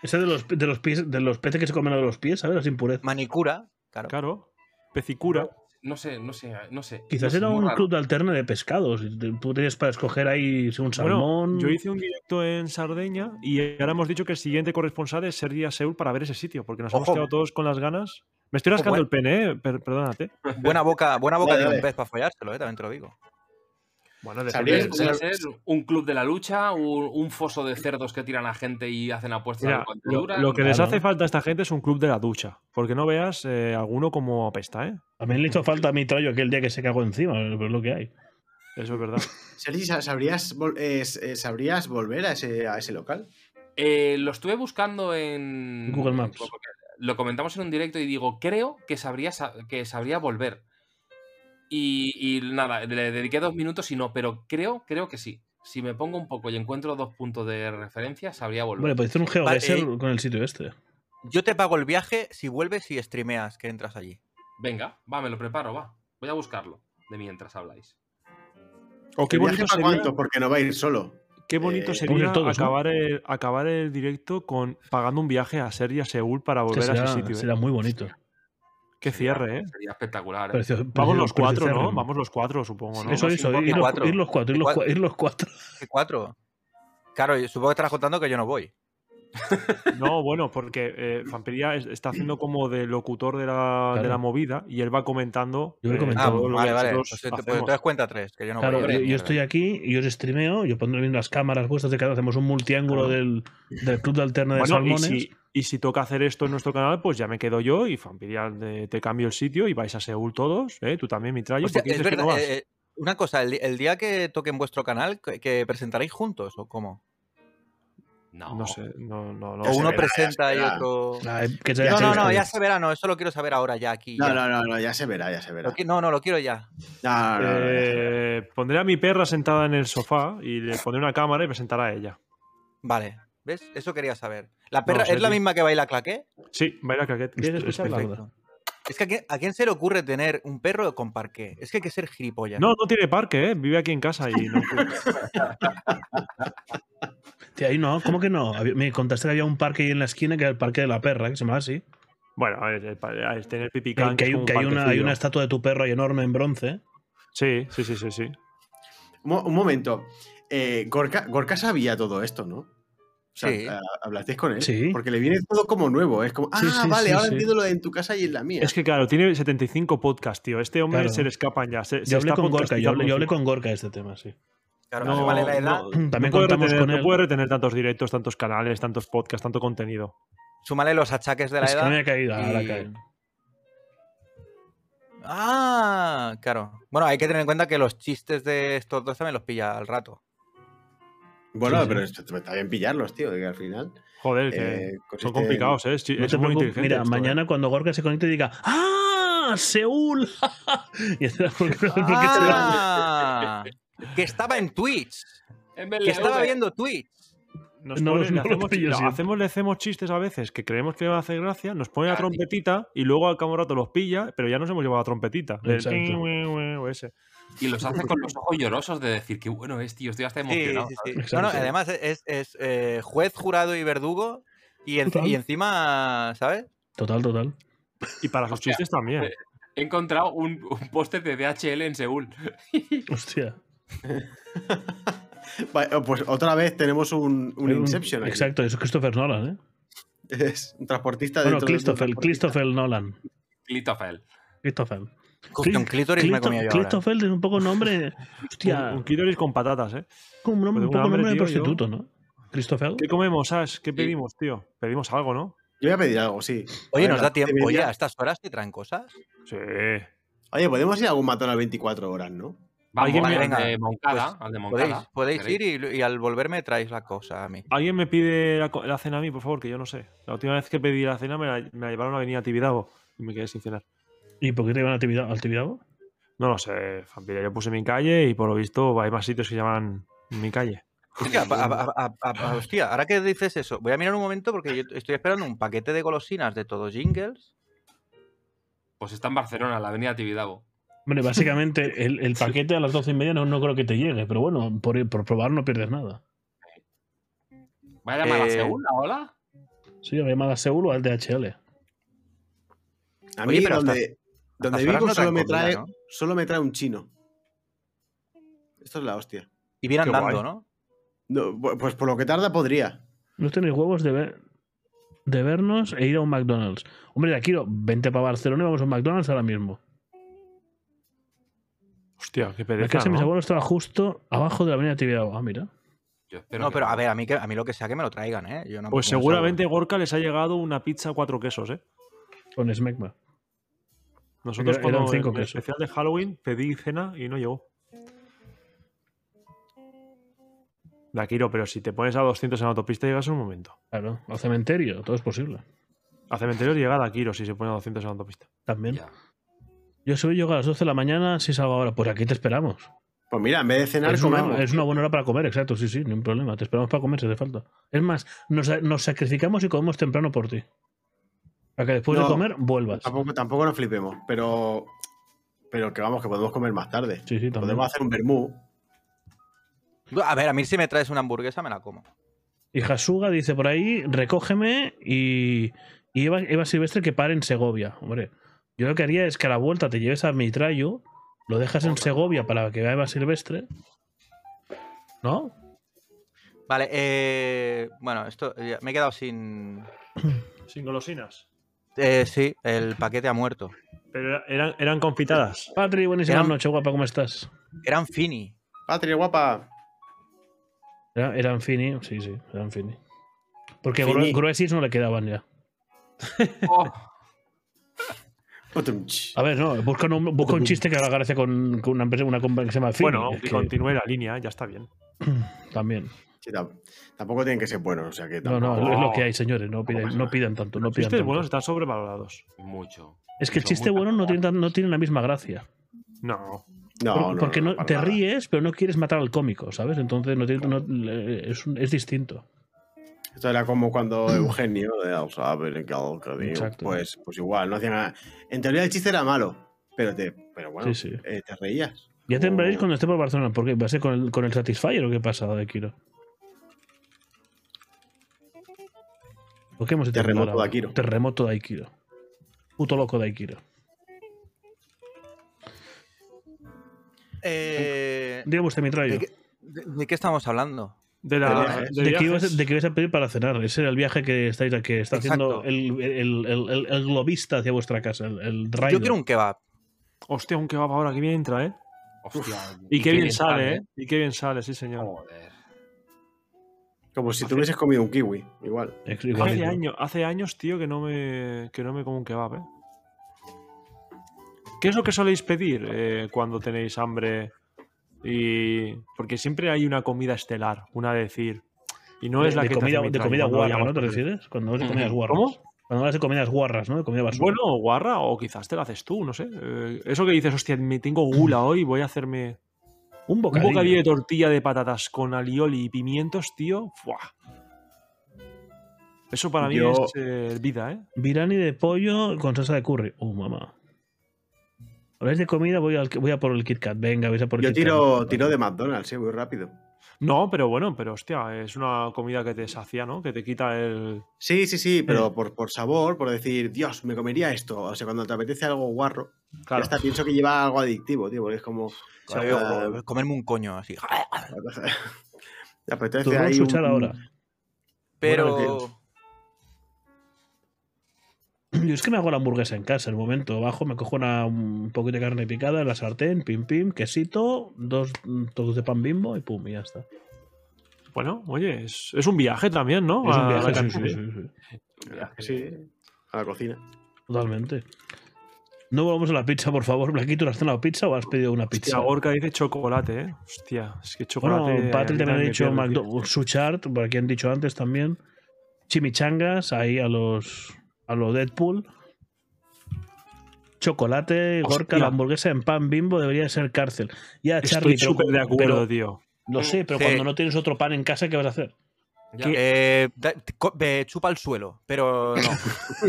Speaker 1: Ese de los, de los pies, de los peces que se comen de los pies, ¿sabes? Las impurezas.
Speaker 2: Manicura, claro.
Speaker 3: Claro. Pesicura.
Speaker 5: No sé, no sé, no sé. No
Speaker 1: Quizás
Speaker 5: sé,
Speaker 1: era
Speaker 5: muy
Speaker 1: un
Speaker 5: raro.
Speaker 1: club de alterna de pescados. y te- Tú tenías para escoger ahí si un salmón.
Speaker 3: Bueno, yo hice un directo en Sardeña y ahora hemos dicho que el siguiente corresponsal es sería Seúl para ver ese sitio, porque nos hemos
Speaker 2: Ojo.
Speaker 3: quedado todos con las ganas. Me estoy rascando
Speaker 2: bueno.
Speaker 3: el pene, eh, per- perdónate.
Speaker 2: Buena boca, buena boca
Speaker 4: Vale,
Speaker 2: tiene
Speaker 4: vale.
Speaker 2: un pez para follárselo, eh, también te lo digo.
Speaker 3: Bueno,
Speaker 4: Sabría
Speaker 5: Podría
Speaker 3: depende.
Speaker 4: escuchar-
Speaker 5: ser un club de la lucha, un, un foso de cerdos que tiran a gente y hacen apuestas
Speaker 3: Mira,
Speaker 5: de cuánto
Speaker 3: lo,
Speaker 5: duran.
Speaker 3: lo que les
Speaker 1: Claro.
Speaker 3: hace falta a esta gente es un club de la ducha, porque no veas eh, alguno como apesta, ¿eh?
Speaker 1: También le hizo falta a mi trollo aquel día que se cagó encima, pero es lo que hay.
Speaker 3: Eso es verdad.
Speaker 4: Sergi, ¿sa- ¿sabrías, vol- eh, s- eh, ¿sabrías volver a ese, a ese local?
Speaker 5: Eh, lo estuve buscando en
Speaker 1: Google
Speaker 5: en-
Speaker 1: Maps.
Speaker 5: porque Lo comentamos en un directo y digo, creo que sabría, sa- que sabría volver. Y, y nada, le dediqué dos minutos y no, pero creo, creo que sí. Si me pongo un poco y encuentro dos puntos de referencia, sabría volver.
Speaker 1: Vale, pues hizo un geoguesser
Speaker 2: Vale,
Speaker 1: con el sitio este.
Speaker 2: Yo te pago el viaje si vuelves y streameas que entras allí.
Speaker 5: Venga, va, me lo preparo, va. Voy a buscarlo de mientras habláis.
Speaker 3: O Oh, qué
Speaker 4: ¿El viaje
Speaker 3: bonito
Speaker 4: para
Speaker 3: sería,
Speaker 4: cuánto? Porque no va a ir solo.
Speaker 3: qué bonito
Speaker 4: Eh,
Speaker 1: vamos a
Speaker 3: sería
Speaker 1: ir todos, ¿no?
Speaker 3: acabar, el, acabar el directo con pagando un viaje a Serbia, Seúl para
Speaker 1: Este
Speaker 3: volver a
Speaker 1: será,
Speaker 3: ese sitio. ¿eh?
Speaker 1: será Pues muy bonito.
Speaker 3: Qué
Speaker 5: Sería-
Speaker 3: cierre, ¿eh?
Speaker 5: Sería espectacular. ¿eh?
Speaker 1: Pareció- pareció
Speaker 3: Vamos los cuatro, ¿no?
Speaker 1: precioso.
Speaker 3: Vamos los cuatro, supongo, ¿no?
Speaker 1: Eso,
Speaker 5: Nos
Speaker 1: eso,
Speaker 5: importa
Speaker 1: ir los,
Speaker 2: cuatro.
Speaker 1: ir los cuatro, ir los, cua- ir los cuatro.
Speaker 2: ¿Qué cuatro? Claro, yo supongo que estarás contando que yo no voy.
Speaker 3: No, bueno, porque eh, Vampiria es- está haciendo como de locutor de la, de la
Speaker 1: Claro.
Speaker 3: movida y él va comentando.
Speaker 1: Yo voy
Speaker 3: eh,
Speaker 2: Ah,
Speaker 1: comentando.
Speaker 3: todo lo
Speaker 2: vale,
Speaker 3: que
Speaker 2: vale.
Speaker 3: nosotros
Speaker 2: Pues, ent- pues
Speaker 3: hacemos.
Speaker 2: entonces cuenta tres, que yo no
Speaker 1: Claro,
Speaker 2: voy.
Speaker 1: yo,
Speaker 2: Mierda.
Speaker 1: yo estoy aquí, yo os streameo, yo pondré bien las cámaras vuestras de cada hacemos un multiángulo
Speaker 3: Claro.
Speaker 1: del, del club de alterna de
Speaker 3: Bueno, y
Speaker 1: salmones.
Speaker 3: si, y si toca hacer esto en nuestro canal, pues ya me quedo yo y Vampiria eh, te cambio el sitio y vais a Seúl todos, ¿eh? Tú también, Mitrayo,
Speaker 2: Hostia,
Speaker 3: porque
Speaker 2: es
Speaker 3: dices que
Speaker 2: verdad.
Speaker 3: no vas.
Speaker 2: eh, eh, una cosa, el, di- el día que toque en vuestro canal, que, que presentaréis juntos o cómo?
Speaker 5: No.
Speaker 3: No sé, no, no, no
Speaker 4: Ya
Speaker 2: o
Speaker 4: se
Speaker 2: uno
Speaker 4: verá, ya
Speaker 2: presenta
Speaker 4: se
Speaker 2: y
Speaker 4: verá.
Speaker 2: otro.
Speaker 1: Ay, Ah, eh, que se-
Speaker 2: No,
Speaker 4: se
Speaker 2: no,
Speaker 4: verá,
Speaker 2: no,
Speaker 4: ya
Speaker 2: ya se verá, no, eso lo quiero saber ahora, ya aquí.
Speaker 4: No,
Speaker 2: ya.
Speaker 4: no, no, no, ya se verá, ya se verá.
Speaker 2: Lo qui- no, no, lo quiero ya.
Speaker 4: No, no, no, no, ya se verá.
Speaker 3: Eh, pondré a mi perra sentada en el sofá y le pondré una cámara y presentará a ella.
Speaker 2: Vale, ¿ves? Eso quería saber. ¿La perra
Speaker 3: sé,
Speaker 2: es la
Speaker 3: tío.
Speaker 2: misma que baila claqué?
Speaker 3: Sí, baila claquet. ¿Quieres
Speaker 1: Esto es
Speaker 3: escucharla?
Speaker 1: perfecto.
Speaker 2: Perfecto. Es que a quién, a quién se le ocurre tener un perro con parqué. Es que hay que ser gilipollas.
Speaker 3: No, no tiene parque, ¿eh? Vive aquí en casa y no.
Speaker 1: Tía, ahí no, ¿cómo que no? Había- Me contaste que había un parque ahí en la esquina que era el parque de la perra, que se llama así.
Speaker 3: Bueno, a ver, el pa- el tener
Speaker 1: Que,
Speaker 3: pipicán.
Speaker 1: que hay,
Speaker 3: es como un
Speaker 1: que hay una, hay
Speaker 3: parquecillo.
Speaker 1: una estatua de tu perro ahí enorme en bronce.
Speaker 3: Sí, sí, sí, sí, sí.
Speaker 4: Un, mo- un momento. Eh, Gorka, Gorka sabía todo esto, ¿no? O sea,
Speaker 2: Sí.
Speaker 4: ah, hablasteis con él.
Speaker 1: Sí.
Speaker 4: Porque le viene todo como nuevo. Es como, ah,
Speaker 1: Sí, sí,
Speaker 4: vale,
Speaker 1: sí,
Speaker 4: ahora
Speaker 1: sí.
Speaker 4: entiendo lo de en tu casa y en la mía.
Speaker 3: Es que claro, tiene 75 podcasts, tío. Este hombre
Speaker 1: Claro.
Speaker 3: se le escapan ya. Se, se
Speaker 1: Yo hablé
Speaker 3: está
Speaker 1: con Gorka, yo hablé, yo hablé
Speaker 3: podcastizando
Speaker 1: con Gorka de este tema, sí.
Speaker 2: Claro,
Speaker 3: No,
Speaker 2: vale la edad.
Speaker 3: no.
Speaker 1: También
Speaker 3: encima. no puede,
Speaker 1: contamos
Speaker 3: retener,
Speaker 1: con
Speaker 3: no
Speaker 1: él.
Speaker 3: puede retener tantos directos, tantos canales, tantos podcasts, tanto contenido.
Speaker 2: Súmale los achaques de la
Speaker 1: Es que no
Speaker 2: edad.
Speaker 1: había caído, ahora
Speaker 2: y-
Speaker 1: cae.
Speaker 2: Ah, claro. Bueno, hay que tener en cuenta que los chistes de estos dos también los pilla al rato.
Speaker 4: bueno,
Speaker 1: sí, sí.
Speaker 4: pero esto- está bien pillarlos, tío, que al final. eh,
Speaker 3: Joder, que
Speaker 4: consiste
Speaker 3: son
Speaker 4: en-
Speaker 3: complicados, ¿eh? Es, chi-
Speaker 1: este, No
Speaker 3: es
Speaker 1: te
Speaker 3: muy
Speaker 1: preocupes,
Speaker 3: inteligente.
Speaker 1: Mira,
Speaker 3: esto, ¿eh?
Speaker 1: mañana cuando Gorka se conecte diga ¡Ah! ¡Seúl! y este, ¿por qué- por qué se va?
Speaker 2: Ah, que estaba en Twitch. Que
Speaker 5: MLV.
Speaker 2: estaba viendo Twitch.
Speaker 3: Nos
Speaker 1: No,
Speaker 3: pone-
Speaker 1: no
Speaker 3: le
Speaker 1: lo
Speaker 3: hacemos,
Speaker 1: pillo
Speaker 3: le
Speaker 1: siempre.
Speaker 3: hacemos- le hacemos chistes a veces que creemos que va a hacer gracia, nos pone la
Speaker 5: Claro, tío.
Speaker 3: trompetita y luego al cabo de un rato los pilla, pero ya nos hemos llevado la trompetita. El
Speaker 1: Exacto.
Speaker 3: ting, ue, ue, ue, ese.
Speaker 5: Y los hace con los ojos llorosos de decir que bueno es, tío, estoy hasta
Speaker 2: Sí,
Speaker 5: emocionado.
Speaker 2: sí, sí.
Speaker 5: ¿sabes?
Speaker 1: ¿sabes?
Speaker 2: No, no,
Speaker 1: Exacto.
Speaker 2: además es, es, eh, juez, jurado y verdugo. Y, en-
Speaker 1: Total.
Speaker 2: y encima, ¿sabes?
Speaker 1: Total, total.
Speaker 3: Y para sus
Speaker 5: Hostia,
Speaker 3: chistes también.
Speaker 5: eh, He encontrado un, un póster de DHL en Seúl.
Speaker 1: Hostia.
Speaker 4: Va- oh, Pues otra vez tenemos un, un
Speaker 1: Hay un-
Speaker 4: Inception. aquí.
Speaker 1: Exacto, eso es Christopher Nolan, ¿eh?
Speaker 4: Es un transportista
Speaker 1: Bueno,
Speaker 4: dentro de un
Speaker 1: Christopher,
Speaker 4: transportista.
Speaker 1: Christopher Nolan.
Speaker 5: Litofel.
Speaker 1: Christopher.
Speaker 2: Con clítoris me comía yo. ahora.
Speaker 1: Christopher es un poco nombre. Hostia,
Speaker 3: Un, un clítoris con patatas, ¿eh?
Speaker 1: como un, nombre-
Speaker 3: Pues
Speaker 1: un
Speaker 3: tengo
Speaker 1: poco
Speaker 3: hambre,
Speaker 1: nombre de
Speaker 3: tío, yo.
Speaker 1: prostituto, ¿no? Christopher.
Speaker 3: ¿Qué comemos, Ash? ¿Qué pedimos, tío? Pedimos algo, ¿no?
Speaker 4: Yo voy a pedir algo, sí. A
Speaker 2: Oye,
Speaker 4: ver,
Speaker 2: nos da
Speaker 4: las siete y
Speaker 2: tiempo. Oye,
Speaker 4: media-
Speaker 2: a estas horas te traen cosas.
Speaker 3: Sí.
Speaker 4: Oye, podemos ir a algún matón a 24 horas, ¿no?
Speaker 5: Vamos,
Speaker 3: Alguien
Speaker 5: al
Speaker 2: me- venga,
Speaker 5: de Moncada,
Speaker 2: pues,
Speaker 5: al de
Speaker 2: Podéis,
Speaker 5: Moncada.
Speaker 2: podéis
Speaker 5: ¿Queréis?
Speaker 2: ir y, y al volver me traéis la cosa a mí.
Speaker 3: ¿Alguien me pide la, co- la cena a mí, por favor? Que yo no sé. La última vez que pedí la cena me la, me la llevaron a Avenida Tibidabo y me quedé sin cenar.
Speaker 1: ¿Y por qué te iban a Tibidabo? ¿Al Tibidabo?
Speaker 3: No lo sé, familia. Yo puse mi calle y por lo visto hay más sitios que llaman mi calle.
Speaker 2: Hostia, pa- a- a-
Speaker 3: Ah.
Speaker 2: a- a- hostia, ahora que dices eso, voy a mirar un momento porque yo estoy esperando un paquete de golosinas de todos jingles.
Speaker 5: Pues está en Barcelona, en la avenida Tibidabo.
Speaker 1: Hombre, básicamente el, el paquete a las doce y media no, no creo que te llegue, pero bueno, por, por probar no pierdes nada.
Speaker 5: ¿Va a llamar a
Speaker 2: Eh,
Speaker 5: Seúl la ola?
Speaker 1: Sí, me llamada a Seúl o al DHL.
Speaker 4: A mí
Speaker 2: Oye, pero
Speaker 4: donde,
Speaker 2: hasta- hasta
Speaker 4: donde
Speaker 2: ahora
Speaker 4: vivo
Speaker 2: no te
Speaker 4: solo,
Speaker 2: han
Speaker 4: me
Speaker 2: comido,
Speaker 4: trae,
Speaker 2: ¿no?
Speaker 4: solo me trae un chino. Esto es la hostia.
Speaker 2: Y viene
Speaker 3: Qué
Speaker 2: andando,
Speaker 3: guay.
Speaker 2: ¿no?
Speaker 4: No, bu- pues por lo que tarda podría.
Speaker 1: No tenéis huevos de ver de vernos e ir a un McDonald's. Hombre, Akiro, vente para Barcelona y vamos a un McDonald's ahora mismo.
Speaker 3: Hostia, qué
Speaker 1: La
Speaker 3: pereza.
Speaker 1: casa de mis
Speaker 3: ¿no?
Speaker 1: abuelos estaba justo abajo de la avenida Tibidabo. Ah, mira.
Speaker 5: Yo espero
Speaker 2: no,
Speaker 5: que
Speaker 2: pero a ver, a mí, que, a mí lo que sea que me lo traigan, ¿eh? Yo no-
Speaker 3: Pues
Speaker 2: yo no
Speaker 3: seguramente
Speaker 2: salgo.
Speaker 3: Gorka les ha llegado una pizza cuatro quesos, ¿eh?
Speaker 1: Con Smegma.
Speaker 3: Nosotros
Speaker 1: Era- eran
Speaker 3: cuando
Speaker 1: cinco
Speaker 3: en el
Speaker 1: quesos.
Speaker 3: especial de Halloween pedí cena y no llegó. Daquiro, pero si te pones a 200 en la autopista llegas en un momento.
Speaker 1: Claro. Al cementerio, todo es posible.
Speaker 3: A cementerio llega Daquiro si se pone a 200 en la autopista.
Speaker 1: También.
Speaker 5: Ya.
Speaker 1: Yo soy yo a las 12 de la mañana, si salgo ahora. Pues aquí te esperamos.
Speaker 4: Pues mira, en vez de cenar,
Speaker 1: Es
Speaker 4: comemos.
Speaker 1: una, es una buena hora para comer, exacto, sí, sí, ningún problema. Te esperamos para comer si hace falta. Es más, nos, nos sacrificamos y comemos temprano por ti. Para que después
Speaker 4: No.
Speaker 1: de comer vuelvas.
Speaker 4: Tampoco, tampoco nos flipemos, pero. Pero que vamos, que podemos comer más tarde.
Speaker 1: Sí, sí, también.
Speaker 4: Podemos hacer un vermú.
Speaker 2: A ver, a mí si me traes una hamburguesa me la como.
Speaker 1: Y Hasuga dice por ahí, recógeme y, y Eva, Eva Silvestre que pare en Segovia. Hombre, yo lo que haría es que a la vuelta te lleves a Mitrayo, lo dejas en Segovia para que vea Eva Silvestre. ¿No?
Speaker 2: Vale, eh, bueno, esto ya- me he quedado sin...
Speaker 3: Sin golosinas.
Speaker 2: eh, sí, el paquete ha muerto.
Speaker 3: Pero era- eran, eran confitadas.
Speaker 1: Patri, buenísima
Speaker 2: Eran-
Speaker 1: noche, guapa, ¿cómo estás?
Speaker 2: Eran Fini.
Speaker 4: Patria, Ah, guapa.
Speaker 1: Era, eran Fini, sí, sí, eran Fini. Porque
Speaker 4: Fini.
Speaker 1: Gro- Groesis no le quedaban ya.
Speaker 5: Oh,
Speaker 4: Otum, ch.
Speaker 1: A ver, no, busca un, busca un chiste que haga gracia con, con una empresa, una compra que se llama Fini.
Speaker 3: Bueno,
Speaker 1: es
Speaker 3: que
Speaker 1: que
Speaker 3: continúe la línea, ya está bien.
Speaker 1: también.
Speaker 4: Sí, tam- tampoco tienen que ser buenos, o sea que
Speaker 1: No,
Speaker 4: tampoco.
Speaker 1: no,
Speaker 3: tampoco.
Speaker 1: es lo que hay, señores, no pidan, no pidan tanto, no
Speaker 3: Los
Speaker 1: pidan
Speaker 3: chistes
Speaker 1: tanto.
Speaker 3: buenos están sobrevalorados.
Speaker 5: mucho.
Speaker 1: Es que el
Speaker 5: Mucho,
Speaker 1: chiste
Speaker 5: mucha
Speaker 1: bueno no tiene,
Speaker 5: calidad.
Speaker 1: tan- no tiene la misma gracia.
Speaker 3: No.
Speaker 4: No,
Speaker 1: Por-
Speaker 4: no, no,
Speaker 1: porque
Speaker 4: no,
Speaker 1: no,
Speaker 4: para
Speaker 1: te
Speaker 4: nada.
Speaker 1: ríes, pero no quieres matar al cómico, ¿sabes? Entonces no tiene- no- le- es, un- es distinto.
Speaker 4: Esto era como cuando Eugenio, de "Al saber que algo que digo",
Speaker 1: Exacto.
Speaker 4: pues, pues igual, no hacían nada. En teoría el chiste era malo, pero, te, pero bueno,
Speaker 1: Sí, sí.
Speaker 4: eh, te reías.
Speaker 1: Ya te
Speaker 4: Oh.
Speaker 1: temblaréis cuando esté por Barcelona, porque va a ser con el, con el Satisfyer o qué pasa de Kiro. ¿Por qué hemos
Speaker 4: Terremoto
Speaker 1: temblar ahora?
Speaker 4: de Akiro.
Speaker 1: Terremoto de Aikiro. Puto loco de Aikiro.
Speaker 2: Eh,
Speaker 1: Dígame usted mi traigo.
Speaker 2: ¿de, qué, de- de qué estamos hablando?
Speaker 3: De la.
Speaker 4: viajes.
Speaker 3: de
Speaker 1: ¿De, qué ibas,
Speaker 3: viajes.
Speaker 1: de qué ibas a pedir para cenar? Ese era el viaje que estáis que está
Speaker 2: Exacto.
Speaker 1: haciendo el, el- el- el- el globista hacia vuestra casa, el, el
Speaker 2: Yo
Speaker 1: rider.
Speaker 2: quiero un kebab.
Speaker 3: Hostia, un kebab ahora, qué bien entra, ¿eh?
Speaker 5: Hostia, ¿eh?
Speaker 3: Y, qué bien, sale, ¿eh? Y qué bien sale, sí, señor.
Speaker 1: Oh,
Speaker 5: Joder.
Speaker 4: Como si tú hubieses comido un kiwi, igual.
Speaker 1: Ex-
Speaker 3: Hace,
Speaker 1: igualito.
Speaker 3: año- hace años, tío, que no me, que no me como un kebab, ¿eh? ¿Qué es lo que soléis pedir eh, cuando tenéis hambre? Y... Porque siempre hay una comida estelar, una de decir. Y no
Speaker 1: de,
Speaker 3: es la
Speaker 1: de
Speaker 3: que te
Speaker 1: comida,
Speaker 3: hace
Speaker 1: de
Speaker 3: Mitrayo,
Speaker 1: comida
Speaker 3: cuando lo
Speaker 1: guarra,
Speaker 3: llamas
Speaker 1: ¿no? ¿Te
Speaker 3: por
Speaker 1: refieres? Cuando hablas de comidas
Speaker 5: Ujú.
Speaker 1: guarras.
Speaker 3: ¿Cómo?
Speaker 1: Cuando hablas de comidas guarras, ¿no? De comida basura.
Speaker 3: Bueno, o guarra, o quizás te la haces tú, no sé. Eh, eso que dices, hostia, me tengo gula hoy, voy a hacerme
Speaker 1: un
Speaker 3: un
Speaker 1: bocadillo.
Speaker 3: bocadillo de tortilla de patatas con alioli y pimientos, tío. ¡Fuah! Eso para mí
Speaker 4: Yo-
Speaker 3: es eh, vida, ¿eh?
Speaker 1: Birani de pollo con salsa de curry. Uh, mamá. Habláis de comida, voy, al, voy a por el Kit Kat. Venga, vais a por el
Speaker 4: Yo
Speaker 1: Kit Kat.
Speaker 4: tiro, tiro de McDonald's, eh, muy rápido.
Speaker 3: No, pero bueno, pero hostia, es una comida que te sacia, ¿no? Que te quita el.
Speaker 4: Sí, sí, sí, pero por, por sabor, por decir, Dios, me comería esto. O sea, cuando te apetece algo guarro,
Speaker 3: Claro.
Speaker 4: hasta pienso que lleva algo adictivo, tío, porque es como.
Speaker 2: Coño,
Speaker 3: eh,
Speaker 2: comerme un coño así.
Speaker 4: te apetece
Speaker 1: Turrón
Speaker 4: ahí
Speaker 1: suchar
Speaker 4: un-
Speaker 1: ahora.
Speaker 2: Pero...
Speaker 4: Dios.
Speaker 1: Yo es que me hago la hamburguesa en casa, el momento. Bajo, me cojo una- un poquito de carne picada en la sartén, pim pim, quesito, dos mm, toques de pan bimbo y pum, y ya está.
Speaker 3: Bueno, oye, es, es un viaje también, ¿no?
Speaker 1: es
Speaker 3: A
Speaker 1: un
Speaker 3: la
Speaker 1: viaje, sí,
Speaker 3: cantina.
Speaker 1: sí, sí, sí.
Speaker 5: Mira,
Speaker 4: Sí, a la cocina.
Speaker 1: Totalmente. No volvamos a la pizza, por favor. Blaquito, ¿has cenado pizza o has pedido una
Speaker 3: Hostia,
Speaker 1: pizza?
Speaker 3: Gorka dice chocolate, ¿eh? Hostia, es que chocolate.
Speaker 1: Bueno,
Speaker 3: a mí
Speaker 1: Patrick también ha
Speaker 3: me
Speaker 1: dicho
Speaker 3: pierde, tío.
Speaker 1: McDo- Suchard, por aquí han dicho antes también. Chimichangas, ahí a los a los Deadpool. Chocolate, Gorka,
Speaker 3: Hostia.
Speaker 1: la hamburguesa en pan bimbo debería ser cárcel. Ya, Charlie,
Speaker 3: Estoy
Speaker 1: pero-
Speaker 3: súper de acuerdo,
Speaker 1: pero-
Speaker 3: tío.
Speaker 1: Lo sé, pero
Speaker 2: Sí.
Speaker 1: cuando no tienes otro pan en casa, ¿qué vas a hacer?
Speaker 5: Ya.
Speaker 2: Eh, da- co- me chupa el suelo, pero no.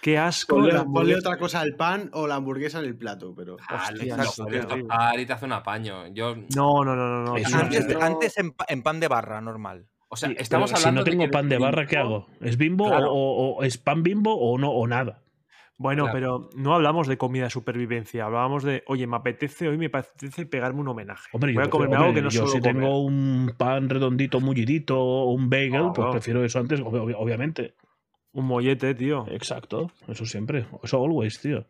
Speaker 3: Qué asco.
Speaker 4: Ponle,
Speaker 3: la
Speaker 4: ponle
Speaker 3: hamburguesa.
Speaker 4: otra cosa al pan o la hamburguesa en el plato, pero.
Speaker 5: Ah, le-
Speaker 3: Hostia,
Speaker 5: lo
Speaker 3: es
Speaker 5: puedes
Speaker 3: terrible.
Speaker 5: tocar y te hace un apaño. Yo,
Speaker 3: No, no, no, no. no.
Speaker 1: Es una
Speaker 2: Antes,
Speaker 1: mierda.
Speaker 2: antes en, pa- en pan de barra, normal.
Speaker 5: o sea,
Speaker 3: Sí,
Speaker 5: estamos
Speaker 1: Pero si
Speaker 5: hablando
Speaker 1: no
Speaker 5: de
Speaker 1: tengo
Speaker 5: que
Speaker 1: pan de barra, ¿qué hago? ¿Es bimbo o-
Speaker 5: Claro.
Speaker 1: o, o es pan bimbo o no o nada?
Speaker 3: Bueno,
Speaker 5: Claro.
Speaker 3: pero no hablamos de comida de supervivencia, hablábamos de, oye, me apetece, hoy me apetece pegarme un homenaje.
Speaker 1: Hombre,
Speaker 3: Voy
Speaker 1: yo,
Speaker 3: a comerme
Speaker 1: hombre,
Speaker 3: algo que no
Speaker 1: yo
Speaker 3: suelo
Speaker 1: si
Speaker 3: comer.
Speaker 1: tengo un pan redondito mullidito o un bagel,
Speaker 3: Ah,
Speaker 1: pues
Speaker 3: no.
Speaker 1: prefiero eso antes, ob- ob- obviamente.
Speaker 3: Un mollete, tío.
Speaker 1: Eh, Exacto, eso siempre. Eso always, tío.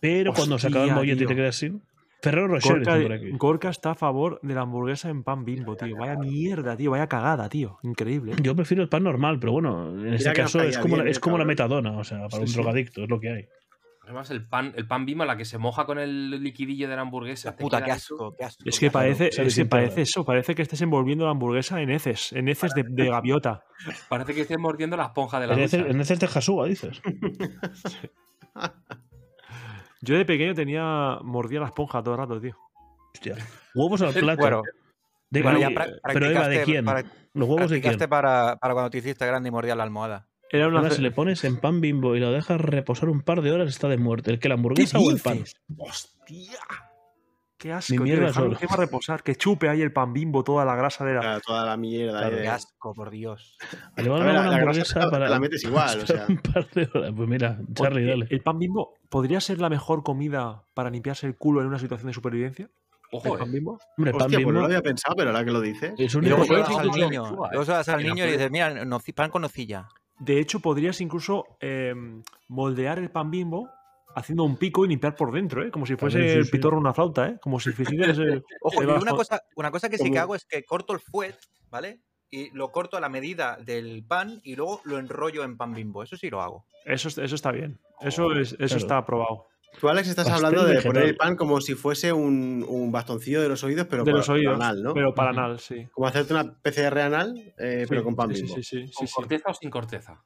Speaker 1: Pero cuando se
Speaker 3: Hostia,
Speaker 1: acaba el mollete y te
Speaker 3: tío.
Speaker 1: quedas sin. Ferrero Rocher
Speaker 3: Gorka,
Speaker 1: está por aquí.
Speaker 3: Gorka está a favor de la hamburguesa en pan bimbo, tío. Vaya mierda, tío. Vaya cagada, tío. Increíble.
Speaker 1: Yo prefiero el pan normal, pero bueno, en este
Speaker 4: Mira que nos
Speaker 1: caso es
Speaker 4: caía
Speaker 1: como,
Speaker 4: bien,
Speaker 1: la, es
Speaker 4: eh,
Speaker 1: como la
Speaker 4: cabrón.
Speaker 1: metadona, o sea, para
Speaker 3: Sí,
Speaker 1: un
Speaker 3: sí.
Speaker 1: drogadicto, es lo que hay.
Speaker 5: Además, el pan, el pan bimbo, la que se moja con el liquidillo de la hamburguesa. te
Speaker 2: Puta,
Speaker 5: queda
Speaker 2: qué
Speaker 5: eso.
Speaker 2: asco, qué
Speaker 1: Pues
Speaker 2: asco.
Speaker 3: Es que
Speaker 2: qué asco.
Speaker 3: parece,
Speaker 1: se
Speaker 3: es que
Speaker 1: desintegra.
Speaker 3: parece eso, parece que estés envolviendo la hamburguesa en heces, en heces de, de gaviota.
Speaker 5: Parece que estés mordiendo la esponja de la
Speaker 1: En
Speaker 5: ducha.
Speaker 1: heces- en heces de Jasúa, dices.
Speaker 3: Yo de pequeño tenía, mordía la esponja todo el rato, tío.
Speaker 1: Hostia. Huevos al plato.
Speaker 2: Bueno,
Speaker 1: De-
Speaker 2: bueno, ya
Speaker 1: pero-
Speaker 2: pra-
Speaker 1: pero Eva, ¿de
Speaker 2: practicaste-
Speaker 1: quién?
Speaker 2: pra-
Speaker 1: Los huevos de quién.
Speaker 2: practicaste para, para cuando te hiciste grande y mordías la almohada.
Speaker 3: Era una
Speaker 1: Ahora,
Speaker 3: ce-
Speaker 1: si le pones en pan bimbo y lo dejas reposar un par de horas, está de muerte. ¿El que la hamburguesa o el pan?
Speaker 3: ¡Hostia! ¡Qué asco!
Speaker 1: Ni
Speaker 3: tío,
Speaker 1: mierda
Speaker 3: dejarlo
Speaker 1: solo.
Speaker 3: encima a reposar, que chupe ahí el pan bimbo, toda la grasa de la.
Speaker 4: Claro, toda la mierda.
Speaker 1: Claro,
Speaker 4: ahí de-
Speaker 2: Qué asco, por Dios.
Speaker 1: Le van
Speaker 4: A
Speaker 1: a dar
Speaker 4: ver, la,
Speaker 1: una
Speaker 4: la grasa
Speaker 1: hamburguesa
Speaker 4: te la-
Speaker 1: para
Speaker 4: te la metes igual, o sea.
Speaker 1: un par de horas. Pues mira, Charlie,
Speaker 3: Oye,
Speaker 1: dale.
Speaker 3: ¿El pan bimbo podría ser la mejor comida para limpiarse el culo en una situación de supervivencia?
Speaker 5: Ojo,
Speaker 3: ¿El pan
Speaker 5: eh.
Speaker 3: bimbo?
Speaker 1: Hombre, pan
Speaker 4: Hostia, pues no
Speaker 1: bimbo
Speaker 4: lo había pensado, pero ahora que lo dices.
Speaker 1: es un
Speaker 2: Y luego
Speaker 5: Yo
Speaker 2: se
Speaker 5: he
Speaker 1: ingrediente-
Speaker 2: lo das
Speaker 5: hecho
Speaker 2: al
Speaker 5: con
Speaker 2: niño.
Speaker 5: lechuga, eh.
Speaker 2: Luego se lo das al
Speaker 5: Y la
Speaker 2: niño y le dices,
Speaker 5: pones-
Speaker 2: mira, noci- pan con nocilla.
Speaker 3: De hecho, podrías incluso eh, moldear el pan bimbo haciendo un pico y limpiar por dentro, ¿eh? Como si fuese
Speaker 1: sí,
Speaker 3: el
Speaker 1: sí.
Speaker 3: pitorro una flauta, ¿eh? Como si hicieras el-
Speaker 2: Ojo, y
Speaker 3: debajo.
Speaker 2: una cosa, una cosa que sí que
Speaker 4: Como-
Speaker 2: hago es que corto el fuet, ¿vale? Y lo corto a la medida del pan y luego lo enrollo en pan bimbo. Eso sí lo hago.
Speaker 3: Eso, es- eso está bien. Eso, es, eso
Speaker 1: Claro.
Speaker 3: está aprobado.
Speaker 4: Tú, Alex, estás
Speaker 1: Pastel
Speaker 4: hablando de
Speaker 1: vegetal.
Speaker 4: poner el pan como si fuese un, un bastoncillo de los oídos, pero
Speaker 3: de
Speaker 4: para-
Speaker 3: los oídos.
Speaker 4: para anal, ¿no?
Speaker 3: Pero para
Speaker 1: Ujú.
Speaker 3: anal, sí.
Speaker 4: Como hacerte una PCR anal, eh, pero
Speaker 3: Sí,
Speaker 4: con pan
Speaker 3: sí,
Speaker 4: bimbo.
Speaker 3: Sí, sí, sí,
Speaker 5: ¿Con
Speaker 3: sí, sí.
Speaker 5: corteza o sin corteza?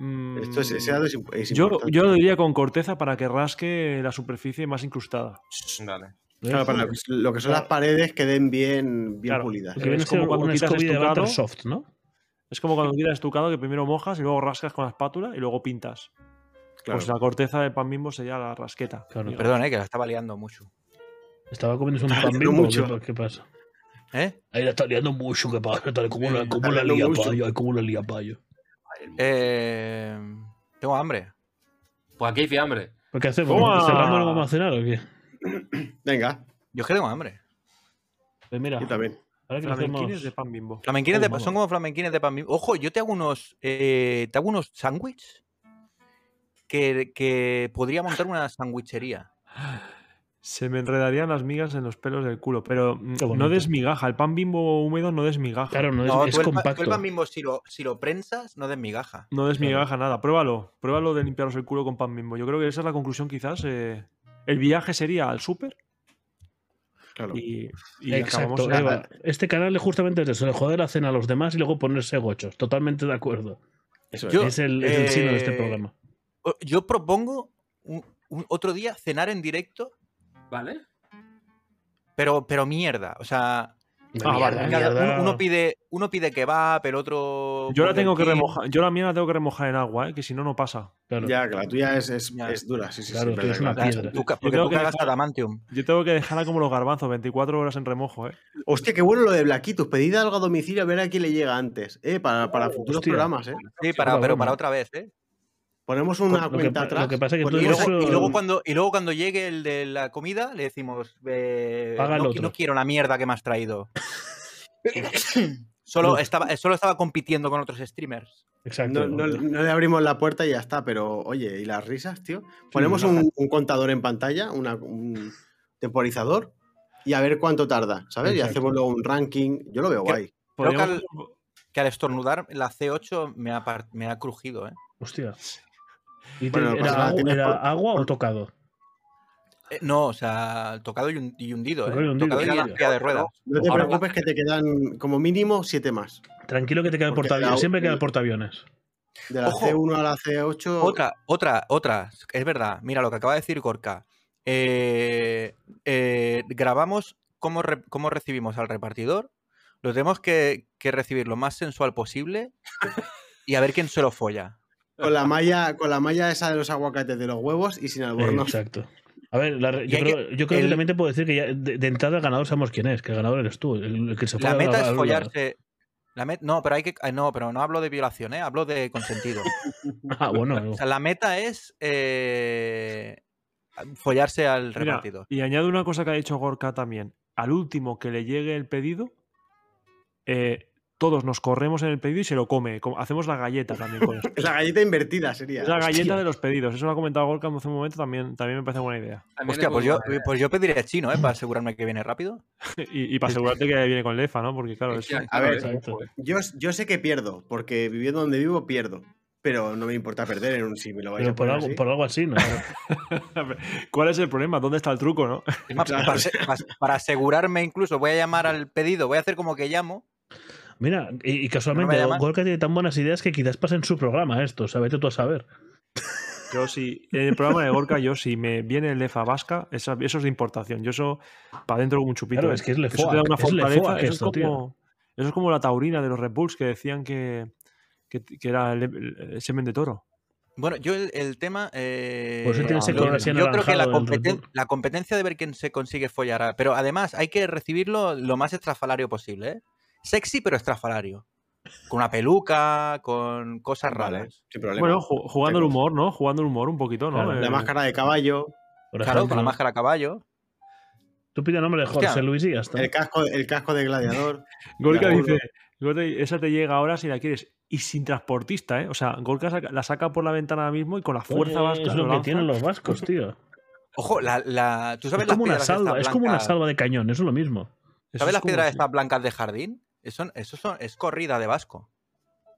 Speaker 3: Mm,
Speaker 4: Esto es, ese dato es, imp- es
Speaker 3: yo,
Speaker 4: importante.
Speaker 3: yo lo ¿eh? diría con corteza para que rasque la superficie más incrustada.
Speaker 5: Dale.
Speaker 4: Claro, para lo que, lo que son las paredes queden bien, bien
Speaker 3: Claro.
Speaker 4: pulidas.
Speaker 1: Que viene
Speaker 3: es
Speaker 1: a
Speaker 3: como
Speaker 1: ser
Speaker 3: cuando
Speaker 1: una
Speaker 3: quitas
Speaker 1: Scooby de
Speaker 3: estucado.
Speaker 1: butter soft, ¿no?
Speaker 3: Es como cuando quitas estucado que primero mojas y luego rascas con la espátula y luego pintas.
Speaker 4: Claro.
Speaker 3: Pues la corteza del pan bimbo sería la rasqueta.
Speaker 1: Claro,
Speaker 3: digamos.
Speaker 2: Perdón, eh, que la estaba liando mucho.
Speaker 1: Estaba comiendo un
Speaker 4: Está
Speaker 1: pan
Speaker 4: liando
Speaker 1: bimbo.
Speaker 4: mucho.
Speaker 1: ¿qué, pa- qué pasa?
Speaker 2: ¿Eh?
Speaker 1: Ahí la está liando mucho, ¿qué pasa? Tal, como una, como
Speaker 4: está
Speaker 1: una
Speaker 4: liando
Speaker 1: lía
Speaker 4: mucho.
Speaker 1: payo, hay como una lía payo.
Speaker 2: Eh, tengo hambre.
Speaker 5: Pues aquí hay fiambre.
Speaker 1: Pues, ¿Qué hacemos?
Speaker 3: ¡Toma!
Speaker 1: ¿Cerramos la vamos a cenar o qué?
Speaker 4: Venga,
Speaker 2: Yo es que tengo hambre.
Speaker 1: Pues mira,
Speaker 4: yo también.
Speaker 1: ahora que
Speaker 3: Flamenquines
Speaker 1: hacemos...
Speaker 3: de pan bimbo.
Speaker 2: Flamenquines
Speaker 1: Oh,
Speaker 2: de,
Speaker 1: mamá.
Speaker 2: son como flamenquines de pan bimbo. Ojo, yo te hago unos. eh, te hago unos sándwiches que, que podría montar una sandwichería.
Speaker 3: Ah, Se me enredarían las migas en los pelos del culo, pero mm,
Speaker 1: Qué bonito.
Speaker 3: no desmigaja. El pan bimbo húmedo no desmigaja.
Speaker 1: Claro, no, es,
Speaker 2: No,
Speaker 1: es
Speaker 2: tú el, pa- tú el
Speaker 1: compacto.
Speaker 2: pan bimbo, si lo, si lo prensas, no desmigaja.
Speaker 3: No desmigaja nada. Pruébalo. Pruébalo de limpiaros el culo con pan bimbo. Yo creo que esa es la conclusión, quizás. eh, el viaje sería al súper
Speaker 4: Claro.
Speaker 3: y, y acabamos
Speaker 1: Exacto,
Speaker 3: en-
Speaker 1: Eva. Este canal es justamente eso, de joder la cena a los demás y luego ponerse gochos. Totalmente de acuerdo.
Speaker 4: Eso es.
Speaker 2: Yo-
Speaker 1: es el, es el sino de este
Speaker 2: eh,
Speaker 1: programa.
Speaker 2: O- Yo propongo un- un- otro día cenar en directo,
Speaker 5: ¿Vale?
Speaker 2: pero, pero mierda. O sea,
Speaker 3: Ah, vale,
Speaker 2: cada-
Speaker 1: mierda.
Speaker 2: uno, uno pide, uno pide kebab, el otro.
Speaker 3: Yo la
Speaker 2: Burger
Speaker 3: tengo que
Speaker 2: King.
Speaker 3: remojar. Yo la mía la tengo que remojar en agua, eh, que si no, no pasa.
Speaker 1: Claro.
Speaker 4: Ya, que la tuya es, es,
Speaker 2: Ya.
Speaker 4: es dura, sí, sí,
Speaker 1: Claro, tú
Speaker 4: sí, verdad,
Speaker 1: eres una
Speaker 4: claro.
Speaker 1: piedra.
Speaker 2: Tú ca-
Speaker 3: Yo
Speaker 2: porque
Speaker 3: tengo
Speaker 2: tú
Speaker 3: que
Speaker 2: cagas
Speaker 3: dejar-
Speaker 2: adamantium.
Speaker 3: Yo tengo que dejarla como los garbanzos, 24 horas en remojo, ¿eh?
Speaker 4: Hostia, qué bueno lo de Blaquitos. Pedid algo a domicilio a ver a quién le llega antes, eh, para, para futuros
Speaker 1: hostia.
Speaker 4: programas, eh.
Speaker 2: Sí,
Speaker 1: Está
Speaker 2: para, pero
Speaker 1: bueno.
Speaker 2: para otra vez, ¿eh?
Speaker 4: Ponemos una
Speaker 1: Lo que
Speaker 4: cuenta
Speaker 1: pa-
Speaker 4: atrás. pues
Speaker 1: lo que pasa es que tú
Speaker 2: Y
Speaker 4: ponemos
Speaker 1: eres-
Speaker 2: luego, y luego
Speaker 4: un-
Speaker 2: cuando, y luego cuando llegue el de la comida, le decimos: eh,
Speaker 1: Paga el
Speaker 2: no, qui-
Speaker 1: otro.
Speaker 2: no quiero la mierda que me has traído. solo,
Speaker 1: Uf.
Speaker 2: estaba, eh, solo estaba compitiendo con otros streamers.
Speaker 1: Exacto.
Speaker 4: No, no- no le abrimos la puerta y ya está, pero oye, ¿y las risas, tío? Ponemos
Speaker 1: no.
Speaker 4: un, un contador en pantalla, una- un temporizador, y a ver cuánto tarda, ¿sabes? Y
Speaker 1: Exacto.
Speaker 4: hacemos luego un ranking. Yo lo veo
Speaker 2: ¿Qué?
Speaker 4: guay.
Speaker 2: Creo que
Speaker 3: Podríamos-
Speaker 2: Que al estornudar, la C8 me ha, par- me ha crujido, ¿eh?
Speaker 1: Hostia. Y te-
Speaker 4: Bueno, no
Speaker 1: ¿Era,
Speaker 4: pasa nada,
Speaker 1: agu-
Speaker 4: tienes
Speaker 1: era
Speaker 4: por-
Speaker 1: agua o tocado?
Speaker 2: Eh, No, o sea, tocado y, hun- y hundido, ¿eh?
Speaker 1: Tocado y hundido.
Speaker 2: Tocado y
Speaker 1: Era
Speaker 2: en
Speaker 1: la
Speaker 2: silla de ruedas.
Speaker 4: No te
Speaker 5: Ahora-
Speaker 4: preocupes que te quedan como mínimo siete más.
Speaker 1: Tranquilo que te queda el
Speaker 4: Porque
Speaker 1: portaaviones.
Speaker 4: la-
Speaker 1: Siempre queda el portaaviones.
Speaker 4: De la
Speaker 2: Ojo.
Speaker 4: C1 a la C8.
Speaker 2: Otra, otra, otra. Es verdad. Mira lo que acaba de decir Gorka. Eh, eh, grabamos cómo, re- cómo recibimos al repartidor. Lo tenemos que, que recibir lo más sensual posible y a ver quién se lo folla.
Speaker 4: con la malla, con la malla esa de los aguacates de los huevos y sin albornoz.
Speaker 1: Exacto. A ver, la re-
Speaker 2: Y
Speaker 1: yo,
Speaker 2: hay
Speaker 1: creo, yo creo que
Speaker 2: el-
Speaker 1: también te puedo decir que ya de, de entrada el ganador sabemos quién es, que el ganador eres tú. el- el que se fue
Speaker 2: La
Speaker 1: a
Speaker 2: meta
Speaker 1: a-
Speaker 2: es
Speaker 1: a-
Speaker 2: follarse. La met- no, pero hay que. eh, No, pero no hablo de violación, ¿eh? hablo de consentido.
Speaker 1: Ah, bueno.
Speaker 2: o sea, la meta es eh, follarse al
Speaker 3: Mira,
Speaker 2: repartido.
Speaker 3: y añado una cosa que ha dicho Gorka también. Al último que le llegue el pedido, eh, todos nos corremos en el pedido y se lo come. Co- Hacemos la galleta también con esto.
Speaker 4: La galleta invertida sería.
Speaker 3: Es la
Speaker 1: Hostia.
Speaker 3: galleta de los pedidos. Eso lo ha comentado Gorka hace un momento. También, también me parece buena idea.
Speaker 5: También
Speaker 2: Hostia,
Speaker 5: es
Speaker 2: pues
Speaker 5: muy
Speaker 2: yo,
Speaker 5: buena ¿eh? idea.
Speaker 2: pues yo pediría chino, ¿eh? Para asegurarme que viene rápido.
Speaker 3: Y, y para asegurarte que viene con lefa, ¿no? Porque claro, es-
Speaker 5: Hostia,
Speaker 4: A
Speaker 5: claro,
Speaker 4: ver,
Speaker 5: eh,
Speaker 1: exacto.
Speaker 5: joder.
Speaker 4: Yo, yo sé que pierdo, porque viviendo donde vivo pierdo. Pero no me importa perder en un sí, me lo vais
Speaker 1: Pero
Speaker 4: a
Speaker 1: por
Speaker 4: poner
Speaker 1: algo,
Speaker 4: así.
Speaker 1: por algo así, ¿no?
Speaker 3: ¿cuál es el problema? ¿Dónde está el truco, no?
Speaker 2: Ah, Para, ase- pas- para asegurarme incluso, voy a llamar al pedido, voy a hacer como que llamo.
Speaker 1: Mira, y, y casualmente
Speaker 2: No me llaman.
Speaker 1: Gorka tiene tan buenas ideas que quizás pasa en su programa esto, o sea, vete tú a saber.
Speaker 3: Yo sí, en el programa de Gorka, yo si me viene el lefa vasca, esa- eso es de importación. Yo eso para adentro como un chupito.
Speaker 1: Claro,
Speaker 3: ¿eh?
Speaker 1: es que es lefoa,
Speaker 3: Eso te da una
Speaker 1: es lefoa
Speaker 3: fortaleza. Eso,
Speaker 1: esto,
Speaker 3: es
Speaker 1: tío.
Speaker 3: como, eso es como la taurina de los Red Bulls que decían que, que, que era el, el- el semen de toro.
Speaker 2: Bueno, yo el, el tema. eh,
Speaker 1: Por eso Pues tiene ese
Speaker 2: yo-
Speaker 1: color así
Speaker 2: yo creo que la,
Speaker 1: anaranjado del Red
Speaker 2: competen-
Speaker 1: Bull.
Speaker 2: la competencia de ver quién se consigue follar. a- Pero además hay que recibirlo lo más estrafalario posible. ¿eh? Sexy, pero estrafalario. Con una peluca, con cosas
Speaker 4: Vale,
Speaker 2: raras.
Speaker 4: sin problema.
Speaker 3: Bueno, ju- jugando el
Speaker 4: Tengo.
Speaker 3: humor, ¿no? Jugando el humor un poquito, ¿no?
Speaker 1: Claro,
Speaker 3: Eh,
Speaker 4: la máscara de caballo,
Speaker 1: Por
Speaker 2: Claro, con la
Speaker 1: ejemplo.
Speaker 2: máscara a caballo.
Speaker 1: Tú pide el nombre de Jorge
Speaker 2: Hostia.
Speaker 1: Luis y ya está.
Speaker 4: el casco, el casco de gladiador.
Speaker 3: Gorka
Speaker 4: Claro.
Speaker 3: dice, Gorka, esa te llega ahora si la quieres. Y sin transportista, ¿eh? O sea, Gorka saca- la saca por la ventana ahora mismo y con la fuerza
Speaker 1: Oye,
Speaker 3: vasca
Speaker 1: es lo que
Speaker 3: lanza.
Speaker 1: tienen los vascos, tío.
Speaker 2: Ojo, la, la- ¿tú sabes
Speaker 1: Es como una
Speaker 2: las piedras estas
Speaker 1: salva, es como una
Speaker 2: blancas?
Speaker 1: salva de cañón, eso es lo mismo.
Speaker 3: Eso
Speaker 2: ¿Sabes
Speaker 3: es
Speaker 2: las
Speaker 3: como
Speaker 2: piedras
Speaker 3: si-
Speaker 2: estas blancas de jardín? Eso, eso son, es corrida de vasco.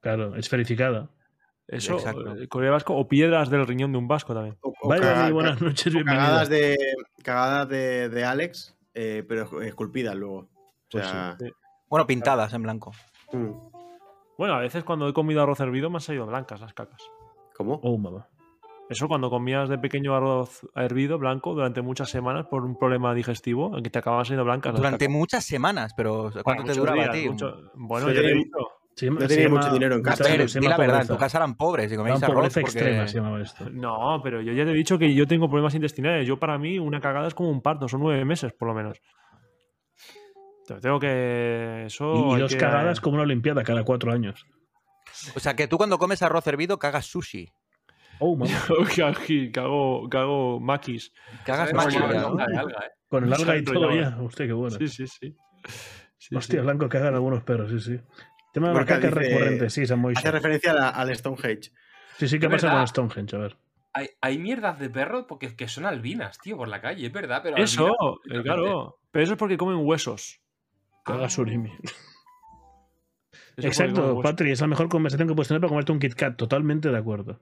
Speaker 1: Claro, esferificada.
Speaker 3: Eso,
Speaker 2: Exacto.
Speaker 3: eh, Corea Vasco, o piedras del riñón de un vasco también.
Speaker 4: O- o
Speaker 1: Vaya,
Speaker 4: caga-
Speaker 1: muy buenas noches,
Speaker 4: ca- cagadas
Speaker 1: bienvenido.
Speaker 4: de, cagadas de, de Alex, eh, pero esculpidas luego. O
Speaker 3: Pues sí,
Speaker 4: sea,
Speaker 3: sí.
Speaker 2: Bueno, pintadas en blanco.
Speaker 4: mm,
Speaker 3: Bueno, a veces cuando he comido arroz hervido me han salido blancas las cacas.
Speaker 4: ¿cómo?
Speaker 1: Oh, mamá.
Speaker 3: Eso cuando comías de pequeño arroz hervido blanco durante muchas semanas por un problema digestivo en que te acababan saliendo blancas las
Speaker 2: Durante
Speaker 3: cacas.
Speaker 2: muchas semanas, pero
Speaker 3: Bueno,
Speaker 2: ¿cuánto te
Speaker 3: muchos
Speaker 2: duraba a
Speaker 3: días,
Speaker 2: ti?
Speaker 3: mucho- Bueno,
Speaker 4: Sí.
Speaker 3: yo te he dicho.
Speaker 1: Se llama-
Speaker 4: No
Speaker 1: se
Speaker 4: tenía
Speaker 1: llama-
Speaker 4: mucho dinero en
Speaker 1: mucho
Speaker 4: casa.
Speaker 2: A ver,
Speaker 1: dinero, se
Speaker 2: di
Speaker 1: llama
Speaker 2: la verdad, en
Speaker 1: pobreza.
Speaker 2: tu casa eran pobres y
Speaker 1: Era
Speaker 2: coméis
Speaker 1: una
Speaker 2: arroz
Speaker 1: pobreza
Speaker 2: porque...
Speaker 1: extrema, se llamaba esto.
Speaker 3: No, pero yo ya te he dicho que yo tengo problemas intestinales. Yo para mí una cagada es como un parto, son nueve meses por lo menos. Entonces tengo que... Eso
Speaker 1: Y- y
Speaker 3: hay
Speaker 1: dos
Speaker 3: que-
Speaker 1: cagadas como una olimpiada cada cuatro años.
Speaker 2: O sea, que tú cuando comes arroz hervido cagas sushi.
Speaker 1: Oh, mamá.
Speaker 3: que hago, que hago maquis.
Speaker 2: Cagas
Speaker 5: Sabes
Speaker 3: más
Speaker 5: cómo
Speaker 3: chorra,
Speaker 2: maquilla.
Speaker 5: llevar
Speaker 3: ¿no?
Speaker 5: hoja de alga, eh.
Speaker 1: Con el alga y
Speaker 3: Exacto,
Speaker 1: todo
Speaker 3: ya,
Speaker 1: ya. Hostia, qué bueno.
Speaker 3: Sí, sí, sí. Sí,
Speaker 1: Hostia,
Speaker 3: sí.
Speaker 1: blanco cagan algunos perros, sí, sí. Tema de
Speaker 4: Gorka
Speaker 1: macacas
Speaker 4: dice-
Speaker 1: recurrente, sí, San Moisés.
Speaker 4: Hace referencia a la- al Stonehenge.
Speaker 1: Sí, sí, ¿qué
Speaker 5: Es
Speaker 1: pasa
Speaker 5: verdad.
Speaker 1: con Stonehenge? A ver.
Speaker 5: Hay, hay mierdas de perro porque es que son albinas, tío, por la calle, es verdad, pero.
Speaker 3: Eso,
Speaker 5: albinas,
Speaker 3: eh, claro. Pero eso es porque comen huesos.
Speaker 1: Caga
Speaker 5: Ah.
Speaker 1: surimi.
Speaker 3: Eso es porque comen
Speaker 1: Exacto,
Speaker 3: huesos.
Speaker 1: Patri, es la mejor conversación que puedes tener para comerte un Kit Kat, totalmente de acuerdo.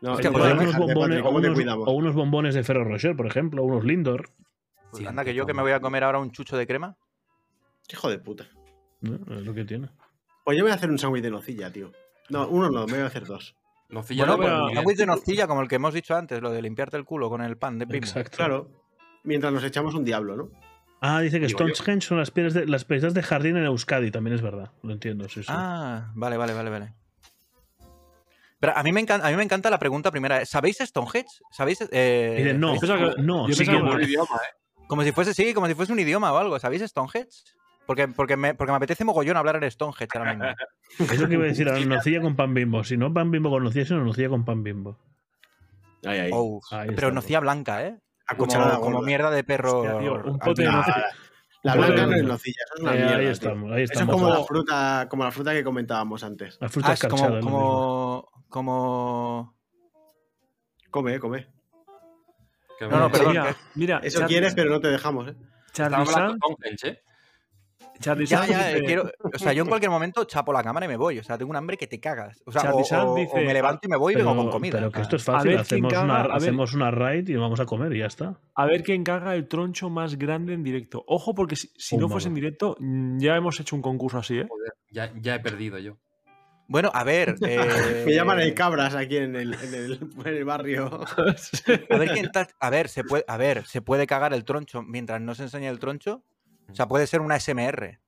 Speaker 4: No,
Speaker 2: Hostia,
Speaker 4: y
Speaker 2: pues
Speaker 4: para
Speaker 2: yo
Speaker 4: la
Speaker 1: unos
Speaker 4: gente,
Speaker 1: bombones,
Speaker 4: Patrick,
Speaker 1: o,
Speaker 4: ¿cómo te
Speaker 1: unos,
Speaker 4: cuidamos?
Speaker 1: o unos bombones de Ferro Rocher, por ejemplo, o unos Lindor.
Speaker 2: Pues anda, que yo que me voy a comer ahora un chucho de crema.
Speaker 4: Hijo de puta.
Speaker 1: ¿no? Es lo que tiene.
Speaker 4: Pues yo me voy a hacer un sándwich de nocilla, tío. No, uno no, me voy a hacer dos.
Speaker 5: Nocilla
Speaker 2: Bueno, pues,
Speaker 5: no,
Speaker 3: pero-
Speaker 2: pero
Speaker 5: pero muy bien.
Speaker 2: sándwich de nocilla, como el que hemos dicho antes, lo de limpiarte el culo con el pan de pimo.
Speaker 1: Exacto.
Speaker 4: Claro. Mientras nos echamos un diablo, ¿no?
Speaker 1: Ah, dice que
Speaker 5: Digo yo.
Speaker 1: Stonehenge son las piedras, de, las piedras de jardín en Euskadi, también es verdad. Lo entiendo, sí, sí.
Speaker 2: Ah, vale, vale, vale, vale. Pero a mí me encanta, a mí me encanta la pregunta primera. ¿Sabéis Stonehenge? ¿Sabéis? eh,
Speaker 1: Dice, no,
Speaker 3: yo pensaba que-
Speaker 1: no,
Speaker 3: yo
Speaker 1: sí que
Speaker 3: pensaba
Speaker 1: no.
Speaker 5: Buen idioma, eh.
Speaker 2: Como si fuese, sí, como si fuese un idioma o algo. ¿Sabéis Stonehenge? Porque, porque, me, porque me apetece mogollón hablar en Stonehenge ahora mismo.
Speaker 1: Es lo que iba a decir, ahora, nocilla con pan bimbo. Si no pan bimbo con nocilla, sino nocilla con pan bimbo.
Speaker 4: Ahí, ahí.
Speaker 2: Oh,
Speaker 1: Ahí
Speaker 2: pero
Speaker 1: está.
Speaker 2: nocilla blanca, ¿eh?
Speaker 4: a
Speaker 2: Como,
Speaker 4: cucharada
Speaker 2: como
Speaker 4: gorda.
Speaker 2: mierda de perro.
Speaker 3: Hostia, tío, un pote de
Speaker 4: Ah,
Speaker 3: nocilla.
Speaker 4: La
Speaker 1: Pero-
Speaker 4: blanca no es nocilla, eso es una
Speaker 1: Eh,
Speaker 4: mierda,
Speaker 1: ahí
Speaker 4: tío.
Speaker 1: estamos, ahí
Speaker 4: Eso es
Speaker 1: estamos.
Speaker 4: como la,
Speaker 1: las-
Speaker 4: fruta, como la fruta que comentábamos antes.
Speaker 1: las frutas
Speaker 2: Ah, es como,
Speaker 1: escarchadas, lo mismo.
Speaker 2: como, como-
Speaker 4: Come, come.
Speaker 5: Que
Speaker 2: No, no,
Speaker 5: bueno.
Speaker 2: perdón.
Speaker 3: Mira, mira,
Speaker 4: Eso
Speaker 3: Char-
Speaker 4: quieres, pero no te dejamos, ¿eh?
Speaker 3: Charlie
Speaker 5: Estaba hablando
Speaker 3: Sanz-
Speaker 5: con Stonehenge, eh.
Speaker 3: Charlie
Speaker 2: Ya,
Speaker 3: Sanz
Speaker 2: ya, eh,
Speaker 3: dice-
Speaker 2: quiero- O sea, yo en cualquier momento chapo la cámara y me voy. O sea, tengo un hambre que te cagas. O sea,
Speaker 3: Charlie
Speaker 2: o,
Speaker 3: Sanz
Speaker 2: o- o
Speaker 3: dice-
Speaker 2: me levanto y me voy y vengo con
Speaker 1: Pero,
Speaker 2: comida.
Speaker 1: pero que
Speaker 2: Ah,
Speaker 1: esto es
Speaker 3: A
Speaker 1: fácil,
Speaker 3: ver quién
Speaker 1: hacemos,
Speaker 3: caga,
Speaker 1: una,
Speaker 3: a ver.
Speaker 1: hacemos una raid y vamos a comer y ya está.
Speaker 3: A ver quién caga el troncho más grande en directo. Ojo, porque si, si
Speaker 1: Oh,
Speaker 3: no fuese en directo, mm, ya hemos hecho un concurso así, ¿eh?
Speaker 5: Ya, ya he perdido yo.
Speaker 2: Ah. Bueno, a ver. eh,
Speaker 4: Me llaman el cabras aquí en el, en el- en el barrio.
Speaker 2: A ver, quién ta- a, ver, se puede, a ver, se puede cagar el troncho mientras no se enseña el troncho. O sea, puede ser una SMR.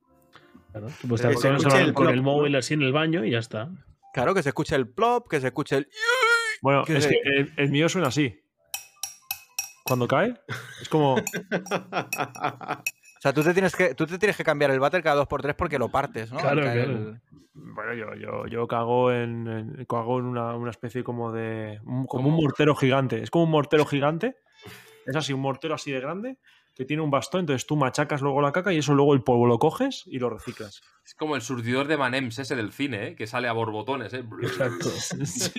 Speaker 1: Claro, tú puedes estar
Speaker 4: Pero que se
Speaker 1: con,
Speaker 4: escuche
Speaker 1: con
Speaker 4: el
Speaker 1: con el
Speaker 4: plop,
Speaker 1: móvil así en el baño y ya está.
Speaker 2: Claro, que se escuche el plop, que se escuche el.
Speaker 3: Bueno,
Speaker 2: ¿Qué
Speaker 3: es
Speaker 2: es?
Speaker 3: que el, el mío suena así. Cuando cae, es como.
Speaker 2: O sea, tú te tienes que, tú te tienes que cambiar el váter cada 2x3 porque lo partes, ¿no?
Speaker 1: Claro,
Speaker 2: Al caer
Speaker 1: claro.
Speaker 2: el-
Speaker 3: Bueno, yo, yo, yo cago en, en- cago en una, una especie como de. un- como un mortero gigante. Es como un mortero gigante. Es así, un mortero así de grande que tiene un bastón. Entonces tú machacas luego la caca y eso luego el polvo lo coges y lo reciclas.
Speaker 5: Es como el surtidor de Manems ese del cine, ¿eh? que sale a borbotones. ¿eh?
Speaker 1: Exacto.
Speaker 3: Sí.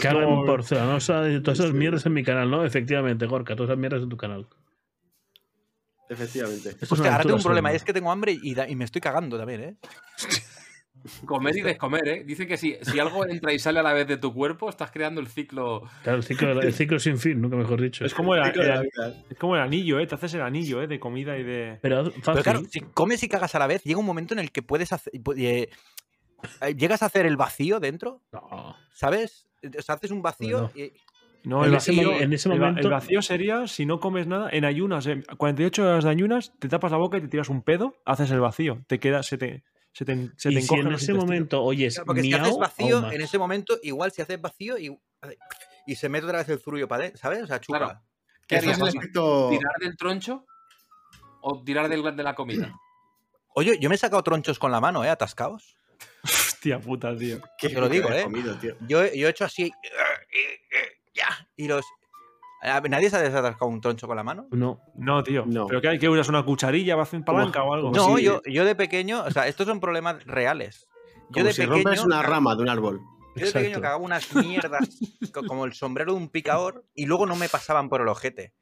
Speaker 1: Carmen
Speaker 3: como-
Speaker 1: porcelanosa y todas esas mierdas en mi canal, ¿no? Efectivamente, Gorka, todas esas mierdas en tu canal.
Speaker 4: Efectivamente.
Speaker 1: Esto es una
Speaker 2: Hostia, ahora tengo un
Speaker 1: aventura
Speaker 2: problema,
Speaker 1: sonora.
Speaker 2: es que tengo hambre y, da- y me estoy cagando también, ¿eh?
Speaker 5: Comer y descomer, ¿eh? Dicen que si, si algo entra y sale a la vez de tu cuerpo, estás creando el ciclo.
Speaker 1: Claro, el ciclo, el ciclo sin fin, nunca mejor dicho.
Speaker 3: Es como el,
Speaker 4: Ciclo de la
Speaker 3: el-
Speaker 4: vida.
Speaker 3: es como el anillo, ¿eh? Te haces el anillo, ¿eh? De comida y de.
Speaker 1: Pero haz-
Speaker 2: Pero
Speaker 1: fácil.
Speaker 2: claro, si comes y cagas a la vez, llega un momento en el que puedes hacer. pu- eh, eh, llegas a hacer el vacío dentro,
Speaker 1: No.
Speaker 2: ¿sabes? O sea, haces un vacío
Speaker 1: Bueno.
Speaker 2: y-
Speaker 3: No,
Speaker 1: En
Speaker 3: el
Speaker 1: ese
Speaker 3: vacío,
Speaker 1: mo- en ese
Speaker 3: el va- el
Speaker 1: momento-
Speaker 3: vacío sería si no comes nada en ayunas. en 48 horas de ayunas, te tapas la boca y te tiras un pedo, haces el vacío. Te queda, se te, se te, se te
Speaker 1: y si
Speaker 3: encogen
Speaker 1: en
Speaker 3: los
Speaker 1: ese
Speaker 3: intestinos.
Speaker 1: momento oyes
Speaker 2: Claro, porque si
Speaker 1: miau,
Speaker 2: haces
Speaker 1: aún
Speaker 2: vacío,
Speaker 1: más.
Speaker 2: en ese momento, igual si haces vacío y, y se mete otra vez el zurullo para adentro, ¿sabes? O sea, chupa.
Speaker 5: Claro. ¿Qué
Speaker 4: Eso es
Speaker 5: harías
Speaker 4: el
Speaker 5: más?
Speaker 4: aspecto.
Speaker 5: ¿Tirar del troncho o tirar del, de la comida?
Speaker 2: Oye, yo me he sacado tronchos con la mano, ¿eh? Atascados.
Speaker 3: Hostia puta, tío.
Speaker 4: que
Speaker 2: te lo digo, ¿eh?
Speaker 4: comido, tío.
Speaker 2: Yo, he- yo he hecho así. ya, Y los. a- ¿Nadie se ha desatascado un troncho con la mano?
Speaker 1: No,
Speaker 3: No, tío.
Speaker 4: No.
Speaker 3: ¿Pero qué hay que usas una cucharilla para hacer palanca o algo?
Speaker 4: Pues
Speaker 2: No,
Speaker 4: sí.
Speaker 2: yo, yo de pequeño. O sea, estos son problemas reales. Yo
Speaker 4: Como
Speaker 2: de
Speaker 4: si
Speaker 2: pequeño.
Speaker 4: rompes una rama de un árbol.
Speaker 2: Yo de pequeño
Speaker 1: Exacto.
Speaker 2: cagaba unas mierdas co- como el sombrero de un picador y luego no me pasaban por el ojete.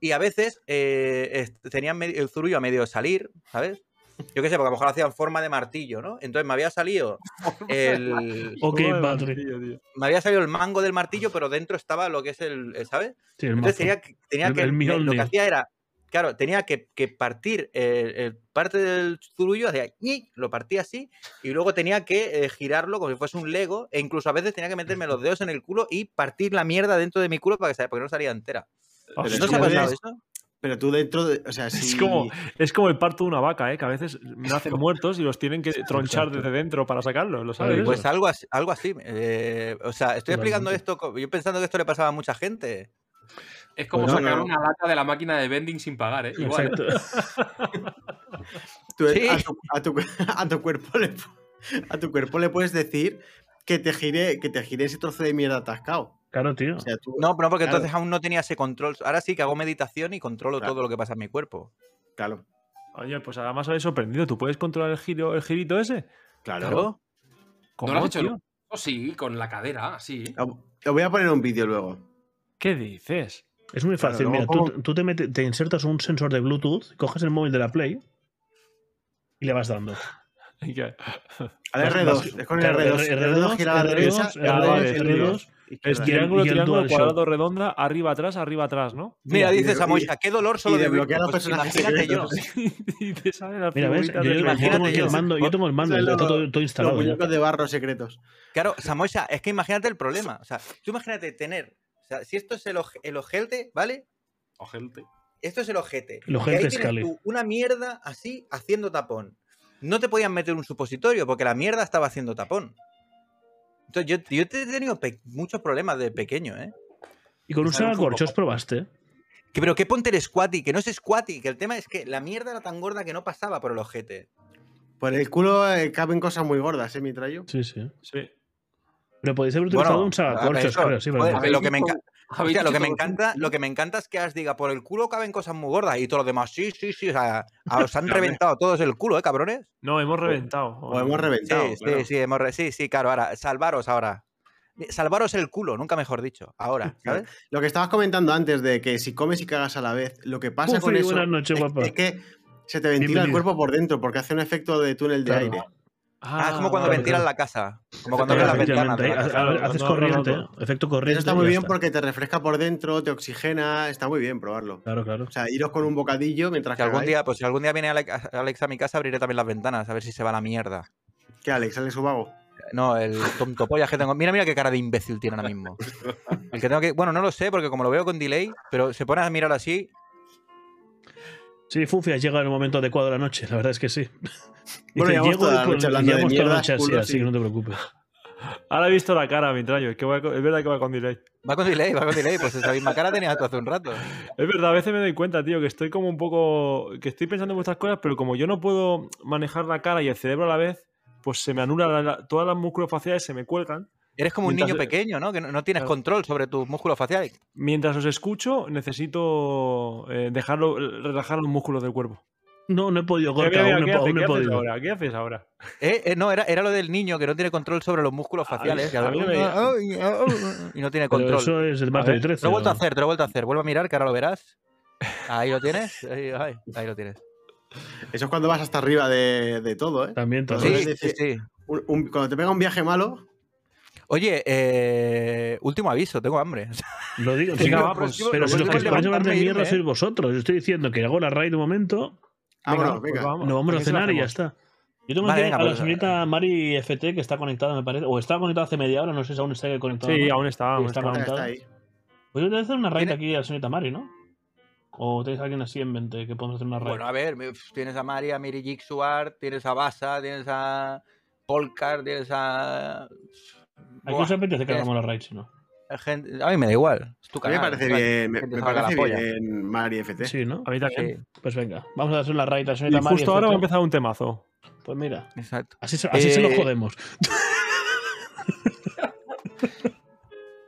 Speaker 2: Y a veces eh, est- tenían me- el zurullo a medio salir, ¿sabes? Yo qué sé, porque a lo mejor hacían forma de martillo, ¿no? Entonces me había salido el,
Speaker 1: ok,
Speaker 3: Joder,
Speaker 1: padre.
Speaker 3: tío, tío.
Speaker 2: me había salido el mango del martillo, pero dentro estaba lo que es el, el- ¿sabes?
Speaker 1: Sí, el
Speaker 2: Entonces
Speaker 1: mazo.
Speaker 2: tenía, que- tenía
Speaker 1: El-
Speaker 2: que,
Speaker 1: el
Speaker 2: me- lo que
Speaker 1: Mjolnir.
Speaker 2: hacía era, claro, tenía que, que partir eh, el- parte del zurullo, hacía ñic, lo partía así, y luego tenía que eh, girarlo como si fuese un Lego, e incluso a veces tenía que meterme los dedos en el culo y partir la mierda dentro de mi culo para que sa- porque no salía entera.
Speaker 4: Pero
Speaker 2: ¿No
Speaker 4: es
Speaker 2: os ha
Speaker 4: que
Speaker 2: pasado
Speaker 4: ves-
Speaker 2: eso?
Speaker 4: Pero tú dentro de. O sea, si.
Speaker 3: Es como, es como el parto de una vaca, ¿eh? que a veces nacen muertos y los tienen que tronchar
Speaker 1: Exacto.
Speaker 3: desde dentro para sacarlos, ¿lo
Speaker 1: Claro,
Speaker 3: sabes?
Speaker 1: eso?
Speaker 2: Pues algo así. Algo así. eh, o sea, estoy explicando
Speaker 1: Totalmente.
Speaker 2: esto, co- yo pensando que esto le pasaba a mucha gente.
Speaker 5: Es como
Speaker 4: Pues no,
Speaker 5: sacar
Speaker 4: no.
Speaker 5: una lata de la máquina de vending sin pagar, ¿eh? Igual.
Speaker 1: Exacto.
Speaker 4: tú
Speaker 2: Sí.
Speaker 4: a, tu, a tu cu- a tu cuerpo le, a tu cuerpo le puedes decir que te gire, que te gire ese trozo de mierda atascado.
Speaker 1: Claro, tío.
Speaker 4: O sea, tú,
Speaker 2: No, no, porque
Speaker 4: Claro.
Speaker 2: entonces aún no tenía ese control. Ahora sí que hago meditación y controlo
Speaker 4: Claro.
Speaker 2: todo lo que pasa en mi cuerpo.
Speaker 4: claro,
Speaker 3: Oye, pues además habéis sorprendido. ¿Tú puedes controlar el, giro, el girito ese?
Speaker 4: claro.
Speaker 2: Claro.
Speaker 5: ¿No
Speaker 3: ¿Cómo,
Speaker 5: lo has hecho?
Speaker 3: tío?
Speaker 5: nunca? Oh, sí, con la cadera, ah, sí.
Speaker 4: Te voy a poner un vídeo luego.
Speaker 3: ¿Qué dices?
Speaker 1: Es muy
Speaker 4: Claro,
Speaker 1: fácil.
Speaker 4: luego
Speaker 1: Mira,
Speaker 4: pongo-
Speaker 1: tú, tú te, metes- te insertas un sensor de Bluetooth, coges el móvil de la Play y le vas dando.
Speaker 3: Y que-
Speaker 4: Al
Speaker 1: Vas-
Speaker 4: R2,
Speaker 1: vas-
Speaker 4: es con
Speaker 1: claro,
Speaker 4: el R2.
Speaker 1: R-
Speaker 4: R2, gira a la
Speaker 1: R2,
Speaker 4: derecha,
Speaker 1: R2,
Speaker 4: R2,
Speaker 3: vale,
Speaker 4: R2,
Speaker 3: Es
Speaker 4: izquierda.
Speaker 1: que-
Speaker 3: triángulo,
Speaker 1: y el
Speaker 3: triángulo,
Speaker 1: DualShock.
Speaker 3: cuadrado, redonda, arriba, atrás, arriba, atrás, ¿no?
Speaker 2: Mira,
Speaker 4: Mira, y-
Speaker 2: dice Samoisha, qué dolor solo
Speaker 4: y
Speaker 2: de
Speaker 4: desbloquear
Speaker 2: bloquear
Speaker 4: a personajes
Speaker 2: Imagínate yo.
Speaker 4: secretos.
Speaker 3: y te salen las
Speaker 1: Mira, ¿ves? Yo,
Speaker 3: figuritas
Speaker 1: yo-
Speaker 3: del
Speaker 1: yo
Speaker 3: Minecraft.
Speaker 1: tengo aquí el
Speaker 2: eso.
Speaker 1: mando, yo tengo el mando,
Speaker 4: O sea,
Speaker 1: está
Speaker 4: lo-
Speaker 1: todo, todo
Speaker 4: Los
Speaker 1: instalado. ¿eh? ya.
Speaker 4: muñecos de barro secretos.
Speaker 2: Claro, Samoisha, es que imagínate el problema. O sea, tú imagínate tener. O sea, si esto es el, oje- el ojete, ¿vale?
Speaker 5: Ojete.
Speaker 2: Esto es el ojete.
Speaker 1: El
Speaker 2: Y
Speaker 1: ojete
Speaker 2: ahí
Speaker 1: es
Speaker 2: tienes
Speaker 1: Cali.
Speaker 2: tú una mierda así haciendo tapón. No te podían meter un supositorio porque la mierda estaba haciendo tapón. Entonces, yo, yo te he tenido pe- muchos problemas de pequeño, ¿eh?
Speaker 1: Y con un
Speaker 4: Sale un
Speaker 1: sagacorchos probaste.
Speaker 2: Que, pero qué ponte el squatty, que no es squatty, que el tema es que la mierda era tan gorda que no pasaba por el ojete.
Speaker 4: Por el culo eh, caben cosas muy gordas, ¿eh, mi trayo?
Speaker 1: Sí, sí.
Speaker 3: Sí.
Speaker 1: Pero podéis haber utilizado
Speaker 2: Bueno,
Speaker 1: un sagacorchos,
Speaker 2: eso,
Speaker 1: creo, sí,
Speaker 2: joder,
Speaker 1: ¿verdad?
Speaker 2: a ver, lo que me
Speaker 5: Habéis
Speaker 2: enca-
Speaker 5: dicho- habéis
Speaker 2: Hostia, lo
Speaker 5: dicho
Speaker 2: que me
Speaker 5: todo-
Speaker 2: encanta, lo que me encanta es que has diga, por el culo caben cosas muy gordas y todos los demás, sí, sí, sí, o sea, a- os han reventado todos el culo, ¿eh, cabrones?
Speaker 3: No, hemos reventado.
Speaker 4: O hemos
Speaker 2: Sí,
Speaker 4: reventado.
Speaker 2: sí,
Speaker 4: claro.
Speaker 2: sí, hemos re- sí, sí, claro, ahora, salvaros ahora. Eh, Salvaros el culo, nunca mejor dicho, ahora,
Speaker 4: Claro.
Speaker 2: ¿sabes?
Speaker 4: Lo que estabas comentando antes de que si comes y cagas a la vez, lo que pasa
Speaker 1: Puffy,
Speaker 4: con eso
Speaker 1: buenas noches,
Speaker 4: es,
Speaker 1: guapa.
Speaker 4: es que se te ventila el
Speaker 1: Bienvenido.
Speaker 4: cuerpo por dentro porque hace un efecto de túnel de
Speaker 1: Claro.
Speaker 4: aire.
Speaker 2: Ah, es como cuando
Speaker 1: vale,
Speaker 2: ventilan
Speaker 1: claro.
Speaker 2: la casa, como cuando abres las ventanas.
Speaker 1: Efectivamente,
Speaker 2: de la
Speaker 1: ahí,
Speaker 2: casa.
Speaker 1: a- a-
Speaker 3: claro,
Speaker 1: haces
Speaker 3: no, no,
Speaker 1: corriente,
Speaker 3: no,
Speaker 1: efecto
Speaker 4: Eso
Speaker 1: corriente.
Speaker 4: está
Speaker 1: y
Speaker 4: muy
Speaker 1: ya
Speaker 4: bien
Speaker 1: está.
Speaker 4: porque te refresca por dentro, te oxigena, está muy bien probarlo.
Speaker 1: Claro, claro.
Speaker 4: O sea, iros con un bocadillo mientras
Speaker 2: Si algún
Speaker 4: cagáis.
Speaker 2: día, pues si algún día viene Alex Alex a mi casa, abriré también las ventanas a ver si se va la mierda.
Speaker 4: Que Alex sale su vago.
Speaker 2: No, el tontopollas que tengo. Mira, mira qué cara de imbécil tiene ahora mismo. El que tengo que. Bueno, no lo sé, porque como lo veo con delay, pero se pone a mirar así.
Speaker 1: Sí, Fufi, has llegado en el momento adecuado de la noche, la verdad es que sí.
Speaker 4: Bueno, llevamos
Speaker 1: "Llego
Speaker 4: toda la
Speaker 1: con-
Speaker 4: noche hablando de
Speaker 1: llevamos toda la
Speaker 4: mierdas,
Speaker 1: noche así,
Speaker 4: culos y-
Speaker 1: así que no te preocupes.
Speaker 3: Ahora he visto la cara mientras yo. Es, que voy a co- es verdad que va con delay.
Speaker 2: Va con delay, va con delay. Pues esa misma cara tenías tú hace un rato.
Speaker 3: Es verdad, a veces me doy cuenta, tío, que estoy como un poco. que estoy pensando en muchas cosas, pero como yo no puedo manejar la cara y el cerebro a la vez, pues se me anula la- la- todas las músculos faciales, se me cuelgan.
Speaker 2: Eres como un niño
Speaker 3: Mientras-
Speaker 2: pequeño, ¿no? Que no, no tienes
Speaker 3: Claro.
Speaker 2: control sobre tus músculos faciales.
Speaker 3: Mientras os escucho, necesito eh, dejarlo, relajar los músculos del cuerpo.
Speaker 1: No, no he podido,
Speaker 3: Mira,
Speaker 1: Gorka,
Speaker 3: mira,
Speaker 1: aún no,
Speaker 3: ¿qué,
Speaker 1: he po-
Speaker 3: haces,
Speaker 1: aún no he
Speaker 3: ¿Qué haces
Speaker 1: podido.
Speaker 3: ahora? ¿Qué haces ahora?
Speaker 2: Eh, eh, no, era, era lo del niño que no tiene control sobre los músculos
Speaker 3: A mí-
Speaker 2: faciales. que
Speaker 3: a mí me-
Speaker 2: Ay, ay, y no tiene
Speaker 1: Pero
Speaker 2: control.
Speaker 1: eso es el
Speaker 3: A
Speaker 1: Mateo
Speaker 3: ver,
Speaker 1: 13.
Speaker 2: Te lo he vuelto a
Speaker 1: ¿no?
Speaker 2: hacer, te lo he vuelto a hacer. Vuelvo a mirar, que ahora lo verás. Ahí lo tienes. Ahí, ay, ahí lo tienes.
Speaker 4: Eso es cuando vas hasta arriba de, de todo, ¿eh?
Speaker 1: También, también.
Speaker 4: Entonces,
Speaker 2: Sí, sí,
Speaker 4: dice-
Speaker 2: sí.
Speaker 4: Un- un- cuando te pega un viaje malo,
Speaker 2: Oye, eh, último aviso, tengo hambre.
Speaker 1: Lo digo,
Speaker 3: Venga,
Speaker 1: sí,
Speaker 3: va,
Speaker 1: pero-
Speaker 3: pues,
Speaker 1: pero si los que
Speaker 2: lo vuelvo a
Speaker 1: os vais a hablar de
Speaker 2: levantarme e
Speaker 1: mierda
Speaker 2: irme,
Speaker 1: sois vosotros. Yo estoy diciendo que hago la raid de momento,
Speaker 4: vámonos,
Speaker 3: pues
Speaker 4: venga.
Speaker 1: Ah, nos vamos a
Speaker 3: ¿qué se lo
Speaker 1: cenar y ya
Speaker 3: hacemos?
Speaker 1: está. Yo tengo
Speaker 2: Vale,
Speaker 1: aquí
Speaker 2: venga,
Speaker 1: a la
Speaker 2: pues,
Speaker 1: señorita Mari FT que está conectada, me parece. O estaba conectada hace media hora, no sé si aún está conectada.
Speaker 3: Sí,
Speaker 1: ¿no?
Speaker 3: aún está, aún
Speaker 1: está
Speaker 3: está.
Speaker 1: con-
Speaker 4: Ya
Speaker 1: aguantado.
Speaker 4: está ahí.
Speaker 1: Pues yo voy a hacer una raid
Speaker 2: Tiene-
Speaker 1: aquí a la señorita Mari, ¿no? O tenéis a alguien así en mente que podemos hacer una raid.
Speaker 2: Bueno, a ver, me- pf, tienes a María, Miri Jigsuar, tienes a Basa, tienes a Polkar, tienes a.
Speaker 1: ¿A
Speaker 2: Buah,
Speaker 1: quién se apetece que
Speaker 2: tienes
Speaker 1: hagamos la raid, si no?
Speaker 2: gente- A mí me da igual. Es tu
Speaker 4: A mí me
Speaker 2: canal,
Speaker 4: parece
Speaker 2: ¿sabes?
Speaker 4: bien, me,
Speaker 2: que te
Speaker 4: me
Speaker 2: salga la
Speaker 4: parece
Speaker 2: polla.
Speaker 4: bien Mari FT.
Speaker 1: Sí, ¿no?
Speaker 3: A mí también.
Speaker 1: Pues venga, vamos a hacer la raid a la
Speaker 3: Y
Speaker 1: señorita Mari.
Speaker 3: justo ahora va a
Speaker 1: FT.
Speaker 3: empezar un temazo.
Speaker 1: Pues mira,
Speaker 2: Sí, exacto.
Speaker 1: así, se- así se lo
Speaker 2: Eh,
Speaker 1: jodemos.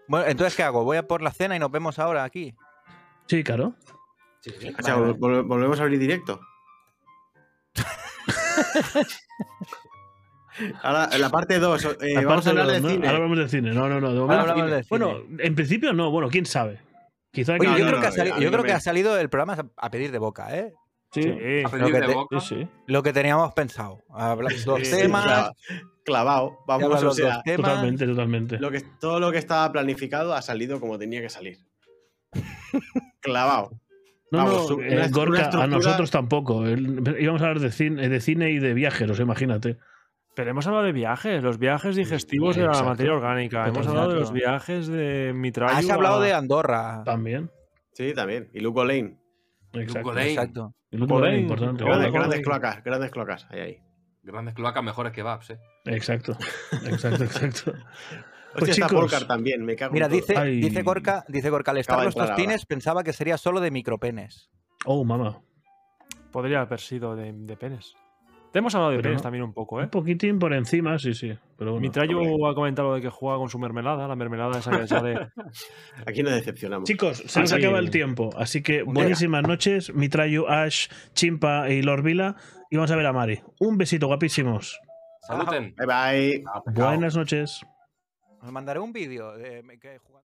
Speaker 2: Bueno, entonces, ¿qué hago? Voy a por la cena y nos vemos ahora aquí.
Speaker 1: Sí, claro.
Speaker 5: Sí, sí.
Speaker 4: O sea,
Speaker 2: Vale,
Speaker 4: vol- vol- volvemos a abrir directo. Ahora, en la parte 2,
Speaker 1: La
Speaker 4: eh, vamos a
Speaker 1: parte
Speaker 4: hablar
Speaker 1: dos,
Speaker 4: de
Speaker 1: ¿no?
Speaker 4: cine.
Speaker 1: Ahora hablamos de cine. No, no, no. de
Speaker 2: Ahora
Speaker 1: momento-
Speaker 2: hablamos de cine.
Speaker 1: bueno, en principio no. Bueno, quién sabe. Quizá
Speaker 2: Oye,
Speaker 1: que-
Speaker 4: no,
Speaker 2: yo
Speaker 4: no,
Speaker 2: creo, que,
Speaker 4: no,
Speaker 2: ha salido,
Speaker 4: a
Speaker 2: yo
Speaker 4: mí
Speaker 2: creo
Speaker 4: me-
Speaker 2: que ha salido el programa a- a pedir de boca, ¿eh?
Speaker 3: Sí.
Speaker 5: A pedir
Speaker 2: Lo que
Speaker 5: de
Speaker 2: te-
Speaker 5: boca.
Speaker 1: sí, sí.
Speaker 2: Lo que teníamos pensado. Habla- Los
Speaker 3: Sí,
Speaker 2: temas.
Speaker 4: Clava- clavado.
Speaker 2: habla
Speaker 4: Vamos, o
Speaker 2: los dos
Speaker 4: sea,
Speaker 2: temas.
Speaker 1: Totalmente, totalmente.
Speaker 4: lo que, todo lo que estaba planificado ha salido como tenía que salir. clavado.
Speaker 1: No,
Speaker 4: Vamos,
Speaker 1: no,
Speaker 4: una
Speaker 1: eh,
Speaker 4: est-
Speaker 1: Gorka,
Speaker 4: una estructura-
Speaker 1: a nosotros tampoco. El- íbamos a hablar de cine, de cine y de viajeros, imagínate.
Speaker 3: Pero hemos hablado de viajes, los viajes digestivos de la
Speaker 1: Exacto.
Speaker 3: materia orgánica. Hemos
Speaker 1: Totalmente.
Speaker 3: hablado de los viajes de mitrayo.
Speaker 2: Has
Speaker 3: a-
Speaker 2: hablado de Andorra.
Speaker 1: También.
Speaker 4: Sí, también. Y Luco Lane.
Speaker 1: Exacto.
Speaker 5: Golden.
Speaker 2: Exacto.
Speaker 1: El otro era
Speaker 3: Golden.
Speaker 1: importante.
Speaker 3: Golden.
Speaker 4: Grandes,
Speaker 1: Golden.
Speaker 4: grandes cloacas, grandes cloacas. Ahí, ahí.
Speaker 5: Grandes cloacas mejores que Babs, ¿eh?
Speaker 1: Exacto. Exacto, exacto.
Speaker 4: Hostia, está
Speaker 1: chicos.
Speaker 4: Polkar también, me cago en
Speaker 2: Mira,
Speaker 4: todo.
Speaker 2: dice,
Speaker 1: Ay.
Speaker 2: dice Corca, dice Corca, al estar
Speaker 4: Acaba de
Speaker 2: los
Speaker 4: entrar ahora.
Speaker 2: tostines pensaba que sería solo de micropenes.
Speaker 1: Oh, mamá.
Speaker 3: Podría haber sido de, de penes. Te hemos hablado de
Speaker 1: Pero
Speaker 3: penes
Speaker 1: no.
Speaker 3: también un poco,
Speaker 1: Un
Speaker 3: ¿eh?
Speaker 1: poquitín por encima, sí, sí. Pero bueno.
Speaker 3: Mitrayo ha comentado lo de que juega con su mermelada, la mermelada esa que sale.
Speaker 4: Aquí nos decepcionamos.
Speaker 1: Chicos, se nos
Speaker 3: Así-
Speaker 1: acaba el tiempo, así que
Speaker 2: Venga.
Speaker 1: buenísimas noches, Mitrayu, Ash, Chimpa y Lord Vila. Y vamos a ver a Mari. Un besito, guapísimos.
Speaker 5: Saluten.
Speaker 4: Bye bye.
Speaker 5: Ah, pecado.
Speaker 1: Buenas noches.
Speaker 2: Os mandaré un vídeo de que jugando-